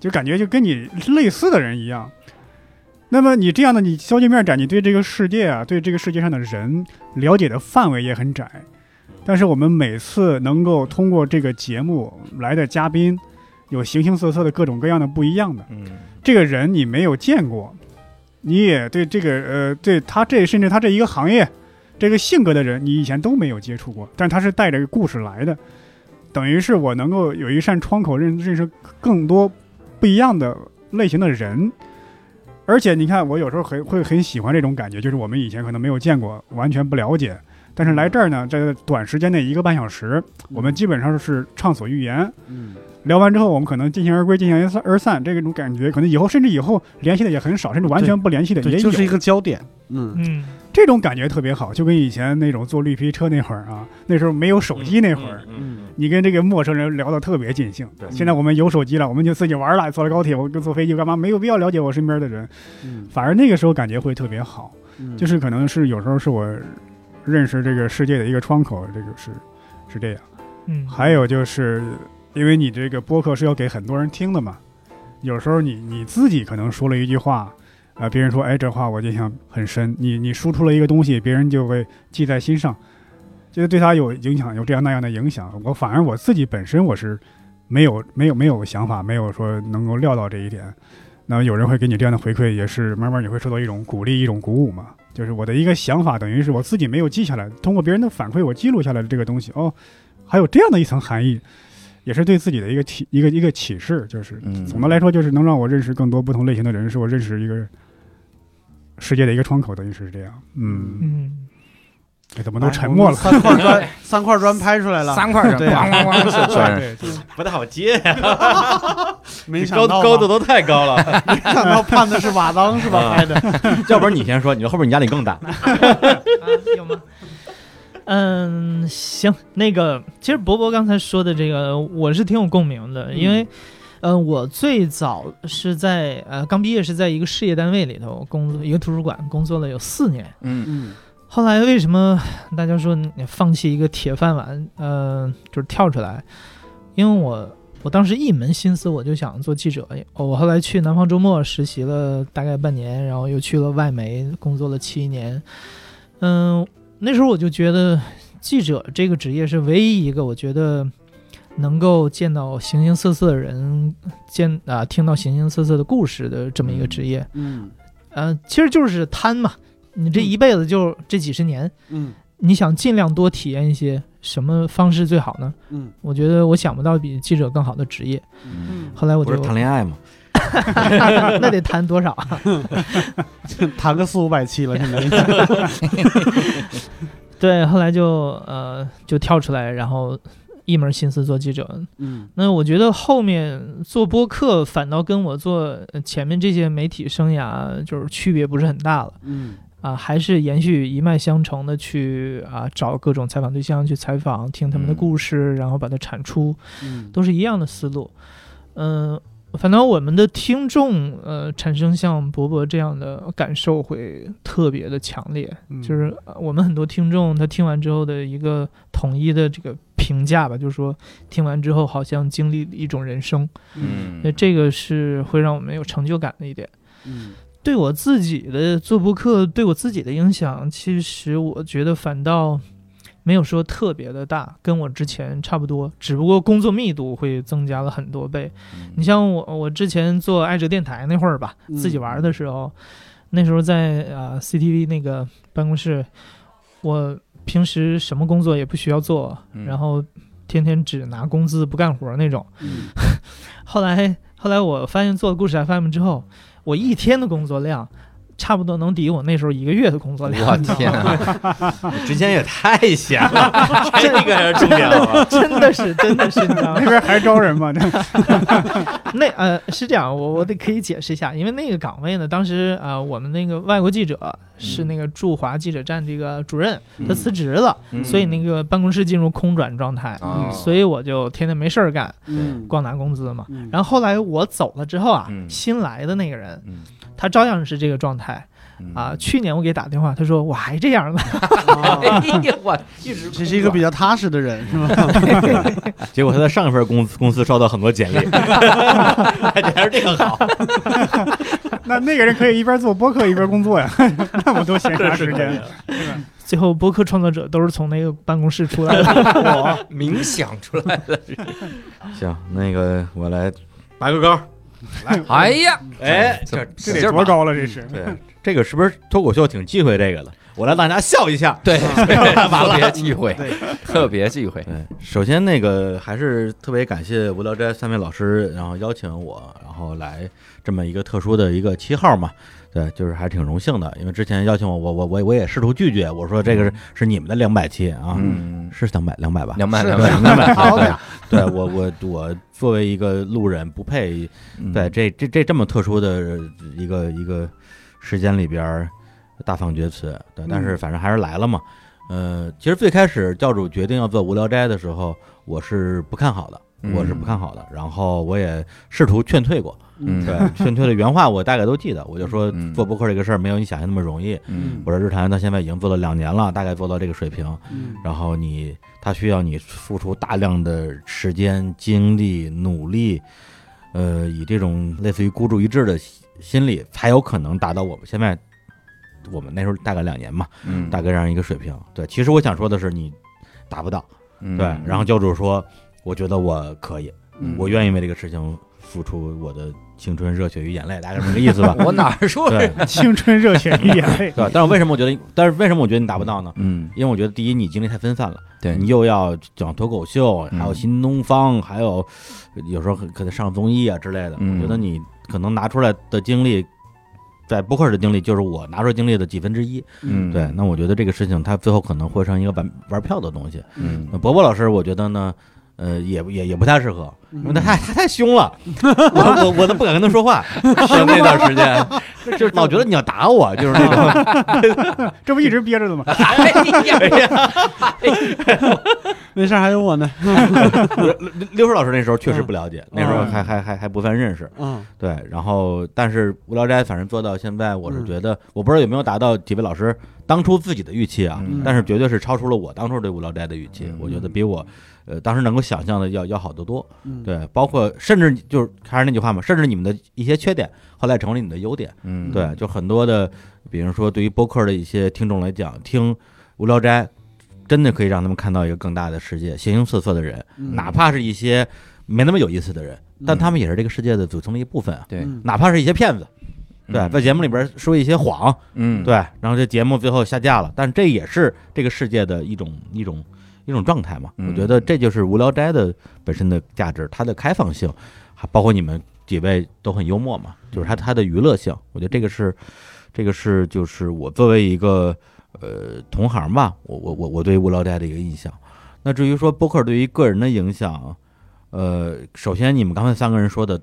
Speaker 3: 就感觉就跟你类似的人一样。那么你这样的你消界面窄，你对这个世界啊，对这个世界上的人了解的范围也很窄。但是我们每次能够通过这个节目来的嘉宾，有形形色色的各种各样的不一样的，
Speaker 4: 嗯
Speaker 3: 这个人你没有见过，你也对这个呃，对他这甚至他这一个行业，这个性格的人，你以前都没有接触过，但他是带着故事来的，等于是我能够有一扇窗口认认识更多不一样的类型的人。而且你看，我有时候很会很喜欢这种感觉，就是我们以前可能没有见过，完全不了解，但是来这儿呢，在短时间内一个半小时，我们基本上是畅所欲言，
Speaker 2: 嗯，
Speaker 3: 聊完之后，我们可能进行而归，进行而散而散，这种感觉可能以后甚至以后联系的也很少，甚至完全不联系的也
Speaker 2: 对，
Speaker 3: 有。
Speaker 2: 就是一个焦点，嗯，
Speaker 5: 嗯，
Speaker 3: 这种感觉特别好，就跟以前那种坐绿皮车那会儿啊，那时候没有手机那会儿，
Speaker 4: 嗯
Speaker 3: 你跟这个陌生人聊得特别尽兴。
Speaker 4: 对
Speaker 3: 现在我们有手机了，我们就自己玩了，坐了高铁，我跟坐飞机干嘛？没有必要了解我身边的人，
Speaker 2: 嗯
Speaker 3: 反而那个时候感觉会特别好，
Speaker 2: 嗯
Speaker 3: 就是可能是有时候是我认识这个世界的一个窗口，这个是是这样。
Speaker 5: 嗯，
Speaker 3: 还有就是，因为你这个播客是要给很多人听的嘛，有时候你你自己可能说了一句话，啊、别人说，哎，这话我印象很深，你你输出了一个东西，别人就会记在心上，觉得对他有影响，有这样那样的影响。我反而我自己本身我是没有没有没有想法，没有说能够料到这一点。那有人会给你这样的回馈，也是慢慢你会受到一种鼓励，一种鼓舞嘛。就是我的一个想法，等于是我自己没有记下来，通过别人的反馈，我记录下来的这个东西。哦，还有这样的一层含义，也是对自己的一个启一个一个启示。就是
Speaker 4: 嗯，
Speaker 3: 总的来说，就是能让我认识更多不同类型的人，是我认识一个世界的一个窗口，等于是这样。嗯，
Speaker 5: 嗯，
Speaker 3: 哎怎么都沉默了？
Speaker 2: 三块砖，三块砖拍出来了，
Speaker 1: 三块儿
Speaker 2: 对啊
Speaker 1: 咣咣 咣，
Speaker 4: 对，不太好接呀，
Speaker 2: 没想
Speaker 4: 高
Speaker 2: 到吧
Speaker 4: 高度，都太高了，
Speaker 2: 没想到判的是瓦当是吧？哎拍
Speaker 4: 啊
Speaker 2: 的，
Speaker 4: 要不然你先说，你后边你压力更大。
Speaker 5: 啊，有吗？ 嗯，行，那个，其实博博刚才说的这个，我是挺有共鸣的，因为，呃，我最早是在呃刚毕业是在一个事业单位里头工作，一个图书馆工作了有四年。
Speaker 4: 嗯
Speaker 2: 嗯
Speaker 5: 后来为什么大家说你放弃一个铁饭碗，呃，就是跳出来？因为我我当时一门心思我就想做记者，哦我后来去南方周末实习了大概半年，然后又去了外媒工作了七年，嗯、那时候我就觉得记者这个职业是唯一一个我觉得能够见到形形色色的人，见啊、听到形形色色的故事的这么一个职业，
Speaker 2: 嗯
Speaker 5: 嗯，其实就是贪嘛，你这一辈子就这几十年，
Speaker 2: 嗯
Speaker 5: 你想尽量多体验一些，什么方式最好呢？
Speaker 2: 嗯
Speaker 5: 我觉得我想不到比记者更好的职业。
Speaker 4: 嗯，
Speaker 5: 后来我
Speaker 4: 不
Speaker 5: 就是
Speaker 4: 谈恋爱吗？
Speaker 5: 那得谈多少啊？
Speaker 2: 嗯，谈个四五百期了，现在
Speaker 5: 对，后来就呃就跳出来，然后一门心思做记者。
Speaker 2: 嗯
Speaker 5: 那我觉得后面做播客反倒跟我做呃前面这些媒体生涯就是区别不是很大了。
Speaker 2: 嗯
Speaker 5: 啊，还是延续一脉相承的去啊找各种采访对象去采访，听他们的
Speaker 4: 嗯
Speaker 5: 故事，然后把它产出，
Speaker 2: 嗯，
Speaker 5: 都是一样的思路。嗯、反正我们的听众呃产生像博博这样的感受会特别的强烈，
Speaker 3: 嗯
Speaker 5: 就是呃我们很多听众他听完之后的一个统一的这个评价吧，就是说听完之后好像经历了一种人生，
Speaker 4: 嗯
Speaker 5: 那这个是会让我们有成就感的一点。
Speaker 2: 嗯
Speaker 5: 对我自己的做播客对我自己的影响，其实我觉得反倒没有说特别的大，跟我之前差不多，只不过工作密度会增加了很多倍。
Speaker 1: 嗯
Speaker 5: 你像我，我之前做爱哲电台那会儿吧，
Speaker 2: 嗯
Speaker 5: 自己玩的时候，那时候在啊、呃 CTV 那个办公室，我平时什么工作也不需要做，
Speaker 4: 嗯
Speaker 5: 然后天天只拿工资不干活那种。
Speaker 2: 嗯
Speaker 5: 后来后来我发现做了故事 FM 之后，我一天的工作量。差不多能抵我那时候一个月的工作量，
Speaker 4: 我
Speaker 1: 嗯
Speaker 4: 天啊，你之前也太闲了， 这个是重点 了。
Speaker 5: 真的是， 真的是，你知道
Speaker 3: 那
Speaker 5: 吗？
Speaker 3: 边还招人吗？这
Speaker 5: 那呃是这样，我我得可以解释一下，因为那个岗位呢，当时啊、呃我们那个外国记者是那个驻华记者站这个主任，他辞职了，
Speaker 4: 嗯
Speaker 5: 所以那个办公室进入空转状态，嗯
Speaker 4: 哦
Speaker 5: 所以我就天天没事儿干，
Speaker 2: 嗯，
Speaker 5: 光拿工资嘛。
Speaker 2: 嗯
Speaker 5: 然后后来我走了之后啊，
Speaker 4: 嗯
Speaker 5: 新来的那个人
Speaker 4: 嗯
Speaker 5: 他照样是这个状态。
Speaker 1: 嗯
Speaker 6: 啊，去年我给打电话，他说我还这样呢，
Speaker 1: 哎呀，我一直
Speaker 9: 这是一个比较踏实的人，是吧？
Speaker 4: 结果他在上一份公司公司收到很多 简历，这还是这个好，
Speaker 3: 那那个人可以一边做播客一边工作呀，那么多闲暇时间。
Speaker 6: 最后播客创作者都是从那个办公室出来 的。
Speaker 1: 冥想出来的。
Speaker 4: 行，那个我来拔个高，
Speaker 1: 哎呀，
Speaker 4: 哎，
Speaker 1: 这
Speaker 3: 这
Speaker 1: 使
Speaker 3: 得
Speaker 1: 劲
Speaker 3: 多
Speaker 1: 吧，
Speaker 3: 高了？这是
Speaker 4: 对，这个是不是脱口秀挺忌讳这个的？我来大家笑一下。
Speaker 1: 对，嗯特别忌讳，特别忌讳。
Speaker 4: 对，首先那个还是特别感谢无聊斋三位老师，然后邀请我，然后来这么一个特殊的一个七号嘛，对，就是还挺荣幸的，因为之前邀请我，我我我我也试图拒绝，我说这个是是你们的两百期啊，
Speaker 1: 嗯，
Speaker 4: 是两百两百吧，
Speaker 1: 两百
Speaker 4: 对
Speaker 1: 两
Speaker 4: 两
Speaker 1: 百，
Speaker 4: 百，对对我我我作为一个路人不配
Speaker 1: 对，
Speaker 4: 在这这这这么特殊的一个一个时间里边儿大放厥词，对，但
Speaker 1: 嗯
Speaker 4: 是反正还是来了嘛。呃，其实最开始教主决定要做无聊斋的时候，我是不看好的，
Speaker 1: 嗯
Speaker 4: 我是不看好的。然后我也试图劝退过，
Speaker 1: 嗯
Speaker 4: 对，劝退的原话我大概都记得，我就说
Speaker 1: 嗯
Speaker 4: 做播客这个事儿没有你想象那么容易。
Speaker 1: 嗯
Speaker 4: 我说日坛到现在已经做了两年了，大概做到这个水平，
Speaker 9: 嗯
Speaker 4: 然后你他需要你付出大量的时间、精力、努力，呃，以这种类似于孤注一掷的心心理，才有可能达到我们现在我们那时候大概两年嘛，
Speaker 1: 嗯
Speaker 4: 大概这样一个水平。对，其实我想说的是你达不到，
Speaker 1: 嗯。
Speaker 4: 对。然后教主说，我觉得我可以，
Speaker 9: 嗯
Speaker 4: 我愿意为这个事情付出我的青春、热血与眼泪，大概是这个意思吧
Speaker 1: 我哪儿说
Speaker 4: 对
Speaker 1: 是？
Speaker 3: 青春热血哎与眼泪。
Speaker 4: 对，但是为什么我觉得，但是为什么我觉得你达不到呢？
Speaker 1: 嗯，
Speaker 4: 因为我觉得第一，你精力太分散了。
Speaker 1: 对
Speaker 4: 你又要讲脱口秀，
Speaker 1: 嗯
Speaker 4: 还有新东方，还有有时候可可能上综艺啊之类的。
Speaker 1: 嗯
Speaker 4: 我觉得你可能拿出来的精力，在播客的精力就是我拿出来精力的几分之一。
Speaker 1: 嗯
Speaker 4: 对，，那我觉得这个事情它最后可能会成一个玩玩票的东西。
Speaker 1: 嗯
Speaker 4: 那伯伯老师，我觉得呢。呃，也也也不太适合，因为他太他太凶了，我我我都不敢跟他说话。就那段时间，就是老觉得你要打我，就是那种
Speaker 3: 这不一直憋着的吗？
Speaker 1: 哎
Speaker 9: 没事儿，还有我呢。
Speaker 4: 刘刘叔老师那时候确实不了解，那时
Speaker 9: 啊
Speaker 4: 候还
Speaker 3: 嗯
Speaker 4: 还还还不算认识。
Speaker 9: 嗯
Speaker 4: 对，然后但是无聊斋反正做到现在，我
Speaker 1: 嗯
Speaker 4: 是觉得、我不知道有没有达到几位老师当初自己的预期啊，
Speaker 1: 嗯
Speaker 4: 但是绝对是超出了我当初对无聊斋的预期，
Speaker 1: 嗯
Speaker 4: 我觉得比我呃当时能够想象的要要好得多。
Speaker 9: 嗯，
Speaker 4: 对，包括甚至就是还是那句话嘛，甚至你们的一些缺点后来成为你们的优点。
Speaker 1: 嗯
Speaker 4: 对，就很多的，比如说对于播客的一些听众来讲，听无聊斋真的可以让他们看到一个更大的世界，形形色色的人，
Speaker 9: 嗯
Speaker 4: 哪怕是一些没那么有意思的人，但
Speaker 9: 嗯
Speaker 4: 他们也是这个世界的组成的一部分啊。
Speaker 1: 对
Speaker 9: 嗯
Speaker 4: 哪怕是一些骗子，对，在节目里边说一些谎，
Speaker 1: 嗯
Speaker 4: 对，然后这节目最后下架了，但这也是这个世界的一种一种一种状态嘛。
Speaker 1: 嗯
Speaker 4: 我觉得这就是《无聊斋》的本身的价值，它的开放性，还包括你们几位都很幽默嘛，就是
Speaker 1: 嗯
Speaker 4: 它它的娱乐性，我觉得这个是这个是就是我作为一个呃同行吧，我我我我对《无聊斋》的一个印象。那至于说播客对于个人的影响，呃，首先你们刚才三个人说的，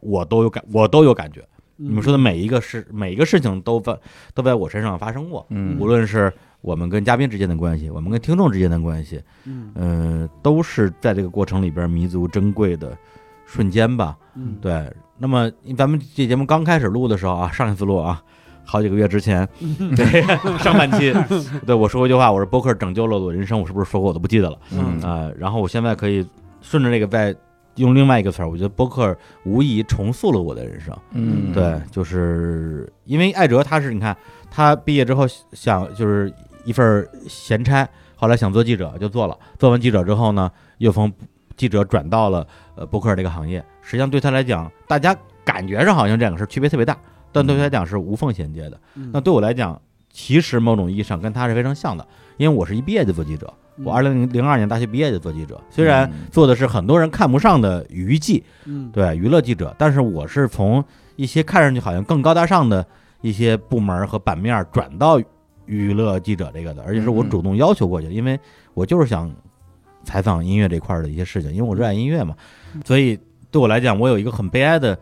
Speaker 4: 我都有感，我都有感觉。你们说的每一个事，每一个事情都在都在我身上发生过，
Speaker 1: 嗯
Speaker 4: 无论是我们跟嘉宾之间的关系，我们跟听众之间的关系，嗯、都是在这个过程里边弥足珍贵的瞬间吧。
Speaker 9: 嗯
Speaker 4: 对，那么咱们这节目刚开始录的时候啊，上一次录啊，好几个月之前，对，上半期，对我说过一句话，我说播客拯救了我人生，我是不是说过我都不记得了。
Speaker 1: 嗯
Speaker 4: 啊、然后我现在可以顺着这个再用另外一个词儿，我觉得播客无疑重塑了我的人生。
Speaker 1: 嗯
Speaker 4: 对，就是因为艾哲他是你看他毕业之后想就是一份儿闲差，后来想做记者就做了，做完记者之后呢，又从记者转到了呃播客这个行业。实际上对他来讲，大家感觉上好像这两个事儿区别特别大，但对他来讲是无缝衔接
Speaker 1: 嗯
Speaker 4: 的。
Speaker 9: 嗯
Speaker 4: 那对我来讲，其实某种意义上跟他是非常像的，因为我是一毕业就做记者，
Speaker 9: 嗯
Speaker 4: 我二零零二年大学毕业就做记者，虽然
Speaker 1: 嗯
Speaker 4: 做的是很多人看不上的娱记，
Speaker 9: 嗯
Speaker 4: 对娱乐记者，但是我是从一些看上去好像更高大上的一些部门和版面儿转到娱乐记者这个的，而且是我
Speaker 1: 嗯嗯
Speaker 4: 主动要求过去的，因为我就是想采访音乐这块儿的一些事情，因为我热爱音乐嘛，
Speaker 1: 嗯
Speaker 4: 所以对我来讲，我有一个很悲哀的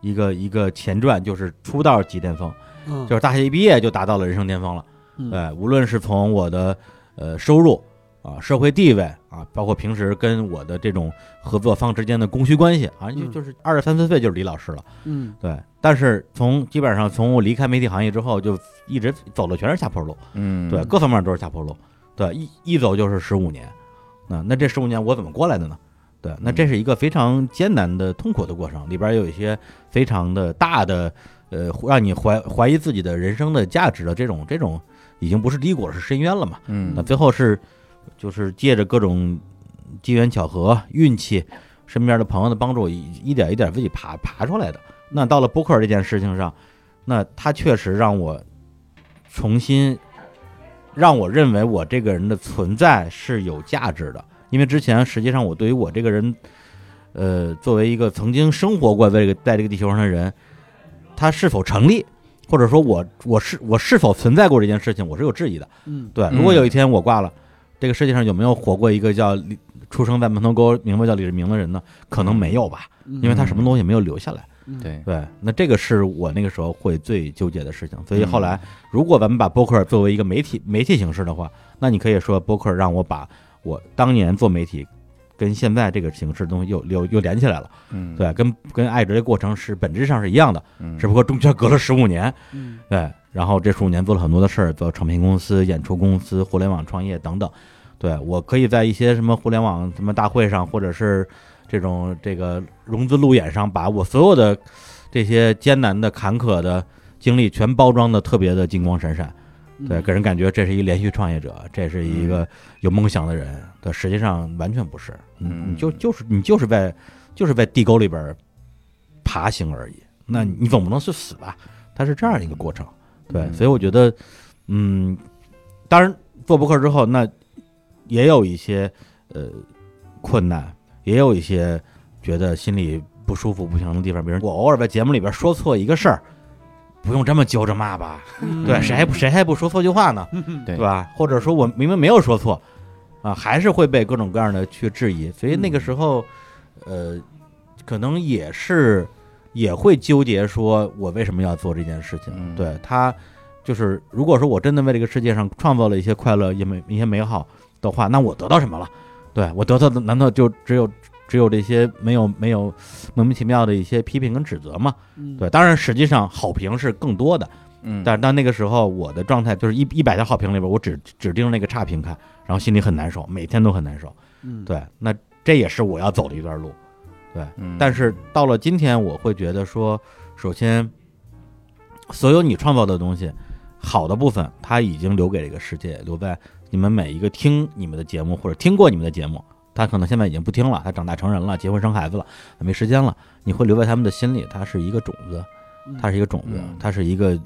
Speaker 4: 一个一个前传，就是出道即巅峰，
Speaker 9: 嗯
Speaker 4: 哎就是大学一毕业就达到了人生巅峰了。
Speaker 9: 嗯
Speaker 4: 对，无论是从我的呃收入啊社会地位啊，包括平时跟我的这种合作方之间的供需关系啊，就
Speaker 9: 嗯
Speaker 4: 就是二十三四岁就是李老师了。
Speaker 9: 嗯
Speaker 4: 对，但是从基本上从我离开媒体行业之后，就一直走的全是下坡路，
Speaker 1: 嗯
Speaker 4: 对，各方面都是下坡路，对，一一走就是十五年，那那这十五年我怎么过来的呢？对，那这是一个非常艰难的、痛苦的过程，里边有一些非常的大的，呃，让你怀怀疑自己的人生的价值的这种这种，已经不是低谷了，是深渊了嘛？
Speaker 1: 嗯
Speaker 4: 那最后是就是借着各种机缘巧合、运气、身边的朋友的帮助，一一点一点自己爬爬出来的。那到了播客这件事情上，那它确实让我重新让我认为我这个人的存在是有价值的，因为之前实际上我对于我这个人，呃，作为一个曾经生活过在这个在这个地球上的人，他是否成立，或者说我我是我是否存在过这件事情，我是有质疑的。
Speaker 9: 嗯
Speaker 4: 对，如果有一天我挂了，这个世界上有没有活过一个叫李出生在门头沟，名字叫李志明的人呢？可能没有吧，
Speaker 9: 嗯
Speaker 4: 因为他什么东西没有留下来。
Speaker 1: 对，
Speaker 4: 对，那这个是我那个时候会最纠结的事情。所以后
Speaker 9: 嗯
Speaker 4: 来，如果咱们把播客作为一个媒体媒体形式的话，那你可以说播客让我把我当年做媒体。跟现在这个形式的东西又又又连起来了，
Speaker 1: 嗯，
Speaker 4: 对，跟跟爱哲这过程是本质上是一样的，
Speaker 1: 嗯
Speaker 4: 只不过中间隔了十五年，
Speaker 9: 嗯
Speaker 4: 对，然后这十五年做了很多的事儿，做唱片公司、演出公司、互联网创业等等。对我可以在一些什么互联网什么大会上，或者是这种这个融资路演上，把我所有的这些艰难的、坎坷的经历全包装的特别的金光闪闪。
Speaker 9: 嗯
Speaker 1: 嗯
Speaker 4: 对，给人感觉这是一连续创业者，这是一个有梦想的人。对，实际上完全不是，
Speaker 1: 嗯
Speaker 4: 你就就是你就是在就是在地沟里边爬行而已。那你总不能是死吧？它是这样一个过程。对，
Speaker 1: 嗯
Speaker 4: 所以我觉得，嗯，当然做博客之后，那也有一些呃困难，也有一些觉得心里不舒服、不平衡的地方。比如我偶尔在节目里边说错一个事儿，不用这么揪着骂吧？
Speaker 9: 嗯
Speaker 2: 嗯
Speaker 4: 对，谁还不谁还不说错句话呢？
Speaker 1: 嗯对
Speaker 4: 对吧？或者说我明明没有说错，啊，还是会被各种各样的去质疑。所以那
Speaker 1: 嗯
Speaker 4: 个时候，呃，可能也是也会纠结，说我为什么要做这件事情？
Speaker 1: 嗯
Speaker 4: 对他，就是如果说我真的为这个世界上创造了一些快乐，也美一些美好的话，那我得到什么了？对我得到的难道就只有只有这些没有没有莫名其妙的一些批评跟指责吗？
Speaker 9: 嗯
Speaker 4: 对，当然实际上好评是更多的。
Speaker 1: 嗯，
Speaker 4: 但是到那个时候，我的状态就是一一百条好评里边，我只只盯着那个差评看，然后心里很难受，每天都很难受。
Speaker 9: 嗯
Speaker 4: 对，那这也是我要走的一段路。
Speaker 1: 嗯
Speaker 4: 但是到了今天，我会觉得说，首先，所有你创造的东西，好的部分，它已经留给这个世界，留在你们每一个听你们的节目或者听过你们的节目，他可能现在已经不听了，他长大成人了，结婚生孩子了，没时间了，你会留在他们的心里，它是一个种子，它是一个种子
Speaker 1: 嗯，
Speaker 4: 它是一个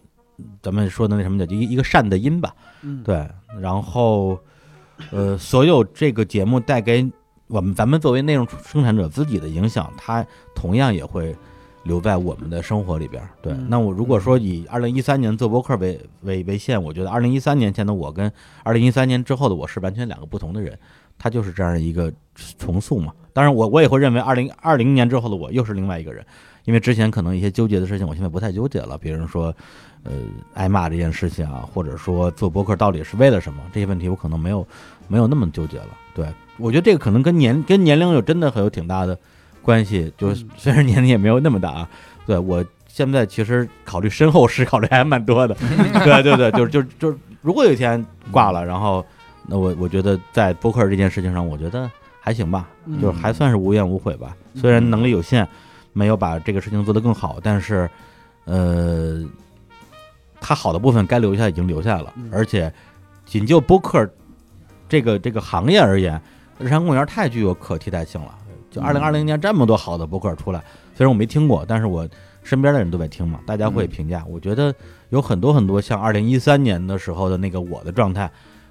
Speaker 4: 咱们说的那什么叫一一个善的因吧，
Speaker 9: 嗯
Speaker 4: 对，然后呃，所有这个节目带给我们咱们作为内容生产者自己的影响，它同样也会留在我们的生活里边儿。对，
Speaker 9: 嗯
Speaker 4: 那我如果说以二零一三年做播客为为为限，我觉得二零一三年前的我跟二零一三年之后的我是完全两个不同的人，他就是这样一个重塑嘛。当然我，我也会认为二零二零年之后的我又是另外一个人，因为之前可能一些纠结的事情，我现在不太纠结了。比如说，呃，挨骂这件事情啊，或者说做播客到底是为了什么这些问题，我可能没有没有那么纠结了。对我觉得这个可能跟年跟年龄有真的很有挺大的关系，就是虽然年龄也没有那么大啊，对我现在其实考虑身后事考虑还蛮多的，对对对，就是就是就是，如果有一天挂了，然后那我我觉得在播客这件事情上，我觉得还行吧，
Speaker 9: 嗯
Speaker 4: 就是还算是无怨无悔吧。虽然能力有限，没有把这个事情做得更好，但是，呃，它好的部分该留下已经留下了，而且仅就播客这个这个行业而言，日常公园太具有可替代性了。就
Speaker 1: 嗯
Speaker 4: 二零二零年这么多好的播客出来，虽然我没听过，但是我身边的人都在听嘛，大家会
Speaker 1: 嗯
Speaker 4: 评价。我觉得有很多很多像二零一三年的时候的那个我的状态，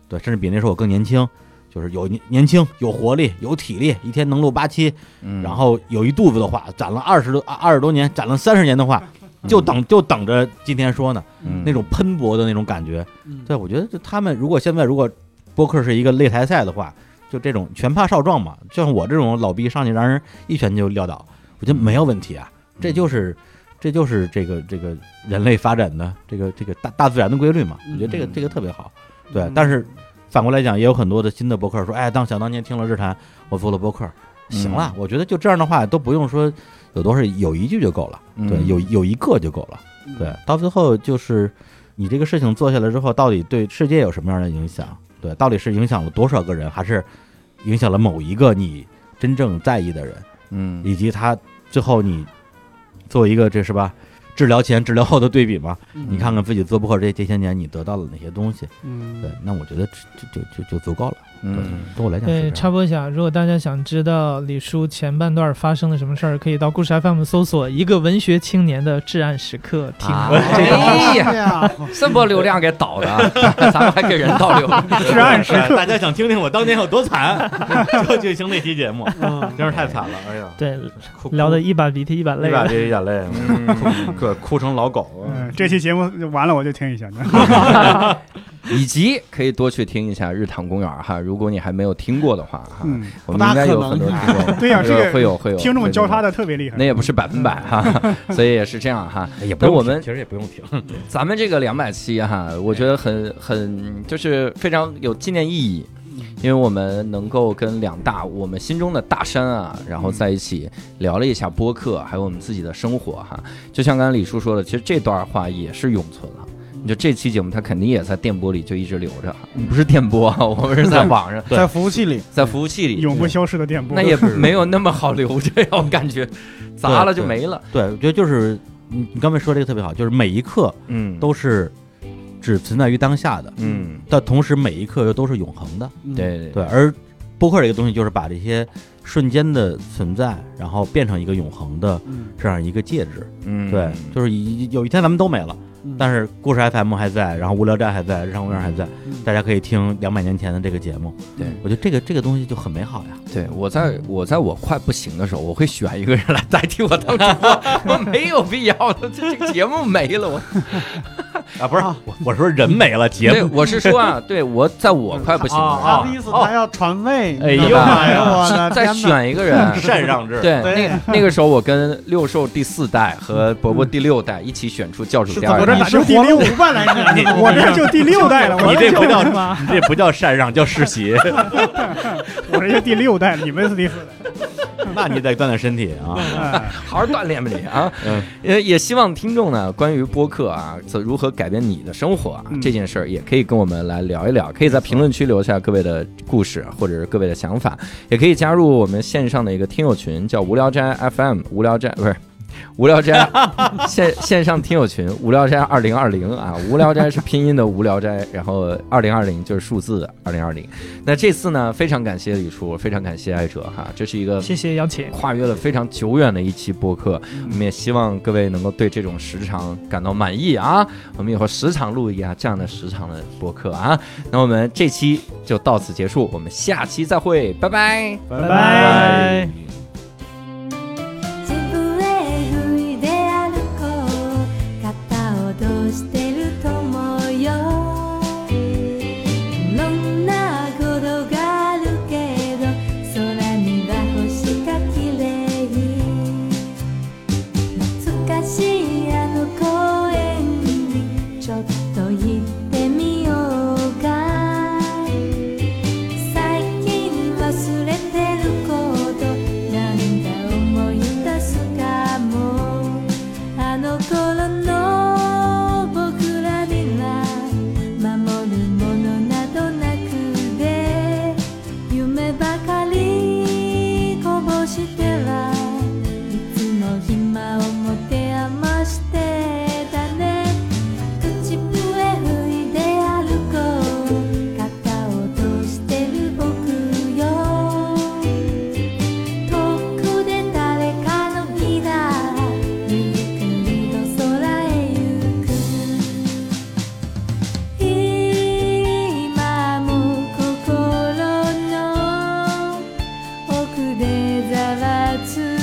Speaker 4: 对，甚至比那时候我更年轻，就是有年年轻、有活力、有体力，一天能录八期，
Speaker 1: 嗯，
Speaker 4: 然后有一肚子的话，攒了二十多二十多年，攒了三十年的话，就等就等着今天说呢，
Speaker 1: 嗯
Speaker 4: 那种喷薄的那种感觉。
Speaker 9: 嗯
Speaker 4: 对，我觉得就他们如果现在如果播客是一个擂台赛的话，就这种拳怕少壮嘛，就像我这种老逼上去让人一拳就撂倒，我觉得没有问题啊。这就是这就是这个这个人类发展的这个这个大大自然的规律嘛，我觉得这个这个特别好。对，但是反过来讲，也有很多的新的博客说，哎，当想当年听了日坛，我做了博客，行了，我觉得就这样的话都不用说有多少，有一句就够了，对，
Speaker 1: 嗯
Speaker 4: 有有一个就够了，对，到最后就是你这个事情做下来之后，到底对世界有什么样的影响？对，到底是影响了多少个人，还是影响了某一个你真正在意的人？
Speaker 1: 嗯
Speaker 4: 以及他最后你做一个这是吧？治疗前、治疗后的对比嘛，你看看自己做播客这这些年，你得到了哪些东西？
Speaker 2: 嗯
Speaker 4: 对，那我觉得这就就就就足够了。对
Speaker 1: 嗯，，
Speaker 4: 对我来讲是这
Speaker 6: 对，
Speaker 4: 样
Speaker 6: 插播一下，如果大家想知道李叔前半段发生了什么事儿，可以到故事 FM 搜索“一个文学青年的至暗时刻”听。
Speaker 1: 啊这个哎呀， 这波流量给倒的，啊咱们还给人倒 流。
Speaker 3: 至
Speaker 1: 啊
Speaker 3: 暗时刻，
Speaker 4: 大家想听听我当年有多惨，就就听那期节目，真是太惨了。哎呀，
Speaker 6: 嗯对，
Speaker 4: 哭
Speaker 6: 聊得一把鼻涕一把泪
Speaker 4: 一把
Speaker 6: 了。
Speaker 4: 鼻涕一把泪，
Speaker 1: 嗯
Speaker 4: 哭哭成老狗。
Speaker 3: 嗯，这期节目完了我就听一下。嗯
Speaker 1: 以及可以多去听一下日坛公园儿哈，如果你还没有听过的话哈，
Speaker 3: 嗯，
Speaker 1: 我们应该有很多听过。
Speaker 3: 对呀，这
Speaker 1: 啊 这个会
Speaker 3: 个
Speaker 1: 有会有
Speaker 3: 听众交叉
Speaker 1: 的，
Speaker 3: 的特别厉害
Speaker 1: 那。也不是百分百 哈，所以也是这样哈。
Speaker 4: 哎也
Speaker 1: 不用我们
Speaker 4: 其实也不用听。
Speaker 1: 咱们这个两百期哈，我觉得很很就是非常有纪念意义，因为我们能够跟两大我们心中的大山啊，然后在一起聊了一下播客，还有我们自己的生活哈。就像刚才李叔说的，其实这段话也是永存了。你就这期节目，它肯定也在电波里就一直留着，不是电波啊， 我们是在网上，
Speaker 9: 在服务器里，
Speaker 1: 在服务器里，
Speaker 3: 永不消逝的电波，
Speaker 1: 那也没有那么好留着呀，我感觉砸了就没了。
Speaker 4: 对，我觉得就是你你刚才说这个特别好，就是每一刻
Speaker 1: 嗯
Speaker 4: 都是只存在于当下的，
Speaker 1: 嗯，
Speaker 4: 但同时每一刻又都是永恒的。
Speaker 9: 嗯
Speaker 1: 对对
Speaker 4: 对，，而播客这个东西就是把这些瞬间的存在，然后变成一个永恒的这样一个介质。
Speaker 1: 嗯
Speaker 4: 对，就是一有一天咱们都没了，
Speaker 9: 嗯
Speaker 4: 但是故事 FM 还在，然后无聊斋还在，日常公园还在，大家可以听两百年前的这个节目。
Speaker 1: 对
Speaker 4: 我觉得这个这个东西就很美好呀。
Speaker 1: 对，我在我在我快不行的时候，我会选一个人来代替我当主播，我没有必要的，这这个节目没了，我
Speaker 4: 啊，不是，我我说人没了，节。
Speaker 1: 对我是说啊，对我在我快不行的时
Speaker 9: 他
Speaker 1: 候
Speaker 9: 啊
Speaker 2: 嗯
Speaker 9: 的意思他要传位，
Speaker 1: 哎呦
Speaker 9: 你知道吗哎呦
Speaker 2: 啊
Speaker 9: 我的
Speaker 1: 再
Speaker 9: 天哪！
Speaker 1: 选一个人
Speaker 4: 禅嗯让制。
Speaker 1: 对，那个那个时候我跟六兽第四代和伯伯第六代一起选出教主第二
Speaker 3: 我这
Speaker 1: 代
Speaker 3: 咋，就第六万来着？ 我这就第六代了，我这
Speaker 4: 不叫你这不叫禅让，叫世袭。
Speaker 3: 我这就第六代了，你们是第四
Speaker 4: 那你得锻炼身体
Speaker 1: 嗯
Speaker 4: 啊。
Speaker 3: 代。哎
Speaker 1: 好好锻炼吧你啊！
Speaker 4: 嗯
Speaker 1: 也也希望听众呢，关于播客啊，怎如何改变你的生活啊、
Speaker 3: 嗯
Speaker 1: 这件事儿，也可以跟我们来聊一聊，可以在评论区留下各位的故事或者是各位的想法，也可以加入我们线上的一个听友群，叫无聊斋 FM，无聊斋不是。无聊斋 线线上听友群，无聊斋二零二零啊，无聊斋是拼音的无聊斋，然后二零二零就是数字二零二零。那这次呢，非常感谢李叔，非常感谢艾哲哈，这是一个
Speaker 6: 谢谢邀请，
Speaker 1: 跨越了非常久远的一期播客，我们也希望各位能够对这种时长感到满意啊！我们以后时常录一下啊这样的时长的播客啊。那我们这期就到此结束，我们下期再会，拜拜。
Speaker 6: 拜
Speaker 4: 拜
Speaker 12: 自分へ振りで歩こう肩を通してる友よいろんなことがあるけど空には星がきれい懐かしいあの公園にちょっと行ってみようか「最近忘れてることなんだ思い出すかも」「あの頃の僕らには守るものなどなくて」「夢ばかりこぼしてはいつも暇を持て余してたね」口笛吹いて歩こう肩を落としてる僕よ遠くで誰かのギターゆっくりと空へ行く今も心の奥でざわつ